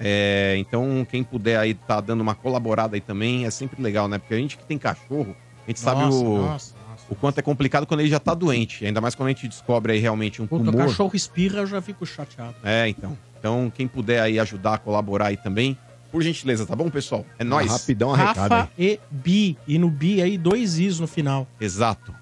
S8: É, então, quem puder aí tá dando uma colaborada aí também, é sempre legal, né? Porque a gente que tem cachorro, a gente sabe
S2: Nossa,
S8: o,
S2: nossa,
S8: o quanto é complicado quando ele já tá doente. Ainda mais quando a gente descobre aí realmente um
S2: Puta, o
S8: tumor.
S2: cachorro espirra, eu já fico chateado.
S8: É, então. Então, quem puder aí ajudar, colaborar aí também, por gentileza, tá bom, pessoal?
S3: Um
S8: É nóis.
S2: Rafa e Bi. E no Bi aí, dois Is no final.
S8: Exato.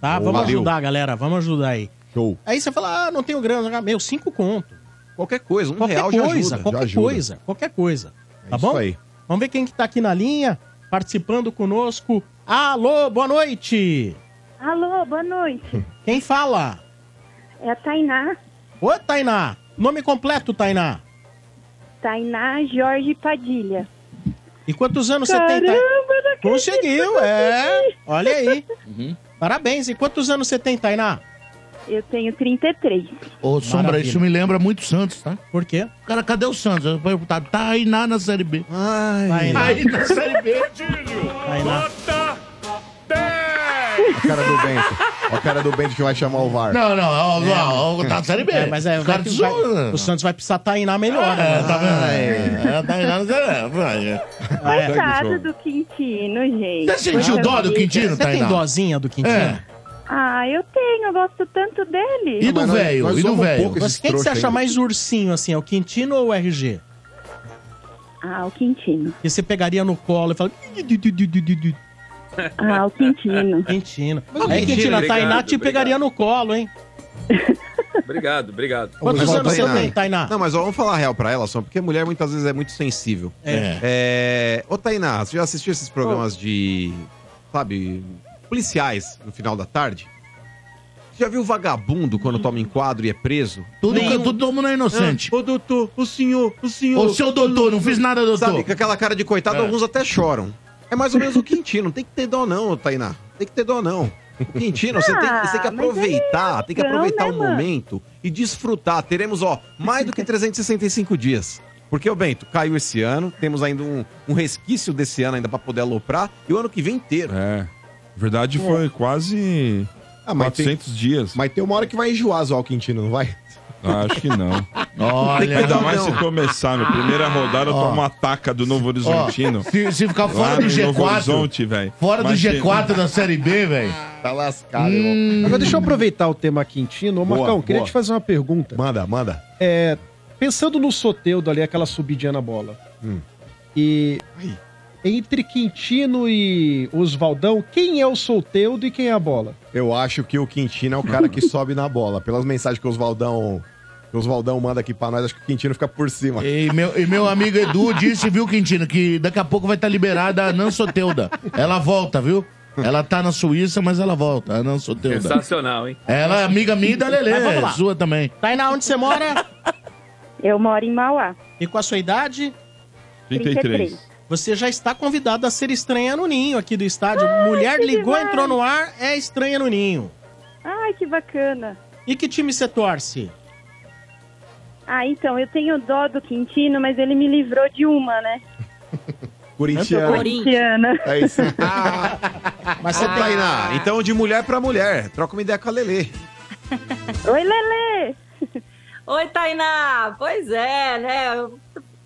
S2: Tá?
S8: Boa.
S2: Vamos
S8: Valeu.
S2: ajudar, galera. Vamos ajudar aí.
S8: Show.
S2: Aí você fala, ah, não tenho grana. Ah, Meu, cinco conto.
S8: Qualquer coisa, um
S2: qualquer
S8: real já
S2: coisa,
S8: ajuda, já
S2: Qualquer
S8: ajuda. É
S2: coisa, qualquer coisa. Tá
S8: isso
S2: bom?
S8: aí.
S2: Vamos ver quem que tá aqui na linha, participando conosco. Alô, boa noite.
S19: Alô, boa noite.
S2: Quem fala?
S19: É a Tainá.
S2: Ô, Tainá. Nome completo, Tainá.
S19: Tainá Jorge Padilha.
S2: E quantos anos você tem,
S19: Caramba, não
S2: Tainá?
S19: acredito
S2: Conseguiu,
S19: que eu
S2: é.
S19: consegui.
S2: Olha
S19: *laughs*
S2: aí. Parabéns. E quantos anos você tem, Tainá?
S19: Eu tenho 33.
S4: Ô, Sombra,
S19: Maravilha.
S4: isso me lembra muito o Santos, tá?
S2: Por quê?
S4: Cara, cadê o Santos? Eu falei, Tá, tá aí na, na Série B.
S2: Ai,
S4: aí na Série B.
S14: Bota
S3: A cara do Bento. A cara do Bento que vai chamar o VAR.
S4: Não, não, ó,
S2: É.
S4: ó, ó, tá na Série B.
S2: É, mas é,
S4: Os caras
S2: vai que
S4: te
S2: vai-
S4: zoam.
S2: o Santos vai precisar Tainá melhor. né?
S4: É, tá vendo?
S2: Ah,
S4: É, tá aí na Série B.
S2: é.
S19: Coitado do Quintino, gente.
S4: Você sentiu dó do Quintino,
S2: Você tem
S4: Tainá?
S2: dózinha do Quintino?
S4: É.
S19: Ah, eu tenho, eu gosto tanto dele.
S6: um
S2: um Mas quem que você acha mais ursinho, assim? É o Quintino ou o RG?
S19: Ah, o Quintino.
S2: Que você pegaria no colo e fala...
S19: Ah, o Quintino.
S2: Quintino.
S6: Mas o
S2: Aí,
S6: Quintino,
S2: Quintino, a Tainá
S6: obrigado,
S2: te pegaria no colo, hein?
S6: Obrigado, obrigado.
S8: Vamos lá, Tainá.
S2: Tainá?
S8: Não, mas ó, vamos falar a real pra ela, só porque mulher muitas vezes é muito sensível.
S2: É.
S8: É, Ô, Tainá, você já assistiu esses programas de, sabe, policiais no final da tarde? Você Já viu vagabundo quando toma enquadro e é preso?
S4: Tudo, tudo todo mundo é inocente.
S8: Ah, Ô, doutor, o senhor, o senhor.
S4: Ô, seu doutor, não fiz nada, doutor.
S8: Sabe, com aquela cara de coitado,
S4: É.
S8: alguns até choram. É mais ou menos o Quintino. Não tem que ter dó não, Tainá. Tem que ter dó não. O Quintino, você, tem, você tem que
S19: Ah, mas ele é
S8: aproveitar, tem que
S19: amigão,
S8: aproveitar
S19: né,
S8: o
S19: mano?
S8: momento e desfrutar. Teremos, ó, mais do que 365 dias. Porque, ô Bento, caiu esse ano, temos ainda um, um resquício desse ano ainda pra poder aloprar, e o ano que vem inteiro.
S7: É. Verdade foi quase
S3: Ah, mas
S7: 400 dias. Ah,
S3: Mas tem uma hora que vai enjoar zoar o Quintino, não vai?
S7: Acho que não.
S8: *laughs*
S3: Olha,
S7: ainda
S3: não.
S7: mais se começar, na primeira rodada, eu
S3: Ó.
S7: tomo uma taca do Novo Horizontino.
S12: Ó, se- se ficar fora
S7: Lá
S12: do
S7: no
S12: G4,
S7: Novo Horizonte, velho.
S12: Fora do
S7: Mas tem-
S12: G4 da Série B, velho.
S3: Tá lascado,
S4: Hum.
S9: Agora deixa eu aproveitar o tema Quintino. Ô,
S3: Boa,
S9: Marcão, queria
S3: boa.
S9: te fazer uma pergunta.
S3: Manda, manda.
S9: É, pensando no soteudo ali, aquela subidinha na bola. E entre Quintino e Osvaldão, quem é o soteudo e quem é a bola?
S3: Eu acho que o Quintino é o cara que sobe na bola. Pelas mensagens que o Oswaldão, que o Oswaldão manda aqui pra nós, acho que o Quintino fica por cima.
S4: É,
S12: E meu, e meu amigo Edu disse, viu, Quintino, que daqui a pouco vai estar liberada a Nan Soteuda. Ela volta, viu? Ela tá na Suíça, mas ela volta, a Nan Soteuda.
S6: Sensacional, hein?
S12: Ela é amiga minha e da Lelê,
S6: Mas vamos
S12: é
S6: lá.
S12: sua também.
S2: Tainá, onde você mora?
S19: Eu moro em Mauá.
S2: E com a sua idade?
S19: 33.
S2: Você já está convidado a ser estranha no ninho aqui do estádio. Mulher
S19: que
S2: ligou,
S19: demais.
S2: entrou no ar, é estranha no ninho.
S19: Ai, que bacana.
S2: E que time você torce?
S19: Ah, então, eu tenho dó do Quintino, mas ele me livrou de uma, né?
S3: Corintiano.
S19: Corintiana.
S3: É isso.
S2: Mas
S8: você Tainá, então de mulher pra mulher. Troca uma ideia com a Lelê.
S19: Oi, Lelê!
S5: *laughs* Oi, Tainá! Pois é, né? Eu-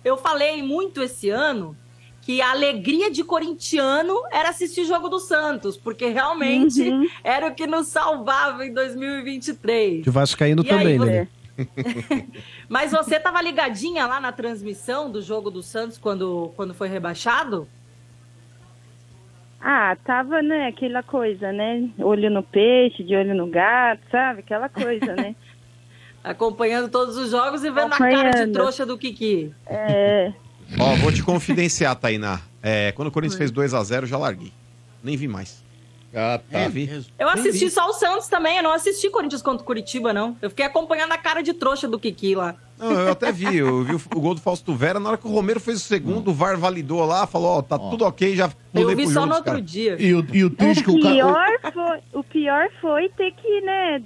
S5: Eu falei muito esse ano que a alegria de corintiano era assistir o jogo do Santos, porque realmente
S9: Uhum.
S5: era o que nos salvava em 2023.
S9: De Vascaíno
S5: E aí,
S9: também,
S1: né?
S9: né?
S5: você-
S9: Lelê.
S5: Mas você tava ligadinha lá na transmissão do jogo do Santos quando, quando foi rebaixado?
S19: Ah, tava, né, aquela coisa, né? Olho no peixe, de olho no gato, sabe? Aquela coisa, né?
S5: Acompanhando todos os jogos e vendo a cara de
S19: Acompanhando.
S5: trouxa do Kiki.
S19: É.
S8: Ó, vou te confidenciar, Tainá. É, quando o Corinthians fez 2x0, eu já larguei. Nem vi mais.
S3: Ah,
S8: tá. Nem vi.
S5: Eu
S8: Nem
S5: assisti
S8: vi.
S5: só o Santos também, eu não assisti Corinthians contra o Curitiba, não. Eu fiquei acompanhando a cara de trouxa do Kiki lá.
S8: Não, eu até vi, eu vi o, o gol do Fausto Vera. Na hora que o Romero fez o segundo, o VAR validou lá, falou, ó, tá tudo ok, já pulei
S5: Eu vi
S8: pro
S5: só
S8: jogo
S5: no
S8: dos
S5: outro
S8: caras.
S5: dia.
S12: E o, e o triste é que
S19: O
S12: o cara...
S19: É, pior, foi, o pior foi ter que, né,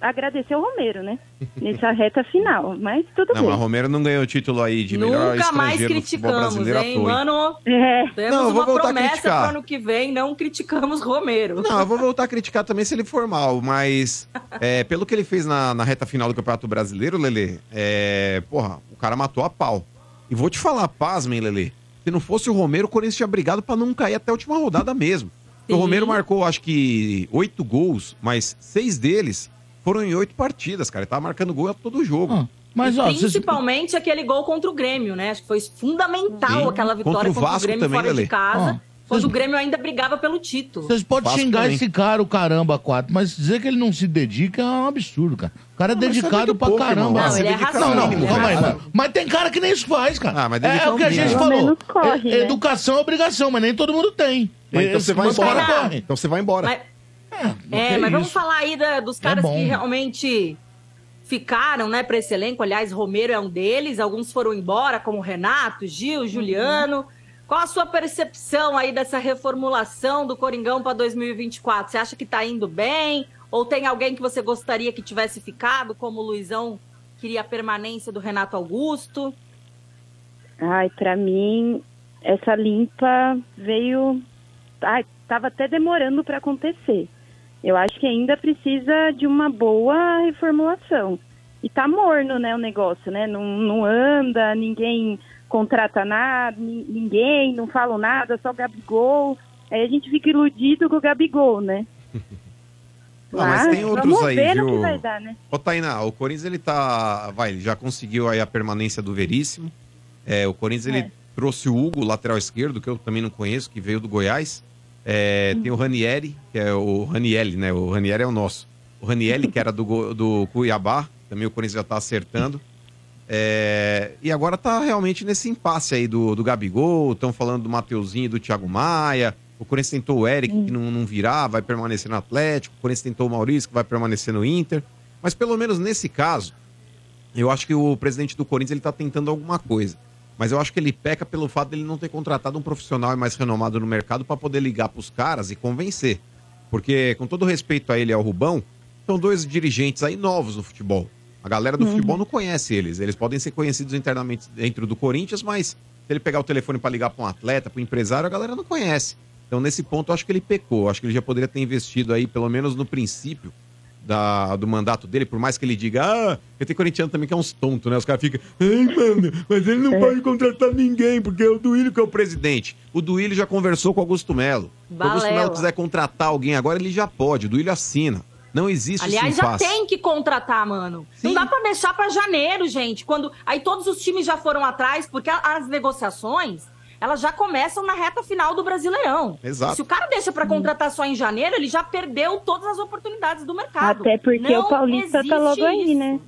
S19: agradecer o Romero, né? Nessa reta final, mas tudo
S8: Não,
S19: bem.
S8: mas o Romero não ganhou o título aí de melhor
S5: Nunca mais
S8: estrangeiro do futebol
S5: criticamos,
S8: brasileiro à
S5: hein,
S8: toa. hein?
S5: mano?
S19: É.
S5: Temos
S8: Não, eu vou
S5: uma
S8: voltar a
S5: promessa
S8: criticar.
S5: pro ano que vem, não criticamos Romero.
S8: Não, eu vou voltar a criticar também se ele for mal, mas é, pelo que ele fez na, na reta final do Campeonato Brasileiro, Lelê, é, porra, o cara matou a pau. E vou te falar, pasmem, Lelê, se não fosse o Romero, o Corinthians tinha brigado pra não cair até a última rodada mesmo. O Romero marcou, acho que, oito gols, mas seis deles foram em oito partidas, cara. Ele tava marcando gol a todo jogo.
S3: Ah,
S12: mas,
S5: E principalmente aquele gol contra o Grêmio, né? Acho que foi fundamental
S8: Sim.
S5: aquela
S8: Contra
S5: vitória
S8: o
S5: contra o,
S8: Vasco
S5: Grêmio
S8: também,
S5: fora
S8: Lelê.
S5: de casa. quando
S12: vocês-
S5: o Grêmio ainda brigava pelo título.
S12: Vocês podem xingar esse cara, o caramba, quatro, mas dizer que ele não se dedica é um absurdo, cara. O cara é
S4: mas é
S12: dedicado
S4: muito
S12: pra
S4: pouco, irmão.
S12: caramba.
S4: Não, ele é
S12: Não,
S4: racional,
S12: não,
S4: né?
S12: calma aí, mano. Mas tem cara que nem isso faz, cara.
S4: Ah, mas dedica
S12: é, o que a
S4: ao mínimo.
S12: gente
S4: Pelo
S12: falou.
S4: menos corre,
S12: É-
S4: né?
S12: Educação é obrigação, mas nem todo mundo tem.
S3: Mas então
S12: Esse-
S3: você vai
S12: mas o cara
S3: embora.
S12: corre.
S3: Então você vai embora.
S5: Mas-
S12: que
S5: É, mas vamos
S12: isso. É
S5: falar aí da- dos caras
S12: bom.
S5: que realmente ficaram, né, pra esse elenco. Aliás, Romero é um deles, alguns foram embora, como Renato,
S12: Uhum.
S5: Gil, Juliano. Qual a sua percepção aí dessa reformulação do Coringão pra 2024? Você acha que tá indo bem? Ou tem alguém que você gostaria que tivesse ficado, como o Luizão queria a permanência do Renato Augusto?
S19: Ai, pra mim, essa limpa veio. Ai, tava até demorando pra acontecer. Eu acho que ainda precisa de uma boa reformulação. E tá morno, né, o negócio, né? Não, não anda, ninguém contrata nada, ni- ninguém, não falam nada, só o Gabigol. Aí a gente fica iludido com o Gabigol,
S8: *laughs*
S19: né?
S8: Ah, mas tem outros
S19: vamos
S8: aí,
S19: ver
S8: viu?
S19: no que vai dar, né?
S8: Ô, Tainá, o Corinthians, ele tá... Vai, ele já conseguiu aí a permanência do Veríssimo. É, o Corinthians, ele trouxe o Hugo, lateral esquerdo, que eu também não conheço, que veio do Goiás. É,
S19: Uhum.
S8: Tem o Ranieri, que é o Ranieri, né? O Ranieri é o nosso. O Ranieri, que era do, Go- do Cuiabá, também o Corinthians já tá acertando. É, e agora tá realmente nesse impasse aí do, do Gabigol, estão falando do Mateuzinho e do Thiago Maia. O Corinthians tentou o Eric, que não, não virá, vai permanecer no Atlético. O Corinthians tentou o Maurício, que vai permanecer no Inter. Mas pelo menos nesse caso, eu acho que o presidente do Corinthians ele tá tentando alguma coisa. Mas eu acho que ele peca pelo fato dele não ter contratado um profissional mais renomado no mercado para poder ligar pros caras e convencer. Porque, com todo respeito a ele e ao Rubão, são dois dirigentes aí novos no futebol. A galera do futebol não conhece eles. Eles podem ser conhecidos internamente dentro do Corinthians, mas se ele pegar o telefone para ligar para um atleta, para um empresário, a galera não conhece. Então, nesse ponto, eu acho que ele pecou. Eu acho que ele já poderia ter investido aí, pelo menos no princípio da- do mandato dele, por mais que ele diga, ah, porque tem corintiano também que é uns tontos, né? Os caras ficam, ai, mano, mas ele
S5: É.
S8: não pode contratar ninguém, porque é o Duílio que é o presidente. O Duílio já conversou com o Augusto Melo. Se o Augusto
S5: Balela.
S8: Melo quiser contratar alguém agora, ele já pode. O Duílio assina. Não existe
S5: Aliás,
S8: esse
S5: já
S8: impasse.
S5: tem que contratar, mano. Não dá pra deixar pra janeiro, gente. Quando aí todos os times já foram atrás, porque a- as negociações elas já começam na reta final do Brasileirão.
S19: Exato.
S5: Se o cara deixa pra contratar só em janeiro, ele já perdeu todas as oportunidades do mercado.
S19: Até porque
S5: Não
S19: o Paulista tá
S5: existe
S19: logo aí,
S5: isso.
S19: né?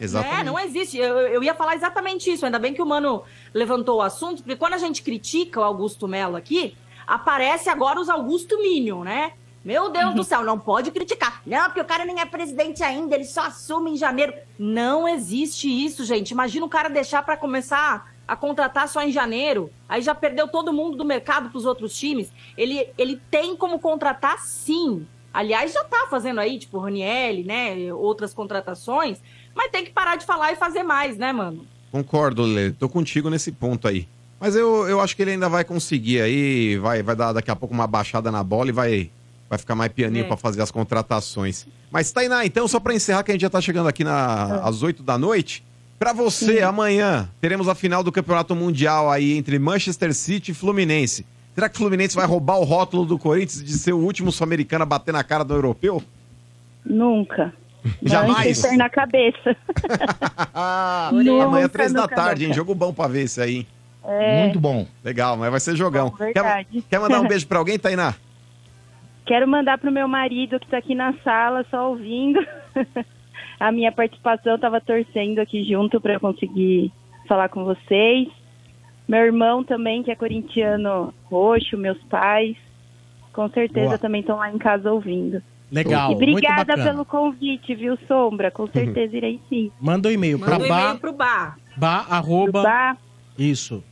S5: É, não existe. Eu, eu ia falar exatamente isso. Ainda bem que o Mano levantou o assunto, porque quando a gente critica o Augusto Melo aqui, aparece agora os Augusto Minion, né? Meu Deus do céu, não pode criticar. Não, porque o cara nem é presidente ainda, ele só assume em janeiro. Não existe isso, gente. Imagina o cara deixar pra começar a contratar só em janeiro, aí já perdeu todo mundo do mercado pros outros times. Ele, ele tem como contratar sim. Aliás, já tá fazendo aí, tipo, Ranielli, né? Outras contratações. Mas tem que parar de falar e fazer mais, né, mano?
S8: Concordo, Lê. Tô contigo nesse ponto aí. Mas eu, eu acho que ele ainda vai conseguir aí, vai, vai dar daqui a pouco uma baixada na bola e vai, vai ficar mais pianinho
S18: É.
S8: pra fazer as contratações. Mas, Tainá, então, só pra encerrar, que a gente já tá chegando aqui na, às 8 da noite. Pra você, amanhã, teremos a final do Campeonato Mundial aí entre Manchester City e Fluminense. Será que o Fluminense vai roubar o rótulo do Corinthians de ser o último sul-americano a bater na cara do europeu? *laughs*
S19: Nunca.
S8: Jamais.
S19: Manchester na cabeça.
S8: *laughs* amanhã,
S19: Nunca,
S8: três da
S19: nunca,
S8: tarde, hein?
S19: nunca.
S8: Jogo bom pra ver esse aí, hein?
S19: É. Muito
S8: bom. Legal, mas vai ser jogão. quer,
S19: verdade.
S8: quer mandar
S19: *laughs*
S8: um beijo pra alguém, Tainá?
S19: Quero mandar pro meu marido que tá aqui na sala só ouvindo. *laughs* A minha participação tava torcendo aqui junto para conseguir falar com vocês. Meu irmão também, que é corintiano roxo, meus pais, com certeza
S2: Boa.
S19: também estão lá em casa ouvindo.
S2: Legal,
S19: E
S2: muito
S19: obrigada
S2: bacana.
S19: pelo convite, viu, Sombra?
S8: Uhum.
S19: Com certeza irei sim.
S2: Manda um e-mail para
S19: Manda um
S2: bar,
S19: e-mail
S5: Pro bar.
S2: bar, arroba,
S19: bar.
S2: isso,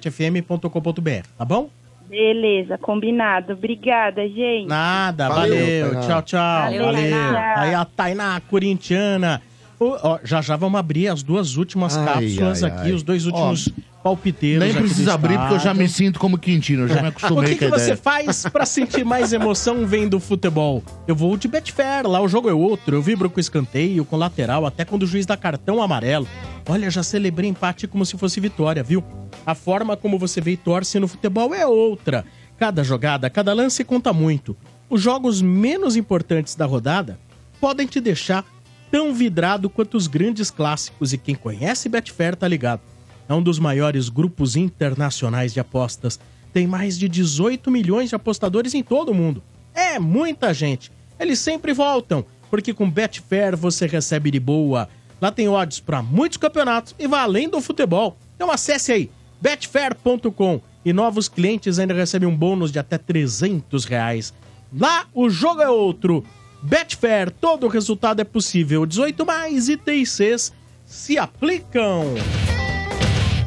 S2: 97fm.com.br, tá bom?
S19: Beleza, combinado. Obrigada, gente.
S2: Nada, valeu,
S19: Tainá.
S2: tchau, tchau,
S19: Valeu,
S2: valeu.
S19: Tainá.
S2: Aí a Tainá corintiana. Ô, ó, já já vamos abrir as duas últimas cápsulas
S12: ai,
S2: aqui,
S12: ai.
S2: os dois últimos palpiteiros
S12: Nem
S2: aqui do
S12: precisa abrir, porque eu já me
S2: estádio.
S12: sinto como Quintino, eu já me acostumei
S2: o que,
S12: com a
S2: que você
S12: ideia.
S2: faz pra sentir mais emoção vendo futebol? Eu vou de Betfair, lá o jogo é outro. Eu vibro com escanteio, com lateral, até quando o juiz dá cartão amarelo. Olha, já celebrei empate como se fosse vitória, viu? A forma como você vê e torce no futebol é outra. Cada jogada, cada lance conta muito. Os jogos menos importantes da rodada podem te deixar tão vidrado quanto os grandes clássicos e quem conhece Betfair tá ligado. É um dos maiores grupos internacionais de apostas. Tem mais de 18 milhões de apostadores em todo o mundo. É muita gente. Eles sempre voltam, porque com Betfair você recebe de boa. Lá tem odds para muitos campeonatos e vai além do futebol. Então acesse aí betfair.com e novos clientes ainda recebem um bônus de até 300 reais. Lá o jogo é outro. Betfair, todo resultado é possível. 18 mais e TICs se aplicam.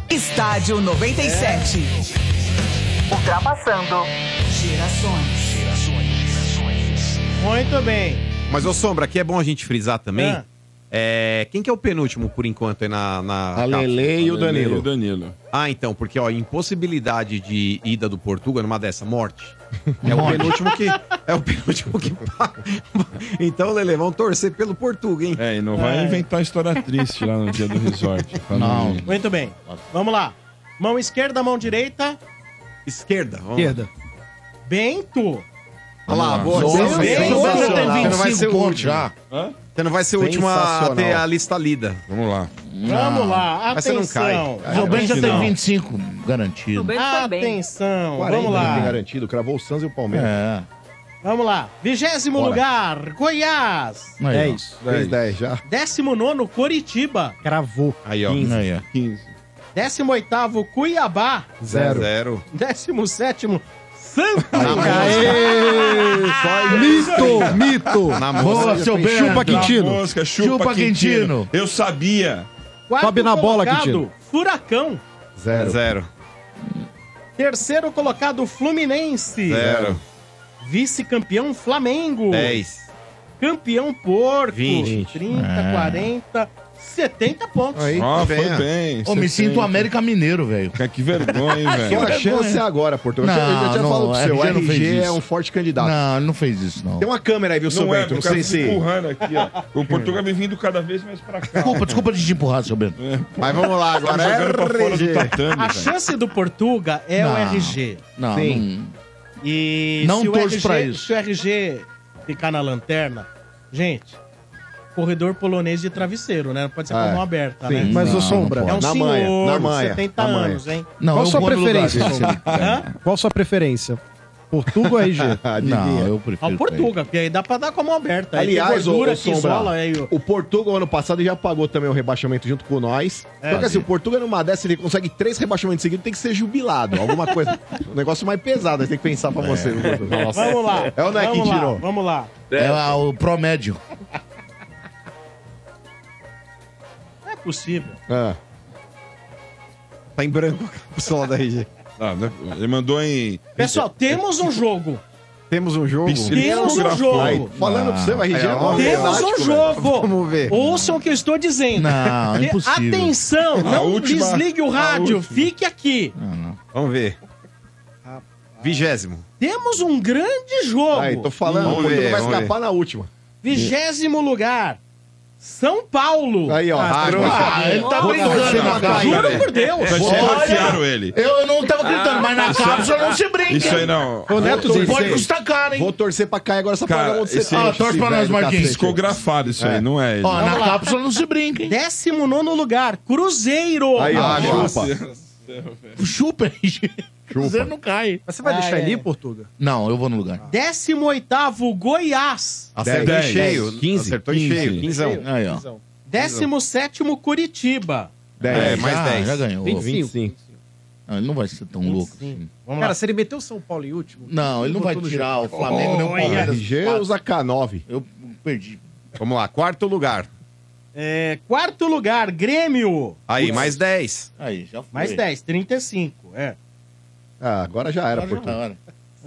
S1: Estádio 97.
S2: É.
S1: Ultrapassando gerações.
S2: Muito bem.
S8: Mas, ô Sombra, aqui é bom a gente frisar também.
S7: Ah.
S8: É, quem que é o penúltimo, por enquanto, aí na... na
S7: A Lele e o
S8: cápsula? A Lele
S7: Danilo.
S8: e o Ah, então, porque, ó, impossibilidade de ida do Portugal numa
S7: *laughs*
S8: dessa, morte. É o penúltimo que... É o penúltimo que... paga. então, Lele, vamos torcer pelo Portugal, hein?
S7: É, e não vai
S2: É.
S7: inventar história triste lá no dia do *laughs* resort.
S2: Não.
S7: Falando-
S2: Muito bem. Vamos lá. Mão esquerda, mão direita.
S8: Esquerda. Vamos.
S2: Esquerda. Bento.
S8: Olha lá, boa.
S2: Nossa,
S8: Nossa,
S2: Bento
S8: Você
S2: tem 25
S8: não vai ser o
S2: pontos.
S8: último.
S7: Hã?
S8: Você não vai ser o último a
S7: Sensacional.
S8: ter a lista lida.
S7: Vamos lá.
S2: Vamos lá,
S8: Ah, Mas você não cai.
S2: atenção.
S12: O Bento já tem
S2: Não.
S12: 25 garantido.
S2: Atenção. Vamos
S3: tem
S2: lá.
S3: garantido, cravou o Santos e o Palmeiras.
S12: É.
S2: Vamos lá. Vigésimo
S3: Bora.
S2: lugar, Goiás.
S3: Aí, ó.
S8: É
S3: Dez. Fez dez já.
S2: Décimo nono, Curitiba.
S9: Cravou.
S8: Aí, ó.
S2: 15.
S12: Aí, ó.
S7: 15.
S2: Décimo oitavo, Cuiabá.
S8: Zero. Zero.
S2: Décimo sétimo, Santos.
S7: Mito,
S2: mito.
S7: Na
S2: Boa,
S7: mosca.
S2: seu Bento.
S7: Chupa Quintino.
S2: Na
S7: mosca, chupa,
S2: Chupa,
S7: Quintino.
S2: Quintino.
S7: Eu sabia.
S2: Quarto
S7: Sobe na bola,
S2: colocado,
S7: Quintino.
S2: Furacão.
S8: Zero. Zero.
S2: Terceiro colocado, Fluminense.
S8: Zero.
S2: Vice-campeão Flamengo.
S20: 10.
S2: Campeão Porco.
S20: 20.
S2: 30,
S20: É.
S2: 40, 70 pontos.
S4: tá
S7: Ó, foi bem.
S4: Ô, me sinto América Mineiro, velho.
S7: Que vergonha, hein, velho.
S4: *laughs* Que
S8: Sua chance é agora, Porto. Eu já- eu já falo pro seu,
S4: o RG não fez
S8: RG é
S4: isso.
S8: um forte candidato.
S4: Não, não fez isso, não.
S8: Tem uma câmera aí, viu, seu
S4: Não é,
S8: Bento? Não
S4: o cara
S8: sei
S4: se
S8: se.
S7: Empurrando aqui, ó.
S8: *laughs*
S7: O Portugal vem vindo cada vez mais pra cá.
S4: Desculpa, desculpa de te empurrar, seu Bento.
S8: Mas vamos lá
S7: agora, Tá jogando pra fora do RG. tatame,
S2: a
S7: velho.
S2: chance do Portuga é o
S4: Não,
S2: RG.
S4: não,
S2: E
S4: Não
S2: se o
S4: torço
S2: RG
S4: pra isso.
S2: Se o RG ficar na lanterna, gente, corredor polonês de travesseiro, né? Não pode ser com a
S9: É,
S2: mão aberta,
S9: sim.
S2: né?
S9: Mas, ô, Sombra,
S2: É um
S9: na
S2: senhor,
S9: manha, na manha,
S2: 70
S9: na manha.
S2: anos, hein?
S9: Qual sua preferência? Sombra?
S2: Hã?
S9: *laughs* Qual sua preferência? Portuga ou RG?
S8: Adivinha.
S2: Ao Portuga, porque aí dá pra dar com a mão aberta. Aí tem
S8: Aliás, o,
S2: gordura
S8: o
S2: que isola
S8: Sombra,
S2: aí o-
S8: o Portugal ano passado já pagou também o rebaixamento junto com nós.
S2: É.
S8: Só que assim, o Portugal numa dessa ele consegue três rebaixamentos seguidos, tem que ser jubilado. Alguma coisa. um negócio mais pesado, aí tem que pensar pra você. viu, Portuga? Nossa.
S2: Vamos lá.
S8: É o Neck que
S2: vamos lá,
S8: tirou.
S2: Vamos lá.
S4: É lá, o promédio.
S2: Não é possível.
S7: Tá em branco *laughs* a pessoal da RG. Ah, né, ele mandou em.
S2: Pessoal,
S7: é-
S2: temos um jogo.
S7: Temos um jogo?
S2: Temos um jogo.
S8: falando pra você, o RG é mó
S2: Temos
S8: versátil,
S2: um
S8: velho.
S2: jogo.
S8: Vamos ver.
S2: Ouçam o que eu estou dizendo.
S8: Não,
S2: Porque-
S8: impossível.
S2: Atenção,
S8: A
S2: não
S8: última-
S2: desligue o
S8: a
S2: rádio,
S8: última.
S2: fique aqui.
S20: Vamos ver. Vigésimo.
S2: Temos um grande jogo.
S8: Aí, tô falando, o Portugal vai escapar na última.
S2: Vigésimo lugar. São Paulo.
S8: Aí, ó. Ah,
S2: ah, ele tá brincando. cara. Juro por Deus.
S7: Mas
S2: Olha,
S7: financiaram ele.
S4: Eu não tava gritando, mas na
S7: Ah, isso é-
S4: cápsula
S7: aí-
S4: não se brinca.
S7: Isso aí não.
S8: Ah, é- Ô, Neto,
S7: Vou torcer-
S8: Zizek,
S4: caro,
S8: Vou torcer pra cair agora essa
S7: Cara,
S8: parada onde você
S7: esse- Ah, torce pra
S8: tá
S7: nós, Marquinhos. Discografado isso aí, não é ele. Ó, na
S4: cápsula não se brinca, hein?
S2: Décimo nono lugar, Cruzeiro.
S7: Aí, ó, Ah,
S9: chupa.
S4: Chupa, RG.
S9: Cruzeiro
S4: não cai.
S9: Mas você vai
S2: Ah,
S9: deixar
S2: é.
S9: ele ir, Portuga?
S4: Não, eu vou no lugar.
S2: Décimo oitavo, Goiás.
S8: Ah,
S4: Acertou em cheio.
S20: 15.
S4: Acertou em cheio.
S20: 15.
S4: Aí, ó.
S2: Décimo sétimo, Curitiba.
S4: É,
S20: mais
S4: já,
S20: 10.
S4: Já ganhou.
S20: 25.
S4: Não, ele não vai ser tão louco assim.
S2: Vamos
S9: Cara, se ele meteu o São Paulo em último...
S4: Não, ele não vai
S9: botou no
S4: tirar
S9: jogo.
S4: o Flamengo nem o Palmeiras.
S8: RG usa K9.
S4: Eu perdi.
S20: Vamos lá, quarto lugar.
S2: É, quarto lugar, Grêmio.
S20: Aí, mais 10.
S4: Aí, já foi.
S2: Mais 10, 35. É.
S8: Ah, agora já era,
S4: Portugal. Já era.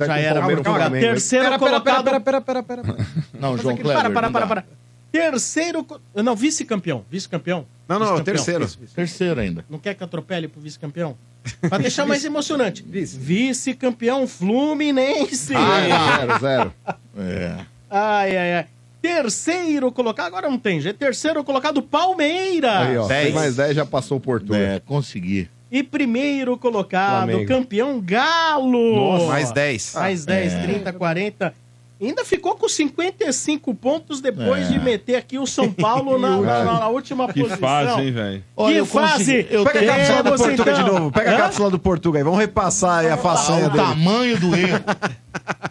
S2: Já era, Portugal. Terceiro
S9: Pera, pera,
S2: colocado.
S9: pera, pera, pera, pera, pera.
S4: Não, João
S2: Para,
S4: Kleber.
S2: para,
S4: não
S2: para,
S4: dá.
S2: para. Terceiro. co- Não, vice-campeão. Vice-campeão.
S20: Não, não, é o
S2: Vice-campeão.
S20: terceiro.
S2: Isso, isso.
S4: Terceiro ainda.
S2: Não quer que atropele pro vice-campeão? Pra deixar mais emocionante. Vice-campeão Fluminense.
S1: Ah,
S8: Zero, zero.
S4: É.
S2: Ai, ai, ai. Terceiro colocado. Agora não tem jeito. Terceiro colocado, Palmeiras.
S8: Aí, ó. Tem mais 10 já passou o Portugal.
S4: É, consegui.
S2: E primeiro colocado,
S8: Flamengo.
S2: campeão Galo. Ah,
S8: Nossa. Mais
S20: 10.
S2: Mais 10,
S4: É.
S2: 30, 40. Ainda ficou com 55 pontos depois
S4: É.
S2: de meter aqui o São Paulo na, na- na- na última
S7: Que
S2: posição.
S7: fase, hein, velho?
S4: Olha, eu
S2: que fase!
S4: consegui- eu
S20: Pega a cápsula do
S2: Temos,
S20: Portuga
S2: então,
S20: de novo. Pega
S2: hã?
S20: a cápsula do Portuga aí. Vamos repassar aí a façanha
S4: Tá, o
S20: dele.
S4: tamanho do erro.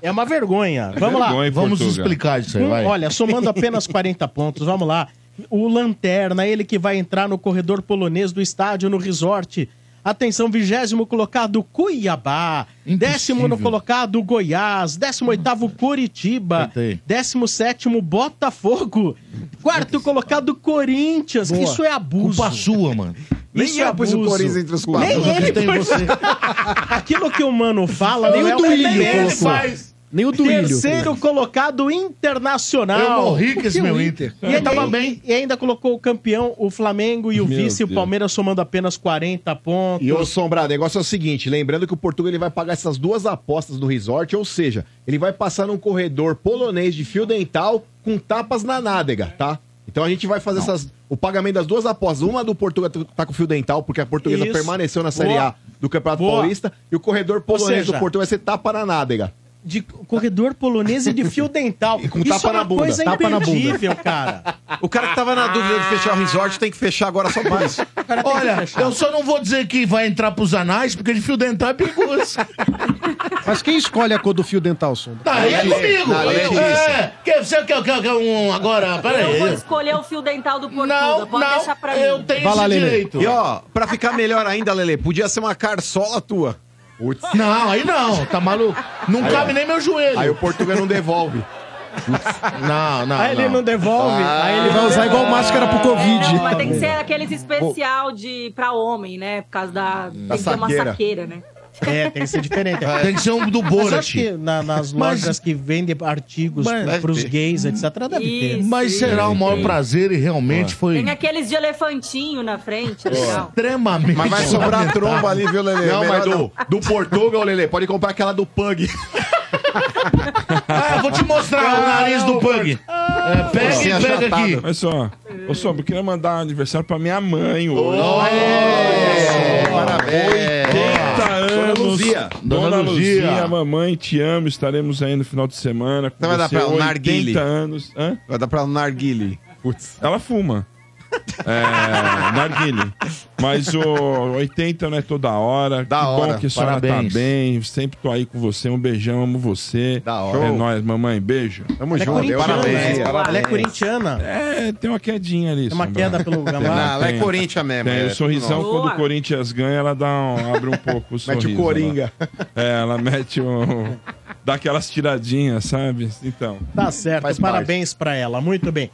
S2: É uma vergonha. Vamos lá.
S4: vergonha, Vamos Portuga. explicar isso aí,
S2: Um-
S4: vai.
S2: Olha, somando
S4: *laughs*
S2: apenas 40 pontos, vamos lá. O Lanterna, ele que vai entrar no corredor polonês do estádio no resort. Atenção, vigésimo colocado Cuiabá, décimo no colocado Goiás, décimo oitavo Curitiba,
S4: Tentei.
S2: décimo sétimo Botafogo, quarto colocado Corinthians.
S4: Boa.
S2: Isso é abuso.
S4: Culpa sua, mano.
S20: Nem
S2: Isso
S20: eu
S2: é
S20: pus o
S2: abuso.
S20: Corinthians entre os quatro.
S2: Nem
S20: Eu
S2: ele
S20: acreditei em
S2: pôs.
S20: você.
S2: Aquilo que o mano fala,
S9: Nem
S2: não
S9: o
S2: é o
S9: Duílio
S2: nem ele
S9: colocou.
S2: faz.
S9: Nem o Duílio.
S2: Terceiro colocado internacional.
S4: Eu morri com
S2: Porque
S4: esse
S2: o
S4: meu Inter.
S2: E, ele,
S4: Eu tava
S2: e-
S4: bem.
S2: e ainda colocou o campeão, o Flamengo e o
S8: Meu
S2: vice, o
S8: Deus.
S2: Palmeiras somando apenas 40 pontos.
S8: E ô Sombra, o negócio é o seguinte, lembrando que o Portugal ele vai pagar essas duas apostas do resort, ou seja, ele vai passar num corredor polonês de fio dental com tapas na nádega, tá? Então a gente vai fazer essas, o pagamento das duas apostas. Uma do Portugal tá com fio dental, porque a portuguesa
S2: Isso.
S8: permaneceu na Série
S2: Boa.
S8: A do Campeonato
S2: Boa.
S8: Paulista. E o corredor polonês
S2: seja,
S8: do Portugal vai ser tapa na nádega.
S2: De corredor polonês e de
S8: *laughs*
S2: fio dental.
S8: com tapa na bunda,
S2: é coisa
S8: tapa na bunda.
S2: imperdível, cara.
S20: O cara que tava na dúvida de fechar o resort tem que fechar agora só por
S2: Ah,
S20: isso.
S4: Olha, eu só não vou dizer que vai entrar pros anais, porque de fio dental é perigoso.
S9: Mas quem escolhe a cor do fio dental, Sombra?
S4: Tá, aí é comigo.
S9: Nada
S4: Eu-
S9: disso.
S4: é, quer, você quer, quer, quer um agora? Pera
S5: Eu vou
S4: aí.
S5: escolher o fio dental do Portuga.
S4: Não,
S5: Pode
S4: não,
S5: deixar pra mim.
S4: eu tenho esse direito.
S20: E ó, pra ficar melhor ainda, Lele, podia ser uma carçola tua.
S4: Não, aí não, tá maluco? Não
S20: Aí,
S4: cabe
S20: ó.
S4: nem meu joelho.
S20: Aí o Portuga não devolve.
S4: Não, não,
S2: aí ele não devolve, aí ele
S9: vai usar igual máscara pro Covid.
S5: Não, mas tem que ser aqueles especial de, pra homem, né? Por causa da. tem que ter uma
S8: saqueira.
S5: saqueira, né?
S2: É, tem que ser diferente.
S4: É. Tem que ser um do
S2: Mas eu
S4: Borat.
S2: acho que na- nas
S4: Mas-
S2: lojas que vendem artigos
S4: Mas-
S2: pros gays, etc., deve ter.
S5: Isso,
S4: Mas será o maior prazer e
S7: Ah.
S4: realmente foi
S5: Tem aqueles de elefantinho na frente, é legal.
S4: extremamente.
S3: Mas vai sobrar a tromba ali, viu, Lelê?
S5: Não,
S3: Melhor
S5: mas do-
S3: do Portugal, Lelê, pode comprar aquela do Pug.
S4: Ah, eu vou te mostrar o nariz do Pug. É, pega e pega aqui.
S7: Olha só. Ô, só, eu queria mandar um aniversário pra minha mãe hoje.
S3: É. Parabéns.
S7: 80 anos.
S3: Dona Luzia.
S7: Dona,
S3: Dona
S7: Luzia.
S3: Luzia.
S7: mamãe, te amo. Estaremos aí no final de semana. Com
S8: Então vai dar pra ela um
S7: 80
S8: narguile.
S7: anos. Hã?
S8: Vai dar pra ela um narguile.
S7: Putz. Ela fuma. *laughs* É, narguile. Mas o 80 não é toda hora. que
S8: hora.
S7: bom que a senhora
S8: Parabéns.
S7: tá bem. Sempre tô aí com você. Um beijão, amo você. Da
S8: hora.
S7: É nóis, mamãe. Beijo.
S8: Tamo
S2: Ela é corintiana, né? Ela é corintiana.
S7: É, tem uma quedinha ali.
S2: Tem uma queda pelo
S7: *laughs* Tem,
S2: gambá.
S7: tem. Tem,
S2: é
S7: o sorrisão,
S2: tudo
S7: quando
S2: nosso.
S7: o Corinthians ganha, ela dá um- abre um pouco o sorriso.
S3: o coringa.
S7: ela- É, ela mete um... Dá aquelas tiradinhas, sabe? Então...
S2: Tá certo,
S7: Faz parte.
S2: parabéns pra ela, muito bem.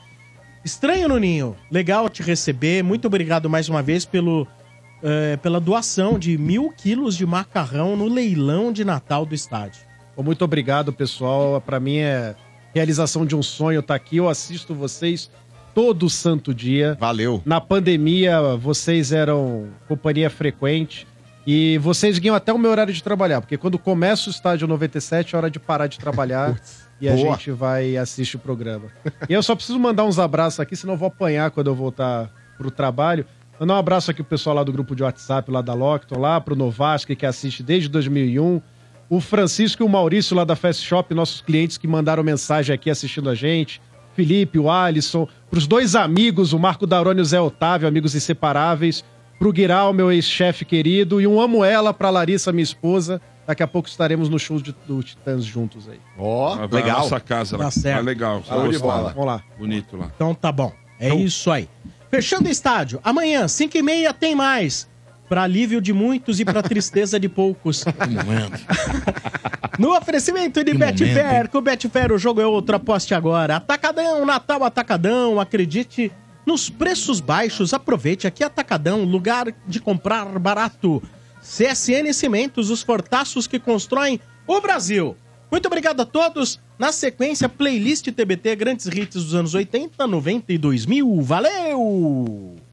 S2: Estranho, Nuninho, legal te receber, muito obrigado mais uma vez pelo, eh, pela doação de mil quilos de macarrão no leilão de Natal do estádio.
S9: Pô, Muito obrigado, pessoal. Pra mim é realização de um sonho estar aqui. Eu assisto vocês todo santo dia.
S8: Valeu.
S9: Na pandemia, vocês eram companhia frequente. E vocês guiam até o meu horário de trabalhar, porque quando começa o estádio 97, é hora de parar de
S8: *laughs*
S9: trabalhar e a
S8: boa.
S9: gente vai e assiste o programa. e eu só preciso mandar uns abraços aqui, senão eu vou apanhar quando eu voltar pro trabalho. Mandar um abraço aqui pro pessoal lá do grupo de WhatsApp, lá da Locton, lá pro Novaski, que assiste desde 2001 o Francisco e o Maurício lá da Fast Shop, nossos clientes que mandaram mensagem aqui assistindo a gente. Felipe, o Alisson, pros dois amigos, o Marco Daroni e o Zé Otávio, amigos inseparáveis, pro Guiral, meu ex-chefe querido, e um amo ela pra Larissa, minha esposa. Daqui a pouco estaremos no show de- do Titãs juntos aí.
S3: Ó,
S7: Vai na
S9: legal.
S7: nossa casa.
S2: Tá
S7: Tá
S2: certo.
S7: certo. legal. você
S2: Show
S7: vai
S2: de
S7: gostar.
S2: bola. Vamos lá.
S7: Bonito lá.
S2: Então tá bom, é isso aí. Fechando o estádio, amanhã, 5h30, tem mais. Pra alívio de muitos e pra tristeza de poucos. No oferecimento de Betfair, com o Betfair o jogo é outro, aposte agora. Atacadão, Natal Atacadão, acredite nos preços baixos, aproveite aqui Atacadão, lugar de comprar barato. CSN Cimentos, os fortaços que constroem o Brasil. Muito obrigado a todos. Na sequência, playlist TBT Grandes Hits dos anos 80, 90 e 2000. Valeu!